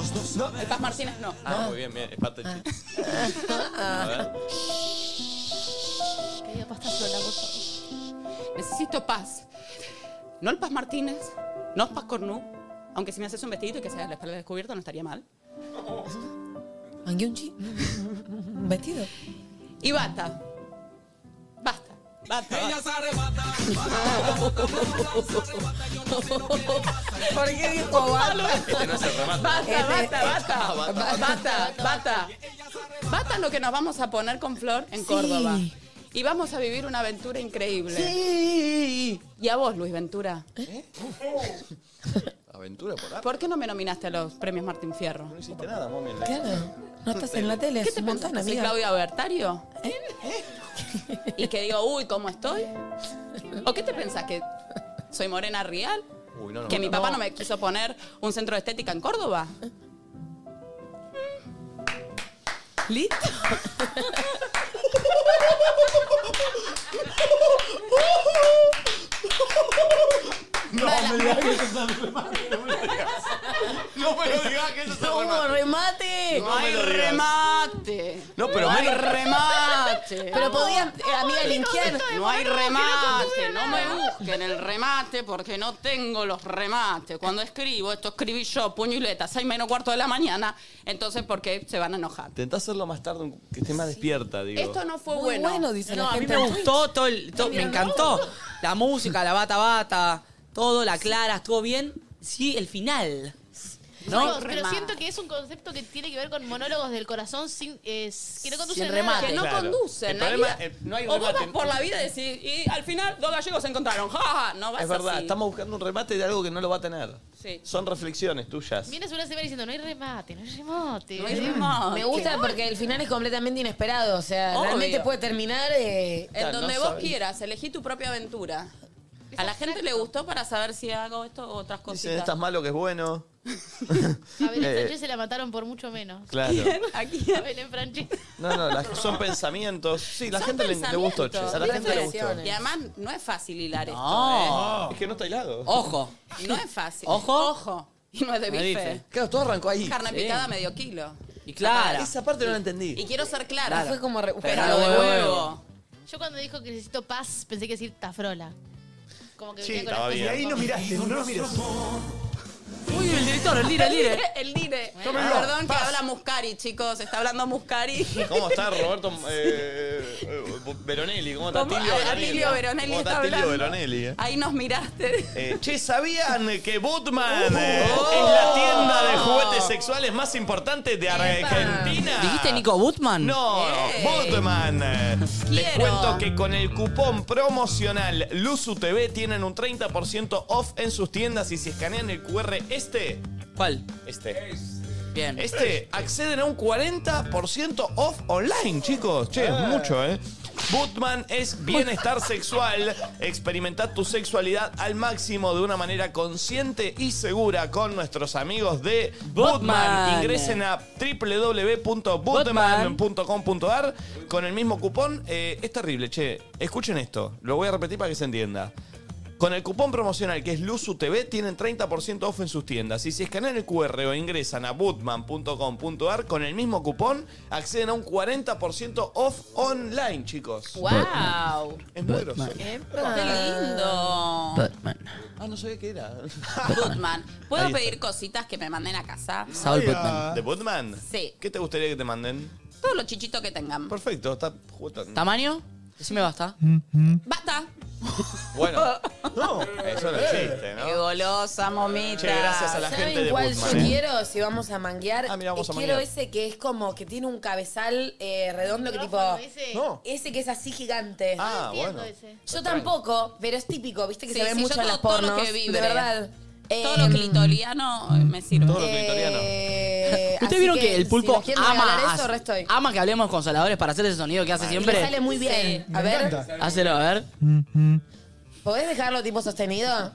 [SPEAKER 3] El Paz Martínez no.
[SPEAKER 1] Ah, muy bien, bien, es parte del chiste. A ver.
[SPEAKER 3] Que diga pasta sola, por favor. Necesito paz. No el Paz Martínez, no el Paz Cornú. Aunque si me haces un vestidito y que sea la espalda descubierta no estaría mal.
[SPEAKER 4] (laughs) ¿Mangué un chi? (laughs) ¿Un vestido?
[SPEAKER 3] Y bata. Basta. Basta. (laughs)
[SPEAKER 4] ¿Por qué dijo Balo?
[SPEAKER 1] Este no es el remate.
[SPEAKER 3] Bata, bata,
[SPEAKER 1] Ah,
[SPEAKER 3] bata.
[SPEAKER 1] bata.
[SPEAKER 3] Bata, bata. Bata es lo que nos vamos a poner con Flor en Córdoba. Y vamos a vivir una aventura increíble. Sí. Y a vos, Luis Ventura.
[SPEAKER 1] ¿Eh? Aventura por arte.
[SPEAKER 3] ¿Por qué no me nominaste a los premios Martín Fierro?
[SPEAKER 1] No hiciste nada, mami.
[SPEAKER 4] Claro. No estás en la tele,
[SPEAKER 3] ¿Qué
[SPEAKER 4] es
[SPEAKER 3] te
[SPEAKER 4] un montón, ¿Eh?
[SPEAKER 3] pensás? ¿Soy
[SPEAKER 4] amiga.
[SPEAKER 3] Claudia Bertario? Y que digo, uy, ¿cómo estoy? ¿O qué te pensás? ¿Que soy Morena Real?
[SPEAKER 1] Uy, no, no.
[SPEAKER 3] ¿Que mi papá no me quiso poner un centro de estética en Córdoba?
[SPEAKER 4] ¿Listo? No,
[SPEAKER 10] me digas que eso
[SPEAKER 1] No me lo digas que eso es
[SPEAKER 4] No hubo remate.
[SPEAKER 1] No me lo digas.
[SPEAKER 2] remate.
[SPEAKER 1] No, pero
[SPEAKER 2] hay
[SPEAKER 1] menos-
[SPEAKER 2] (laughs) remate.
[SPEAKER 4] (laughs) Pero podían, eh, amiga, linkear.
[SPEAKER 2] No hay remate, no me busquen el remate porque no tengo los remates. Cuando escribo, esto escribí yo, puño y letra, 6 menos cuarto de la mañana, entonces porque se van a enojar.
[SPEAKER 1] Intentá hacerlo más tarde, un- que esté más despierta, digo.
[SPEAKER 2] Esto no fue
[SPEAKER 4] Muy
[SPEAKER 2] bueno.
[SPEAKER 4] bueno, dice
[SPEAKER 2] no,
[SPEAKER 4] la
[SPEAKER 2] a mí
[SPEAKER 4] gente
[SPEAKER 2] me
[SPEAKER 4] en
[SPEAKER 2] gustó, todo el- todo- me
[SPEAKER 4] Mira, no.
[SPEAKER 2] encantó. La música, la bata bata, todo, la clara, estuvo bien. Sí, el final.
[SPEAKER 6] No,
[SPEAKER 2] ¿No?
[SPEAKER 6] pero siento que es un concepto que tiene que ver con monólogos del corazón sin, es- que no conducen
[SPEAKER 2] Sin
[SPEAKER 6] a nada.
[SPEAKER 2] remate. Que no Claro. conducen,
[SPEAKER 1] Ah, El
[SPEAKER 2] la
[SPEAKER 1] problema
[SPEAKER 2] vida-
[SPEAKER 1] eh, no hay
[SPEAKER 2] o vos vas
[SPEAKER 1] remate.
[SPEAKER 2] por la vida y decís, y al final dos gallegos se encontraron. Ja, ja, ja. no vas
[SPEAKER 1] Es verdad,
[SPEAKER 2] así.
[SPEAKER 1] estamos buscando un remate de algo que no lo va a tener.
[SPEAKER 2] Sí.
[SPEAKER 1] Son reflexiones tuyas.
[SPEAKER 6] Vienes una semana diciendo, no hay remate, no hay remate.
[SPEAKER 1] No hay remate.
[SPEAKER 4] Me gusta porque el final es completamente inesperado. O sea,
[SPEAKER 2] Obvio.
[SPEAKER 4] realmente puede terminar. eh,
[SPEAKER 3] En
[SPEAKER 4] no
[SPEAKER 3] donde vos
[SPEAKER 4] sabe.
[SPEAKER 3] quieras, elegí tu propia aventura. A la gente le gustó para saber si hago esto o otras
[SPEAKER 1] Dicen,
[SPEAKER 3] cositas.
[SPEAKER 1] estás malo que es
[SPEAKER 3] (laughs)
[SPEAKER 1] bueno.
[SPEAKER 6] A Belén
[SPEAKER 1] Eh,
[SPEAKER 6] Sánchez se la mataron por mucho menos.
[SPEAKER 1] Claro.
[SPEAKER 3] (laughs)
[SPEAKER 1] ¿Quién?
[SPEAKER 6] ¿A quién? A Belén Francés.
[SPEAKER 1] No, no, la- son pensamientos. Sí, la
[SPEAKER 3] Son
[SPEAKER 1] gente le, le gustó. che,
[SPEAKER 3] pensamientos,
[SPEAKER 1] A la gente le gustó.
[SPEAKER 3] reflexiones. Y además no es fácil hilar esto.
[SPEAKER 1] No. Es que no está hilado.
[SPEAKER 2] Ojo.
[SPEAKER 3] ¿eh? No es fácil.
[SPEAKER 2] Ojo.
[SPEAKER 3] Ojo. Y no es de
[SPEAKER 2] Me
[SPEAKER 3] bife.
[SPEAKER 2] dice.
[SPEAKER 1] Claro, todo arrancó ahí.
[SPEAKER 3] Carne
[SPEAKER 2] Sí.
[SPEAKER 3] picada medio kilo.
[SPEAKER 2] Y clara.
[SPEAKER 1] Ah, Esa parte no la entendí.
[SPEAKER 3] Y quiero ser clara.
[SPEAKER 4] Fue como re-
[SPEAKER 2] Pero lo de huevo.
[SPEAKER 6] Yo cuando dijo que necesito paz, pensé que decir tafrola. Como que
[SPEAKER 1] Sí,
[SPEAKER 6] venía con
[SPEAKER 1] estaba
[SPEAKER 6] las
[SPEAKER 1] bien.
[SPEAKER 6] cosas
[SPEAKER 1] Y ahí
[SPEAKER 6] como-
[SPEAKER 1] no miraste, no nos miraste.
[SPEAKER 2] Uy, el director, el dire, el dire.
[SPEAKER 3] (laughs) El dire.
[SPEAKER 1] Tómenlo,
[SPEAKER 3] Perdón que
[SPEAKER 1] paz.
[SPEAKER 3] habla Muscari, chicos. Está hablando Muscari.
[SPEAKER 1] ¿Cómo está Roberto eh, eh, Veronelli? ¿Cómo está
[SPEAKER 3] ¿Cómo?
[SPEAKER 1] Tilio
[SPEAKER 3] Ah,
[SPEAKER 1] Veronelli?
[SPEAKER 3] Tilio Veronelli
[SPEAKER 1] ¿Cómo
[SPEAKER 3] está
[SPEAKER 1] está Tilio
[SPEAKER 3] hablando.
[SPEAKER 1] Veronelli? eh?
[SPEAKER 3] Ahí nos miraste.
[SPEAKER 1] Eh, che, ¿sabían que
[SPEAKER 2] Oh.
[SPEAKER 1] Butman eh, es la tienda de juguetes sexuales más importante de Argentina?
[SPEAKER 2] ¿Dijiste Nico Butman?
[SPEAKER 1] No, Butman. eh, Les
[SPEAKER 2] Quiero.
[SPEAKER 1] cuento que con el cupón promocional Luzu TV tienen un 30% off en sus tiendas y si escanean el QR este.
[SPEAKER 2] ¿Cuál?
[SPEAKER 1] Este.
[SPEAKER 2] Bien.
[SPEAKER 1] Este, acceden a un 40% off online, chicos. Che, es
[SPEAKER 2] Ah.
[SPEAKER 1] mucho, ¿eh? Bootman es bienestar sexual. Experimentad tu sexualidad al máximo de una manera consciente y segura con nuestros amigos de Bootman.
[SPEAKER 2] Bootman.
[SPEAKER 1] Ingresen a www.bootman.com.ar con el mismo cupón. Eh, es terrible, che. Escuchen esto. Lo voy a repetir para que se entienda. Con el cupón promocional que es Luzu TV tienen 30% off en sus tiendas. Y si escanean el QR o ingresan a bootman.com.ar con el mismo cupón, acceden a un 40% off online, chicos.
[SPEAKER 3] ¡Wow!
[SPEAKER 1] Es muy groso.
[SPEAKER 3] ¡Qué lindo!
[SPEAKER 1] Ah, no sabía qué era.
[SPEAKER 3] Goodman. ¿Puedo
[SPEAKER 1] Ahí está.
[SPEAKER 3] pedir cositas que me manden a casa?
[SPEAKER 1] Ay, ah. ¿De Bootman?
[SPEAKER 3] Sí.
[SPEAKER 1] ¿Qué te gustaría que te manden?
[SPEAKER 3] Todo lo chichito que tengan.
[SPEAKER 1] Perfecto, está
[SPEAKER 2] ¿Tamaño? Decime basta.
[SPEAKER 3] ¡Basta!
[SPEAKER 1] Bueno,
[SPEAKER 3] (laughs)
[SPEAKER 1] no, eso no existe,
[SPEAKER 3] Qué
[SPEAKER 1] ¿no?
[SPEAKER 3] golosa, momita.
[SPEAKER 1] Che, gracias a la gente
[SPEAKER 4] Eh, ¿Saben
[SPEAKER 1] de
[SPEAKER 4] cuál yo
[SPEAKER 1] Goodman, eh?
[SPEAKER 4] quiero? Si vamos a manguear.
[SPEAKER 1] Ah, mira, vamos
[SPEAKER 4] eh,
[SPEAKER 1] a
[SPEAKER 4] quiero
[SPEAKER 1] manguear.
[SPEAKER 4] ese que es como que tiene un cabezal eh, redondo que tipo.
[SPEAKER 6] micrófono ese. No.
[SPEAKER 4] Ese que es así gigante.
[SPEAKER 1] Ah,
[SPEAKER 6] entiendo
[SPEAKER 1] bueno.
[SPEAKER 6] ese.
[SPEAKER 4] Yo tampoco, pero es típico, viste que
[SPEAKER 3] Sí,
[SPEAKER 4] se ve
[SPEAKER 3] sí,
[SPEAKER 4] mucho
[SPEAKER 3] yo
[SPEAKER 4] en las
[SPEAKER 3] todo- todo lo
[SPEAKER 4] pornos.
[SPEAKER 3] que vibre.
[SPEAKER 4] de verdad.
[SPEAKER 3] Todo lo clitoriano eh, me sirve.
[SPEAKER 1] Todo lo clitoriano.
[SPEAKER 4] Eh, así
[SPEAKER 2] ¿Ustedes vieron que el pulpo
[SPEAKER 4] si nos quieren regalar
[SPEAKER 2] ama,
[SPEAKER 4] Eso,
[SPEAKER 2] hace-
[SPEAKER 4] resto hay.
[SPEAKER 2] ama que hablemos con saladores para hacer ese sonido que hace
[SPEAKER 4] Y
[SPEAKER 2] siempre?
[SPEAKER 4] le sale muy bien. A ver,
[SPEAKER 2] Hácelo, a ver.
[SPEAKER 4] ¿podés dejarlo tipo sostenido?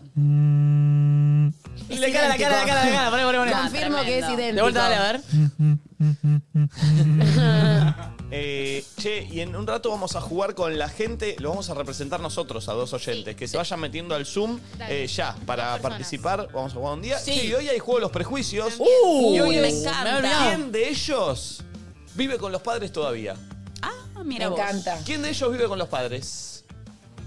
[SPEAKER 2] La cara, la cara, la cara, la cara. Poné, poné, poné.
[SPEAKER 4] Confirmo que es idéntico.
[SPEAKER 2] De vuelta, dale, a ver.
[SPEAKER 1] Eh, che, y en un rato vamos a jugar con la gente, lo vamos a representar nosotros a dos oyentes, que se vayan metiendo al Zoom
[SPEAKER 6] Dale.
[SPEAKER 1] eh, ya para participar. Vamos a jugar un día.
[SPEAKER 2] Sí.
[SPEAKER 1] Che, y hoy hay juego de los prejuicios.
[SPEAKER 2] Uh,
[SPEAKER 1] y hoy
[SPEAKER 2] me
[SPEAKER 1] es,
[SPEAKER 2] encanta. me había olvidado.
[SPEAKER 1] ¿Quién de ellos vive con los padres todavía?
[SPEAKER 3] Ah, mira
[SPEAKER 4] Me
[SPEAKER 3] vos.
[SPEAKER 4] encanta.
[SPEAKER 1] ¿Quién de ellos vive con los padres?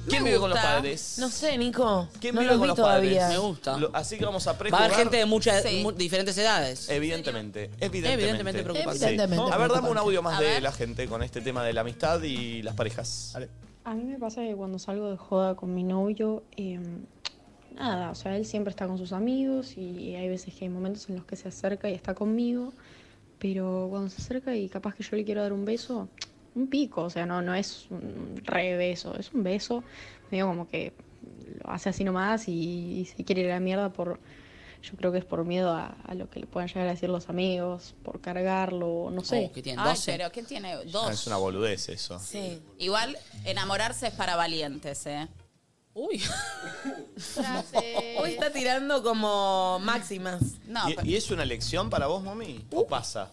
[SPEAKER 1] ¿Quién
[SPEAKER 3] Me
[SPEAKER 1] vive con los
[SPEAKER 3] gusta.
[SPEAKER 1] padres?
[SPEAKER 4] No sé, Nico.
[SPEAKER 1] ¿Quién
[SPEAKER 4] no
[SPEAKER 1] vive
[SPEAKER 4] los
[SPEAKER 1] con
[SPEAKER 4] vi
[SPEAKER 1] los
[SPEAKER 4] todavía.
[SPEAKER 1] padres?
[SPEAKER 2] Me gusta.
[SPEAKER 1] Lo- así que vamos a
[SPEAKER 2] Va a
[SPEAKER 1] prejugar.
[SPEAKER 2] haber gente de muchas
[SPEAKER 3] Sí.
[SPEAKER 2] mu- diferentes edades.
[SPEAKER 1] Evidentemente, evidentemente.
[SPEAKER 2] Evidentemente preocupante.
[SPEAKER 1] Sí.
[SPEAKER 4] Evidentemente
[SPEAKER 1] A ver, dame un
[SPEAKER 4] preocupante.
[SPEAKER 1] audio más
[SPEAKER 3] A
[SPEAKER 1] de
[SPEAKER 3] ver.
[SPEAKER 1] la gente con este tema de la amistad y las parejas.
[SPEAKER 21] A mí me pasa que cuando salgo de joda con mi novio, eh, nada, o sea, él siempre está con sus amigos y hay veces que hay momentos en los que se acerca y está conmigo, pero cuando se acerca y capaz que yo le quiero dar un beso, un pico, o sea, no, no es un re beso, es un beso, medio como que lo hace así nomás y, y se quiere ir a la mierda por, yo creo que es por miedo a, a lo que le puedan llegar a decir los amigos, por cargarlo, no sé.
[SPEAKER 2] Oh, que tiene
[SPEAKER 3] Ay,
[SPEAKER 2] 12.
[SPEAKER 3] pero ¿qué tiene?
[SPEAKER 1] Ah, es
[SPEAKER 3] Dos.
[SPEAKER 1] una boludez eso.
[SPEAKER 4] Sí.
[SPEAKER 3] Igual, enamorarse es para valientes, ¿eh?
[SPEAKER 2] Uy.
[SPEAKER 6] Frase.
[SPEAKER 4] (laughs) Hoy está tirando como máximas.
[SPEAKER 3] No,
[SPEAKER 1] ¿Y,
[SPEAKER 3] pero-
[SPEAKER 1] y es una elección para vos, mami? ¿O pasa?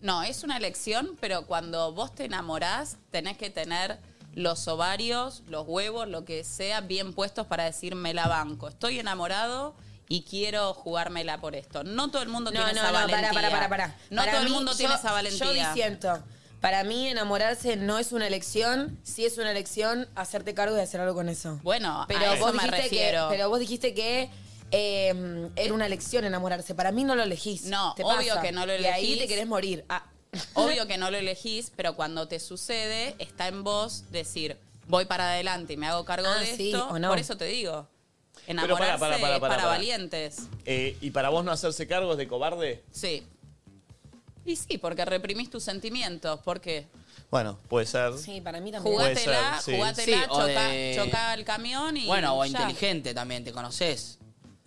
[SPEAKER 3] no, es una elección, pero cuando vos te enamorás, tenés que tener los ovarios, los huevos, lo que sea, bien puestos para decirme la banco. Estoy enamorado y quiero jugármela por esto. No todo el mundo
[SPEAKER 4] No,
[SPEAKER 3] tiene
[SPEAKER 4] no,
[SPEAKER 3] esa
[SPEAKER 4] no,
[SPEAKER 3] valentía.
[SPEAKER 4] para, para, para, para.
[SPEAKER 3] No
[SPEAKER 4] Para
[SPEAKER 3] todo el
[SPEAKER 4] mí,
[SPEAKER 3] mundo
[SPEAKER 4] yo-
[SPEAKER 3] tiene esa valentía.
[SPEAKER 4] Yo disiento. Para mí, enamorarse no es una elección. Si es una elección, hacerte cargo de hacer algo con eso.
[SPEAKER 3] Bueno,
[SPEAKER 4] pero
[SPEAKER 3] a eso
[SPEAKER 4] vos
[SPEAKER 3] me
[SPEAKER 4] dijiste
[SPEAKER 3] refiero.
[SPEAKER 4] Que, pero vos dijiste que eh, era una elección enamorarse. Para mí no lo elegís.
[SPEAKER 3] No,
[SPEAKER 4] Te
[SPEAKER 3] obvio
[SPEAKER 4] pasa.
[SPEAKER 3] que no lo
[SPEAKER 4] Y ahí
[SPEAKER 3] elegís.
[SPEAKER 4] te querés morir. Ah,
[SPEAKER 3] Obvio que no lo elegís, pero cuando te sucede, está en vos decir, voy para adelante y me hago cargo
[SPEAKER 4] Ah,
[SPEAKER 3] de
[SPEAKER 4] sí,
[SPEAKER 3] esto.
[SPEAKER 4] o no.
[SPEAKER 3] Por eso te digo,
[SPEAKER 22] Pero pará,
[SPEAKER 3] enamorarse
[SPEAKER 22] pará, pará,
[SPEAKER 3] es para,
[SPEAKER 22] pará, pará.
[SPEAKER 3] valientes.
[SPEAKER 22] Eh, ¿Y para vos no hacerse cargo es de cobarde?
[SPEAKER 3] Sí. Y sí, porque reprimís tus sentimientos. ¿Por qué?
[SPEAKER 1] Bueno, puede ser.
[SPEAKER 4] sí, para mí también.
[SPEAKER 1] Puede
[SPEAKER 3] Jugátela,
[SPEAKER 1] ser, sí.
[SPEAKER 3] jugátela,
[SPEAKER 1] Sí, o
[SPEAKER 3] choca,
[SPEAKER 1] de-
[SPEAKER 3] choca el camión y
[SPEAKER 2] Bueno, o
[SPEAKER 3] ya.
[SPEAKER 2] inteligente también, te conoces.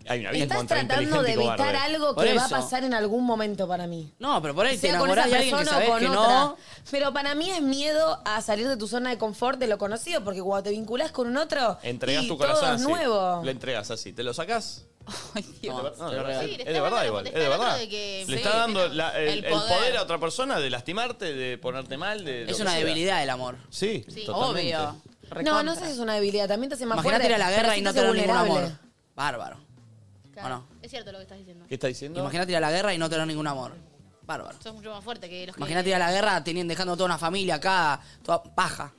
[SPEAKER 1] Hay una
[SPEAKER 4] Estás tratando de evitar algo que va a pasar en algún momento para mí.
[SPEAKER 2] No, pero por ahí te
[SPEAKER 4] sea con
[SPEAKER 2] enamorás
[SPEAKER 4] esa
[SPEAKER 2] de alguien que
[SPEAKER 4] persona
[SPEAKER 2] sabés
[SPEAKER 4] o con
[SPEAKER 2] que
[SPEAKER 4] otra.
[SPEAKER 2] no.
[SPEAKER 4] Pero para mí es miedo a salir de tu zona de confort de lo conocido, porque cuando te vinculás con un otro,
[SPEAKER 1] Entregas
[SPEAKER 4] y
[SPEAKER 1] tu corazón
[SPEAKER 4] todo es
[SPEAKER 1] así.
[SPEAKER 4] nuevo.
[SPEAKER 1] Le entregas así. ¿Te lo sacás? No, de ver- no, de verdad.
[SPEAKER 4] Sí, le
[SPEAKER 1] es
[SPEAKER 4] estás
[SPEAKER 1] de
[SPEAKER 4] dando
[SPEAKER 1] verdad
[SPEAKER 4] la
[SPEAKER 1] igual, es de
[SPEAKER 4] potestad al
[SPEAKER 1] verdad.
[SPEAKER 4] otro de que-
[SPEAKER 1] Le
[SPEAKER 4] Sí,
[SPEAKER 1] está dando la- el,
[SPEAKER 2] el
[SPEAKER 1] el poder.
[SPEAKER 2] poder
[SPEAKER 1] a otra persona de lastimarte, de ponerte mal. De lo
[SPEAKER 2] Es
[SPEAKER 1] que
[SPEAKER 2] una
[SPEAKER 1] sea.
[SPEAKER 2] debilidad el amor.
[SPEAKER 1] Sí,
[SPEAKER 2] Sí,
[SPEAKER 1] totalmente.
[SPEAKER 2] obvio.
[SPEAKER 4] No, no sé si es una debilidad, también te hace más
[SPEAKER 2] Imagínate
[SPEAKER 4] fuerte.
[SPEAKER 2] ir a la
[SPEAKER 4] pero
[SPEAKER 2] guerra
[SPEAKER 4] sí
[SPEAKER 2] y
[SPEAKER 4] te
[SPEAKER 2] no
[SPEAKER 4] hace
[SPEAKER 2] tener ningún
[SPEAKER 4] vulnerable.
[SPEAKER 2] amor. Bárbaro. ¿O no?
[SPEAKER 6] Es cierto lo que estás diciendo.
[SPEAKER 1] ¿Qué está diciendo?
[SPEAKER 2] Imagínate ir a la guerra y no tener ningún amor. Bárbaro.
[SPEAKER 6] Sos mucho más fuerte que los que...
[SPEAKER 2] Imagínate ir a la guerra teniendo, dejando toda una familia acá, toda paja.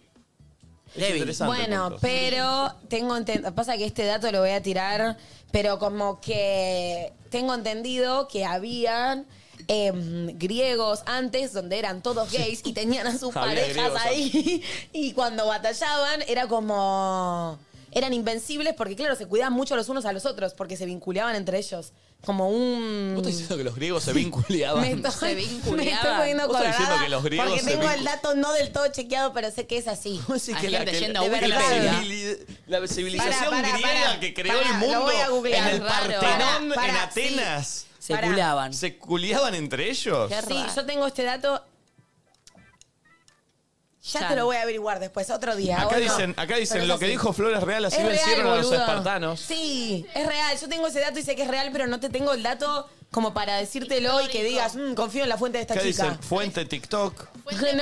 [SPEAKER 2] Débil.
[SPEAKER 4] Bueno, pero tengo entendido, pasa que este dato lo voy a tirar, pero como que tengo entendido que habían em, griegos antes donde eran todos gays y tenían a sus
[SPEAKER 18] Había
[SPEAKER 4] parejas
[SPEAKER 18] griegos
[SPEAKER 4] ahí (laughs) y cuando batallaban era como eran invencibles porque claro, se cuidaban mucho los unos a los otros porque se vinculaban entre ellos como un
[SPEAKER 1] ¿Vos estás
[SPEAKER 4] (laughs)
[SPEAKER 1] diciendo que los griegos se vinculiaban?
[SPEAKER 4] Mm. me estoy,
[SPEAKER 1] ¿Vos
[SPEAKER 4] me estoy
[SPEAKER 1] estás
[SPEAKER 4] poniendo
[SPEAKER 1] diciendo
[SPEAKER 4] colorada
[SPEAKER 1] que los griegos
[SPEAKER 4] porque
[SPEAKER 1] se
[SPEAKER 4] tengo el
[SPEAKER 1] vincu-
[SPEAKER 4] dato no del todo chequeado, pero sé que es así.
[SPEAKER 1] Hay que la- que-
[SPEAKER 4] de
[SPEAKER 1] que la
[SPEAKER 4] verdad.
[SPEAKER 1] civili- La civilización
[SPEAKER 4] Pará, pará,
[SPEAKER 1] griega
[SPEAKER 4] pará.
[SPEAKER 1] que creó
[SPEAKER 4] Pará,
[SPEAKER 1] el
[SPEAKER 4] lo
[SPEAKER 1] mundo
[SPEAKER 4] voy a googlear,
[SPEAKER 1] en el
[SPEAKER 4] raro.
[SPEAKER 1] Partenón,
[SPEAKER 4] Pará, pará,
[SPEAKER 1] en
[SPEAKER 4] sí.
[SPEAKER 1] Atenas.
[SPEAKER 4] Se Pará. culiaban.
[SPEAKER 1] ¿Se culiaban entre ellos?
[SPEAKER 4] Sí, yo tengo este dato. Ya te lo voy a averiguar después, otro día.
[SPEAKER 1] Acá
[SPEAKER 4] hoy no.
[SPEAKER 1] dicen, acá
[SPEAKER 4] Pero
[SPEAKER 1] dicen
[SPEAKER 4] es
[SPEAKER 1] lo que
[SPEAKER 4] así.
[SPEAKER 1] dijo Flores Real, así
[SPEAKER 4] Es real,
[SPEAKER 1] vencieron a los
[SPEAKER 4] boludo.
[SPEAKER 1] espartanos.
[SPEAKER 4] Sí, es real. Yo tengo ese dato y sé que es real, pero no te tengo el dato como para decírtelo y que digas, "Mm, confío en la fuente de esta
[SPEAKER 1] ¿Qué
[SPEAKER 4] chica.
[SPEAKER 1] dicen? Fuente TikTok.
[SPEAKER 4] No, no,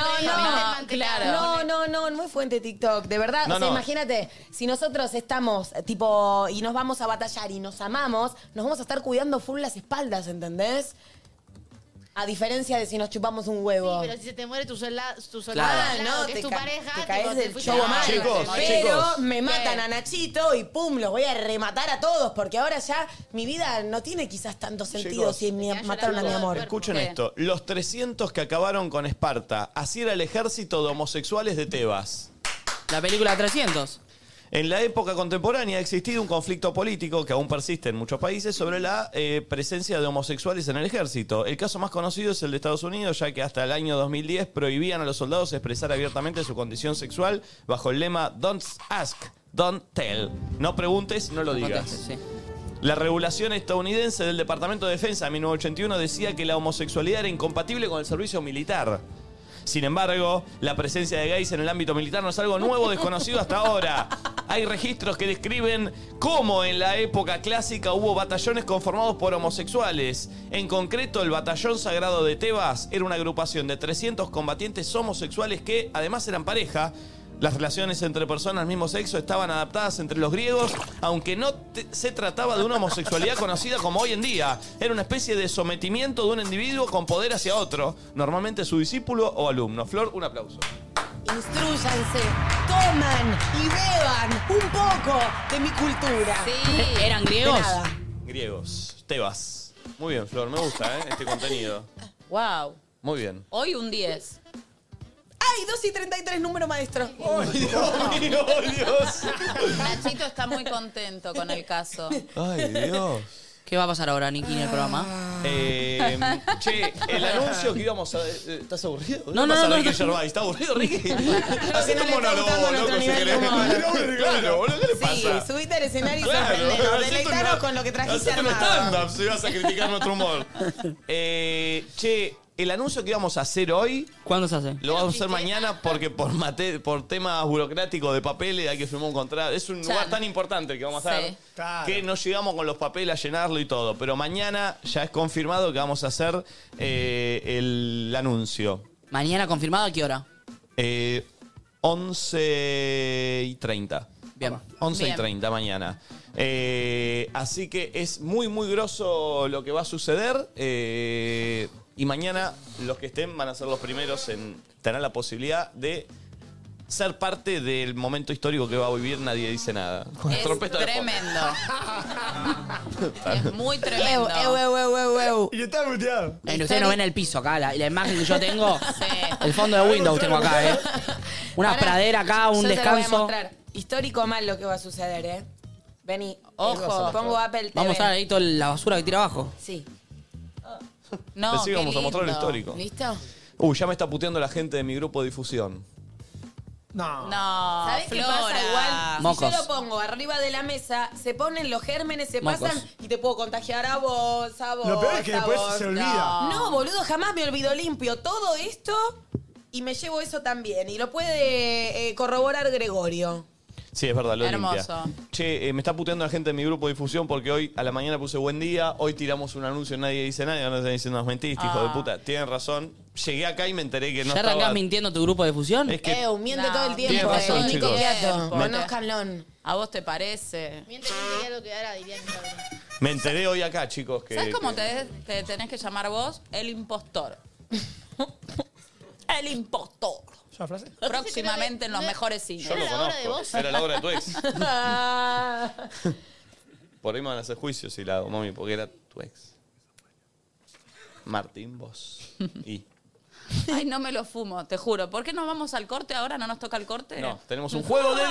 [SPEAKER 3] No,
[SPEAKER 4] claro.
[SPEAKER 3] claro.
[SPEAKER 4] No, no, no, no es fuente TikTok. De verdad,
[SPEAKER 1] No,
[SPEAKER 4] o sea,
[SPEAKER 1] no.
[SPEAKER 4] imagínate, si nosotros estamos, eh, tipo, y nos vamos a batallar y nos amamos, nos vamos a estar cuidando full las espaldas, ¿entendés? A diferencia de si nos chupamos un huevo.
[SPEAKER 6] Pero si se te muere tu, solda- tu soldado,
[SPEAKER 4] Claro. Ah,
[SPEAKER 6] al lado,
[SPEAKER 4] no,
[SPEAKER 6] que
[SPEAKER 4] te,
[SPEAKER 6] es tu
[SPEAKER 4] ca-
[SPEAKER 6] pareja,
[SPEAKER 4] te caes
[SPEAKER 6] tipo, te
[SPEAKER 4] del
[SPEAKER 6] fuiste
[SPEAKER 4] show
[SPEAKER 6] a-
[SPEAKER 4] mal.
[SPEAKER 6] Chicos,
[SPEAKER 4] pero
[SPEAKER 6] chicos.
[SPEAKER 4] me
[SPEAKER 6] ¿Qué?
[SPEAKER 4] matan a Nachito y pum, los voy a rematar a todos porque ahora ya mi vida no tiene quizás tanto sentido
[SPEAKER 1] Chicos.
[SPEAKER 4] si me mataron a mi amor.
[SPEAKER 1] Escuchen esto. Los 300 que acabaron con Esparta. Así era el ejército de homosexuales de Tebas.
[SPEAKER 2] La película 300.
[SPEAKER 1] En la época contemporánea ha existido un conflicto político que aún persiste en muchos países sobre la eh, presencia de homosexuales en el ejército. El caso más conocido es el de Estados Unidos, ya que hasta el año 2010 prohibían a los soldados expresar abiertamente su condición sexual bajo el lema Don't ask, don't tell. No preguntes, no lo digas. La regulación estadounidense del Departamento de Defensa en 1981 decía que la homosexualidad era incompatible con el servicio militar. Sin embargo, la presencia de gays en el ámbito militar no es algo nuevo desconocido hasta ahora. Hay registros que describen cómo en la época clásica hubo batallones conformados por homosexuales. En concreto, el Batallón Sagrado de Tebas era una agrupación de 300 combatientes homosexuales que, además, eran pareja. Las relaciones entre personas del mismo sexo estaban adaptadas entre los griegos, aunque no te- se trataba de una homosexualidad conocida como hoy en día. Era una especie de sometimiento de un individuo con poder hacia otro, normalmente su discípulo o alumno. Flor, un aplauso.
[SPEAKER 4] Instruyanse, toman y beban un poco de mi cultura.
[SPEAKER 2] Sí. ¿Eran griegos?
[SPEAKER 4] De nada.
[SPEAKER 1] Griegos, Tebas. Muy bien, Flor, me gusta ¿eh? este contenido.
[SPEAKER 3] Wow.
[SPEAKER 1] Muy bien.
[SPEAKER 3] Hoy un 10.
[SPEAKER 4] ¡Ay, 2 y 33, número maestro!
[SPEAKER 1] Dios mío, Dios!
[SPEAKER 3] Nachito está muy contento con el caso.
[SPEAKER 1] Ay, Dios.
[SPEAKER 2] (laughs) ¿Qué va a pasar ahora, Nicky, en el programa?
[SPEAKER 1] Eh, che, el anuncio que íbamos a. eh, ¿Estás aburrido?
[SPEAKER 2] No,
[SPEAKER 1] ¿Qué
[SPEAKER 2] no,
[SPEAKER 1] pasa,
[SPEAKER 2] no,
[SPEAKER 1] Ricky
[SPEAKER 2] no.
[SPEAKER 1] Gervais? ¿Está aburrido,
[SPEAKER 4] (laughs)
[SPEAKER 1] Ricky?
[SPEAKER 4] que
[SPEAKER 1] Hacete
[SPEAKER 4] no
[SPEAKER 1] un
[SPEAKER 4] le está
[SPEAKER 1] monólogo,
[SPEAKER 4] gustando nuestro
[SPEAKER 1] loco, si
[SPEAKER 4] nivel de
[SPEAKER 1] querés.
[SPEAKER 4] humor.
[SPEAKER 1] (laughs) Claro, boludo, ¿qué le
[SPEAKER 4] Sí,
[SPEAKER 1] pasa?
[SPEAKER 4] subite al escenario y
[SPEAKER 1] Claro. (laughs)
[SPEAKER 4] sorprendenos.
[SPEAKER 1] Hacete
[SPEAKER 4] Deleitanos
[SPEAKER 1] una-
[SPEAKER 4] con lo que trajiste
[SPEAKER 1] hacete un
[SPEAKER 4] armado.
[SPEAKER 1] stand-up si vas a criticar nuestro (laughs)
[SPEAKER 4] (laughs)
[SPEAKER 1] humor. Eh, che, el anuncio que íbamos a hacer hoy.
[SPEAKER 2] ¿Cuándo se hace?
[SPEAKER 1] Lo vamos a hacer mañana porque por, mate- por temas burocráticos de papeles hay que firmar un contrato. Es un lugar
[SPEAKER 12] Chan.
[SPEAKER 1] tan importante el que vamos a hacer
[SPEAKER 12] Sí. Claro.
[SPEAKER 1] que no llegamos con los papeles a llenarlo y todo. Pero mañana ya es confirmado que vamos a hacer eh, el anuncio.
[SPEAKER 2] ¿Mañana confirmado a qué hora?
[SPEAKER 1] Eh, 11 y 30.
[SPEAKER 2] Bien.
[SPEAKER 1] 11
[SPEAKER 2] Bien.
[SPEAKER 1] y 30 mañana. Eh, así que es muy, muy grosso lo que va a suceder. eh, y mañana los que estén van a ser los primeros en tener la posibilidad de ser parte del momento histórico que va a vivir Nadie Dice Nada. Con la trompeta de fondo.
[SPEAKER 3] Tremendo. es muy tremendo.
[SPEAKER 2] Y está muteado. ustedes no ven el piso acá, la, la imagen que yo tengo. El fondo de Windows tengo acá,
[SPEAKER 4] (laughs)
[SPEAKER 2] ¿eh? Una
[SPEAKER 4] Pará,
[SPEAKER 2] pradera acá, un
[SPEAKER 4] yo te lo voy a
[SPEAKER 2] descanso.
[SPEAKER 4] mostrar. Histórico mal lo que va a suceder, ¿eh? Vení,
[SPEAKER 2] Ojo.
[SPEAKER 4] ojo, pongo Apple TV.
[SPEAKER 2] Vamos a ver ahí toda la basura que tira abajo.
[SPEAKER 4] Sí.
[SPEAKER 3] No,
[SPEAKER 1] Decí que
[SPEAKER 3] qué
[SPEAKER 1] vamos a mostrar el
[SPEAKER 3] lindo.
[SPEAKER 1] histórico.
[SPEAKER 4] ¿Listo?
[SPEAKER 1] Uy, ya me está puteando la gente de mi grupo de difusión.
[SPEAKER 5] No.
[SPEAKER 3] No,
[SPEAKER 4] ¿Sabes qué
[SPEAKER 3] Flora.
[SPEAKER 4] pasa igual?
[SPEAKER 1] Mocos.
[SPEAKER 4] Si yo lo pongo arriba de la mesa, se ponen los gérmenes, se
[SPEAKER 1] Mocos.
[SPEAKER 4] pasan y te puedo contagiar a vos, a vos.
[SPEAKER 5] Lo peor es que
[SPEAKER 4] a
[SPEAKER 5] después
[SPEAKER 4] vos.
[SPEAKER 5] se olvida.
[SPEAKER 4] No. No, boludo, jamás me olvido limpio todo esto y me llevo eso también. Y lo puede eh, corroborar Gregorio.
[SPEAKER 1] Sí, es verdad, lo
[SPEAKER 4] Hermoso.
[SPEAKER 1] limpia. Che, eh, me está puteando la gente de mi grupo de difusión porque hoy a la mañana puse buen día, hoy tiramos un anuncio, nadie dice nada, y ahora están diciendo nos mentiste, hijo
[SPEAKER 2] Ah.
[SPEAKER 1] de puta. Tienen razón. Llegué acá y me enteré que no
[SPEAKER 2] ¿Ya arrancás
[SPEAKER 1] estaba...
[SPEAKER 2] mintiendo tu grupo de difusión?
[SPEAKER 1] Es
[SPEAKER 6] Eh,
[SPEAKER 1] que-
[SPEAKER 4] Eu, miente
[SPEAKER 3] No,
[SPEAKER 4] todo el
[SPEAKER 1] tiene
[SPEAKER 4] tiempo.
[SPEAKER 1] razón,
[SPEAKER 4] eh.
[SPEAKER 1] chicos.
[SPEAKER 4] Quieto,
[SPEAKER 1] Me-
[SPEAKER 4] Conozcanlo.
[SPEAKER 3] ¿A vos te parece?
[SPEAKER 6] Mientras que quería lo que era, diría mi padre.
[SPEAKER 1] Me enteré hoy acá, chicos, que...
[SPEAKER 3] ¿Sabes cómo
[SPEAKER 1] que-
[SPEAKER 3] te, te tenés que llamar vos? El
[SPEAKER 6] (laughs)
[SPEAKER 3] impostor. el impostor.
[SPEAKER 5] ¿Esa frase?
[SPEAKER 3] Próximamente en los mejores cines.
[SPEAKER 1] Yo lo conozco. Era la obra de tu
[SPEAKER 5] (laughs)
[SPEAKER 2] (laughs)
[SPEAKER 1] ex. Por ahí me van a hacer juicio si la hago, mami, porque era tu ex. Martín, vos. Y...
[SPEAKER 3] Ay, no me lo fumo, te juro. ¿Por qué no vamos al corte ahora? ¿No nos toca el corte?
[SPEAKER 1] No, tenemos un juego de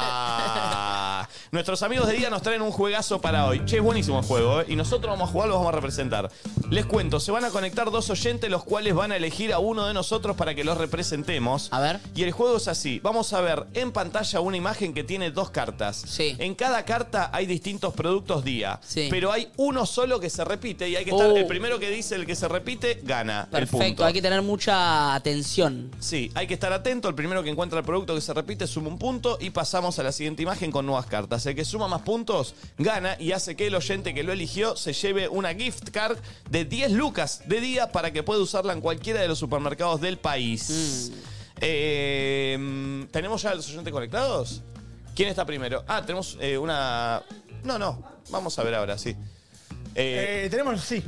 [SPEAKER 1] día. Nuestros amigos de día nos traen un juegazo para hoy. Che, es buenísimo el juego, ¿eh? Y nosotros vamos a jugar, lo vamos a representar. Les cuento, se van a conectar dos oyentes, los cuales van a elegir a uno de nosotros para que los representemos. A ver. Y el juego es así. Vamos a ver en pantalla una imagen que tiene dos cartas. Sí. En cada carta hay distintos productos día.
[SPEAKER 2] Sí.
[SPEAKER 1] Pero hay uno solo que se repite y hay que estar.
[SPEAKER 2] Oh.
[SPEAKER 1] El primero que dice el que se repite, gana. el punto.
[SPEAKER 2] Perfecto, hay que tener mucha atención.
[SPEAKER 1] Sí, hay que estar atento. El primero que encuentra el producto que se repite suma un punto y pasamos a la siguiente imagen con nuevas cartas. El que suma más puntos gana y hace que el oyente que lo eligió se lleve una gift card de 10 lucas de día para que pueda usarla en cualquiera de los supermercados del país. Eh, ¿Tenemos ya a los oyentes conectados? ¿Quién está primero? Ah, tenemos eh, una... No, no. Vamos a ver ahora, sí. Eh,
[SPEAKER 5] Eh, tenemos, sí.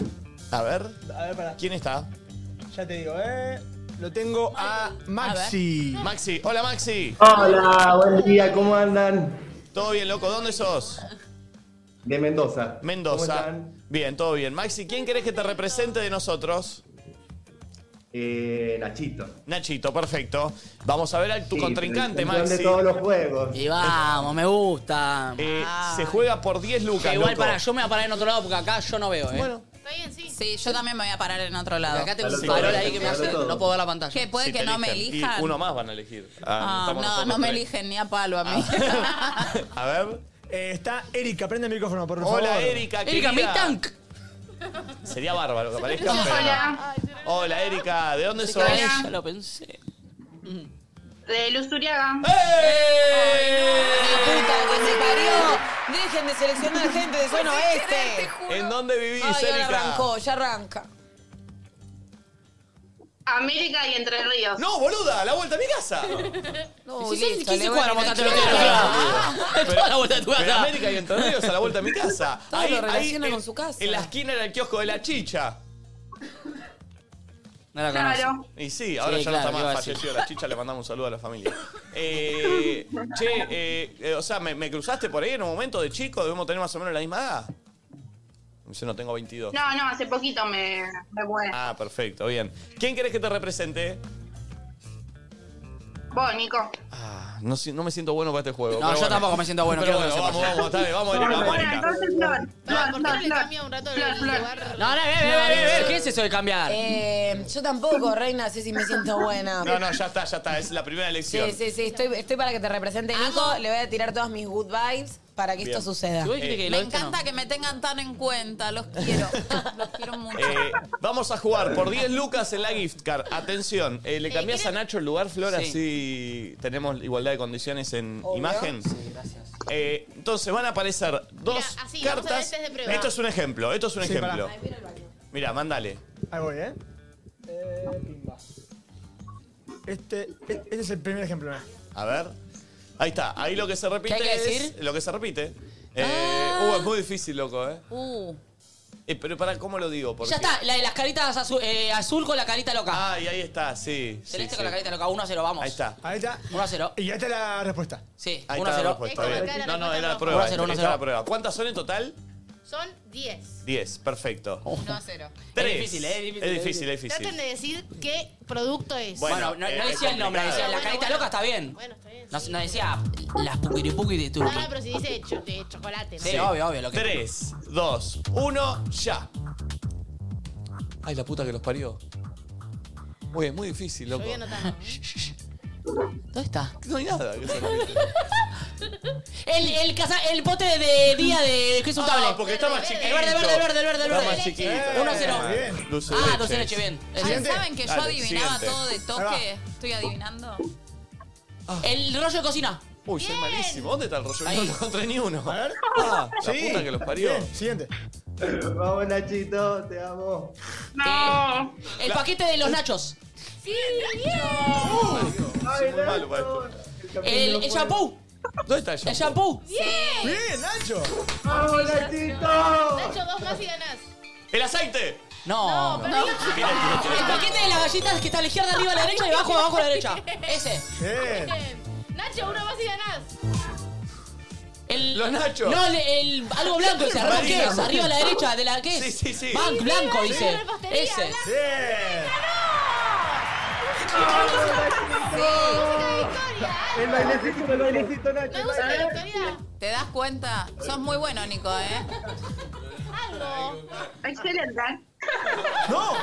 [SPEAKER 1] a ver.
[SPEAKER 5] A ver, pará.
[SPEAKER 1] ¿Quién está?
[SPEAKER 5] Ya te digo, eh. Lo tengo a Maxi.
[SPEAKER 1] Maxi. Hola, Maxi.
[SPEAKER 23] Hola, buen día, ¿cómo andan?
[SPEAKER 1] ¿Todo bien, loco? ¿Dónde sos?
[SPEAKER 23] De Mendoza.
[SPEAKER 1] Mendoza.
[SPEAKER 23] ¿Cómo
[SPEAKER 1] Bien, todo bien. Maxi, ¿quién querés que te represente de nosotros?
[SPEAKER 23] Eh, Nachito.
[SPEAKER 1] Nachito, perfecto. Vamos a ver a tu
[SPEAKER 23] Sí,
[SPEAKER 1] contrincante,
[SPEAKER 23] campeón
[SPEAKER 1] Maxi.
[SPEAKER 23] de todos los juegos.
[SPEAKER 2] Y vamos, me gusta.
[SPEAKER 1] Eh, se juega por 10 lucas,
[SPEAKER 2] Che, igual
[SPEAKER 1] loco.
[SPEAKER 2] para, yo me voy a parar en otro lado porque acá yo no veo, ¿eh?
[SPEAKER 1] Bueno.
[SPEAKER 6] Está bien, sí.
[SPEAKER 3] Sí, yo también me voy a parar en otro lado.
[SPEAKER 2] Acá tengo
[SPEAKER 1] Dale
[SPEAKER 2] un
[SPEAKER 1] todo,
[SPEAKER 2] farol ahí
[SPEAKER 1] dale
[SPEAKER 2] que me hace.
[SPEAKER 1] todo.
[SPEAKER 2] No puedo ver la pantalla.
[SPEAKER 3] Que Eh, puede
[SPEAKER 1] Si
[SPEAKER 3] que
[SPEAKER 1] te
[SPEAKER 3] no me
[SPEAKER 1] eligen. Y
[SPEAKER 3] elijan.
[SPEAKER 1] uno más van a elegir. Ah,
[SPEAKER 3] Ah,
[SPEAKER 1] estamos
[SPEAKER 3] no,
[SPEAKER 1] nosotros
[SPEAKER 3] no me
[SPEAKER 1] tres.
[SPEAKER 3] eligen ni a palo a mí.
[SPEAKER 1] A ver.
[SPEAKER 5] Eh, está Erika, prende el micrófono, por favor.
[SPEAKER 1] Hola, Erika. querida. Sería bárbaro que aparezca. pero no.
[SPEAKER 24] Hola,
[SPEAKER 1] Hola, Erika. ¿De dónde sos?
[SPEAKER 24] Hola. Ya
[SPEAKER 2] lo pensé.
[SPEAKER 24] de Luz Turiaga.
[SPEAKER 4] ¡Eh! Dejen de seleccionar gente de zona oeste.
[SPEAKER 1] ¿En dónde vivís,
[SPEAKER 4] Ay, ahora
[SPEAKER 1] Erika?
[SPEAKER 4] arrancó, ya arranca.
[SPEAKER 24] América y Entre Ríos.
[SPEAKER 1] No, boluda, la vuelta a mi
[SPEAKER 2] (laughs)
[SPEAKER 1] casa.
[SPEAKER 4] No,
[SPEAKER 2] Si sos
[SPEAKER 4] listo,
[SPEAKER 2] 15
[SPEAKER 4] le
[SPEAKER 2] cuadras,
[SPEAKER 4] voy a
[SPEAKER 2] montate
[SPEAKER 4] tener
[SPEAKER 2] lo que
[SPEAKER 4] que-
[SPEAKER 2] (laughs)
[SPEAKER 1] Pero,
[SPEAKER 2] la vuelta a tu
[SPEAKER 1] pero
[SPEAKER 2] casa.
[SPEAKER 1] América y Entre Ríos a la vuelta a mi
[SPEAKER 2] (laughs)
[SPEAKER 1] casa.
[SPEAKER 4] Todo lo relaciona
[SPEAKER 1] en-
[SPEAKER 4] con su casa.
[SPEAKER 1] En la esquina era el kiosco de la chicha.
[SPEAKER 2] No la
[SPEAKER 24] Claro.
[SPEAKER 2] conozco.
[SPEAKER 1] Y sí, ahora
[SPEAKER 2] Sí,
[SPEAKER 1] ya
[SPEAKER 2] claro,
[SPEAKER 1] no
[SPEAKER 2] ¿qué
[SPEAKER 1] está
[SPEAKER 2] va a
[SPEAKER 1] más
[SPEAKER 2] decir?
[SPEAKER 1] fallecido la chicha, le mandamos un saludo a la
[SPEAKER 2] (laughs)
[SPEAKER 1] familia. Eh, che, eh, eh, o sea, ¿me, me cruzaste por ahí en un momento de chico? ¿Debemos tener más o menos la misma edad? Me dice, no tengo 22.
[SPEAKER 24] No, no, hace poquito me, me mudé.
[SPEAKER 1] Ah, perfecto, bien. ¿Quién querés que te represente?
[SPEAKER 24] Vos, Nico.
[SPEAKER 1] Ah, No, si- no me siento bueno para este juego.
[SPEAKER 2] No,
[SPEAKER 1] pero
[SPEAKER 2] yo
[SPEAKER 1] bueno.
[SPEAKER 2] tampoco me siento bueno,
[SPEAKER 1] Pero
[SPEAKER 2] quiero que
[SPEAKER 1] bueno,
[SPEAKER 2] lo
[SPEAKER 1] vamos,
[SPEAKER 2] sepas.
[SPEAKER 1] vamos, dale, vamos, Erika, vamos,
[SPEAKER 24] Bueno,
[SPEAKER 1] Erika.
[SPEAKER 24] entonces Flor. Flor,
[SPEAKER 6] ¿Por qué no
[SPEAKER 24] Flor,
[SPEAKER 6] le
[SPEAKER 24] Flor.
[SPEAKER 6] cambia un rato
[SPEAKER 24] Flor,
[SPEAKER 6] el
[SPEAKER 24] Flor.
[SPEAKER 6] lugar?
[SPEAKER 2] No, no, ve, ve, ve, ve, ve, ¿Qué es eso de cambiar?
[SPEAKER 4] Eh, yo tampoco, reina, sé si me siento buena.
[SPEAKER 1] No, no, ya está, ya está. Es la primera elección.
[SPEAKER 4] Sí, sí, sí, estoy, estoy para que te represente Nico. Le voy a tirar todas mis good vibes para que
[SPEAKER 1] Bien.
[SPEAKER 4] esto suceda.
[SPEAKER 1] Si vos dijiste que lo
[SPEAKER 4] me
[SPEAKER 1] este
[SPEAKER 4] encanta
[SPEAKER 3] que me tengan tan en cuenta, los quiero. los quiero mucho.
[SPEAKER 1] Eh, vamos a jugar por 10 lucas en la gift card. Atención, eh, ¿le cambiás a Nacho el lugar, Flora?
[SPEAKER 2] Sí.
[SPEAKER 1] Así tenemos igualdad de condiciones en
[SPEAKER 2] Obvio.
[SPEAKER 1] imagen. Eh, entonces van a aparecer dos
[SPEAKER 6] Mira, así, vamos a ver,
[SPEAKER 1] cartas.
[SPEAKER 6] este es de prueba.
[SPEAKER 1] Esto es un ejemplo, esto es un
[SPEAKER 5] Sí,
[SPEAKER 1] ejemplo.
[SPEAKER 5] pará.
[SPEAKER 1] Mira, mándale.
[SPEAKER 5] Ahí voy, eh. Eh, pimba. Este, este es el primer ejemplo. ¿no?
[SPEAKER 1] A ver. Ahí está. Ahí lo que se repite
[SPEAKER 5] ¿Qué hay que
[SPEAKER 1] es.
[SPEAKER 5] decir?
[SPEAKER 1] Lo que se repite. Eh,
[SPEAKER 2] Ah.
[SPEAKER 1] uh, es muy difícil, loco, ¿eh?
[SPEAKER 2] Uh.
[SPEAKER 1] Eh, Pero para, ¿cómo lo digo? Porque-
[SPEAKER 2] Ya está, la de las caritas azul, eh, azul con la carita loca.
[SPEAKER 1] Ah, y ahí está, sí.
[SPEAKER 2] Celeste
[SPEAKER 1] sí,
[SPEAKER 2] con la
[SPEAKER 1] sí.
[SPEAKER 2] carita loca, 1 a 0, vamos.
[SPEAKER 1] Ahí está.
[SPEAKER 5] Ahí está.
[SPEAKER 2] 1 a 0.
[SPEAKER 5] Y ya está la respuesta.
[SPEAKER 2] Sí,
[SPEAKER 1] Ahí
[SPEAKER 2] 1 a
[SPEAKER 1] está la
[SPEAKER 2] 0.
[SPEAKER 1] respuesta. bien. No, no, era la prueba.
[SPEAKER 2] Uno a cero, uno a
[SPEAKER 1] esta era
[SPEAKER 2] cero.
[SPEAKER 1] la prueba. ¿Cuántas son en total?
[SPEAKER 6] Son 10.
[SPEAKER 1] 10, perfecto.
[SPEAKER 6] 1 a 0.
[SPEAKER 1] Tres.
[SPEAKER 2] Es difícil, eh, es difícil,
[SPEAKER 1] Es
[SPEAKER 2] es
[SPEAKER 1] difícil, es difícil.
[SPEAKER 6] Traten de decir qué producto es.
[SPEAKER 2] Bueno, eh, no,
[SPEAKER 1] eh,
[SPEAKER 2] no decía el nombre, decía la carita loca, está bien.
[SPEAKER 6] Bueno, está bien. Ah,
[SPEAKER 2] No, no decía las puquiripuqui de
[SPEAKER 6] No,
[SPEAKER 2] Turki.
[SPEAKER 6] no, pero si dice cho- de chocolate, ¿no?
[SPEAKER 2] Sí, obvio, obvio. Lo que...
[SPEAKER 1] 3, 2, 1, ya. Ay, la puta que los parió. Muy bien, muy difícil,
[SPEAKER 6] Yo
[SPEAKER 1] loco. (laughs)
[SPEAKER 6] voy anotando.
[SPEAKER 2] ¿Dónde está?
[SPEAKER 1] No hay nada. que se repita.
[SPEAKER 2] El, el, casa- el pote de día de Jesús
[SPEAKER 1] Ah,
[SPEAKER 2] Table.
[SPEAKER 1] porque está más
[SPEAKER 2] El verde,
[SPEAKER 1] chiquito.
[SPEAKER 2] verde, el verde, el verde, el
[SPEAKER 1] Está
[SPEAKER 2] verde.
[SPEAKER 1] más chiquito.
[SPEAKER 2] 1 a 0.
[SPEAKER 1] Bien. Dulce
[SPEAKER 2] Ah,
[SPEAKER 1] de
[SPEAKER 2] dulce de
[SPEAKER 1] leche.
[SPEAKER 2] leche, bien.
[SPEAKER 3] Ah, ¿Saben que yo
[SPEAKER 1] Dale,
[SPEAKER 3] adivinaba
[SPEAKER 1] siguiente.
[SPEAKER 3] todo de toque?
[SPEAKER 1] Ahí
[SPEAKER 3] Estoy adivinando.
[SPEAKER 2] El rollo de cocina.
[SPEAKER 1] Ah. Uy, soy malísimo. ¿Dónde está el rollo? No encontré ni (laughs) uno. A ver. Ah, la
[SPEAKER 5] Sí.
[SPEAKER 1] puta que los parió.
[SPEAKER 5] Bien, siguiente.
[SPEAKER 23] (laughs) Vamos, Nachito, te amo.
[SPEAKER 2] No. El paquete de los nachos.
[SPEAKER 6] Sí,
[SPEAKER 23] Ay,
[SPEAKER 1] Muy malo para esto.
[SPEAKER 2] El, el shampoo.
[SPEAKER 1] ¿Dónde está el shampoo?
[SPEAKER 2] El shampoo.
[SPEAKER 5] Bien, Nacho.
[SPEAKER 23] ¡Vamos, Nachito!
[SPEAKER 6] Nacho, dos más y ganás.
[SPEAKER 1] ¡El aceite!
[SPEAKER 2] No.
[SPEAKER 6] No,
[SPEAKER 2] El paquete de las galletas que está a la izquierda, arriba a la derecha y
[SPEAKER 1] (laughs)
[SPEAKER 2] abajo, abajo a la
[SPEAKER 6] (laughs)
[SPEAKER 2] derecha. Ese.
[SPEAKER 5] Bien.
[SPEAKER 6] Nacho, uno más y ganás.
[SPEAKER 2] El,
[SPEAKER 1] Los nachos.
[SPEAKER 2] No, el, el- algo blanco dice. Arriba, ¿qué es?
[SPEAKER 1] Marina.
[SPEAKER 2] Arriba a la derecha, de la, ¿qué es?
[SPEAKER 1] Sí, sí, sí.
[SPEAKER 2] Ban- blanco
[SPEAKER 1] Sí.
[SPEAKER 2] dice.
[SPEAKER 6] repostería,
[SPEAKER 2] Ese.
[SPEAKER 23] El bailecito, el bailecito, Nacho.
[SPEAKER 3] ¿Te das cuenta? Sos muy bueno, Nico, ¿eh?
[SPEAKER 6] Algo.
[SPEAKER 24] Excelente.
[SPEAKER 5] ¡No!
[SPEAKER 25] (laughs)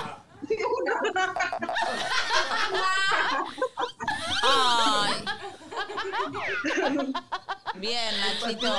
[SPEAKER 3] Ay. Bien, Nachito.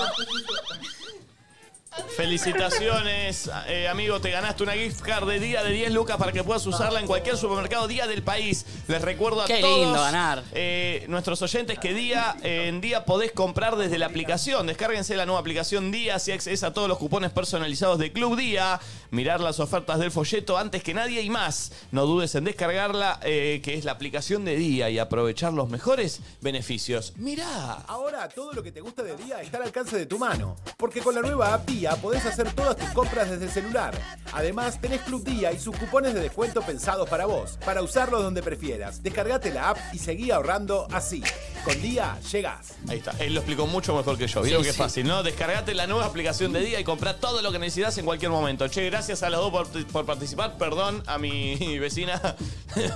[SPEAKER 1] Felicitaciones, eh, amigo. Te ganaste una gift card de día de 10 lucas para que puedas usarla en cualquier supermercado día del país. Les recuerdo a
[SPEAKER 2] Qué
[SPEAKER 1] todos
[SPEAKER 2] lindo ganar.
[SPEAKER 1] eh, nuestros oyentes que día eh, en día podés comprar desde la aplicación. Descárguense la nueva aplicación Día, así accedes a todos los cupones personalizados de Club Día. Mirar las ofertas del folleto antes que nadie y más. No dudes en descargarla, eh, que es la aplicación de Día, y aprovechar los mejores beneficios. Mirá.
[SPEAKER 26] Ahora todo lo que te gusta de Día está al alcance de tu mano, porque con la nueva app Día podés hacer todas tus compras desde el celular. Además, tenés Club Día y sus cupones de descuento pensados para vos, para usarlos donde prefieras. Descargate la app y seguí ahorrando así. Con Día llegás.
[SPEAKER 1] Ahí está, él lo explicó mucho mejor que yo. Vieron
[SPEAKER 26] Sí,
[SPEAKER 1] que
[SPEAKER 26] sí.
[SPEAKER 1] fácil, ¿no? Descargate la nueva aplicación de día y comprá todo lo que necesitas en cualquier momento. Che, gracias a los dos por, por participar. Perdón a mi (laughs) vecina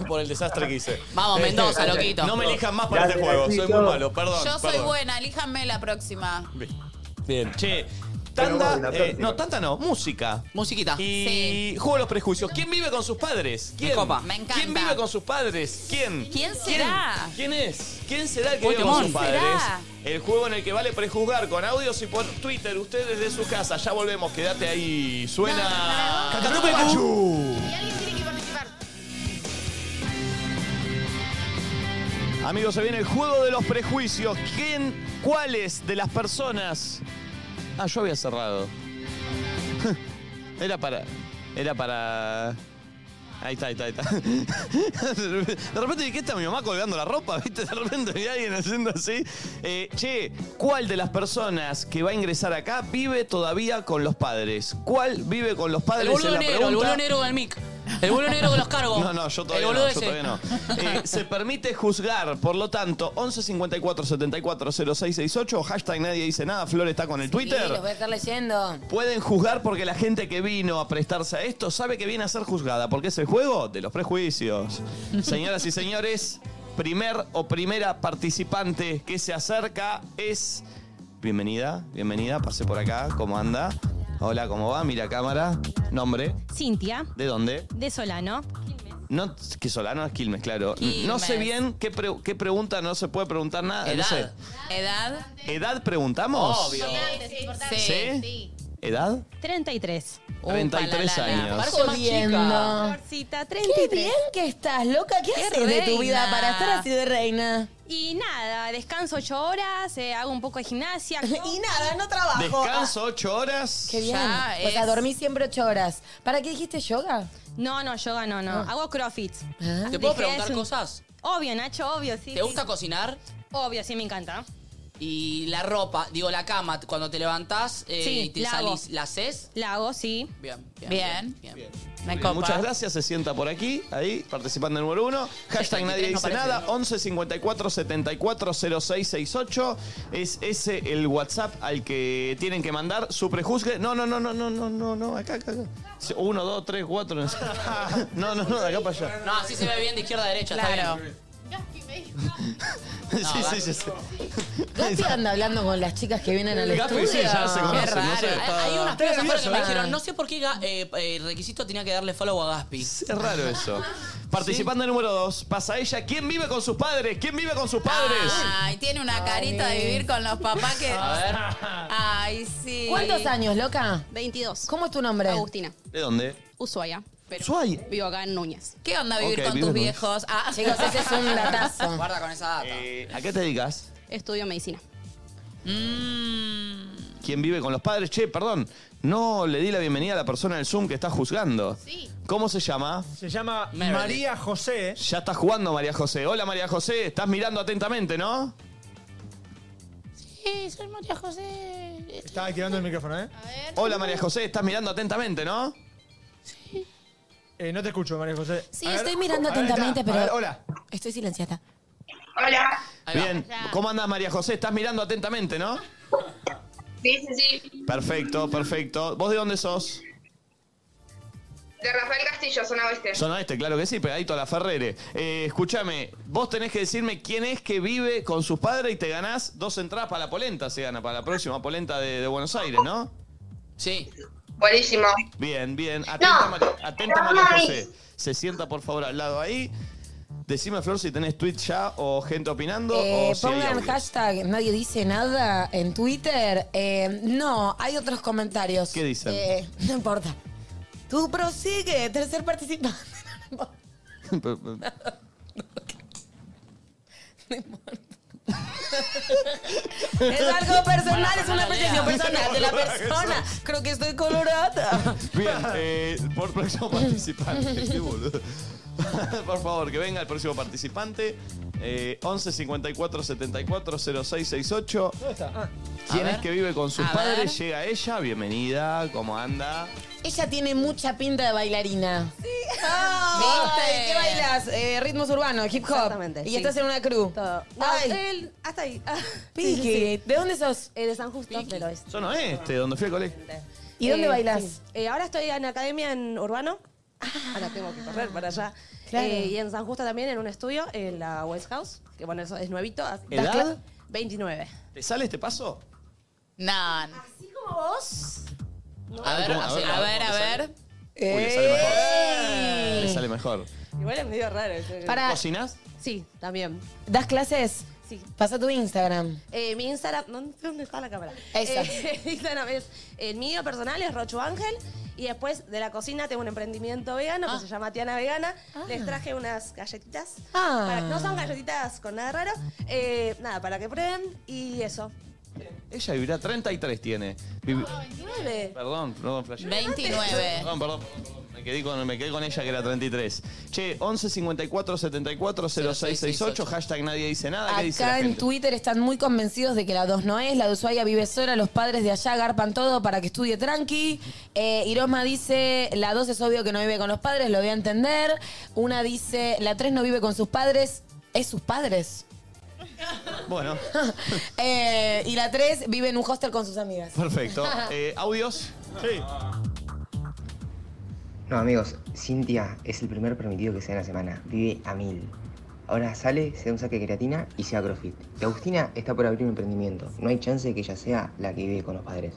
[SPEAKER 1] por el desastre que hice. Este,
[SPEAKER 2] Vamos, Mendoza, loquito.
[SPEAKER 1] No me elijan más para este
[SPEAKER 2] Gracias,
[SPEAKER 1] juego, soy
[SPEAKER 2] Nachito.
[SPEAKER 1] muy malo, perdón.
[SPEAKER 3] Yo soy
[SPEAKER 1] perdón.
[SPEAKER 3] buena, elíjanme la próxima.
[SPEAKER 1] Bien. Bien, che. Tanda, eh, no, tanta no, música.
[SPEAKER 2] Musiquita.
[SPEAKER 1] Y juego de los prejuicios. ¿Quién vive con sus padres? ¿Quién?
[SPEAKER 3] Me encanta.
[SPEAKER 1] ¿Quién vive con sus padres? ¿Quién?
[SPEAKER 3] ¿Quién será?
[SPEAKER 1] ¿Quién es? ¿Quién será el que
[SPEAKER 2] Uy,
[SPEAKER 1] vive con
[SPEAKER 2] temón.
[SPEAKER 1] sus padres?
[SPEAKER 2] ¿Será?
[SPEAKER 1] El juego en el que vale prejuzgar con audios y por Twitter ustedes de su casa. Ya volvemos, quédate ahí. Suena. Catarupecu.
[SPEAKER 6] Y alguien tiene que participar.
[SPEAKER 1] Amigos, se viene el juego de los prejuicios. ¿Quién, cuáles de las personas? Ah, yo había cerrado. (laughs) Era para. Era para. Ahí está, ahí está, ahí está. (laughs) De repente vi que está mi mamá colgando la ropa, ¿viste? De repente vi a alguien haciendo así. Eh, che, ¿cuál de las personas que va a ingresar acá vive todavía con los padres? ¿Cuál vive con los padres?
[SPEAKER 2] El
[SPEAKER 1] Es Ah,
[SPEAKER 2] boludo
[SPEAKER 1] la
[SPEAKER 2] negro, el
[SPEAKER 1] pregunta.
[SPEAKER 2] boludo negro con el mic. El boludo negro con los cargos.
[SPEAKER 1] No, no, yo todavía
[SPEAKER 2] el boludo
[SPEAKER 1] no. yo todavía
[SPEAKER 2] ese.
[SPEAKER 1] no.
[SPEAKER 2] (laughs)
[SPEAKER 1] Eh, se permite juzgar, por lo tanto, 11 54 74 0668, hashtag nadie dice nada, Flor está con el
[SPEAKER 4] Sí, los
[SPEAKER 1] Twitter.
[SPEAKER 4] voy a estar leyendo.
[SPEAKER 1] Pueden juzgar porque la gente que vino a prestarse a esto sabe que viene a ser juzgada, porque es el juego de los prejuicios. Señoras y señores, primer o primera participante que se acerca es... Bienvenida, bienvenida, pase por acá, ¿cómo anda? Hola, ¿cómo va? Mira cámara, nombre,
[SPEAKER 25] Cintia,
[SPEAKER 1] ¿de dónde?
[SPEAKER 25] de Solano.
[SPEAKER 1] No, que Solano es Quilmes, claro.
[SPEAKER 25] Quilmes.
[SPEAKER 1] No sé bien qué, pre- qué pregunta, no se puede preguntar nada. No sé.
[SPEAKER 3] Edad. Edad.
[SPEAKER 1] ¿Edad preguntamos?
[SPEAKER 3] Sí.
[SPEAKER 1] ¿Sí? ¿Edad?
[SPEAKER 25] 33.
[SPEAKER 1] 33 años.
[SPEAKER 25] Parece más
[SPEAKER 4] Jodiendo.
[SPEAKER 25] chica. Florcita, 33.
[SPEAKER 4] Qué bien que estás, loca. ¿Qué,
[SPEAKER 25] Qué
[SPEAKER 4] haces de tu vida
[SPEAKER 25] reina.
[SPEAKER 4] para estar así de reina?
[SPEAKER 25] Y nada, descanso 8 horas, eh, hago un poco de gimnasia.
[SPEAKER 4] (laughs) y nada, no trabajo.
[SPEAKER 1] Descanso 8 horas.
[SPEAKER 4] Qué bien. O sea, dormí siempre ocho horas. ¿Para qué dijiste yoga?
[SPEAKER 25] No, no, yoga no, no.
[SPEAKER 4] Ah.
[SPEAKER 25] Hago crossfit.
[SPEAKER 2] ¿Te
[SPEAKER 25] Dije,
[SPEAKER 2] puedo preguntar
[SPEAKER 25] es un-
[SPEAKER 2] cosas?
[SPEAKER 25] Obvio, Nacho, obvio, sí.
[SPEAKER 2] ¿Te gusta cocinar?
[SPEAKER 25] Obvio, sí, me
[SPEAKER 4] (laughs)
[SPEAKER 25] encanta.
[SPEAKER 2] Y la ropa, digo, la cama, cuando te levantás eh,
[SPEAKER 25] Sí,
[SPEAKER 2] y te
[SPEAKER 25] la hago.
[SPEAKER 2] salís, ¿la haces?
[SPEAKER 25] La hago, sí.
[SPEAKER 2] Bien, bien.
[SPEAKER 3] Bien. Me
[SPEAKER 1] Bien,
[SPEAKER 3] copa.
[SPEAKER 1] Muchas gracias, se sienta por aquí, ahí, participante número uno. Hashtag
[SPEAKER 3] 73
[SPEAKER 1] nadie
[SPEAKER 3] no
[SPEAKER 1] dice
[SPEAKER 3] aparece.
[SPEAKER 1] nada, 11 54 74 0668. Es ese el WhatsApp al que tienen que mandar su prejuzgue. No, no, no, no, no, no, no, no, acá, acá, acá. Sí, Uno, dos, tres, cuatro. no sé. (laughs) No, no, no, de acá para allá.
[SPEAKER 2] No, así se ve bien de izquierda a derecha, está
[SPEAKER 4] Claro.
[SPEAKER 2] bien.
[SPEAKER 1] (laughs) Sí,
[SPEAKER 2] va.
[SPEAKER 1] sí, sí, sí.
[SPEAKER 4] Gaspi anda hablando con las chicas que vienen al
[SPEAKER 1] Gaspi,
[SPEAKER 4] estudio.
[SPEAKER 1] sí, ya
[SPEAKER 25] Ah,
[SPEAKER 1] se conocen,
[SPEAKER 4] Qué
[SPEAKER 1] no
[SPEAKER 4] raro.
[SPEAKER 1] sé,
[SPEAKER 25] eh.
[SPEAKER 1] está-
[SPEAKER 2] Hay unas
[SPEAKER 1] Está
[SPEAKER 2] pibas afuera que me
[SPEAKER 1] nervioso, ¿eh?
[SPEAKER 2] dijeron, no sé por qué ga- eh, eh, el requisito tenía que darle follow a Gaspi.
[SPEAKER 1] Es raro eso. Participante número dos, pasa ella. ¿Quién vive con sus padres? ¿Quién vive con sus padres?
[SPEAKER 3] Ay, tiene una carita de vivir con los papás que.
[SPEAKER 1] A ver.
[SPEAKER 3] Ay, sí.
[SPEAKER 4] ¿Cuántos años, loca?
[SPEAKER 25] 22.
[SPEAKER 4] ¿Cómo es tu nombre?
[SPEAKER 25] Agustina,
[SPEAKER 1] ¿De dónde?
[SPEAKER 25] Ushuaia. Pero
[SPEAKER 1] Ushuaia.
[SPEAKER 25] Vivo acá en Núñez.
[SPEAKER 3] ¿Qué onda
[SPEAKER 1] vivir Ok, con vivo tus con- viejos?
[SPEAKER 25] (laughs)
[SPEAKER 3] Ah.
[SPEAKER 4] Chicos, ese es un datazo.
[SPEAKER 2] Guarda con esa data.
[SPEAKER 1] Eh, ¿A qué te dedicas?
[SPEAKER 25] Estudio medicina.
[SPEAKER 1] quien vive con los padres. Che, perdón, no le di la bienvenida a la persona del Zoom que está juzgando. ¿Cómo se llama?
[SPEAKER 5] Se llama
[SPEAKER 1] Meredith.
[SPEAKER 5] María José.
[SPEAKER 1] Ya está jugando María José. Hola María José, estás mirando atentamente, ¿no?
[SPEAKER 6] Sí, soy María José.
[SPEAKER 5] Estaba activando el micrófono, ¿eh?
[SPEAKER 1] Hola María José, estás mirando atentamente, ¿no?
[SPEAKER 5] Eh, no te escucho, María José.
[SPEAKER 4] Sí,
[SPEAKER 5] A ver.
[SPEAKER 4] estoy mirando
[SPEAKER 5] A ver, está.
[SPEAKER 4] atentamente, pero.
[SPEAKER 5] A ver, hola.
[SPEAKER 4] Estoy silenciada.
[SPEAKER 24] Hola.
[SPEAKER 1] Bien, ¿cómo andas María José? Estás mirando atentamente, ¿no?
[SPEAKER 24] Sí, sí, sí.
[SPEAKER 1] Perfecto, perfecto. ¿Vos de dónde sos?
[SPEAKER 24] De Rafael Castillo, zona oeste.
[SPEAKER 1] Zona este, claro que sí, pegadito a la Ferrere. Eh, escúchame, vos tenés que decirme quién es que vive con sus padres y te ganás dos entradas para la polenta, se gana, para la próxima polenta de, de Buenos Aires, ¿no?
[SPEAKER 2] Sí.
[SPEAKER 24] Buenísimo.
[SPEAKER 1] Bien, bien. Atenta,
[SPEAKER 24] No.
[SPEAKER 1] María, atenta
[SPEAKER 24] No,
[SPEAKER 1] María
[SPEAKER 24] no,
[SPEAKER 1] José. Se sienta, por favor, al lado ahí. Decime, Flor, si tenés tweet ya o gente opinando
[SPEAKER 4] Eh,
[SPEAKER 1] o si hay
[SPEAKER 4] pongan
[SPEAKER 1] audio.
[SPEAKER 4] hashtag nadie dice nada en Twitter. Eh, no, hay otros comentarios.
[SPEAKER 1] ¿Qué dicen?
[SPEAKER 4] Eh, (laughs) no importa. Tú prosigue, tercer participante.
[SPEAKER 1] (laughs)
[SPEAKER 4] Es algo personal, es una apreciación
[SPEAKER 1] (laughs)
[SPEAKER 4] personal de la persona. Creo que estoy colorada.
[SPEAKER 1] Bien, eh, por próximo participante. (laughs) Qué boludo. Por favor, que venga el próximo participante. Eh, 11 54 74 06 68.
[SPEAKER 5] ¿Dónde está? Ah.
[SPEAKER 1] ¿Quién
[SPEAKER 5] A
[SPEAKER 1] es
[SPEAKER 5] ver.
[SPEAKER 1] que vive con sus
[SPEAKER 5] A
[SPEAKER 1] padres?
[SPEAKER 5] ver.
[SPEAKER 1] Llega ella, bienvenida, ¿cómo anda?
[SPEAKER 4] Ella tiene mucha pinta de bailarina. Sí.
[SPEAKER 14] ¿Viste?
[SPEAKER 4] ¿Qué bailas? Eh, ritmos urbanos, hip hop.
[SPEAKER 14] Exactamente,
[SPEAKER 4] Y
[SPEAKER 14] sí.
[SPEAKER 4] estás en una crew. Todo.
[SPEAKER 14] No,
[SPEAKER 4] Ay,
[SPEAKER 14] él- hasta ahí. Ah,
[SPEAKER 4] Piqui,
[SPEAKER 14] sí, sí, sí.
[SPEAKER 4] ¿de dónde sos?
[SPEAKER 14] Eh, de San Justo del Oeste.
[SPEAKER 1] Zona Este, donde fui al colegio.
[SPEAKER 4] ¿Y dónde
[SPEAKER 14] Eh,
[SPEAKER 4] bailás? Ah.
[SPEAKER 14] sí. Eh, ahora estoy en academia en Urbano. Ahora tengo que correr para allá.
[SPEAKER 4] Claro.
[SPEAKER 14] Eh, y en San Justo también en un estudio, en la West House, que bueno, eso es nuevito. Das
[SPEAKER 1] ¿Edad?
[SPEAKER 14] cla- 29.
[SPEAKER 1] ¿Te sale este paso?
[SPEAKER 3] No.
[SPEAKER 14] Así como vos.
[SPEAKER 1] A ver, ¿Cómo? A ver,
[SPEAKER 3] a ver, a ver.
[SPEAKER 1] Uy, le sale mejor. Le sale mejor.
[SPEAKER 14] Igual es medio raro.
[SPEAKER 4] Para-
[SPEAKER 1] ¿Cocinas?
[SPEAKER 14] Sí, también.
[SPEAKER 4] ¿Das clases?
[SPEAKER 14] Sí.
[SPEAKER 4] Pasa tu Instagram.
[SPEAKER 14] Eh, mi Instagram, no sé dónde está la cámara.
[SPEAKER 4] Esa.
[SPEAKER 14] Eh, (laughs) Instagram es, eh, el mío personal es Rochu Ángel. Y después de la cocina tengo un emprendimiento vegano
[SPEAKER 25] Ah.
[SPEAKER 14] que se llama Tiana Vegana. Les traje unas galletitas.
[SPEAKER 4] Ah.
[SPEAKER 14] Para- no son galletitas con nada raro. Eh, nada, para que prueben. Y eso.
[SPEAKER 1] Ella vivirá 33 tiene. Vivi-
[SPEAKER 14] Nueve.
[SPEAKER 1] Perdón, perdón, flash.
[SPEAKER 3] 29.
[SPEAKER 1] Perdón, perdón. Me quedé, con, me quedé con ella que era 33. Che, 11 54 74 0668. Hashtag nadie dice nada. Ah, ¿Qué dice la
[SPEAKER 4] Acá en
[SPEAKER 1] gente?
[SPEAKER 4] Twitter están muy convencidos de que la dos no es, la de Ushuaia vive sola, los padres de allá garpan todo para que estudie tranqui. Eh, Irosma dice, la dos es obvio que no vive con los padres, lo voy a entender. Una dice, la tres no vive con sus padres, es sus padres. (laughs)
[SPEAKER 1] Bueno,
[SPEAKER 4] Eh, y la tres vive en un hostel con sus amigas.
[SPEAKER 14] (laughs)
[SPEAKER 1] perfecto. Eh, ¿Audios? Sí.
[SPEAKER 11] No, amigos, Cintia es el primer permitido que se da en la semana. Vive a mil. Ahora sale, se da un saque de creatina y se da crossfit. Y Agustina está (laughs) por abrir un emprendimiento. No hay chance de que ella sea la que vive con los padres.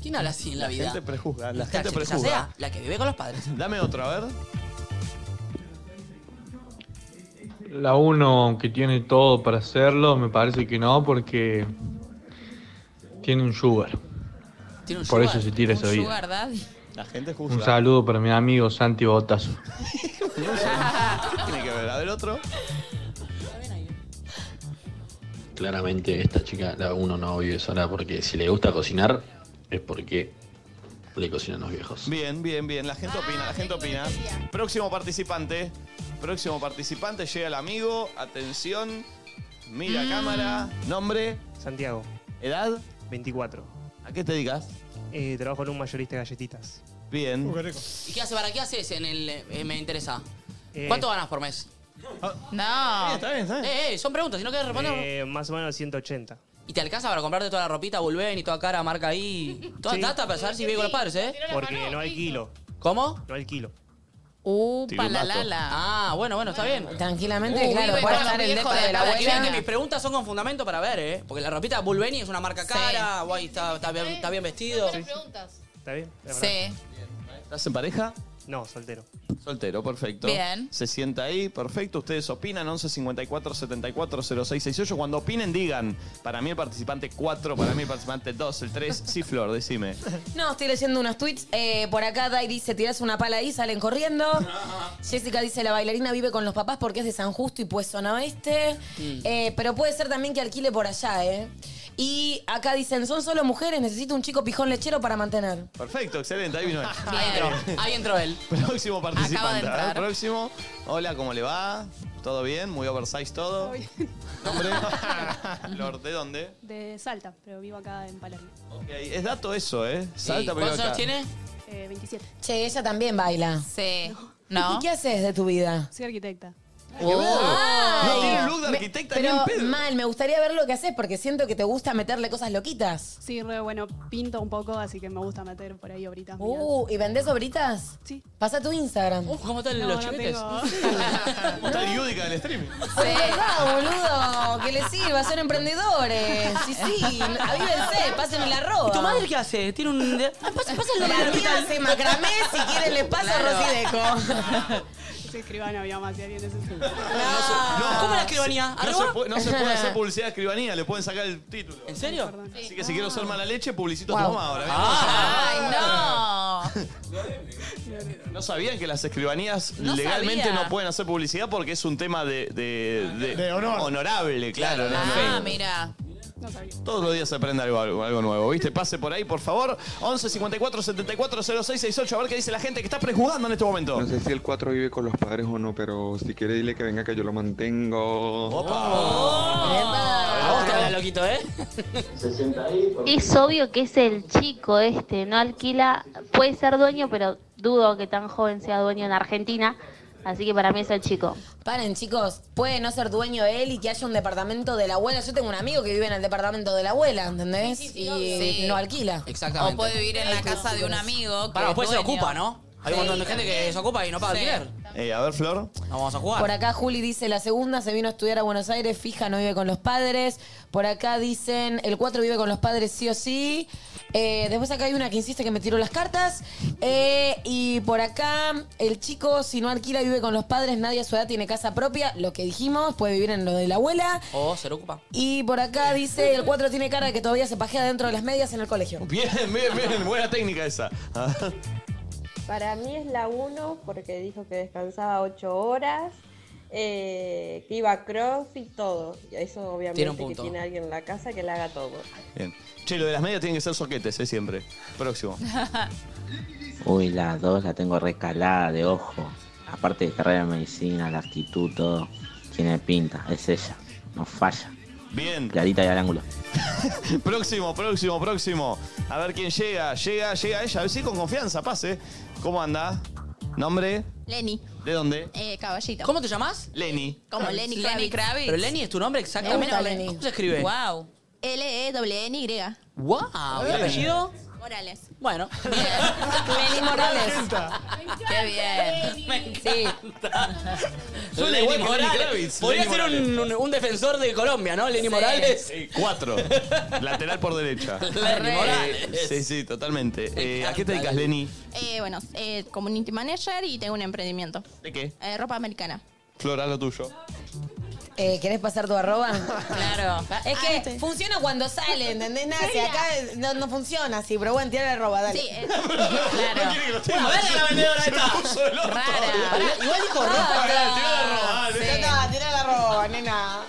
[SPEAKER 2] ¿Quién habla así en la,
[SPEAKER 1] La
[SPEAKER 2] vida?
[SPEAKER 1] gente prejuzga, la
[SPEAKER 2] Ya-
[SPEAKER 1] gente
[SPEAKER 2] ya
[SPEAKER 1] prejuzga.
[SPEAKER 14] ¿eh?
[SPEAKER 2] sea la que vive con los padres.
[SPEAKER 1] Dame otro, a ver.
[SPEAKER 16] La 1, aunque tiene todo para hacerlo, me parece que no, porque tiene un sugar.
[SPEAKER 3] Tiene un
[SPEAKER 16] Por
[SPEAKER 3] sugar.
[SPEAKER 16] eso se tira
[SPEAKER 3] Un
[SPEAKER 16] esa vida.
[SPEAKER 3] sugar daddy.
[SPEAKER 1] La gente juzga.
[SPEAKER 16] Un saludo para mi amigo Santi Botazo.
[SPEAKER 1] (laughs) Tiene que ver, a ver otro.
[SPEAKER 27] Claramente esta chica, la uno no vive sola porque si le gusta cocinar es porque le cocinan los viejos.
[SPEAKER 1] Bien, bien, bien. La gente opina, la gente opina. Próximo participante. Próximo participante llega el amigo. Atención. Mira
[SPEAKER 5] Mm.
[SPEAKER 1] cámara. Nombre.
[SPEAKER 19] Santiago.
[SPEAKER 1] Edad.
[SPEAKER 19] 24.
[SPEAKER 1] ¿A qué te dedicas?
[SPEAKER 19] Eh, trabajo en un mayorista de galletitas.
[SPEAKER 1] Bien.
[SPEAKER 2] ¿Y qué hace? ¿Para qué haces en el.? eh, me interesa.
[SPEAKER 19] Eh,
[SPEAKER 2] ¿Cuánto ganas por mes?
[SPEAKER 19] Ah.
[SPEAKER 2] No. Está bien, está bien. Eh, eh, son preguntas, si no quieres responder.
[SPEAKER 19] Eh, más o menos 180.
[SPEAKER 2] ¿Y te alcanza para comprarte toda la ropita, Bulben y toda cara, marca ahí? Toda
[SPEAKER 19] Sí.
[SPEAKER 2] data para saber si vive con los padres, ¿eh?
[SPEAKER 19] Porque no hay kilo.
[SPEAKER 2] ¿Cómo?
[SPEAKER 19] No hay kilo.
[SPEAKER 3] Uh,
[SPEAKER 19] Tiró un dato.
[SPEAKER 3] palalala.
[SPEAKER 2] Ah, bueno, bueno, está bien.
[SPEAKER 4] Tranquilamente,
[SPEAKER 2] Uh,
[SPEAKER 4] claro,
[SPEAKER 2] vive
[SPEAKER 4] puede
[SPEAKER 2] con
[SPEAKER 4] estar
[SPEAKER 2] los
[SPEAKER 4] el
[SPEAKER 2] viejos
[SPEAKER 4] neto de la
[SPEAKER 2] para que vean que
[SPEAKER 4] abuela.
[SPEAKER 2] mis preguntas son con fundamento para ver, ¿eh? Porque la ropita Bulbeni es una marca cara, guay, está, está bien, está bien vestido.
[SPEAKER 6] preguntas.
[SPEAKER 19] ¿Está bien? ¿Es
[SPEAKER 3] Sí.
[SPEAKER 1] ¿Estás en pareja?
[SPEAKER 19] No, soltero.
[SPEAKER 1] Soltero, perfecto.
[SPEAKER 19] Bien.
[SPEAKER 1] Se sienta ahí, perfecto. Ustedes opinan 11 54 74 0668. Cuando opinen, digan. Para mí el participante 4, para mí el participante 2, el 3. Sí, Flor, decime.
[SPEAKER 4] (coughs) No, estoy leyendo unos tweets. Eh, por acá Dai dice, tirás una pala ahí, salen
[SPEAKER 7] (laughs)
[SPEAKER 4] corriendo. Jessica dice, la bailarina vive con los papás porque es de San Justo y pues zona oeste.
[SPEAKER 2] Mm.
[SPEAKER 4] Eh, pero puede ser también que alquile por allá, ¿eh? Y acá dicen, son solo mujeres, necesito un chico pijón lechero para mantener.
[SPEAKER 1] Perfecto, excelente. Ahí vino él.
[SPEAKER 2] Ahí entró él.
[SPEAKER 1] Próximo
[SPEAKER 4] Acaba de
[SPEAKER 1] participante. A ver,
[SPEAKER 4] entrar.
[SPEAKER 1] próximo. Hola, ¿cómo le va? ¿Todo bien? Muy oversize todo. ¿Nombre? (laughs) Flor, ¿de dónde?
[SPEAKER 7] De Salta, pero vivo acá en Palermo.
[SPEAKER 1] Ok, Es dato eso, ¿eh? Salta, pero acá.
[SPEAKER 7] Eh, 27.
[SPEAKER 4] Che, ella también baila.
[SPEAKER 3] Sí.
[SPEAKER 7] ¿No?
[SPEAKER 4] ¿Y qué haces de tu vida?
[SPEAKER 7] Soy arquitecta.
[SPEAKER 4] Oh. Ay.
[SPEAKER 7] No, tiene
[SPEAKER 1] look de
[SPEAKER 4] Me-
[SPEAKER 7] arquitecta, ni
[SPEAKER 4] Pero
[SPEAKER 7] en pedo.
[SPEAKER 4] mal, me gustaría ver lo que haces porque siento que te gusta meterle cosas loquitas.
[SPEAKER 7] Sí, re bueno, pinto un poco, así que me gusta meter por ahí obritas.
[SPEAKER 4] Uh, ¿y vendés obritas? Sí. Pasa tu Instagram. Uh,
[SPEAKER 2] ¿cómo están
[SPEAKER 7] No, los no chiquetes? tengo.
[SPEAKER 1] ¿Cómo está el Yudica del streaming?
[SPEAKER 4] Sí. verdad, boludo. Que le sirva, son emprendedores. Sí, sí. Avívense, pásenme la ropa. Ah,
[SPEAKER 2] ¿Y tu madre qué hace? Tiene un.
[SPEAKER 4] La
[SPEAKER 2] (laughs)
[SPEAKER 4] mía hace macramé, si quieren les paso
[SPEAKER 7] Claro.
[SPEAKER 4] Rosideco.
[SPEAKER 7] Soy escribana, mi mamá, si alguien
[SPEAKER 25] Ah,
[SPEAKER 7] necesita.
[SPEAKER 2] ¿Cómo la escribanía?
[SPEAKER 1] No
[SPEAKER 2] ¿Arroba?
[SPEAKER 1] se, puede, no se puede
[SPEAKER 2] (laughs)
[SPEAKER 1] hacer publicidad de escribanía, le pueden sacar el título.
[SPEAKER 2] ¿En serio?
[SPEAKER 1] Así que si quiero ser mala leche, publicito a
[SPEAKER 2] Guau.
[SPEAKER 1] tu mamá ahora. ¿eh? No sabían que las escribanías
[SPEAKER 7] No
[SPEAKER 1] legalmente
[SPEAKER 7] sabía.
[SPEAKER 1] no pueden hacer publicidad porque es un tema de, de- de-
[SPEAKER 7] De honor.
[SPEAKER 1] honorable, claro. no, no.
[SPEAKER 3] Ah, mira.
[SPEAKER 1] Todos los días se aprende algo, algo- algo nuevo, ¿viste? Pase por ahí, por favor. 11 54 74 06 68. A ver qué dice la gente que está prejugando en este momento.
[SPEAKER 15] No sé si el 4 vive con los padres o no, pero si quiere dile que venga que yo lo mantengo.
[SPEAKER 2] Vamos a hablar loquito, ¿eh?
[SPEAKER 28] Es obvio que es el chico este, no alquila, puede ser dueño, pero dudo que tan joven sea dueño en Argentina, así que para mí es el chico.
[SPEAKER 4] Paren, chicos, puede no ser dueño él y que haya un departamento de la abuela. Yo tengo un amigo que vive en el departamento de la abuela, ¿entendés? y
[SPEAKER 3] Sí.
[SPEAKER 4] no alquila.
[SPEAKER 2] Exactamente.
[SPEAKER 3] O puede vivir en la casa de un amigo. Que
[SPEAKER 2] Para, después
[SPEAKER 3] es
[SPEAKER 2] se
[SPEAKER 3] dueño.
[SPEAKER 2] ocupa, ¿no? Hay un montón de gente que se ocupa y no paga
[SPEAKER 3] Sí.
[SPEAKER 2] alquiler.
[SPEAKER 1] Eh, a ver, Flor.
[SPEAKER 2] Vamos a jugar.
[SPEAKER 4] Por acá Juli dice, la segunda se vino a estudiar a Buenos Aires, fija, no vive con los padres. Por acá dicen, el 4 vive con los padres sí o sí. Eh, después acá hay una que insiste que me tiró las cartas. Eh, y por acá, el chico, si no alquila, vive con los padres, nadie a su edad tiene casa propia, lo que dijimos, puede vivir en lo de la abuela.
[SPEAKER 2] O se lo ocupa.
[SPEAKER 4] Y por acá dice, el 4 tiene cara de que todavía se pajea dentro de las medias en el colegio.
[SPEAKER 1] Bien, bien, bien. Buena técnica esa. Ah.
[SPEAKER 29] Para mí es la 1 porque dijo que descansaba 8 horas, eh, que iba a crossfit, todo. Y eso
[SPEAKER 1] Tiene un
[SPEAKER 29] obviamente que
[SPEAKER 1] punto.
[SPEAKER 29] tiene alguien en la casa que le haga todo.
[SPEAKER 1] Bien. Che, lo de las medias tienen que ser soquetes, ¿eh? Siempre. Próximo.
[SPEAKER 30] (laughs) Uy, la 2 la tengo recalada de ojo. Aparte de carrera de medicina, la actitud, todo. Tiene pinta, es ella. No falla.
[SPEAKER 1] Bien.
[SPEAKER 30] Clarita y al ángulo.
[SPEAKER 1] (laughs) próximo, próximo, próximo. A ver quién llega. Llega, llega ella. A ver si con confianza, pase. ¿Cómo anda? ¿Nombre?
[SPEAKER 31] Lenny,
[SPEAKER 1] ¿De dónde?
[SPEAKER 31] eh, caballito.
[SPEAKER 2] ¿Cómo te llamas?
[SPEAKER 1] Lenny.
[SPEAKER 31] Como Lenny Kravitz.
[SPEAKER 2] Pero Lenny es tu nombre exactamente.
[SPEAKER 31] Me gusta Lenny. E
[SPEAKER 2] ¿Cómo se escribe? E
[SPEAKER 31] Wow. L-E-W-N-Y.
[SPEAKER 2] Wow. ¿Y
[SPEAKER 31] Lenny.
[SPEAKER 2] apellido?
[SPEAKER 31] Eh.
[SPEAKER 2] Ah,
[SPEAKER 31] Morales.
[SPEAKER 2] (laughs) Bueno.
[SPEAKER 31] Lenny
[SPEAKER 4] Morales.
[SPEAKER 31] Qué bien.
[SPEAKER 4] Sí.
[SPEAKER 2] Suena
[SPEAKER 1] Lenny
[SPEAKER 2] igual que Lenny
[SPEAKER 1] Morales. Lenny
[SPEAKER 2] Kravitz. Podría ser un, un- un defensor de Colombia, ¿no? Lenny Morales.
[SPEAKER 1] Sí, cuatro. Lateral por
[SPEAKER 4] (laughs)
[SPEAKER 1] derecha.
[SPEAKER 2] Lenny
[SPEAKER 1] Eh,
[SPEAKER 2] Morales.
[SPEAKER 1] sí, sí, totalmente. Eh, ¿A qué te dedicas, Lenny?
[SPEAKER 31] Eh, bueno, eh, community manager y tengo un emprendimiento.
[SPEAKER 1] ¿De qué?
[SPEAKER 31] Eh, ropa americana.
[SPEAKER 1] Flora, lo tuyo.
[SPEAKER 4] Eh, ¿Querés pasar tu arroba? (laughs) Claro. Es que funciona cuando sale, ¿entendés? Nada, si acá no, no funciona así, pero bueno, tirar el arroba, dale. Sí, (laughs)
[SPEAKER 31] claro.
[SPEAKER 4] No quiere que lo
[SPEAKER 2] Bueno, dale a la
[SPEAKER 4] (laughs)
[SPEAKER 2] vendedora esta. Pará, Igual dijo ropa.
[SPEAKER 4] Ya está, tirá el arroba, Oh, Ah, nena. Ah,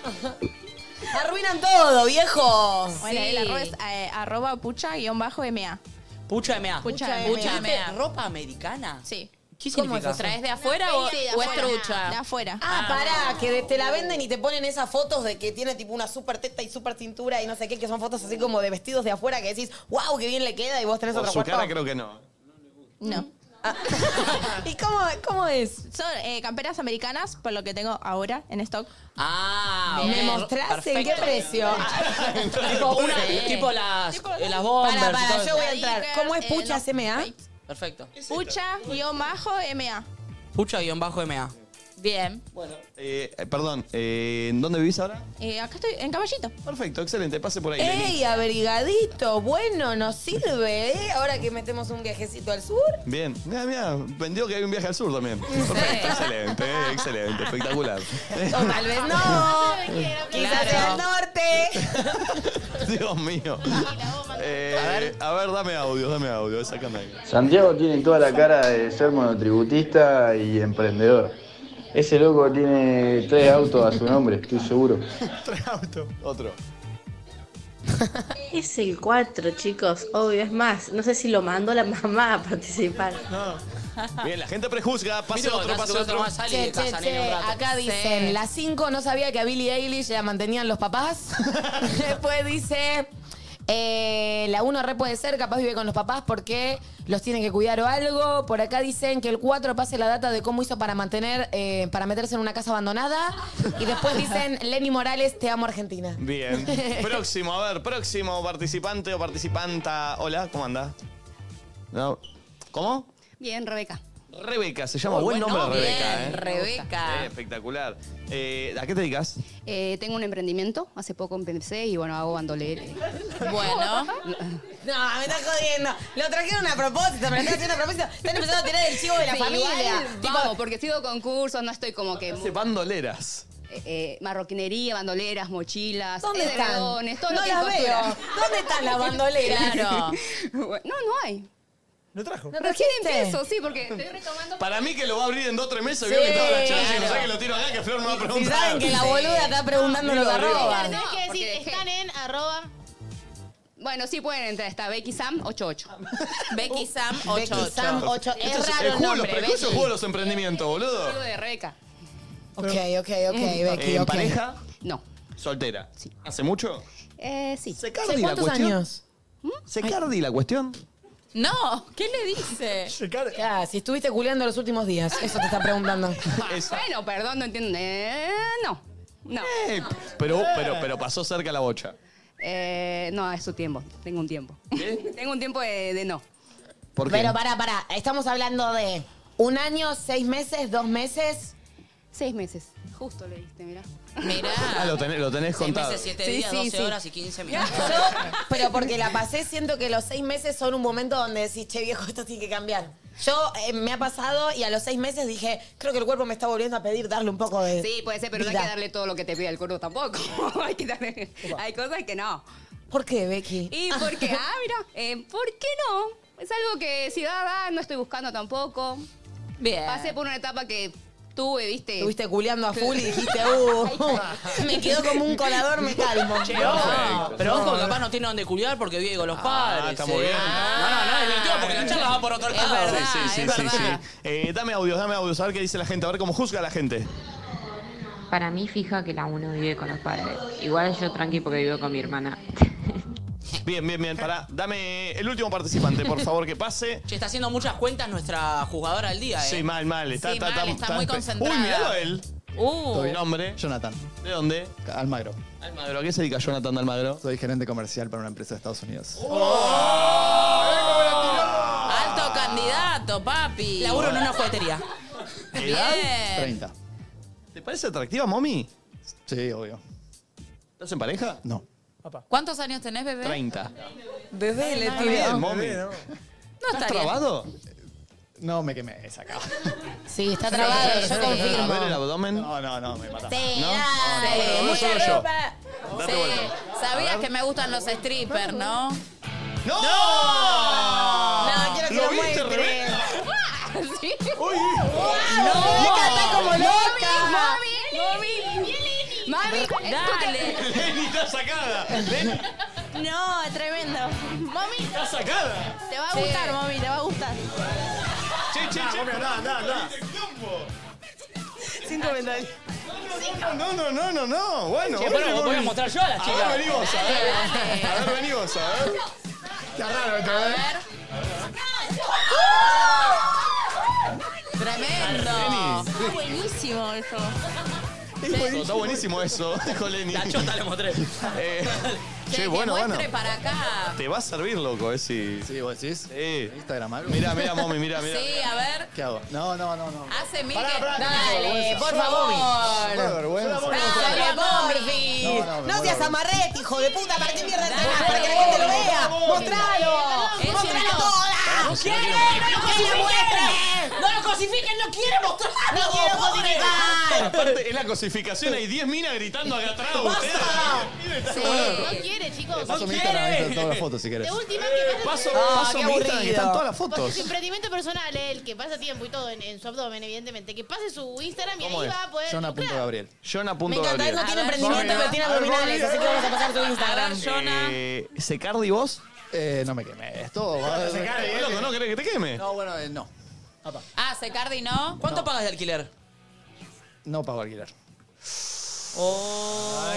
[SPEAKER 4] Arruinan todo, viejo.
[SPEAKER 31] Bueno,
[SPEAKER 4] Sí.
[SPEAKER 31] el arroba es eh, arroba pucha-ma.
[SPEAKER 2] Pucha MA.
[SPEAKER 31] Pucha
[SPEAKER 2] ¿Dijiste
[SPEAKER 31] MA.
[SPEAKER 2] ¿Ropa americana?
[SPEAKER 31] Sí.
[SPEAKER 2] ¿Qué
[SPEAKER 3] ¿Cómo
[SPEAKER 2] significa?
[SPEAKER 3] es? ¿Traes de afuera o,
[SPEAKER 31] Sí, de
[SPEAKER 3] o es
[SPEAKER 31] afuera.
[SPEAKER 3] trucha?
[SPEAKER 31] De afuera.
[SPEAKER 4] Ah, pará, que de- te la venden y te ponen esas fotos de que tiene tipo una super teta y super cintura y no sé qué, que son fotos así como de vestidos de afuera que decís, wow, qué bien le queda y vos tenés
[SPEAKER 1] Por
[SPEAKER 4] otro
[SPEAKER 1] su
[SPEAKER 4] cuerpo.
[SPEAKER 1] cara creo que no.
[SPEAKER 31] No.
[SPEAKER 4] ¿Y cómo, es?
[SPEAKER 31] Son eh, camperas americanas, por lo que tengo ahora en stock.
[SPEAKER 2] Ah,
[SPEAKER 4] ¿Me
[SPEAKER 2] bien.
[SPEAKER 4] mostrás en qué
[SPEAKER 2] Perfecto.
[SPEAKER 4] precio?
[SPEAKER 2] (laughs) tipo, una- tipo las, eh, las bombas.
[SPEAKER 4] Para, para, yo voy a entrar. ¿Cómo es pucha SMA?
[SPEAKER 2] Perfecto.
[SPEAKER 31] Pucha, guión bajo, MA.
[SPEAKER 2] Pucha-MA.
[SPEAKER 31] Bien.
[SPEAKER 1] Bueno. Eh, eh, perdón, eh, ¿en dónde vivís ahora?
[SPEAKER 4] Eh,
[SPEAKER 31] acá estoy, en caballito.
[SPEAKER 1] Perfecto, excelente, pase por ahí. Leni.
[SPEAKER 4] ¡Ey, abrigadito! Bueno, nos sirve, ¿eh? Ahora que metemos un viajecito al sur.
[SPEAKER 1] Bien, mira, mira, vendió que hay un viaje al sur también. Perfecto, excelente, eh, excelente, espectacular.
[SPEAKER 4] O tal vez
[SPEAKER 25] (laughs)
[SPEAKER 4] no. Quizás sea al norte.
[SPEAKER 1] (laughs) Dios mío. Eh, a, ver. dame audio, dame audio, sácame ahí.
[SPEAKER 10] Santiago tiene toda la cara de ser monotributista y emprendedor. Ese loco tiene tres autos a su nombre, estoy seguro.
[SPEAKER 1] Tres autos. Otro.
[SPEAKER 12] Es el 4, chicos, obvio. Es más, no sé si lo mandó la mamá a participar.
[SPEAKER 1] Bien, la gente prejuzga, pase
[SPEAKER 2] Mira,
[SPEAKER 1] otro,
[SPEAKER 2] casi
[SPEAKER 1] pase
[SPEAKER 2] que
[SPEAKER 1] otro.
[SPEAKER 2] otro más sale y Che, che, Casanelli che, un rato.
[SPEAKER 4] Acá dicen,
[SPEAKER 2] Sí.
[SPEAKER 4] las 5 no sabía que a Billie Eilish la mantenían los papás. Después dice, eh, la 1 re puede ser, capaz vive con los papás porque los tiene que cuidar o algo. Por acá dicen que el 4 pase la data de cómo hizo para mantener, eh, para meterse en una casa abandonada. Y después dicen, Lenny Morales, te amo Argentina.
[SPEAKER 1] Bien. Próximo, a ver, próximo participante o participanta. Hola, ¿cómo anda? No. ¿Cómo?
[SPEAKER 25] Bien, Rebeca.
[SPEAKER 1] Rebeca, se llama.
[SPEAKER 25] Oh,
[SPEAKER 1] buen
[SPEAKER 25] buen nombre.
[SPEAKER 1] nombre, Rebeca,
[SPEAKER 25] Bien,
[SPEAKER 1] ¿eh?
[SPEAKER 25] Rebeca.
[SPEAKER 1] Eh, espectacular. Eh, ¿A qué te dedicas?
[SPEAKER 25] Eh, tengo un emprendimiento, hace poco empecé y bueno, hago
[SPEAKER 2] (laughs)
[SPEAKER 25] bandoleros.
[SPEAKER 4] Bueno. (laughs) No, me estás jodiendo. Lo trajeron a propósito, me lo están haciendo a propósito. Están empezando a tirar el chivo de la
[SPEAKER 25] Sí,
[SPEAKER 4] familia.
[SPEAKER 25] igual, vamos, porque sigo concursos, no estoy como que...
[SPEAKER 1] Hace bandoleras.
[SPEAKER 25] eh, eh, marroquinería, bandoleras, mochilas,
[SPEAKER 4] ¿Dónde están?
[SPEAKER 25] edredones, todo
[SPEAKER 4] No
[SPEAKER 25] lo que
[SPEAKER 4] las
[SPEAKER 25] es costura.
[SPEAKER 4] veo. ¿Dónde están las bandoleras? Claro.
[SPEAKER 25] (laughs) Bueno, no, no hay.
[SPEAKER 1] ¿No trajo?
[SPEAKER 25] Recién empiezo, sí,
[SPEAKER 2] (laughs)
[SPEAKER 25] porque estoy retomando...
[SPEAKER 1] Para mí que lo va a abrir en dos o tres meses,
[SPEAKER 25] Sí,
[SPEAKER 1] vio que estaba la chance y no
[SPEAKER 25] claro.
[SPEAKER 1] sé que lo tiro acá, que Flor me va a
[SPEAKER 4] Si
[SPEAKER 1] preguntar.
[SPEAKER 4] saben que la boluda está preguntando los arroba.
[SPEAKER 25] No,
[SPEAKER 6] Tenés que
[SPEAKER 25] porque
[SPEAKER 6] decir,
[SPEAKER 25] dejé-
[SPEAKER 6] están en arroba.
[SPEAKER 25] Bueno, sí pueden entrar, está Becky Sam
[SPEAKER 6] (laughs)
[SPEAKER 25] 88.
[SPEAKER 3] Becky Sam
[SPEAKER 4] Becky Sam 88.
[SPEAKER 1] Esto Este
[SPEAKER 4] Es
[SPEAKER 1] el
[SPEAKER 4] raro el
[SPEAKER 1] juego de los
[SPEAKER 4] nombre,
[SPEAKER 1] prejuicios,
[SPEAKER 4] Becky.
[SPEAKER 1] el juego de los emprendimientos, boludo. Eh,
[SPEAKER 25] Saludo de Rebeca.
[SPEAKER 4] Ok, ok, ok, Becky,
[SPEAKER 1] ¿En
[SPEAKER 4] ok.
[SPEAKER 1] pareja?
[SPEAKER 25] No.
[SPEAKER 1] ¿Soltera? ¿Hace mucho?
[SPEAKER 25] Eh, sí.
[SPEAKER 1] ¿Se cardi la cuestión? ¿Mm? ¿Se cardi la cuestión?
[SPEAKER 4] No, ¿qué le dice? Ah, si estuviste culeando los últimos días, eso te está
[SPEAKER 1] (laughs)
[SPEAKER 4] preguntando.
[SPEAKER 25] Bueno, perdón, no entiendo. Eh, no. No.
[SPEAKER 1] Eh, Pero, pero, pero pasó cerca la bocha.
[SPEAKER 25] Eh, no, es su tiempo. Tengo un tiempo. Tengo un tiempo de, de no.
[SPEAKER 1] ¿Por qué?
[SPEAKER 4] Pero pará, pará, estamos hablando de un año, seis meses, dos meses.
[SPEAKER 25] Seis meses. Justo le diste, mirá.
[SPEAKER 1] (laughs) Ah, lo tenés, lo tenés
[SPEAKER 2] Seis
[SPEAKER 1] contado.
[SPEAKER 2] meses, siete
[SPEAKER 25] Sí,
[SPEAKER 2] días,
[SPEAKER 25] sí,
[SPEAKER 2] 12
[SPEAKER 25] sí.
[SPEAKER 2] horas y 15 minutos.
[SPEAKER 4] Pero porque la pasé, siento que los seis meses son un momento donde decís, che viejo, esto tiene que cambiar. Yo eh, me ha pasado y a los seis meses dije, creo que el cuerpo me está volviendo a pedir darle un poco de.
[SPEAKER 25] Sí, puede ser, pero no hay
[SPEAKER 4] vida".
[SPEAKER 25] que darle todo lo que te pide el cuerpo tampoco. (laughs) hay, que darle- hay cosas que no.
[SPEAKER 4] ¿Por qué, Becky?
[SPEAKER 25] Y porque, ah, mira, eh, ¿por qué no? Es algo que si da, da, no estoy buscando tampoco.
[SPEAKER 4] Bien.
[SPEAKER 25] Pasé por una etapa que tuve, viste.
[SPEAKER 4] Estuviste culeando a full
[SPEAKER 25] (laughs)
[SPEAKER 4] y dijiste, uh, (laughs) me quedó como un colador, me calmo.
[SPEAKER 2] Che, ojo. Pero ojo, capaz no tiene donde culiar porque vive con los padres.
[SPEAKER 1] está muy
[SPEAKER 2] eh.
[SPEAKER 1] bien.
[SPEAKER 2] No, no, no, es mentira porque la charla va por otro lado.
[SPEAKER 1] sí, sí, sí, sí, sí. Eh, dame audios, dame audios, a ver qué dice la gente, a ver cómo juzga la gente.
[SPEAKER 28] Para mí fija que la uno vive con los padres. Igual yo tranqui porque vivo con mi hermana.
[SPEAKER 1] Bien, bien, bien, pará. Dame el último participante, por favor, que pase.
[SPEAKER 2] Che, está haciendo muchas cuentas nuestra jugadora del día, eh.
[SPEAKER 1] Sí, mal, mal. Está,
[SPEAKER 2] Sí,
[SPEAKER 1] está,
[SPEAKER 2] mal, está muy concentrada.
[SPEAKER 1] Uy, miralo a él.
[SPEAKER 2] Uh.
[SPEAKER 1] ¿Nombre?
[SPEAKER 18] Jonathan.
[SPEAKER 1] ¿De dónde?
[SPEAKER 18] Almagro.
[SPEAKER 1] Almagro, ¿a qué se dedica Jonathan de Almagro?
[SPEAKER 18] Soy gerente comercial para una empresa de Estados Unidos.
[SPEAKER 2] Uh,
[SPEAKER 3] Alto Oh.
[SPEAKER 1] Ah,
[SPEAKER 3] candidato, papi.
[SPEAKER 2] Laburo en una juguetería.
[SPEAKER 1] ¿Edad?
[SPEAKER 2] Bien.
[SPEAKER 18] 30.
[SPEAKER 1] ¿Te parece atractiva, mommy?
[SPEAKER 18] Sí, obvio.
[SPEAKER 1] ¿Estás en pareja?
[SPEAKER 18] No.
[SPEAKER 3] ¿Cuántos años tenés, bebé?
[SPEAKER 18] 30.
[SPEAKER 4] Bebé, le
[SPEAKER 18] Está bien, mommy.
[SPEAKER 3] No está
[SPEAKER 18] ¿Estás
[SPEAKER 3] bien.
[SPEAKER 18] trabado? No, me quemé, es acá.
[SPEAKER 4] Sí, está trabado, yo
[SPEAKER 18] A ver el
[SPEAKER 4] confirmo.
[SPEAKER 18] abdomen. No, no, no, me mata.
[SPEAKER 4] Sí,
[SPEAKER 18] ¿No?
[SPEAKER 4] dale.
[SPEAKER 18] No, no, no, solo yo.
[SPEAKER 3] Sí, sabías que me gustan los strippers, ¿no?
[SPEAKER 1] ¡No!
[SPEAKER 3] No, quiero que lo,
[SPEAKER 1] viste,
[SPEAKER 5] (laughs)
[SPEAKER 3] muestre.
[SPEAKER 25] Sí.
[SPEAKER 4] ¡No! Rebeca está como loca!
[SPEAKER 25] ¡Mami! ¡Mami! ¡Mami!
[SPEAKER 3] Dale.
[SPEAKER 1] Lenny está sacada. Lenny
[SPEAKER 31] No, tremendo. Mami,
[SPEAKER 1] está sacada.
[SPEAKER 31] te va a gustar, mami, te va a gustar.
[SPEAKER 1] Che, che, che.
[SPEAKER 18] Andá, andá, andá, andá.
[SPEAKER 14] Sin comentarios.
[SPEAKER 1] No, no, no, no, no. Bueno,
[SPEAKER 18] Che,
[SPEAKER 1] vos
[SPEAKER 18] pará,
[SPEAKER 1] venís
[SPEAKER 18] vos
[SPEAKER 1] vos.
[SPEAKER 18] voy a mostrar yo a las
[SPEAKER 1] A
[SPEAKER 18] chicas.
[SPEAKER 1] ver, vení vos, a ver.
[SPEAKER 18] Dale,
[SPEAKER 1] A ver, vení vos, a ver.
[SPEAKER 18] Está raro esto, ¿eh?
[SPEAKER 3] Tremendo.
[SPEAKER 1] Jenny.
[SPEAKER 31] Está buenísimo eso.
[SPEAKER 1] Está buenísimo eso, (laughs) dijo Lenny. La chota le mostré.
[SPEAKER 3] Che,
[SPEAKER 1] che, bueno,
[SPEAKER 3] que
[SPEAKER 1] bueno.
[SPEAKER 3] muestre para acá.
[SPEAKER 1] Te va a servir, loco, ese. Sí, vos decís. Sí. Instagram algo. Mira, mira, mami, mira, mira.
[SPEAKER 3] Sí, a ver.
[SPEAKER 1] ¿Qué hago?
[SPEAKER 18] No, no, no, no.
[SPEAKER 3] Hace mil
[SPEAKER 18] Pará,
[SPEAKER 3] que...
[SPEAKER 18] pará,
[SPEAKER 3] Dale,
[SPEAKER 18] qué vergüenza.
[SPEAKER 3] por
[SPEAKER 18] Una
[SPEAKER 3] favor.
[SPEAKER 18] Una vergüenza.
[SPEAKER 3] Dale, Borfi.
[SPEAKER 4] No, seas amarrete, hijo de puta, para ti mierda
[SPEAKER 3] Dale,
[SPEAKER 4] para que la gente lo vea. ¡Mostralo!
[SPEAKER 3] Es
[SPEAKER 4] ¡Mostralo
[SPEAKER 3] cierto.
[SPEAKER 4] toda!
[SPEAKER 3] ¡Quiere! ¡No lo cosifiquen! ¡No lo cosifiquen! ¡No quiere mostrarlo!
[SPEAKER 4] ¡No quiero
[SPEAKER 3] pobre.
[SPEAKER 4] codificar!
[SPEAKER 1] Aparte, es la cosificación. Hay 10 minas gritando acá atrás. ustedes.
[SPEAKER 6] No quiere, chicos.
[SPEAKER 18] Paso
[SPEAKER 6] No
[SPEAKER 18] mi
[SPEAKER 6] quiere.
[SPEAKER 18] Instagram, ahí están todas las fotos si querés.
[SPEAKER 6] De última que
[SPEAKER 1] Paso,
[SPEAKER 6] pasa
[SPEAKER 18] Ah,
[SPEAKER 1] paso
[SPEAKER 18] qué
[SPEAKER 1] mi Instagram y
[SPEAKER 18] aburrido.
[SPEAKER 1] están todas las
[SPEAKER 6] Porque
[SPEAKER 1] fotos.
[SPEAKER 6] su emprendimiento personal, eh, el que pasa tiempo y todo en, en su abdomen, evidentemente, que pase su Instagram y
[SPEAKER 1] ¿Cómo
[SPEAKER 6] ahí
[SPEAKER 1] es?
[SPEAKER 6] va a poder.
[SPEAKER 1] punto Gabriel. Jonah
[SPEAKER 6] Me
[SPEAKER 1] punto
[SPEAKER 6] encanta,
[SPEAKER 1] Gabriel.
[SPEAKER 6] él no tiene
[SPEAKER 1] A ver,
[SPEAKER 6] emprendimiento,
[SPEAKER 1] Jorge.
[SPEAKER 6] pero tiene
[SPEAKER 1] A ver,
[SPEAKER 6] abdominales,
[SPEAKER 1] Jorge.
[SPEAKER 6] así que vamos a pasar tu Instagram.
[SPEAKER 1] Eh, ¿Secardi vos?
[SPEAKER 18] Eh, no me queme esto.
[SPEAKER 1] Secardi, eh, loco, ¿no querés que te queme?
[SPEAKER 18] No, bueno, eh, no.
[SPEAKER 3] Ah, Secardi no.
[SPEAKER 2] ¿Cuánto pagas de alquiler?
[SPEAKER 18] No pago alquiler.
[SPEAKER 2] Oh.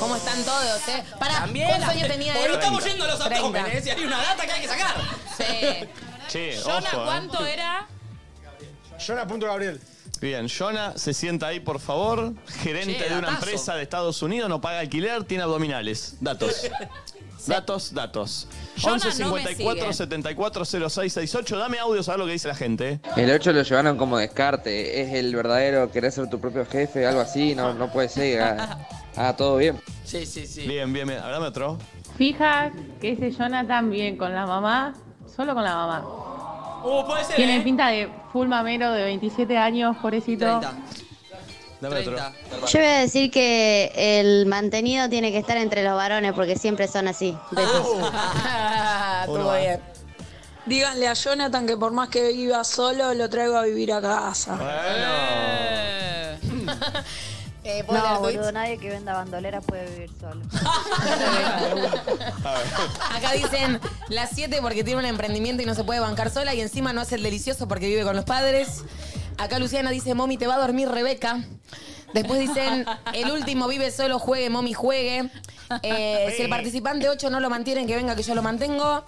[SPEAKER 4] ¿Cómo están todos, eh? Pará,
[SPEAKER 2] También
[SPEAKER 4] ¿cuántos
[SPEAKER 2] las-
[SPEAKER 4] años tenía
[SPEAKER 2] Porque
[SPEAKER 4] él?
[SPEAKER 2] no estamos yendo a los
[SPEAKER 4] 30.
[SPEAKER 2] abdómenes, y hay una data que hay que sacar.
[SPEAKER 3] Sí.
[SPEAKER 1] Che,
[SPEAKER 3] Jonah,
[SPEAKER 1] ojo, eh.
[SPEAKER 3] ¿cuánto
[SPEAKER 4] (laughs)
[SPEAKER 3] era?
[SPEAKER 18] Jonah.Gabriel.
[SPEAKER 1] Bien, Jonah se sienta ahí, por favor. Gerente
[SPEAKER 18] Che,
[SPEAKER 1] de una
[SPEAKER 18] datazo.
[SPEAKER 1] empresa de Estados Unidos, no paga alquiler, tiene abdominales.
[SPEAKER 6] (laughs)
[SPEAKER 1] Datos. Datos, datos.
[SPEAKER 18] Jonah
[SPEAKER 1] 11
[SPEAKER 18] no me
[SPEAKER 1] 54
[SPEAKER 18] sigue.
[SPEAKER 1] 74 06 68. Dame audio, a lo que dice la gente. eh.
[SPEAKER 11] El 8 lo llevaron como descarte. Es el verdadero querer ser tu propio jefe, algo así. No, no puede ser. Ah, ah, todo bien.
[SPEAKER 2] Sí, sí, sí.
[SPEAKER 1] Bien, bien, bien. Hablame otro.
[SPEAKER 5] Fija que ese Jonathan bien con la mamá, solo con la mamá.
[SPEAKER 2] Uh, puede ser,
[SPEAKER 5] Tiene
[SPEAKER 2] ¿eh?
[SPEAKER 5] pinta de full mamero de 27 años, pobrecito.
[SPEAKER 1] Dame otro.
[SPEAKER 26] Yo voy a decir que el mantenido tiene que estar entre los varones porque siempre son así.
[SPEAKER 4] Oh. Estuvo Ah, bien.
[SPEAKER 21] Díganle a Jonathan que por más que viva solo, lo traigo a vivir a casa.
[SPEAKER 26] Eh,
[SPEAKER 21] ¿puedo leer
[SPEAKER 26] no,
[SPEAKER 21] tweets?
[SPEAKER 26] boludo, nadie que venda bandolera puede vivir solo.
[SPEAKER 4] Acá dicen las 7 porque tiene un emprendimiento y no se puede bancar sola y encima no hace el delicioso porque vive con los padres. Acá Luciana dice, Momi, te va a dormir Rebeca. Después dicen, el último vive solo, juegue, Momi, juegue. Eh, si el participante 8 no lo mantienen, que venga, que yo lo mantengo.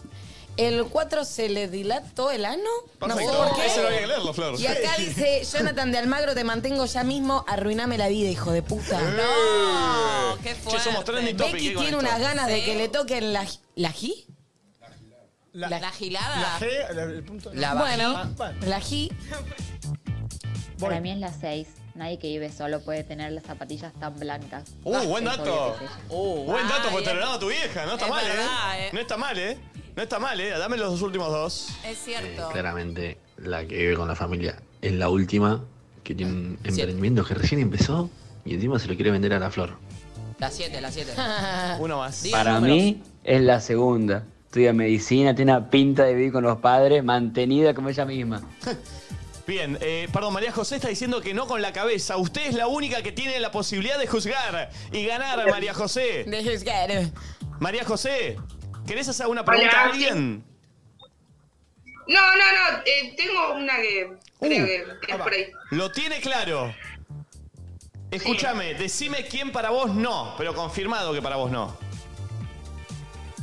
[SPEAKER 4] El 4 se le dilató el ano.
[SPEAKER 1] Perfecto.
[SPEAKER 4] No sé por qué.
[SPEAKER 1] Eso lo había que leerlo, Flor.
[SPEAKER 4] Y acá dice, Jonathan de Almagro, te mantengo ya mismo, arruiname la vida, hijo de puta.
[SPEAKER 1] No, qué fuerte. Eh. Che, somos trending topic.
[SPEAKER 4] Becky
[SPEAKER 1] ¿eh, con
[SPEAKER 4] tiene
[SPEAKER 1] esto?
[SPEAKER 4] unas ganas de que le toquen la, la gi.
[SPEAKER 18] La,
[SPEAKER 4] gilada.
[SPEAKER 18] La G, la- el punto.
[SPEAKER 4] bueno,
[SPEAKER 18] Ah, bueno.
[SPEAKER 4] la gi.
[SPEAKER 20] Para mí es la 6. Nadie que vive solo puede tener las zapatillas tan blancas.
[SPEAKER 3] Ah,
[SPEAKER 1] Uh, buen
[SPEAKER 20] Es
[SPEAKER 1] dato.
[SPEAKER 20] obvio que sí.
[SPEAKER 1] Uh, buen dato por
[SPEAKER 20] bien.
[SPEAKER 1] tener a tu vieja. No está
[SPEAKER 20] Es
[SPEAKER 1] mal,
[SPEAKER 20] verdad,
[SPEAKER 1] eh.
[SPEAKER 20] eh.
[SPEAKER 1] No está mal, eh. No está mal, eh. Dame los dos últimos dos.
[SPEAKER 3] Es cierto.
[SPEAKER 27] Claramente, la que vive con la familia es la última que tiene un emprendimiento que recién empezó y encima se lo quiere vender a la flor.
[SPEAKER 2] Las 7, las 7.
[SPEAKER 1] Uno más.
[SPEAKER 22] Para mí es la segunda. Estudia medicina, tiene una pinta de vivir con los padres, mantenida como ella misma.
[SPEAKER 1] (laughs) Bien, eh, perdón, María José está diciendo que no con la cabeza. Usted es la única que tiene la posibilidad de juzgar y ganar, María José.
[SPEAKER 4] De juzgar.
[SPEAKER 1] María José, ¿querés hacer una pregunta a
[SPEAKER 23] Hola.
[SPEAKER 1] alguien?
[SPEAKER 23] No, no, no, eh, tengo una que
[SPEAKER 2] Uh,
[SPEAKER 23] creo que es por ahí.
[SPEAKER 1] Lo tiene claro. Escúchame, decime quién para vos no, pero confirmado que para vos no.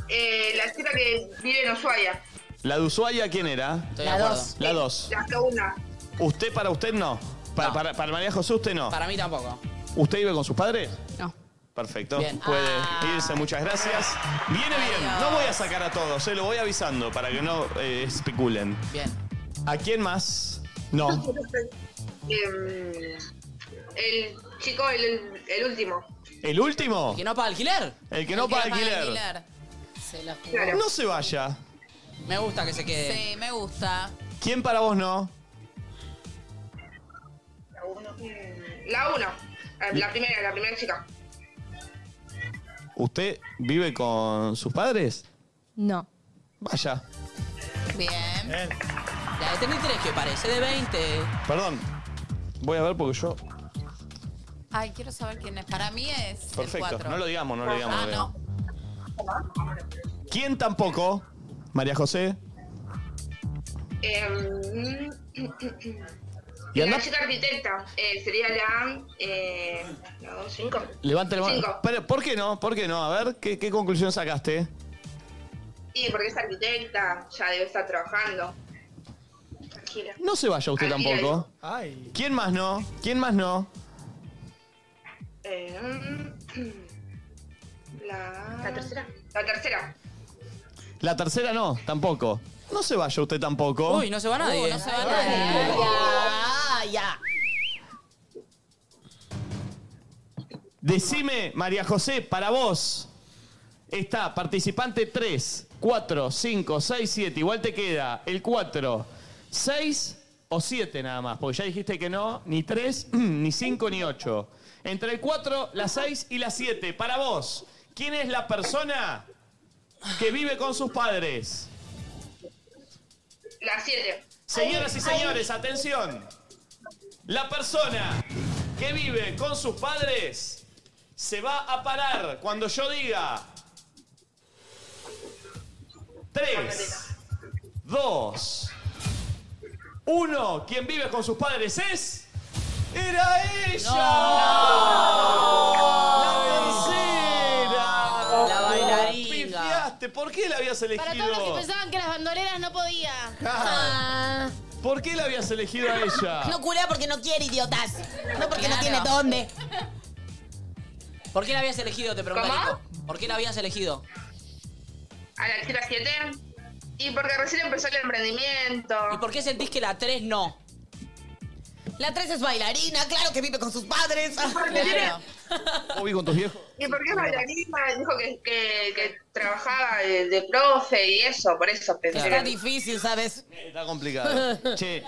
[SPEAKER 23] Eh, la chica que vive en Ushuaia,
[SPEAKER 1] ¿La de Ushuaia quién era?
[SPEAKER 23] de La acuerdo. dos.
[SPEAKER 1] La dos.
[SPEAKER 23] la segunda.
[SPEAKER 1] ¿Usted para usted no? Pa- Para, para María José usted no.
[SPEAKER 2] Para mí tampoco.
[SPEAKER 1] ¿Usted vive con sus padres?
[SPEAKER 2] No.
[SPEAKER 1] Perfecto.
[SPEAKER 2] Bien. Ah.
[SPEAKER 1] Puede irse, muchas gracias. Viene bien. No voy a sacar a todos, se lo voy avisando para que no eh, especulen.
[SPEAKER 2] Bien.
[SPEAKER 1] ¿A quién más? No.
[SPEAKER 23] (laughs) Em, el chico, el, el- el último.
[SPEAKER 1] ¿El último?
[SPEAKER 2] ¿El que no paga alquiler?
[SPEAKER 1] El que no paga alquiler.
[SPEAKER 3] Se la jugó.
[SPEAKER 1] No se vaya.
[SPEAKER 2] Me gusta que se quede.
[SPEAKER 3] Sí, me gusta.
[SPEAKER 1] ¿Quién para vos no?
[SPEAKER 23] La una, eh, la primera, la primera chica.
[SPEAKER 1] ¿Usted vive con sus padres?
[SPEAKER 31] No.
[SPEAKER 1] Vaya.
[SPEAKER 3] Bien.
[SPEAKER 2] La de 33 que parece de 20.
[SPEAKER 1] Perdón. Voy a ver porque yo.
[SPEAKER 3] Ay, quiero saber quién es. Para mí es el
[SPEAKER 1] Perfecto.
[SPEAKER 3] 4.
[SPEAKER 1] No lo digamos, no lo digamos.
[SPEAKER 3] Ah,
[SPEAKER 1] no lo
[SPEAKER 3] no.
[SPEAKER 1] digamos. ¿Quién tampoco? María José.
[SPEAKER 23] Em,
[SPEAKER 1] Y
[SPEAKER 5] la
[SPEAKER 1] anda-
[SPEAKER 5] chica arquitecta eh, sería la. Eh, ¿La 2.5?
[SPEAKER 1] Levante la mano.
[SPEAKER 5] Cinco.
[SPEAKER 1] Pero, ¿Por qué no? ¿Por qué no? A ver, ¿qué, qué conclusión sacaste?
[SPEAKER 5] Sí, porque es arquitecta, ya debe estar trabajando. Tranquila.
[SPEAKER 1] No se vaya usted
[SPEAKER 5] Ay,
[SPEAKER 1] tampoco.
[SPEAKER 5] ay.
[SPEAKER 1] ¿Quién más no? ¿Quién más no?
[SPEAKER 5] Eh, mm, la... la tercera. La tercera.
[SPEAKER 1] La tercera no, tampoco. No se vaya usted tampoco.
[SPEAKER 2] Uy, no se va nadie.
[SPEAKER 3] Uh, no se va nadie.
[SPEAKER 4] Ah,
[SPEAKER 32] Ya, ya.
[SPEAKER 1] Decime, María José, para vos está participante 3, 4, 5, 6, 7. Igual te queda el 4, 6 o 7 nada más, porque ya dijiste que no, ni 3, (clears throat) ni 5, ni 8. Entre el 4, la 6 y la 7, para vos, ¿quién es la persona que vive con sus padres?
[SPEAKER 5] La 7.
[SPEAKER 1] Señoras y señores, atención. La persona que vive con sus padres se va a parar cuando yo diga 3, 2, 1. Quien vive con sus padres es... ¡Era ella! ¡La tercera!
[SPEAKER 2] La bailarina.
[SPEAKER 1] Pifiaste, ¿Por qué la habías elegido?
[SPEAKER 6] Para todos los que pensaban que las bandoleras no podía.
[SPEAKER 1] Ah. ¿Por qué la habías elegido a ella?
[SPEAKER 6] Ah.
[SPEAKER 4] No culea porque no quiere, idiotas. No porque
[SPEAKER 2] Claro.
[SPEAKER 4] no tiene dónde.
[SPEAKER 2] ¿Por qué la habías elegido? Te pregunté.
[SPEAKER 5] ¿Cómo?
[SPEAKER 2] Nico. ¿Por qué la habías elegido?
[SPEAKER 5] A la chica 7. Y porque recién empezó el emprendimiento.
[SPEAKER 2] ¿Y por qué sentís que la 3 no?
[SPEAKER 4] La tres es bailarina, claro que vive con sus padres.
[SPEAKER 1] Obi con tus viejos.
[SPEAKER 5] ¿Y por qué bailarina? Dijo que, que, que trabajaba de, de profe y eso, por eso pensé.
[SPEAKER 4] Está difícil, ¿sabes?
[SPEAKER 1] (laughs) Está complicado. che.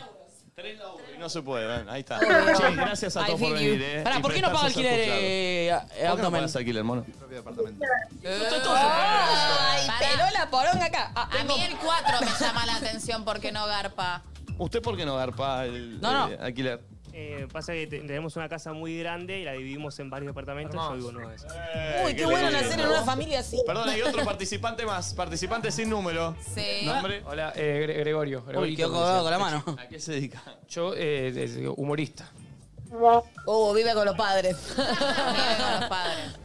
[SPEAKER 1] Tres laburo y no se puede, ven, ahí está.
[SPEAKER 2] Obvio.
[SPEAKER 1] Che, gracias a
[SPEAKER 2] I
[SPEAKER 1] todos por
[SPEAKER 2] feel
[SPEAKER 1] venir,
[SPEAKER 2] you.
[SPEAKER 1] eh.
[SPEAKER 2] Pará,
[SPEAKER 1] Y
[SPEAKER 2] ¿por qué no paga
[SPEAKER 1] prestarse a
[SPEAKER 2] alquiler,
[SPEAKER 1] escuchar.
[SPEAKER 2] eh, a-
[SPEAKER 1] ¿Por qué no
[SPEAKER 2] abdomen?
[SPEAKER 1] pagas alquiler, mono?
[SPEAKER 33] Peló la poronga acá. Ah,
[SPEAKER 3] A mí el 4 me llama la atención porque no garpa.
[SPEAKER 1] ¿Usted por qué no garpa el
[SPEAKER 3] No, no.
[SPEAKER 1] eh, alquiler?
[SPEAKER 7] Eh, pasa que te- tenemos una casa muy grande y la dividimos en varios departamentos. Yo vivo en uno de esos.
[SPEAKER 1] Eh,
[SPEAKER 5] Eh,
[SPEAKER 4] Uy, qué bueno nacer en una familia así.
[SPEAKER 1] Perdón, hay
[SPEAKER 4] (laughs)
[SPEAKER 1] otro participante más. Participante sin número.
[SPEAKER 4] Sí.
[SPEAKER 1] ¿Nombre?
[SPEAKER 7] Hola, eh, Gre- Gregorio. Gregorito,
[SPEAKER 2] quedó
[SPEAKER 7] como
[SPEAKER 2] colgado
[SPEAKER 7] decía.
[SPEAKER 2] con la mano.
[SPEAKER 1] ¿A qué se dedica?
[SPEAKER 7] Yo, eh, de- de- humorista.
[SPEAKER 4] Oh, vive con los padres.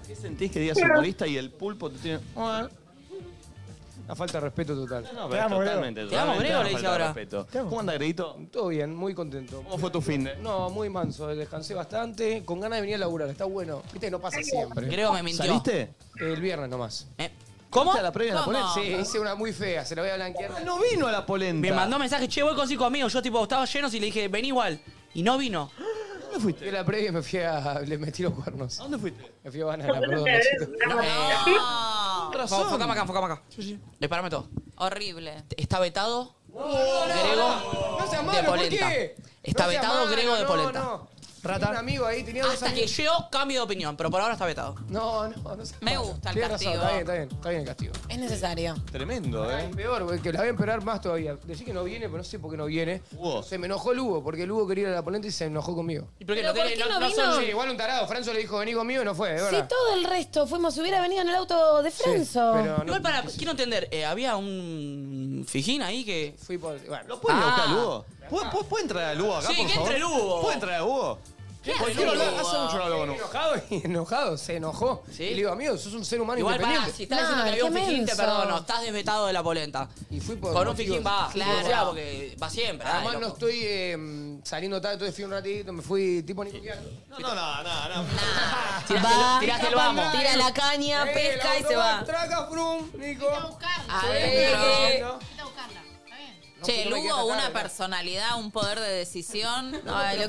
[SPEAKER 1] ¿Qué sentís que digas humorista y el pulpo te tiene.?
[SPEAKER 7] Una falta de respeto total.
[SPEAKER 1] No, pero totalmente. totalmente una falta de respeto. ¿Cómo anda, Greguito?
[SPEAKER 7] Todo bien, muy contento. ¿Cómo
[SPEAKER 1] fue tu fin de?
[SPEAKER 7] No, muy manso. Descansé bastante, con ganas de venir a laburar. Está bueno. Viste, no pasa siempre.
[SPEAKER 2] Creo me mintió.
[SPEAKER 1] ¿Saliste?
[SPEAKER 7] El viernes nomás.
[SPEAKER 2] ¿Cómo?
[SPEAKER 7] ¿Viste a la previa
[SPEAKER 2] ¿Cómo?
[SPEAKER 7] la Sí, hice una muy fea. Se la voy a blanquear.
[SPEAKER 1] No vino a la polenta.
[SPEAKER 2] Me mandó mensaje, che, voy con cinco amigos. Yo, tipo, estaba lleno y le dije, vení igual. Y no vino.
[SPEAKER 7] ¿Dónde fuiste? De la previa me fui a... Le metí los cuernos. ¿A
[SPEAKER 1] dónde fuiste?
[SPEAKER 7] Me fui a Banana, perdón. lo siento.
[SPEAKER 3] No.
[SPEAKER 2] Fo- Focame acá, focame acá. Disparame todo.
[SPEAKER 3] Horrible.
[SPEAKER 2] Está vetado.
[SPEAKER 7] Grego no seas malo,
[SPEAKER 2] de
[SPEAKER 7] ¿por
[SPEAKER 2] polenta.
[SPEAKER 7] qué?
[SPEAKER 2] Está
[SPEAKER 7] No seas
[SPEAKER 2] vetado
[SPEAKER 7] malo,
[SPEAKER 2] Grego de
[SPEAKER 7] no,
[SPEAKER 2] polenta.
[SPEAKER 7] no. Tenía Un amigo ahí tenía dos
[SPEAKER 2] Hasta que
[SPEAKER 7] años.
[SPEAKER 2] yo cambio de opinión, pero por ahora está vetado.
[SPEAKER 7] No, no, no seas
[SPEAKER 3] Me
[SPEAKER 7] malo.
[SPEAKER 3] gusta el
[SPEAKER 7] Tienes razón,
[SPEAKER 3] castigo.
[SPEAKER 7] Está bien, está bien, está bien el castigo.
[SPEAKER 4] Es necesario.
[SPEAKER 1] Tremendo,
[SPEAKER 7] Ay,
[SPEAKER 1] ¿eh?
[SPEAKER 7] peor, porque la voy a empeorar más todavía. Decí que no viene, pero no sé por qué no viene. Se me enojó el Hugo, porque el Hugo quería ir a la polenta y se enojó conmigo.
[SPEAKER 2] ¿Y
[SPEAKER 4] por qué ¿Pero no por quería- qué no- no no vino? son-
[SPEAKER 7] Sí, igual un tarado. Franzo le dijo, vení conmigo y no fue, de
[SPEAKER 4] Si
[SPEAKER 7] ¿verdad?
[SPEAKER 4] todo el resto fuimos, hubiera venido en el auto de Frenzo.
[SPEAKER 7] pero no-
[SPEAKER 2] Igual para, quiero entender, eh, había un fijín ahí que. Ah.
[SPEAKER 7] Fui por. Bueno.
[SPEAKER 1] ¿Lo pueden buscar al Hugo? ¿Puede, puede, puede entrar al Hugo acá,
[SPEAKER 2] Sí,
[SPEAKER 1] por
[SPEAKER 2] que
[SPEAKER 1] favor?
[SPEAKER 2] entre el Hugo.
[SPEAKER 1] ¿Puede entrar al Hugo?
[SPEAKER 7] ¿Qué
[SPEAKER 1] Porque
[SPEAKER 7] hace
[SPEAKER 1] quiero
[SPEAKER 7] el
[SPEAKER 1] hablar-
[SPEAKER 7] Hugo?
[SPEAKER 1] Hace mucho no hablo con Hugo.
[SPEAKER 7] Enojado y enojado, se enojó. Y le digo, amigo, sos un ser humano
[SPEAKER 2] Igual pará,
[SPEAKER 7] independiente.
[SPEAKER 2] si estás diciendo que había un fijín, te perdono, estás desvetado de la polenta.
[SPEAKER 7] Y fui por
[SPEAKER 2] Con un
[SPEAKER 7] motivos-
[SPEAKER 2] fijín va,
[SPEAKER 7] Claro.
[SPEAKER 2] o sea, porque va siempre. ay,
[SPEAKER 7] Además, no
[SPEAKER 2] loco.
[SPEAKER 7] estoy eh, saliendo tarde, entonces fui un ratito, me fui tipo Nico Quiato.
[SPEAKER 1] No, no, no, no. no.
[SPEAKER 4] Va,
[SPEAKER 1] Tiraste el vamos.
[SPEAKER 4] tira la caña,
[SPEAKER 7] Eh,
[SPEAKER 4] pesca y
[SPEAKER 7] la
[SPEAKER 4] se va.
[SPEAKER 7] Traga, frum, Nico.
[SPEAKER 3] Adentro. Che,
[SPEAKER 7] No, no me
[SPEAKER 3] Lugo,
[SPEAKER 7] quedas
[SPEAKER 3] una
[SPEAKER 7] acá, ¿verdad?
[SPEAKER 3] personalidad, un poder de decisión.
[SPEAKER 7] No,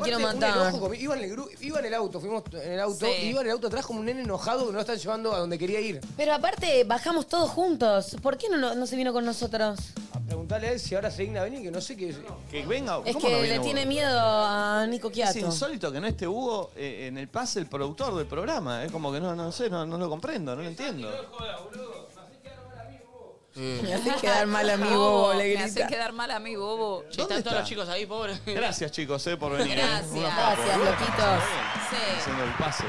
[SPEAKER 7] pero aparte, un enojo conmigo. Iba en, el gru- iba en el auto, fuimos en el auto,
[SPEAKER 3] Sí.
[SPEAKER 7] y iba en el auto atrás como un nene enojado que no lo están llevando a donde quería ir.
[SPEAKER 4] Pero aparte, bajamos todos juntos. ¿Por qué no, lo- no se vino con nosotros?
[SPEAKER 7] A preguntarle a él si ahora se digna a venir, que no sé qué.
[SPEAKER 1] Que venga.
[SPEAKER 4] Es
[SPEAKER 1] ¿cómo
[SPEAKER 4] que
[SPEAKER 1] no viene
[SPEAKER 4] le
[SPEAKER 1] Hugo?
[SPEAKER 4] tiene miedo a Nico
[SPEAKER 1] Es
[SPEAKER 4] Quiato.
[SPEAKER 1] insólito que no esté Hugo eh, en el pase el productor del programa. Es como que no, no sé, no, no lo comprendo, no lo entiendo.
[SPEAKER 4] Me hace quedar mal a mí,
[SPEAKER 3] Bobo,
[SPEAKER 4] bobo, le
[SPEAKER 3] Me hace
[SPEAKER 4] grita.
[SPEAKER 3] quedar mal a mí, bobo.
[SPEAKER 2] Che, están todos los chicos ahí, pobre.
[SPEAKER 1] Gracias, chicos, eh, por venir. eh.
[SPEAKER 3] Gracias.
[SPEAKER 1] Un aplauso.
[SPEAKER 3] Gracias,
[SPEAKER 1] Bien,
[SPEAKER 3] loquitos.
[SPEAKER 1] bien.
[SPEAKER 3] Sí.
[SPEAKER 1] Haciendo el pase.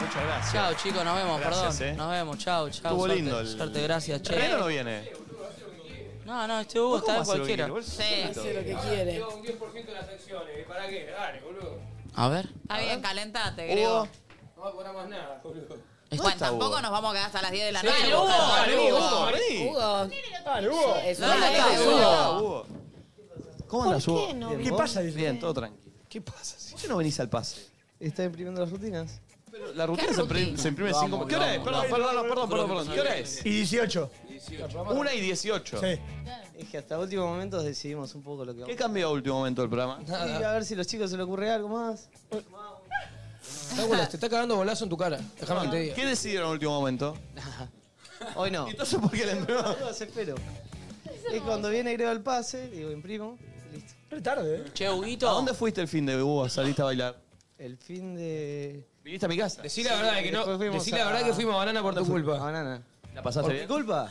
[SPEAKER 1] Muchas gracias.
[SPEAKER 2] Chao, chicos, nos vemos,
[SPEAKER 1] Gracias,
[SPEAKER 2] perdón.
[SPEAKER 1] eh.
[SPEAKER 2] Nos vemos, chao, chao.
[SPEAKER 1] Estuvo
[SPEAKER 2] suerte,
[SPEAKER 1] lindo el.
[SPEAKER 2] Suerte, gracias, che.
[SPEAKER 1] ¿Viene o no viene?
[SPEAKER 2] No, no, este Hugo
[SPEAKER 1] ¿Vos cómo
[SPEAKER 2] está de
[SPEAKER 1] hace lo que
[SPEAKER 2] cualquiera.
[SPEAKER 1] quiere? Vos
[SPEAKER 3] Sí.
[SPEAKER 1] hace lo que
[SPEAKER 4] quiere.
[SPEAKER 7] Yo un 10% de las acciones. ¿Para qué? Dale, boludo.
[SPEAKER 2] A ver.
[SPEAKER 3] Está bien, calentate, Grego.
[SPEAKER 7] No va a cobrar más nada, boludo.
[SPEAKER 3] Bueno,
[SPEAKER 2] está
[SPEAKER 3] tampoco
[SPEAKER 2] Hugo?
[SPEAKER 3] nos vamos a quedar hasta las 10 de la
[SPEAKER 7] Sí,
[SPEAKER 3] noche.
[SPEAKER 7] Hugo,
[SPEAKER 3] buscando.
[SPEAKER 7] dale, Hugo, vení.
[SPEAKER 4] Hugo.
[SPEAKER 5] Ah,
[SPEAKER 18] Dale, Hugo.
[SPEAKER 4] Eso
[SPEAKER 3] No,
[SPEAKER 4] es
[SPEAKER 3] está,
[SPEAKER 4] verdad.
[SPEAKER 3] Hugo.
[SPEAKER 10] ¿Cómo andas, Hugo?
[SPEAKER 18] no?
[SPEAKER 10] Bien,
[SPEAKER 18] ¿Qué
[SPEAKER 10] ¿vos?
[SPEAKER 18] pasa, dice?
[SPEAKER 10] Bien, todo tranquilo. ¿Qué pasa? ¿Por qué no venís al pase? ¿Estás imprimiendo las rutinas?
[SPEAKER 1] La rutina se imprime, se imprime
[SPEAKER 10] Vamos,
[SPEAKER 1] cinco- ¿Qué hora
[SPEAKER 10] vamos,
[SPEAKER 1] es? Perdón,
[SPEAKER 10] vamos.
[SPEAKER 1] perdón, perdón, perdón, perdón, ¿Qué hora es?
[SPEAKER 18] Y 18.
[SPEAKER 1] Una y 18.
[SPEAKER 18] Sí.
[SPEAKER 10] Es que hasta últimos momentos decidimos un poco lo que
[SPEAKER 1] ¿Qué
[SPEAKER 10] vamos
[SPEAKER 1] cambió a último momento del programa?
[SPEAKER 10] a hacer. Y a ver si a los chicos se les ocurre algo más.
[SPEAKER 7] Sáculas, te está cagando bolazo en tu cara. Déjame que te diga.
[SPEAKER 1] ¿Qué decidieron en último
[SPEAKER 7] (laughs)
[SPEAKER 1] momento?
[SPEAKER 10] Hoy no.
[SPEAKER 1] Entonces, ¿por qué la imprimió?
[SPEAKER 10] Boludo, se espero. Y cuando viene Grego al pase, digo, imprimo, y listo.
[SPEAKER 18] Re tarde, ¿eh?
[SPEAKER 2] Che, Huguito.
[SPEAKER 1] ¿A dónde fuiste el fin de Hugo? ¿Saliste a bailar?
[SPEAKER 10] El fin de...
[SPEAKER 1] ¿Viniste a mi casa?
[SPEAKER 7] Decí la verdad, que no- decí la verdad que fuimos a Banana por tu culpa.
[SPEAKER 10] banana.
[SPEAKER 1] ¿La pasaste
[SPEAKER 10] ¿Por
[SPEAKER 1] bien?
[SPEAKER 10] mi culpa?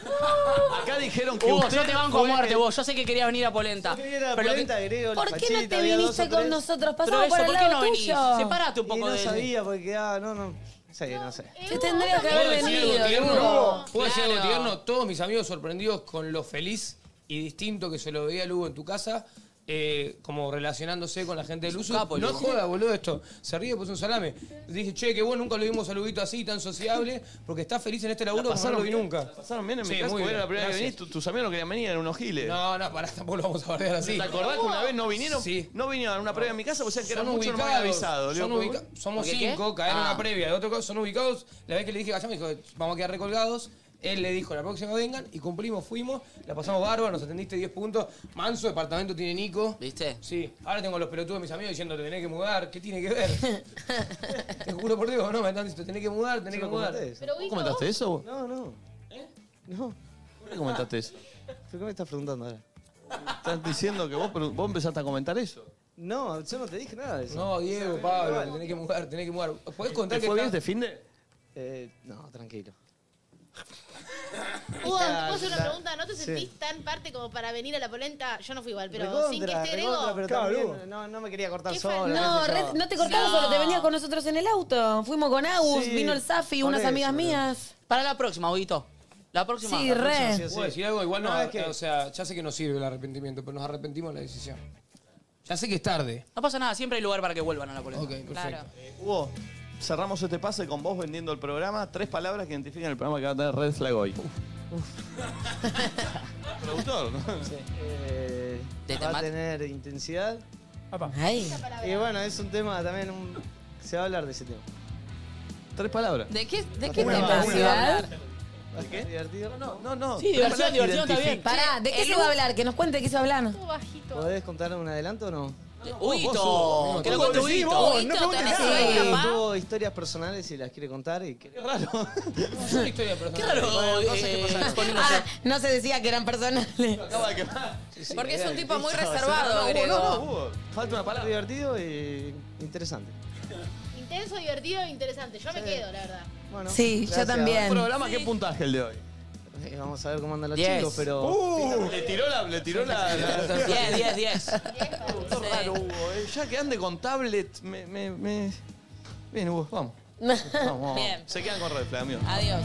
[SPEAKER 1] Acá dijeron que
[SPEAKER 2] Hugo,
[SPEAKER 1] usted
[SPEAKER 2] yo te banco a
[SPEAKER 1] fue
[SPEAKER 2] muerte,
[SPEAKER 1] el-
[SPEAKER 2] vos. Yo sé que querías venir a Polenta.
[SPEAKER 10] Era
[SPEAKER 2] Pero lo que-
[SPEAKER 10] polenta, Grego,
[SPEAKER 4] ¿Por
[SPEAKER 10] la
[SPEAKER 4] qué no
[SPEAKER 10] fachita,
[SPEAKER 4] te
[SPEAKER 10] había dos
[SPEAKER 4] viniste
[SPEAKER 10] o
[SPEAKER 4] con
[SPEAKER 10] tres.
[SPEAKER 4] nosotros?
[SPEAKER 2] Pero
[SPEAKER 4] Pasamos
[SPEAKER 2] eso,
[SPEAKER 4] por al
[SPEAKER 2] ¿por qué
[SPEAKER 4] lado
[SPEAKER 2] no venís?
[SPEAKER 4] tuyo.
[SPEAKER 2] Separate un
[SPEAKER 10] Y
[SPEAKER 2] poco
[SPEAKER 10] no
[SPEAKER 2] de él.
[SPEAKER 10] sabía porque quedaba, no, no. Sí, no sé.
[SPEAKER 4] Te tendría que
[SPEAKER 7] ¿Puedo
[SPEAKER 4] haber
[SPEAKER 7] decir algo
[SPEAKER 4] venido,
[SPEAKER 7] tierno?
[SPEAKER 4] Hugo.
[SPEAKER 7] ¿Puedo decir algo
[SPEAKER 2] Claro.
[SPEAKER 7] tierno? Todos mis amigos sorprendidos con lo feliz y distinto que se lo veía Lugo en tu casa, eh, como relacionándose con la gente del uso.
[SPEAKER 2] capo,
[SPEAKER 7] no
[SPEAKER 2] Lugo.
[SPEAKER 7] joda, boludo, esto. Se ríe, pues un salame. Dije, che, que vos nunca lo vimos a Luguito así, tan sociable, porque está feliz en este laburo, como no lo vi
[SPEAKER 1] bien?
[SPEAKER 7] nunca.
[SPEAKER 1] ¿La pasaron bien en mi
[SPEAKER 7] Sí,
[SPEAKER 1] casa?
[SPEAKER 7] muy
[SPEAKER 1] Porque
[SPEAKER 7] bien,
[SPEAKER 1] era la primera
[SPEAKER 7] gracias.
[SPEAKER 1] que viniste, tus amigos no querían venir, eran unos giles.
[SPEAKER 7] No, no, pará, tampoco lo vamos a bardear así.
[SPEAKER 1] ¿Te acordás que una vez no vinieron?
[SPEAKER 7] Sí.
[SPEAKER 1] No vinieron a una previa a mi casa, o sea que eran
[SPEAKER 7] Son
[SPEAKER 1] muchos, no me habían
[SPEAKER 7] ubicados,
[SPEAKER 1] avisado.
[SPEAKER 7] son
[SPEAKER 1] Digo,
[SPEAKER 7] ubica-
[SPEAKER 1] ¿por qué?
[SPEAKER 7] somos
[SPEAKER 1] ¿Por qué?
[SPEAKER 7] cinco, caer en
[SPEAKER 1] Ah.
[SPEAKER 7] una previa. De otro co- son ubicados. La vez que le dije allá me dijo, vamos a quedar recolgados. Él le dijo, la próxima vengan y cumplimos, fuimos, la pasamos bárbaro, nos atendiste 10 puntos. Manso, departamento tiene Nico.
[SPEAKER 2] ¿Viste?
[SPEAKER 7] Sí, ahora tengo los pelotudos de mis amigos diciendo, te tenés que mudar, ¿qué tiene que
[SPEAKER 1] (laughs)
[SPEAKER 7] ver? te juro por Dios, no, me están diciendo, tenés que mudar, tenés que
[SPEAKER 10] Yo lo
[SPEAKER 7] mudar.
[SPEAKER 10] comenté eso.
[SPEAKER 6] Pero,
[SPEAKER 1] ¿Vos
[SPEAKER 6] Hugo,
[SPEAKER 1] comentaste eso? vos?
[SPEAKER 10] No, no. No.
[SPEAKER 1] ¿Por qué comentaste eso?
[SPEAKER 10] ¿Pero qué me estás preguntando ahora?
[SPEAKER 1] Estás diciendo que vos, pero vos empezaste a comentar eso.
[SPEAKER 10] No, yo no te dije nada de eso.
[SPEAKER 7] No, Diego, Pablo, tenés que mudar, tenés que mudar. ¿Podés contar
[SPEAKER 1] ¿Te
[SPEAKER 7] que
[SPEAKER 1] fue bien
[SPEAKER 7] está-
[SPEAKER 1] este fin de?
[SPEAKER 10] Eh, no, tranquilo.
[SPEAKER 6] Hugo, te
[SPEAKER 10] Está-
[SPEAKER 6] puedo hacer una
[SPEAKER 10] está-
[SPEAKER 6] pregunta. ¿No te
[SPEAKER 10] sí.
[SPEAKER 6] sentís tan parte como para venir a la polenta? Yo no fui igual, pero
[SPEAKER 10] Recontra,
[SPEAKER 6] sin que
[SPEAKER 10] recontra,
[SPEAKER 6] esté Grego.
[SPEAKER 10] pero
[SPEAKER 18] Claro,
[SPEAKER 10] también,
[SPEAKER 18] Hugo.
[SPEAKER 10] no, no me quería cortar
[SPEAKER 6] Qué
[SPEAKER 10] solo.
[SPEAKER 6] fan-
[SPEAKER 10] qué
[SPEAKER 4] No,
[SPEAKER 10] sé
[SPEAKER 4] re-
[SPEAKER 10] yo.
[SPEAKER 4] no te cortamos
[SPEAKER 2] No.
[SPEAKER 4] solo, te venías con nosotros en el auto. Fuimos con Agus,
[SPEAKER 10] Sí,
[SPEAKER 4] vino el Safi,
[SPEAKER 10] por
[SPEAKER 4] unas
[SPEAKER 10] eso,
[SPEAKER 4] amigas
[SPEAKER 10] pero-
[SPEAKER 4] mías.
[SPEAKER 2] Para la próxima, Huguito. La próxima.
[SPEAKER 4] Sí,
[SPEAKER 2] la
[SPEAKER 4] re.
[SPEAKER 2] próxima.
[SPEAKER 10] Sí, sí.
[SPEAKER 7] ¿Puedo decir algo? Igual no,
[SPEAKER 10] No, es que-
[SPEAKER 7] o sea, ya sé que no sirve el arrepentimiento, pero nos arrepentimos de la decisión. Ya sé que es tarde.
[SPEAKER 2] No pasa nada, siempre hay lugar para que vuelvan a la polenta.
[SPEAKER 7] Ok, perfecto.
[SPEAKER 3] Claro.
[SPEAKER 1] Hugo, cerramos este pase con vos vendiendo el programa. Tres palabras que identifican el programa que va a tener Red Flag hoy. Productor. ¿no?
[SPEAKER 10] Eh,
[SPEAKER 2] ¿Te- te
[SPEAKER 10] va
[SPEAKER 2] mat-
[SPEAKER 10] a tener intensidad.
[SPEAKER 4] Ay.
[SPEAKER 10] Y bueno, es un tema también. un- Se va a hablar de ese tema.
[SPEAKER 1] Tres palabras.
[SPEAKER 3] ¿De qué, de qué
[SPEAKER 10] Una
[SPEAKER 3] tema
[SPEAKER 10] más,
[SPEAKER 3] se
[SPEAKER 10] una
[SPEAKER 3] va a
[SPEAKER 10] más.
[SPEAKER 3] hablar?
[SPEAKER 10] ¿Va a estar divertido? No,
[SPEAKER 1] No, no.
[SPEAKER 2] Sí,
[SPEAKER 1] tres palabras
[SPEAKER 2] diversión,
[SPEAKER 1] que
[SPEAKER 2] diversión, está bien.
[SPEAKER 1] identifican-
[SPEAKER 4] Pará, ¿de qué
[SPEAKER 3] el
[SPEAKER 4] se va a
[SPEAKER 3] Hugo-
[SPEAKER 4] hablar? Que nos cuente de qué se va a hablar.
[SPEAKER 6] Hugo, bajito.
[SPEAKER 10] ¿Podés contar un adelanto o no?
[SPEAKER 2] Huguito. Que lo
[SPEAKER 18] vos
[SPEAKER 2] cuente
[SPEAKER 18] decís,
[SPEAKER 2] Huguito.
[SPEAKER 18] vos,
[SPEAKER 3] Huguito,
[SPEAKER 18] no preguntes
[SPEAKER 3] tenés
[SPEAKER 18] nada.
[SPEAKER 3] ahí, capaz.
[SPEAKER 10] Tuvo historias personales y las quiere contar. Y que... (laughs)
[SPEAKER 1] Qué raro.
[SPEAKER 7] Es una historia personal.
[SPEAKER 2] Claro, eh,
[SPEAKER 4] (laughs)
[SPEAKER 2] exponiéndose.
[SPEAKER 4] Ah, no se decía que eran personales.
[SPEAKER 1] Acaba de quemar.
[SPEAKER 3] Porque es un tipo muy
[SPEAKER 1] No,
[SPEAKER 3] reservado,
[SPEAKER 1] Hugo,
[SPEAKER 3] Grego.
[SPEAKER 1] no, no, Hugo. Falta
[SPEAKER 10] Palabra
[SPEAKER 1] una palabra.
[SPEAKER 10] divertido y interesante.
[SPEAKER 6] Intenso, divertido e interesante. Yo me quedo, la verdad.
[SPEAKER 10] Bueno,
[SPEAKER 4] Sí, yo
[SPEAKER 10] gracias.
[SPEAKER 4] también.
[SPEAKER 1] Programa, ¿qué puntaje el de hoy?
[SPEAKER 10] Eh, Vamos a ver cómo andan los
[SPEAKER 2] Diez.
[SPEAKER 10] chicos, pero.
[SPEAKER 1] Uh, le tiró la. Le tiró la, la-
[SPEAKER 3] (laughs)
[SPEAKER 2] 10, 10, 10.
[SPEAKER 1] Todo raro, Hugo. eh. Ya que ande con tablet, me. me, me- Bien, Hugo, vamos. Vamos, vamos.
[SPEAKER 3] (laughs) Bien.
[SPEAKER 1] Se quedan con Red Flag, amigo.
[SPEAKER 3] Adiós.